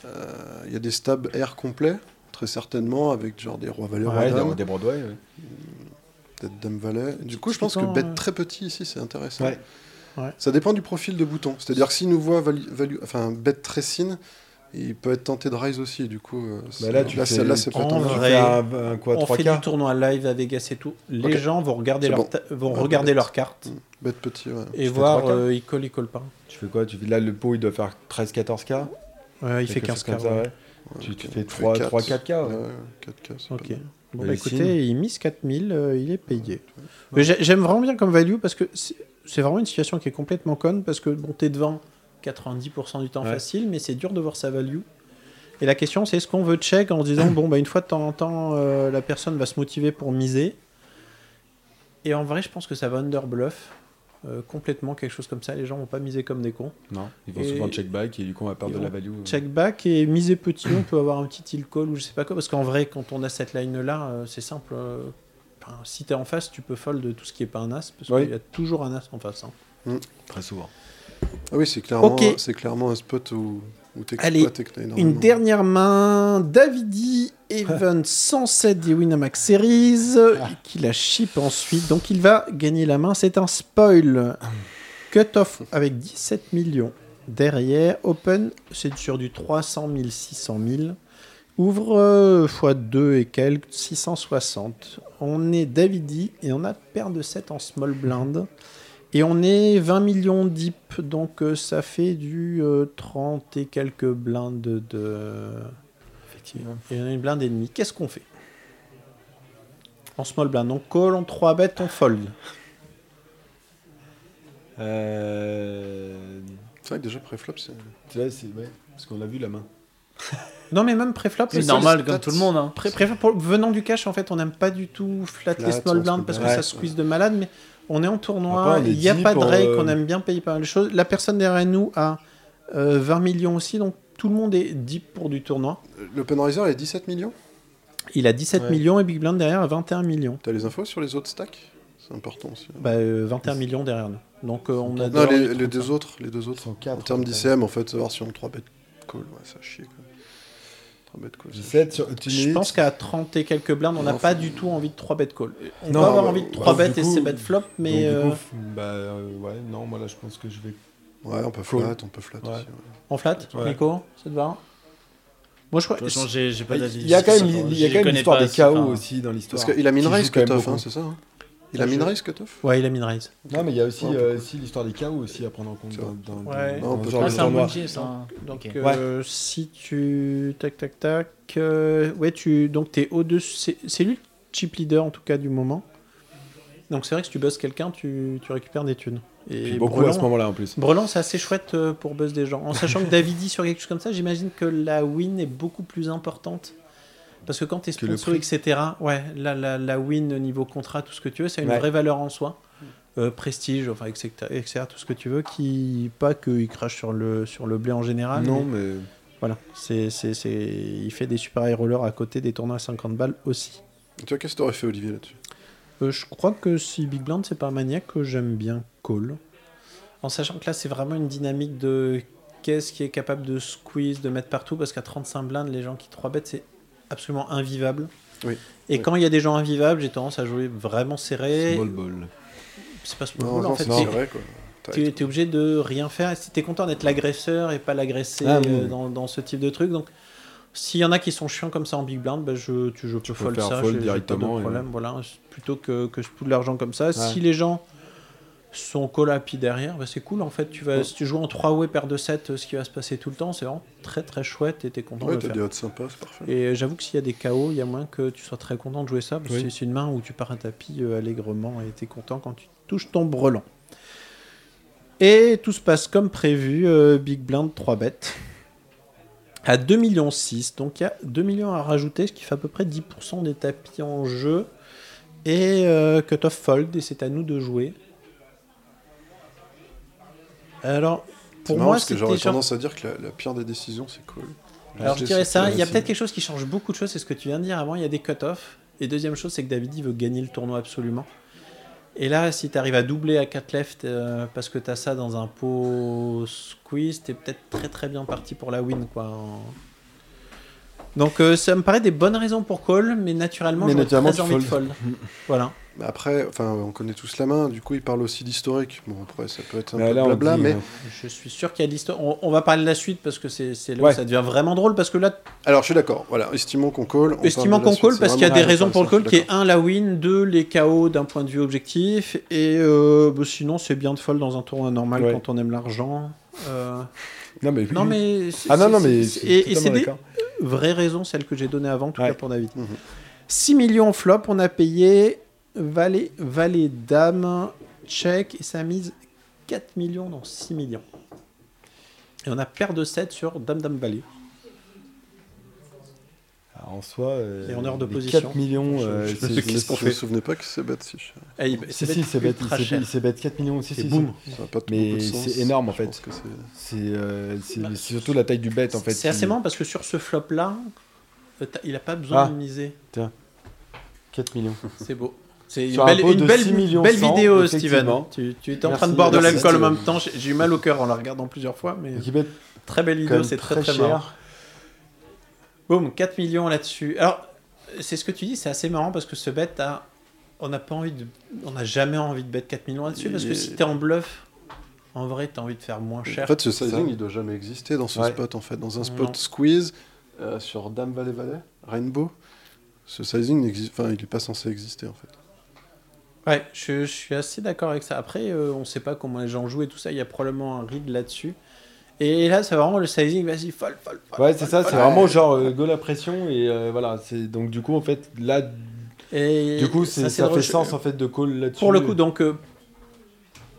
[SPEAKER 9] Euh, Il y a des stabs air complets, très certainement, avec genre des rois valets,
[SPEAKER 5] Ouais,
[SPEAKER 9] rois
[SPEAKER 5] des-
[SPEAKER 9] dames.
[SPEAKER 5] des Broadway, ouais.
[SPEAKER 9] Peut-être dame valet. Du coup, je pense que
[SPEAKER 5] Typiquement,
[SPEAKER 9] bet
[SPEAKER 5] euh,
[SPEAKER 9] très petit ici, c'est intéressant.
[SPEAKER 5] Ouais.
[SPEAKER 4] Ouais.
[SPEAKER 9] Ça dépend du profil de bouton. C'est-à-dire que s'il nous voit valu- valu- enfin, bet très sin, il peut être tenté de raise aussi, du coup. euh, c'est-
[SPEAKER 5] Bah là, tu
[SPEAKER 9] là,
[SPEAKER 5] fais-
[SPEAKER 9] c'est- là, c'est pas
[SPEAKER 4] En
[SPEAKER 9] tant mieux.
[SPEAKER 4] vrai, on fait du tournoi live à Vegas et tout. Les
[SPEAKER 9] Ok.
[SPEAKER 4] gens vont regarder
[SPEAKER 9] C'est
[SPEAKER 4] leur,
[SPEAKER 9] bon.
[SPEAKER 4] ta- vont
[SPEAKER 9] Ouais,
[SPEAKER 4] regarder
[SPEAKER 9] bête.
[SPEAKER 4] leur carte
[SPEAKER 9] Bête petit, ouais.
[SPEAKER 4] et
[SPEAKER 5] Mmh. Tu fais
[SPEAKER 4] voir
[SPEAKER 5] trois K
[SPEAKER 4] euh, il colle, il colle pas.
[SPEAKER 5] Tu fais quoi tu fais, Là, le pot, il doit faire 13-14K.
[SPEAKER 4] Ouais, il fait
[SPEAKER 5] Quelque chose
[SPEAKER 4] 15K,
[SPEAKER 5] comme ça,
[SPEAKER 4] ouais.
[SPEAKER 5] ouais. Tu, tu fais
[SPEAKER 9] tu fais
[SPEAKER 5] 3-4K.
[SPEAKER 9] quatre.
[SPEAKER 5] ouais.
[SPEAKER 9] Ouais, 4K, c'est
[SPEAKER 4] Ok.
[SPEAKER 9] pas mal.
[SPEAKER 4] Bon,
[SPEAKER 5] Bah,
[SPEAKER 4] bah,
[SPEAKER 5] il signe.
[SPEAKER 4] écoutez, il mise 4000, euh, il est payé. Mais j'ai- J'aime vraiment bien comme value parce que c'est c'est vraiment une situation qui est complètement conne parce que bon, t'es devant 90% du temps
[SPEAKER 5] Ouais.
[SPEAKER 4] facile, mais c'est dur de voir sa value. Et la question, c'est est-ce qu'on veut check en se disant, bon, bah, une fois de temps en temps, euh, la personne va se motiver pour miser. Et en vrai, je pense que ça va underbluff. euh, complètement quelque chose comme ça, les gens vont pas miser comme des cons.
[SPEAKER 5] Non, ils vont
[SPEAKER 4] Et-
[SPEAKER 5] souvent check back et du coup, on va perdre
[SPEAKER 4] ils
[SPEAKER 5] de la
[SPEAKER 4] vont
[SPEAKER 5] value. euh,
[SPEAKER 4] Check back et miser petit, on peut avoir un petit heel call ou je sais pas quoi, parce qu'en vrai, quand on a cette line là, c'est simple. euh, enfin, si t'es en face, tu peux fold tout ce qui est pas un as, parce
[SPEAKER 5] Oui.
[SPEAKER 4] qu'il y a toujours un as en face. hein.
[SPEAKER 5] Très souvent.
[SPEAKER 9] Ah oui, c'est clairement,
[SPEAKER 4] Ok.
[SPEAKER 9] c'est clairement un spot où, où
[SPEAKER 4] Allez,
[SPEAKER 9] t'exploites et que t'as énormément.
[SPEAKER 4] Une dernière main, Davidi Event 107 des Winamax Series, euh, qui la chip ensuite, donc il va gagner la main, c'est un spoil. Cut off avec 17 millions. Derrière, open, c'est sur du 300 000, 600 000. Ouvre euh, x 2 et quelques, 660. On est Davidi et on a paire de 7 en small blind. Et on est 20 millions d'IP, donc euh, ça fait du euh, 30 et quelques blindes de. Effectivement. Et on a une blinde et demie. Qu'est-ce qu'on fait En small blind, on call, on 3 bêtes, on fold.
[SPEAKER 5] Euh...
[SPEAKER 9] C'est vrai que déjà préflop, c'est. euh,
[SPEAKER 5] Tu vois, c'est. Ouais, parce qu'on l'a vu la main.
[SPEAKER 4] Non, mais même préflop,
[SPEAKER 3] C'est
[SPEAKER 4] ça,
[SPEAKER 3] normal,
[SPEAKER 4] les
[SPEAKER 3] comme
[SPEAKER 4] stats.
[SPEAKER 3] tout le monde. Hein.
[SPEAKER 4] Pré- préflop, pour- venant du cash, en fait, on n'aime pas du tout flat les
[SPEAKER 9] Flat,
[SPEAKER 4] small
[SPEAKER 9] on se
[SPEAKER 4] blinds
[SPEAKER 9] fait
[SPEAKER 4] parce que
[SPEAKER 9] bien.
[SPEAKER 4] ça squeeze de malade, mais on est en tournoi,
[SPEAKER 5] Après, on est
[SPEAKER 4] il n'y a
[SPEAKER 5] dit
[SPEAKER 4] pas de
[SPEAKER 5] pour,
[SPEAKER 4] règles,
[SPEAKER 5] euh,
[SPEAKER 4] on aime bien payer pas mal de choses. La personne derrière nous a euh, 20 millions aussi, donc tout le monde est deep pour du tournoi.
[SPEAKER 9] L'Open Riser, il est 17 millions
[SPEAKER 4] Il a 17
[SPEAKER 5] Ouais.
[SPEAKER 4] millions et Big Blind derrière a 21 millions.
[SPEAKER 9] T'as les infos sur les autres stacks C'est important aussi.
[SPEAKER 4] Bah, euh, 21 millions derrière nous. Donc euh, on a
[SPEAKER 9] non, les, les deux autres, les deux autres.
[SPEAKER 5] Ils sont quatre, euh,
[SPEAKER 9] en termes
[SPEAKER 5] en fait.
[SPEAKER 9] d'ICM, en fait, savoir si on 3 bet call, ouais, ça chie quoi. 3 bet call. ça chie.
[SPEAKER 5] 17 sur. Tu
[SPEAKER 4] Je pense qu'à 30 et quelques blindes, on n'a
[SPEAKER 9] Non,
[SPEAKER 4] pas
[SPEAKER 9] faut-
[SPEAKER 4] du tout envie de 3 bet call. On
[SPEAKER 5] Non,
[SPEAKER 4] va avoir
[SPEAKER 9] bah,
[SPEAKER 4] envie de
[SPEAKER 9] bah,
[SPEAKER 4] 3
[SPEAKER 5] du
[SPEAKER 4] bet et
[SPEAKER 5] coup-
[SPEAKER 4] c'est bet flop, mais
[SPEAKER 5] Donc, du
[SPEAKER 4] euh,
[SPEAKER 5] coup, f- bah euh, ouais, non, moi là, je pense que je vais.
[SPEAKER 9] Ouais, on peut
[SPEAKER 5] Call.
[SPEAKER 9] flat, on peut flat
[SPEAKER 5] Ouais.
[SPEAKER 9] aussi. ouais.
[SPEAKER 4] on flatte,
[SPEAKER 5] Ouais.
[SPEAKER 4] Nico, ça te va Moi je crois.
[SPEAKER 3] De toute façon, j'ai j'ai pas d'avis.
[SPEAKER 5] Il y a quand même,
[SPEAKER 3] Je
[SPEAKER 5] il y a
[SPEAKER 3] les
[SPEAKER 5] quand même
[SPEAKER 3] connais
[SPEAKER 5] l'histoire
[SPEAKER 3] pas,
[SPEAKER 5] des
[SPEAKER 3] c'est-
[SPEAKER 5] KO
[SPEAKER 3] enfin,
[SPEAKER 5] aussi dans l'histoire.
[SPEAKER 9] Parce qu'il a min
[SPEAKER 5] qui joue
[SPEAKER 9] raise
[SPEAKER 5] quand même
[SPEAKER 9] cutoff, hein,
[SPEAKER 5] beaucoup.
[SPEAKER 9] c'est ça hein Il a
[SPEAKER 5] Ouais,
[SPEAKER 9] min
[SPEAKER 5] je-
[SPEAKER 9] raise cutoff
[SPEAKER 4] Ouais, il a min raise.
[SPEAKER 5] Non, mais il y a aussi
[SPEAKER 9] hein. Ouais,
[SPEAKER 5] euh, aussi l'histoire des KO aussi à prendre en compte
[SPEAKER 9] C'est
[SPEAKER 5] dans,
[SPEAKER 3] Ouais.
[SPEAKER 5] dans,
[SPEAKER 9] vrai.
[SPEAKER 5] dans,
[SPEAKER 9] Non,
[SPEAKER 5] ce
[SPEAKER 9] on
[SPEAKER 5] genre
[SPEAKER 9] peut
[SPEAKER 3] Ah,
[SPEAKER 5] de
[SPEAKER 3] c'est un
[SPEAKER 5] tournoi.
[SPEAKER 3] budget, ça.
[SPEAKER 4] Donc
[SPEAKER 3] Ok.
[SPEAKER 4] euh, si tu tac tac tac, euh, ouais tu donc t'es au dessus. C'est, c'est lui le chip leader en tout cas du moment. Donc c'est vrai que si tu buzz quelqu'un, tu, tu récupères des thunes. Et
[SPEAKER 5] Puis beaucoup à
[SPEAKER 4] Brelan-
[SPEAKER 5] ce moment-là en plus.
[SPEAKER 4] Brelan, c'est assez chouette euh, pour buzz des gens. En sachant que Davidi sur quelque chose comme ça, j'imagine que la win est beaucoup plus importante. Parce que quand t'es
[SPEAKER 5] Que le
[SPEAKER 4] sponsor, etc., ouais, la, la, la win au niveau contrat, tout ce que tu veux, ça a une
[SPEAKER 5] Ouais.
[SPEAKER 4] vraie valeur en soi. Euh, prestige, enfin, etc., etc., tout ce que tu veux, qui, pas qu'il crache sur le, sur le blé en général.
[SPEAKER 5] non,
[SPEAKER 4] mais
[SPEAKER 5] mais
[SPEAKER 4] Voilà, c'est, c'est, c'est- il fait des super high rollers à côté des tournois à 50 balles aussi.
[SPEAKER 9] Tu vois, qu'est-ce que t'aurais fait, Olivier, là-dessus
[SPEAKER 4] Euh, je crois que si Big Blind c'est pas un maniaque, euh, j'aime bien Cole. En sachant que là c'est vraiment une dynamique de qu'est-ce qui est capable de squeeze, de mettre partout, parce qu'à 35 blindes, les gens qui 3 bêtes c'est absolument invivable.
[SPEAKER 9] Oui.
[SPEAKER 4] Et
[SPEAKER 9] Oui.
[SPEAKER 4] quand il y a des gens invivables, j'ai tendance à jouer vraiment serré.
[SPEAKER 5] small ball.
[SPEAKER 4] C'est pas ce
[SPEAKER 9] Non,
[SPEAKER 4] Bah, en
[SPEAKER 9] non,
[SPEAKER 4] fait.
[SPEAKER 9] c'est
[SPEAKER 4] c'est-
[SPEAKER 9] vrai quoi.
[SPEAKER 4] tu es obligé de rien faire. Si t'es content d'être l'agresseur et pas l'agressé
[SPEAKER 5] Ah, oui,
[SPEAKER 4] euh,
[SPEAKER 5] oui.
[SPEAKER 4] dans, dans ce type de truc. Donc, s'il y en a qui sont chiants comme ça en big blind, bah, je, tu, je peux
[SPEAKER 5] peux
[SPEAKER 4] fold
[SPEAKER 5] faire
[SPEAKER 4] ça.
[SPEAKER 5] fold
[SPEAKER 4] j'ai- j'ai pas de
[SPEAKER 5] directement et-
[SPEAKER 4] problème. Voilà, plutôt que, que je pousse de l'argent comme ça. Si les gens son colapi derrière, bah, c'est cool en fait. Tu vas, Si tu joues en 3 way, paire de 7, ce qui va se passer tout le temps, c'est vraiment très très chouette et t'es content
[SPEAKER 9] Ouais,
[SPEAKER 4] de
[SPEAKER 9] t'as
[SPEAKER 4] le
[SPEAKER 9] des
[SPEAKER 4] faire.
[SPEAKER 9] odds sympas, c'est parfait.
[SPEAKER 4] Et euh, j'avoue que s'il y a des KO, il y a moins que tu sois très content de jouer ça, parce que
[SPEAKER 9] Oui.
[SPEAKER 4] c'est- c'est une main où tu pars un tapis euh, allègrement et t'es content quand tu touches ton brelan. Et tout se passe comme prévu, euh, Big Blind 3 bêtes. À 2 millions 6, donc il y a 2 millions à rajouter, ce qui fait à peu près 10% des tapis en jeu. Et euh, cut-off fold, et c'est à nous de jouer. Alors,
[SPEAKER 9] C'est
[SPEAKER 4] pour
[SPEAKER 9] marrant
[SPEAKER 4] moi,
[SPEAKER 9] parce que
[SPEAKER 4] c'était
[SPEAKER 9] j'aurais
[SPEAKER 4] genre-
[SPEAKER 9] tendance à dire que la, la pire des décisions, c'est cool.
[SPEAKER 4] alors je dirais ça, il y a peut-être quelque chose qui change beaucoup de choses, c'est ce que tu viens de dire avant, il y a des cut-offs. Et deuxième chose, c'est que David il veut gagner le tournoi absolument. Et là, si tu arrives à doubler à 4 left euh, parce que tu as ça dans un pot squeeze, t'es peut-être très très bien parti pour la win. quoi. En- Donc euh, ça me paraît des bonnes raisons pour call, mais naturellement,
[SPEAKER 9] Mais
[SPEAKER 4] j'aurais
[SPEAKER 9] naturellement,
[SPEAKER 4] très
[SPEAKER 9] tu
[SPEAKER 4] envie
[SPEAKER 9] fold.
[SPEAKER 4] de fold. voilà.
[SPEAKER 9] Mais Après, enfin, on connaît tous la main, du coup, il parle aussi d'historique. Bon, après, ça peut être un
[SPEAKER 4] Mais
[SPEAKER 9] peu
[SPEAKER 4] là, on
[SPEAKER 9] blabla,
[SPEAKER 4] dit,
[SPEAKER 9] mais.
[SPEAKER 4] euh, Je suis sûr qu'il y a de l'histoire. On, on va parler de la suite parce que c'est c'est là où
[SPEAKER 9] Ouais.
[SPEAKER 4] ça devient vraiment drôle parce que là,
[SPEAKER 9] Alors, je suis d'accord, voilà, estimons qu'on call. on parle
[SPEAKER 4] Estimant
[SPEAKER 9] de la
[SPEAKER 4] qu'on
[SPEAKER 9] suite,
[SPEAKER 4] call
[SPEAKER 9] c'est
[SPEAKER 4] parce qu'il y a
[SPEAKER 9] vraiment
[SPEAKER 4] des
[SPEAKER 9] intéressant,
[SPEAKER 4] raisons pour le
[SPEAKER 9] je suis
[SPEAKER 4] call qui est
[SPEAKER 9] d'accord.
[SPEAKER 4] 1 la win, 2 les KO d'un point de vue objectif et euh, bah, sinon c'est bien de fold dans un tournoi normal
[SPEAKER 5] Ouais.
[SPEAKER 4] quand on aime l'argent. Euh,
[SPEAKER 5] Non, mais oui,
[SPEAKER 4] non
[SPEAKER 5] oui.
[SPEAKER 4] mais c'est-
[SPEAKER 5] Ah, non,
[SPEAKER 4] c'est-
[SPEAKER 5] non, mais
[SPEAKER 4] c'est-
[SPEAKER 5] c'est
[SPEAKER 4] et, et c'est
[SPEAKER 5] totalement
[SPEAKER 4] des
[SPEAKER 5] d'accord. Mhm.
[SPEAKER 4] vraies raisons celles que j'ai données avant en tout cas pour David. 6 millions flop, on a payé valet valet dame check et ça a mise 4 millions dans 6 millions. Et on a paire de 7 sur dame dame valet.
[SPEAKER 5] Ah, En soi, euh,
[SPEAKER 4] Et en heure de
[SPEAKER 5] les
[SPEAKER 4] position.
[SPEAKER 5] 4 millions,
[SPEAKER 4] Je-
[SPEAKER 5] euh,
[SPEAKER 4] je-
[SPEAKER 5] c'est-
[SPEAKER 4] qu'est-ce
[SPEAKER 5] c'est-
[SPEAKER 4] qu'on
[SPEAKER 9] Je me souvenais pas que c'est bête si cher.
[SPEAKER 4] Eh, il-
[SPEAKER 5] Si,
[SPEAKER 4] c'est
[SPEAKER 5] si,
[SPEAKER 4] bête
[SPEAKER 5] c'est bête, il
[SPEAKER 4] ultra
[SPEAKER 5] s'est-
[SPEAKER 4] cher.
[SPEAKER 5] il s'est bête 4 millions aussi.
[SPEAKER 4] Et boum.
[SPEAKER 9] Ça a pas tout beaucoup
[SPEAKER 5] Mais
[SPEAKER 9] de sens.
[SPEAKER 5] c'est énorme en fait.
[SPEAKER 9] pense que c'est-
[SPEAKER 5] C'est euh, c'est- c'est surtout la taille du bet en fait.
[SPEAKER 4] Bah, C'est assez marrant parce que sur ce flop là, il a pas besoin
[SPEAKER 5] Ah.
[SPEAKER 4] de miser.
[SPEAKER 5] Tiens. 4 millions.
[SPEAKER 4] C'est beau. C'est une
[SPEAKER 5] Sur un
[SPEAKER 4] belle,
[SPEAKER 5] pot
[SPEAKER 4] une
[SPEAKER 5] de
[SPEAKER 4] belle,
[SPEAKER 5] 6 millions
[SPEAKER 4] belle
[SPEAKER 5] 100,
[SPEAKER 4] vidéo, Steven.
[SPEAKER 5] effectivement.
[SPEAKER 4] Tu, tu étais en
[SPEAKER 5] Merci,
[SPEAKER 4] train de boire de
[SPEAKER 5] merci,
[SPEAKER 4] l'alcool en
[SPEAKER 5] Steven.
[SPEAKER 4] même temps. J'ai j'ai eu mal au cœur en la regardant plusieurs fois. mais
[SPEAKER 5] Qui bet
[SPEAKER 4] Très belle
[SPEAKER 5] quand
[SPEAKER 4] vidéo,
[SPEAKER 5] même
[SPEAKER 4] c'est très
[SPEAKER 5] très
[SPEAKER 4] très
[SPEAKER 5] cher.
[SPEAKER 4] marrant. Boum, 4 millions là-dessus. Alors, c'est ce que tu dis, c'est assez marrant parce que ce bet, a- on n'a pas envie de... On n'a jamais envie de bet 4 millions là-dessus parce que
[SPEAKER 9] Et-
[SPEAKER 4] si t'es en bluff, en vrai, t'as envie de faire moins cher.
[SPEAKER 9] En fait, ce
[SPEAKER 4] C'est ça.
[SPEAKER 9] sizing, il doit jamais exister dans ce
[SPEAKER 4] Ouais.
[SPEAKER 9] spot, en fait. Dans un spot
[SPEAKER 4] Non.
[SPEAKER 9] squeeze, euh, sur Dame Valet Valet, Rainbow, ce sizing n'existe... Enfin, il est pas censé exister, en fait.
[SPEAKER 4] Ouais, je, je suis assez d'accord avec ça. Après, euh, on sait pas comment les gens jouent et tout ça. Il y a probablement un read là-dessus. Et là, c'est vraiment le sizing. Vas-y, folle, folle, folle.
[SPEAKER 5] Ouais, c'est
[SPEAKER 4] folle,
[SPEAKER 5] ça,
[SPEAKER 4] folle.
[SPEAKER 5] c'est vraiment genre euh, go la pression et euh, voilà. c'est Donc du coup, en fait, là,
[SPEAKER 4] Et
[SPEAKER 5] du coup, c'est-
[SPEAKER 4] ça,
[SPEAKER 5] ça,
[SPEAKER 4] c'est drôle,
[SPEAKER 5] fait
[SPEAKER 4] je-
[SPEAKER 5] sens en fait de call là-dessus.
[SPEAKER 4] Pour le coup, donc, euh,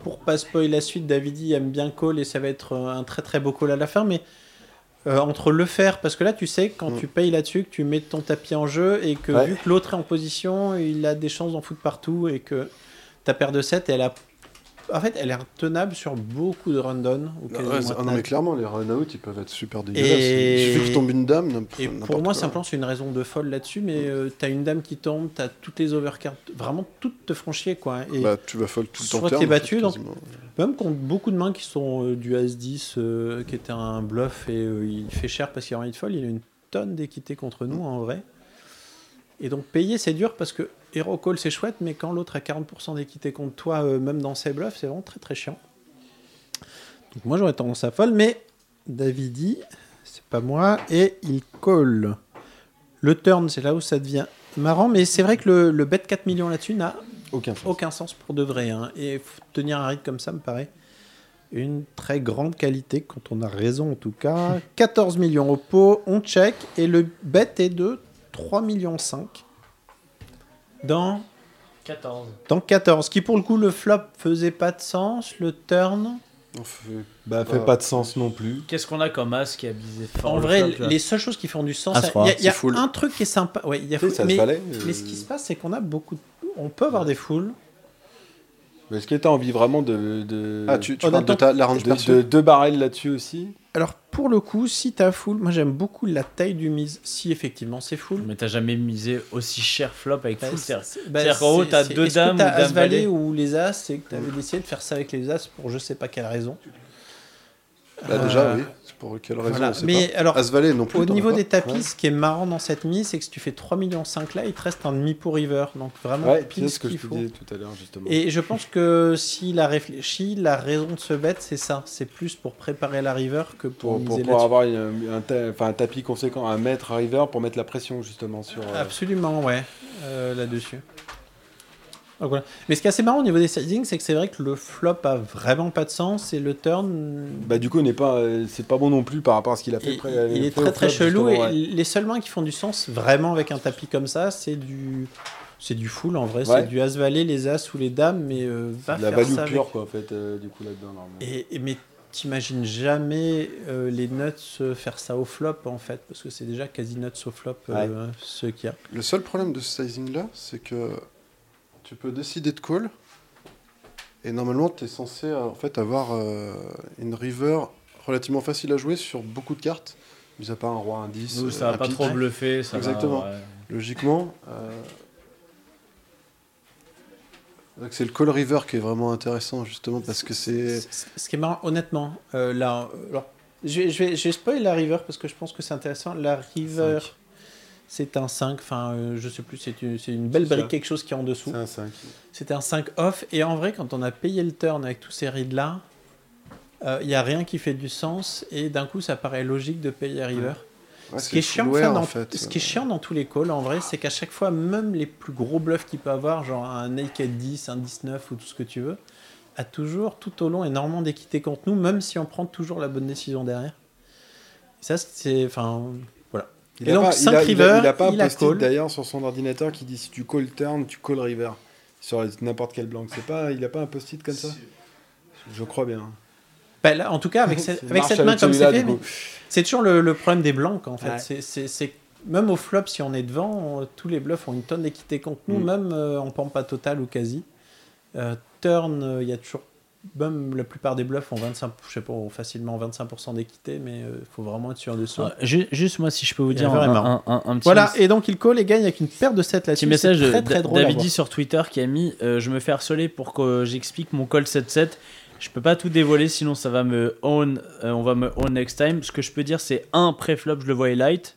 [SPEAKER 4] pour pas spoil la suite, Davidi aime bien call et ça va être euh, un très très beau call à la fin. Mais euh, entre le faire, parce que là, tu sais, quand
[SPEAKER 9] Mm.
[SPEAKER 4] tu payes là-dessus, que tu mets ton tapis en jeu et que
[SPEAKER 5] Ouais.
[SPEAKER 4] vu que l'autre est en position, il a des chances d'en foutre partout et que ta paire de 7, elle a. En fait, elle est intenable sur beaucoup de rundowns. ou
[SPEAKER 9] Ah ouais,
[SPEAKER 4] quasiment
[SPEAKER 9] c'est- ah non,
[SPEAKER 4] intenable.
[SPEAKER 9] mais clairement, les run-out, ils peuvent être super dégueulasses.
[SPEAKER 4] Et-
[SPEAKER 9] Il suffit que tombe une dame, n'importe
[SPEAKER 4] Et
[SPEAKER 9] n'importe
[SPEAKER 4] pour moi,
[SPEAKER 9] quoi. Mm.
[SPEAKER 4] simplement, c'est une raison de folle là-dessus, mais euh, t'as une dame qui tombe, t'as toutes les overcards, vraiment toutes te font chier, quoi. hein. Et
[SPEAKER 9] Bah, tu vas fold tout le temps.
[SPEAKER 4] soit
[SPEAKER 9] turn,
[SPEAKER 4] t'es
[SPEAKER 9] en
[SPEAKER 4] battu,
[SPEAKER 9] fait,
[SPEAKER 4] donc-
[SPEAKER 9] quasiment.
[SPEAKER 4] même contre beaucoup de mains qui sont euh, du As-10, euh, qui était un bluff, et euh, il fait cher parce qu'il a envie de folle, il a une tonne d'équité contre nous, hein, en vrai. Et donc, payer, c'est dur parce que Hero Call, c'est chouette, mais quand l'autre a 40% d'équité contre toi, euh, même dans ses bluffs, c'est vraiment très très chiant. Donc, moi, j'aurais tendance à folle, mais Davidi, c'est pas moi, et il colle. Le turn, c'est là où ça devient marrant, mais c'est vrai que le, le bet 4 millions là-dessus n'a
[SPEAKER 5] Aucun sens.
[SPEAKER 4] aucun sens pour de vrai. hein. Et f- tenir un rythme comme ça me paraît une très grande qualité quand on a raison en tout cas. 14 millions au pot, on check et le bet est de 3 millions 5 dans
[SPEAKER 3] 14.
[SPEAKER 4] dans 14 qui pour le coup le flop faisait pas de sens, le turn
[SPEAKER 9] On fait-
[SPEAKER 5] Bah, fait
[SPEAKER 9] Bah,
[SPEAKER 5] pas de sens non plus.
[SPEAKER 3] Qu'est-ce qu'on a comme as qui a bisé fort
[SPEAKER 4] en
[SPEAKER 3] le
[SPEAKER 4] vrai,
[SPEAKER 3] flop, là
[SPEAKER 4] les seules choses qui font du sens,
[SPEAKER 5] Ah,
[SPEAKER 3] As
[SPEAKER 4] ça-
[SPEAKER 3] roi,
[SPEAKER 4] il y a, il y a
[SPEAKER 9] c'est full.
[SPEAKER 4] un truc qui est sympa. Ouais, il y a
[SPEAKER 5] Tu sais,
[SPEAKER 4] full,
[SPEAKER 5] ça se
[SPEAKER 4] mais,
[SPEAKER 5] valait,
[SPEAKER 4] mais
[SPEAKER 5] euh,
[SPEAKER 4] ce qui se passe, c'est qu'on a beaucoup. de- On peut avoir des foules.
[SPEAKER 5] Mais est-ce que t'as envie vraiment de. de
[SPEAKER 9] Ah, tu, tu
[SPEAKER 4] On
[SPEAKER 9] parles de
[SPEAKER 4] attend-
[SPEAKER 9] ta, la
[SPEAKER 5] de,
[SPEAKER 9] range perçue
[SPEAKER 5] de, deux barrels là-dessus aussi
[SPEAKER 4] Alors pour le coup, si t'as full, moi j'aime beaucoup la taille du mise. Si effectivement c'est full,
[SPEAKER 3] Mais t'as jamais misé aussi cher flop avec
[SPEAKER 4] Bah,
[SPEAKER 3] full
[SPEAKER 4] c'est-
[SPEAKER 3] terre.
[SPEAKER 4] bah,
[SPEAKER 3] C'est-à-dire qu'en haut,
[SPEAKER 4] c'est-
[SPEAKER 3] t'as
[SPEAKER 4] c'est-
[SPEAKER 3] deux
[SPEAKER 4] est-ce que
[SPEAKER 3] dames ou
[SPEAKER 4] t'as
[SPEAKER 3] dame
[SPEAKER 4] As valet
[SPEAKER 3] valet
[SPEAKER 4] ou les As, c'est que t'avais décidé de faire ça avec les As pour je sais pas quelle raison.
[SPEAKER 9] Bah, déjà,
[SPEAKER 4] Euh,
[SPEAKER 9] oui. C'est pour quelle raison
[SPEAKER 4] voilà.
[SPEAKER 9] on sait
[SPEAKER 4] Mais
[SPEAKER 9] pas.
[SPEAKER 4] alors,
[SPEAKER 9] As-Valet non plus.
[SPEAKER 4] Au
[SPEAKER 9] t'en as
[SPEAKER 4] niveau
[SPEAKER 9] pas.
[SPEAKER 4] des tapis, ce qui est marrant dans cette mise, c'est que si tu fais 3,5 millions là, il te reste un demi pour river. Donc vraiment,
[SPEAKER 5] Ouais,
[SPEAKER 4] pile
[SPEAKER 5] c'est ce que
[SPEAKER 4] qu'il
[SPEAKER 5] je te
[SPEAKER 4] faut.
[SPEAKER 5] disais tout à l'heure justement.
[SPEAKER 4] Et je pense que s'il a réfléchi, la raison de ce bet, c'est ça. C'est plus pour préparer la river que pour,
[SPEAKER 5] Pour, pour
[SPEAKER 4] miser
[SPEAKER 5] pouvoir
[SPEAKER 4] là-dessus.
[SPEAKER 5] avoir une- un, ta- enfin, un tapis conséquent, un mètre à
[SPEAKER 4] Ah,
[SPEAKER 5] river pour mettre la pression justement sur. euh,
[SPEAKER 4] Absolument, ouais, euh, là-dessus. Donc voilà. Mais ce qui est assez marrant au niveau des sizing, c'est que c'est vrai que le flop a vraiment pas de sens et le turn.
[SPEAKER 5] Bah, du coup, on n'est pas, euh, c'est pas bon non plus par rapport à ce qu'il a fait.
[SPEAKER 4] Il,
[SPEAKER 5] pré-
[SPEAKER 4] il est
[SPEAKER 5] fait au
[SPEAKER 4] très très
[SPEAKER 5] flop,
[SPEAKER 4] chelou et
[SPEAKER 5] justement, ouais.
[SPEAKER 4] les seuls mains qui font du sens vraiment avec un tapis comme ça, c'est du c'est du full en vrai,
[SPEAKER 5] Ouais.
[SPEAKER 4] c'est du as valet, les as ou les dames, mais euh, va
[SPEAKER 5] De la
[SPEAKER 4] faire
[SPEAKER 5] value
[SPEAKER 4] ça avec-
[SPEAKER 5] pure, quoi, en fait, euh, du coup, là-dedans. normalement.
[SPEAKER 4] Et, et- mais t'imagines jamais euh, les nuts euh, faire ça au flop en fait, parce que c'est déjà quasi nuts au flop euh, ce qu'il y a.
[SPEAKER 9] Le seul problème de ce sizing-là, c'est que tu peux décider de call. Et normalement, tu es censé euh, en fait, avoir euh, une river relativement facile à jouer sur beaucoup de cartes, mis à part un roi, un 10.
[SPEAKER 20] Nous,
[SPEAKER 9] euh,
[SPEAKER 20] ça va
[SPEAKER 9] un
[SPEAKER 20] pas
[SPEAKER 9] pique.
[SPEAKER 20] trop bluffer, ça va,
[SPEAKER 9] Exactement.
[SPEAKER 20] ouais.
[SPEAKER 9] Logiquement. euh, donc c'est le call river qui est vraiment intéressant, justement, parce que
[SPEAKER 5] Euh,
[SPEAKER 9] c'est.
[SPEAKER 4] Ce qui est marrant, honnêtement, euh, là, euh, alors, je, vais- je vais, je vais spoiler la river parce que je pense que c'est intéressant. La river, c'est un 5, enfin, euh, je sais plus, c'est une, c'est une belle
[SPEAKER 5] C'est
[SPEAKER 4] brique,
[SPEAKER 5] ça.
[SPEAKER 4] quelque chose qui est en dessous.
[SPEAKER 5] Ah, C'est un 5.
[SPEAKER 4] C'était un 5 off, et en vrai, quand on a payé le turn avec tous ces rides là, il n'y a rien qui fait du sens, et d'un coup, ça paraît logique de payer river.
[SPEAKER 9] Ouais,
[SPEAKER 4] ce
[SPEAKER 9] c'est
[SPEAKER 4] qui est
[SPEAKER 9] le
[SPEAKER 4] chiant,
[SPEAKER 9] fullware,
[SPEAKER 4] enfin, dans-
[SPEAKER 9] en fait.
[SPEAKER 4] ce qui
[SPEAKER 5] euh.
[SPEAKER 4] est chiant dans tous les calls, en vrai, c'est qu'à chaque fois, même les plus gros bluffs qu'il peut avoir, genre un naked 10, un 19 ou tout ce que tu veux, a toujours tout au long énormément d'équité contre nous, même si on prend toujours la bonne décision derrière. Et ça, c'est. Enfin, voilà.
[SPEAKER 5] Il
[SPEAKER 4] Et
[SPEAKER 5] a
[SPEAKER 4] donc,
[SPEAKER 5] pas-
[SPEAKER 4] 5
[SPEAKER 5] il a, il a-
[SPEAKER 4] river,
[SPEAKER 5] il a pas un
[SPEAKER 4] il a
[SPEAKER 5] post-it,
[SPEAKER 4] call.
[SPEAKER 5] d'ailleurs sur son ordinateur qui dit si tu call turn, tu call river. Sur n'importe quelle blank. C'est pas, il a pas un post-it comme ça Je crois bien.
[SPEAKER 4] Bah là, en tout cas, avec, cette-
[SPEAKER 5] Ça
[SPEAKER 4] avec
[SPEAKER 5] marche
[SPEAKER 4] cette
[SPEAKER 5] avec
[SPEAKER 4] main comme
[SPEAKER 5] celui-là,
[SPEAKER 4] c'est fait,
[SPEAKER 5] du coup.
[SPEAKER 4] mais c'est toujours le, le problème des blancs en fait.
[SPEAKER 5] Ouais.
[SPEAKER 4] C'est- c'est- c'est- même au flop, si on est devant, on- tous les bluffs ont une tonne d'équité contre nous,
[SPEAKER 5] Mm.
[SPEAKER 4] même euh, en pampa total ou quasi. Euh, turn, euh, il y a toujours. Même la plupart des bluffs ont 25, je sais pas, ont facilement 25% d'équité, mais il faut vraiment être sûr de ça.
[SPEAKER 3] Ah, ju- juste moi, si je peux vous
[SPEAKER 4] Et
[SPEAKER 3] dire
[SPEAKER 4] la verre
[SPEAKER 3] un,
[SPEAKER 4] est marrant.
[SPEAKER 3] un- un- un petit
[SPEAKER 4] voilà, et donc il call et gagne avec une paire de 7 là-dessus.
[SPEAKER 3] Petit message
[SPEAKER 4] c'est
[SPEAKER 3] de
[SPEAKER 4] très, très
[SPEAKER 3] Da-
[SPEAKER 4] drôle à
[SPEAKER 3] Davidi
[SPEAKER 4] voir.
[SPEAKER 3] sur Twitter qui a mis euh, Je me fais harceler pour que euh, j'explique mon call 77. Je peux pas tout dévoiler, sinon ça va me own. euh, on va me own next time. Ce que je peux dire, c'est un pré-flop, je le voyais light.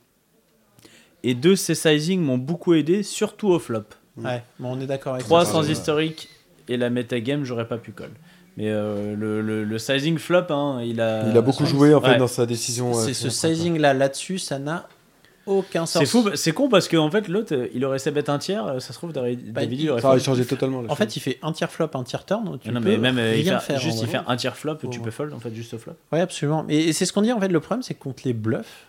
[SPEAKER 3] Et deux, ces sizing m'ont beaucoup aidé, surtout au flop.
[SPEAKER 4] Ouais, bon, on est d'accord avec
[SPEAKER 3] 3
[SPEAKER 4] ça.
[SPEAKER 3] sans historique et la metagame, j'aurais pas pu call. Mais euh, le, le- le sizing flop, hein, il a.
[SPEAKER 5] Il a beaucoup joué, en fait,
[SPEAKER 3] Ouais.
[SPEAKER 5] dans sa décision, euh,
[SPEAKER 4] euh, C'est ce
[SPEAKER 5] finalement, quoi.
[SPEAKER 4] sizing là, là-dessus, ça n'a aucun sens.
[SPEAKER 3] C'est fou, bah, c'est con parce qu'en fait, l'autre, euh, il aurait sa bête un tiers, euh, ça se trouve, David
[SPEAKER 4] Bah,
[SPEAKER 3] David,
[SPEAKER 4] il-
[SPEAKER 3] il aurait
[SPEAKER 4] ça aurait
[SPEAKER 3] fait-
[SPEAKER 5] changé totalement, la
[SPEAKER 4] En fait, il fait un tiers flop, un tiers turn. Tu
[SPEAKER 3] non,
[SPEAKER 4] peux
[SPEAKER 3] mais même euh, il
[SPEAKER 4] rien
[SPEAKER 3] fait-
[SPEAKER 4] faire.
[SPEAKER 3] juste
[SPEAKER 4] en
[SPEAKER 3] il fait
[SPEAKER 4] vrai.
[SPEAKER 3] un tiers flop, tu
[SPEAKER 4] Ouais.
[SPEAKER 3] peux fold en fait juste au flop.
[SPEAKER 4] Ouais, absolument. Et, et c'est ce qu'on dit en fait. Le problème, c'est que contre les bluffs,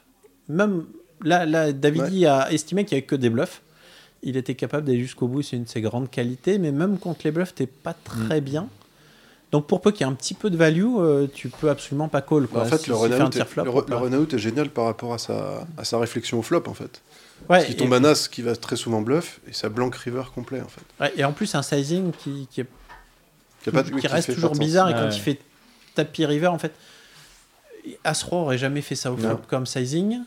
[SPEAKER 4] même là, là Davidi a estimé qu'il n'y avait que des bluffs. Il était capable d'aller jusqu'au bout, c'est une de ses grandes qualités. Mais même contre les bluffs, t'es pas très bien. Donc pour peu qu'il y ait un petit peu de value, euh, tu peux absolument pas call.
[SPEAKER 9] Bah,
[SPEAKER 4] Quoi.
[SPEAKER 9] en fait,
[SPEAKER 4] Si-
[SPEAKER 9] le
[SPEAKER 4] si fait un
[SPEAKER 9] runout
[SPEAKER 4] tiers
[SPEAKER 9] est,
[SPEAKER 4] flop,
[SPEAKER 9] le
[SPEAKER 4] on
[SPEAKER 9] re-
[SPEAKER 4] peut-
[SPEAKER 9] le runout est génial par rapport à sa, à sa réflexion au flop, en fait.
[SPEAKER 4] Ouais,
[SPEAKER 9] Parce qu'il tombe
[SPEAKER 4] et-
[SPEAKER 9] un as qui va très souvent bluff, et ça blanc river complet, en fait.
[SPEAKER 4] Ouais, et en plus, un sizing qui, qui, est-
[SPEAKER 9] Qui a pas de-
[SPEAKER 4] qui
[SPEAKER 9] oui, qui
[SPEAKER 4] reste
[SPEAKER 9] fait pas
[SPEAKER 4] toujours
[SPEAKER 9] de sens.
[SPEAKER 4] bizarre. Et
[SPEAKER 3] Ouais,
[SPEAKER 4] quand
[SPEAKER 3] ouais.
[SPEAKER 4] il fait tapis river, en fait, Asro aurait jamais fait ça au flop
[SPEAKER 9] Non.
[SPEAKER 4] comme sizing.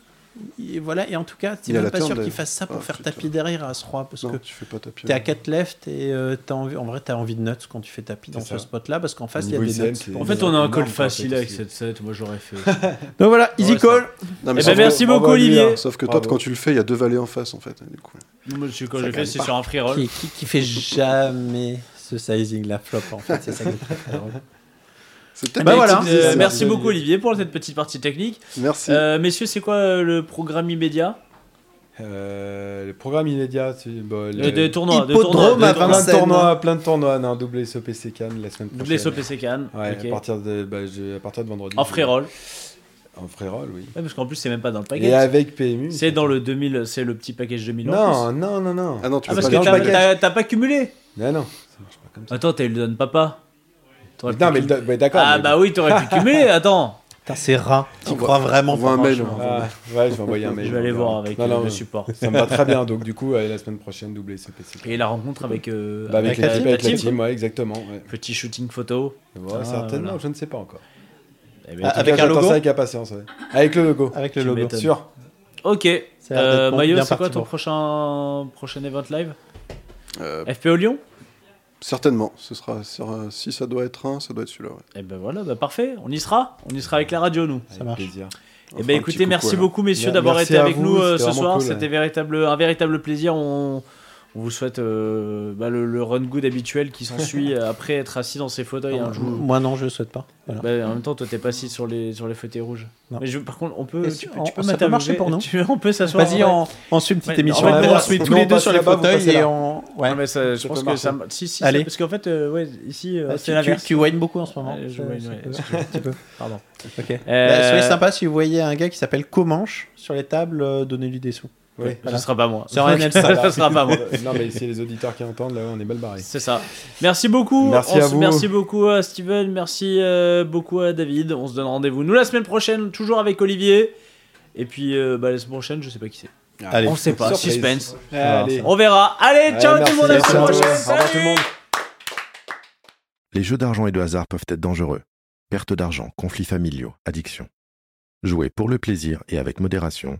[SPEAKER 4] Et voilà, et en tout cas, c'est
[SPEAKER 9] Il a
[SPEAKER 4] même
[SPEAKER 9] la
[SPEAKER 4] pas
[SPEAKER 9] turn,
[SPEAKER 4] sûr qu'il
[SPEAKER 9] d'ailleurs.
[SPEAKER 4] fasse ça pour
[SPEAKER 9] Ah,
[SPEAKER 4] faire
[SPEAKER 9] putain.
[SPEAKER 4] tapis derrière As-Roi. Parce
[SPEAKER 9] Non,
[SPEAKER 4] que
[SPEAKER 9] tu fais pas tapis.
[SPEAKER 4] t'es à 4 left et euh, t'as envie... en vrai, t'as envie de nuts quand tu fais tapis dans
[SPEAKER 5] ça.
[SPEAKER 4] ce spot-là. Parce qu'au face, il y a
[SPEAKER 5] Niveau
[SPEAKER 4] des
[SPEAKER 5] ICM,
[SPEAKER 4] nuts.
[SPEAKER 5] c'est-
[SPEAKER 3] En
[SPEAKER 5] En
[SPEAKER 3] fait,
[SPEAKER 5] fait,
[SPEAKER 3] on a un
[SPEAKER 5] énorme,
[SPEAKER 3] call
[SPEAKER 5] quoi,
[SPEAKER 3] facile
[SPEAKER 5] c'est-
[SPEAKER 3] avec
[SPEAKER 5] c'est-
[SPEAKER 3] cette set, moi j'aurais fait.
[SPEAKER 4] Donc voilà, easy
[SPEAKER 3] Ouais, ça-
[SPEAKER 4] call.
[SPEAKER 9] Non,
[SPEAKER 3] Eh ben,
[SPEAKER 4] bah,
[SPEAKER 9] sauf que-
[SPEAKER 3] merci
[SPEAKER 5] bravo
[SPEAKER 3] beaucoup,
[SPEAKER 5] à lui,
[SPEAKER 3] Olivier.
[SPEAKER 9] Sauf que
[SPEAKER 5] Bravo.
[SPEAKER 9] toi, quand tu le fais, il y a deux valets en face, en fait. Du coup.
[SPEAKER 3] Moi, je- quand
[SPEAKER 4] Ça
[SPEAKER 3] j'ai fait,
[SPEAKER 4] gagne
[SPEAKER 3] c'est
[SPEAKER 4] pas.
[SPEAKER 3] sur un free roll.
[SPEAKER 4] Qui, qui, qui fait jamais ce sizing la flop en fait. C'est ça qui est très, très drôle.
[SPEAKER 9] C'est peut-être
[SPEAKER 4] Bah
[SPEAKER 9] un
[SPEAKER 4] voilà,
[SPEAKER 9] petit
[SPEAKER 3] Euh,
[SPEAKER 9] dessert.
[SPEAKER 3] merci beaucoup Olivier pour cette petite partie technique.
[SPEAKER 9] Merci.
[SPEAKER 3] Euh, messieurs, c'est quoi euh, le programme immédiat
[SPEAKER 5] Euh, le programme immédiat, c'est. bah,
[SPEAKER 3] de,
[SPEAKER 5] le-
[SPEAKER 3] de tournoi, de
[SPEAKER 4] Hippodrome
[SPEAKER 3] tournoi, de tournoi.
[SPEAKER 4] à hein.
[SPEAKER 5] plein de
[SPEAKER 4] Vincennes.
[SPEAKER 5] tournois, plein de tournois, non, double SOPC Cannes la semaine prochaine.
[SPEAKER 3] Doublé SOPC Cannes.
[SPEAKER 5] Ouais,
[SPEAKER 3] ok.
[SPEAKER 5] à, partir de, bah, je- à partir de vendredi.
[SPEAKER 3] En free roll.
[SPEAKER 5] En free roll, oui.
[SPEAKER 3] Ouais, parce qu'en plus, c'est même pas dans le
[SPEAKER 5] Et
[SPEAKER 3] package.
[SPEAKER 5] avec PMU.
[SPEAKER 3] C'est dans le 2000, c'est le petit package 2000 en plus.
[SPEAKER 5] Non, non, non, non.
[SPEAKER 9] Ah non, tu
[SPEAKER 3] Ah,
[SPEAKER 9] peux
[SPEAKER 3] parce
[SPEAKER 9] pas
[SPEAKER 3] que
[SPEAKER 5] dans le
[SPEAKER 3] t'as-
[SPEAKER 5] package.
[SPEAKER 3] t'as- t'as pas cumulé
[SPEAKER 5] Non, non, ça marche pas comme ça.
[SPEAKER 3] Attends, t'as eu le donne papa. T'aurais
[SPEAKER 5] Non,
[SPEAKER 3] pu
[SPEAKER 5] mais,
[SPEAKER 3] cumuler.
[SPEAKER 5] d- mais d'accord.
[SPEAKER 3] Ah
[SPEAKER 5] mais-
[SPEAKER 3] bah oui, t'aurais pu cumuler, attends.
[SPEAKER 4] Putain, c'est rare. Tu
[SPEAKER 9] On va-
[SPEAKER 4] crois vraiment
[SPEAKER 9] on va
[SPEAKER 4] pas,
[SPEAKER 9] un mail,
[SPEAKER 4] franchement.
[SPEAKER 5] Ah, ouais, je vais envoyer un mail.
[SPEAKER 3] Je vais aller
[SPEAKER 5] on
[SPEAKER 3] voir
[SPEAKER 5] verra.
[SPEAKER 3] avec
[SPEAKER 5] Non,
[SPEAKER 3] euh,
[SPEAKER 5] non,
[SPEAKER 3] le
[SPEAKER 5] mais
[SPEAKER 3] support.
[SPEAKER 5] Ça me va très bien. Donc, du coup, allez, la semaine prochaine, double SOPC.
[SPEAKER 3] Et la rencontre avec, euh,
[SPEAKER 5] Bah,
[SPEAKER 3] avec
[SPEAKER 5] avec, la,
[SPEAKER 3] la-
[SPEAKER 5] team,
[SPEAKER 3] la
[SPEAKER 5] avec la
[SPEAKER 3] team,
[SPEAKER 5] team, ouais, exactement. Ouais.
[SPEAKER 3] Petit shooting photo.
[SPEAKER 5] Ouais,
[SPEAKER 3] Ah,
[SPEAKER 5] certainement,
[SPEAKER 3] voilà.
[SPEAKER 5] je ne sais pas encore.
[SPEAKER 3] Eh ben,
[SPEAKER 4] Ah,
[SPEAKER 5] En tout
[SPEAKER 4] avec
[SPEAKER 5] cas,
[SPEAKER 4] un
[SPEAKER 5] j'attends
[SPEAKER 4] logo
[SPEAKER 5] ça avec impatience. ouais. Avec le logo.
[SPEAKER 4] Avec le
[SPEAKER 3] Tu
[SPEAKER 4] logo.
[SPEAKER 3] m'étonnes.
[SPEAKER 5] Sûr.
[SPEAKER 3] Ok.
[SPEAKER 4] Ça a l'air d'être
[SPEAKER 3] Euh,
[SPEAKER 4] bon,
[SPEAKER 3] Mayo,
[SPEAKER 4] bien
[SPEAKER 3] c'est quoi
[SPEAKER 4] parti
[SPEAKER 3] ton
[SPEAKER 4] pour.
[SPEAKER 3] prochain, prochain event live
[SPEAKER 9] Euh,
[SPEAKER 3] FPO Lyon
[SPEAKER 9] Certainement. Ce sera, sera- si ça doit être un, ça doit être celui-là. ouais.
[SPEAKER 3] Eh ben voilà, bah parfait. On y sera. On y sera avec la radio, nous.
[SPEAKER 5] Avec plaisir.
[SPEAKER 3] Eh
[SPEAKER 9] On fera un
[SPEAKER 3] ben
[SPEAKER 9] petit
[SPEAKER 3] écoutez,
[SPEAKER 9] coucou,
[SPEAKER 3] merci
[SPEAKER 9] alors.
[SPEAKER 3] beaucoup, messieurs,
[SPEAKER 5] Mer-
[SPEAKER 3] d'avoir
[SPEAKER 5] merci
[SPEAKER 3] été
[SPEAKER 5] à
[SPEAKER 3] avec
[SPEAKER 5] vous,
[SPEAKER 3] nous euh,
[SPEAKER 5] c'était
[SPEAKER 3] ce
[SPEAKER 5] vraiment
[SPEAKER 3] soir.
[SPEAKER 5] cool,
[SPEAKER 3] C'était
[SPEAKER 5] ouais.
[SPEAKER 3] véritable, un véritable plaisir. On, On vous souhaite euh, bah, le, le run good habituel qui s'ensuit après être assis dans ses fauteuils hein. un jour.
[SPEAKER 4] Moi non, je le souhaite pas. Voilà.
[SPEAKER 3] Bah, en même temps, toi, t'es pas assis sur les, sur les fauteuils rouges.
[SPEAKER 4] Non.
[SPEAKER 3] Mais je- par contre, on peut.
[SPEAKER 4] Est-ce
[SPEAKER 3] Tu,
[SPEAKER 4] que-
[SPEAKER 3] peux-
[SPEAKER 4] on-
[SPEAKER 3] tu peux
[SPEAKER 4] ça peut
[SPEAKER 3] m'interroger-
[SPEAKER 4] marcher pour nous
[SPEAKER 3] Tu- On peut s'asseoir.
[SPEAKER 4] Vas-y,
[SPEAKER 3] en
[SPEAKER 4] on-
[SPEAKER 3] vrai.
[SPEAKER 4] on suit une petite
[SPEAKER 3] Ouais,
[SPEAKER 4] émission.
[SPEAKER 3] en fait,
[SPEAKER 4] On
[SPEAKER 3] voilà.
[SPEAKER 4] se met tous
[SPEAKER 3] Non,
[SPEAKER 4] les
[SPEAKER 3] on
[SPEAKER 4] deux
[SPEAKER 3] passe
[SPEAKER 4] sur les
[SPEAKER 3] là-bas, vous
[SPEAKER 4] fauteuils
[SPEAKER 3] passez
[SPEAKER 4] et
[SPEAKER 3] là.
[SPEAKER 4] on- ouais.
[SPEAKER 3] Non, mais ça, je
[SPEAKER 4] Ça
[SPEAKER 3] pense
[SPEAKER 4] peut
[SPEAKER 3] que ça.
[SPEAKER 4] marcher.
[SPEAKER 3] Si, si,
[SPEAKER 4] Allez.
[SPEAKER 3] ça- parce qu'en fait, euh, ouais, ici, euh,
[SPEAKER 4] Ah,
[SPEAKER 3] c'est
[SPEAKER 4] tu-
[SPEAKER 3] l'inverse.
[SPEAKER 4] tu- tu whines beaucoup en ce moment.
[SPEAKER 3] Ouais, je
[SPEAKER 4] Ça-
[SPEAKER 3] whine,
[SPEAKER 4] ça
[SPEAKER 3] ouais,
[SPEAKER 4] peut-
[SPEAKER 3] excuse-moi, un petit peu. Pardon.
[SPEAKER 4] Ok.
[SPEAKER 3] Euh,
[SPEAKER 4] Bah, soyez sympa si vous voyez un gars qui s'appelle Comanche sur les tables, euh, donnez-lui des sous.
[SPEAKER 5] Ouais.
[SPEAKER 4] Voilà.
[SPEAKER 3] Ce sera pas moi.
[SPEAKER 4] C'est Ryan Elsa, là.
[SPEAKER 3] Ce sera pas moi.
[SPEAKER 5] non, mais c'est les auditeurs qui entendent, là, on est mal barré.
[SPEAKER 3] C'est ça. Merci beaucoup.
[SPEAKER 5] Merci
[SPEAKER 3] On
[SPEAKER 5] à
[SPEAKER 3] se-
[SPEAKER 5] vous.
[SPEAKER 3] Merci beaucoup à Steven. Merci euh, beaucoup à David. On se donne rendez-vous nous la semaine prochaine, toujours avec Olivier. Et puis euh, bah, la semaine prochaine, je sais pas qui c'est.
[SPEAKER 5] Allez.
[SPEAKER 3] On sait pas. Ah,
[SPEAKER 5] Surprise.
[SPEAKER 3] Suspense.
[SPEAKER 5] Allez.
[SPEAKER 3] On verra. Allez, ciao
[SPEAKER 5] Ouais,
[SPEAKER 3] tout le monde. À la
[SPEAKER 5] merci,
[SPEAKER 3] semaine
[SPEAKER 5] à vous.
[SPEAKER 3] prochaine.
[SPEAKER 5] Au revoir tout le
[SPEAKER 3] Salut.
[SPEAKER 5] monde.
[SPEAKER 21] Les jeux d'argent et de hasard peuvent être dangereux. Perte d'argent, conflits familiaux, addiction. Jouez pour le plaisir et avec modération.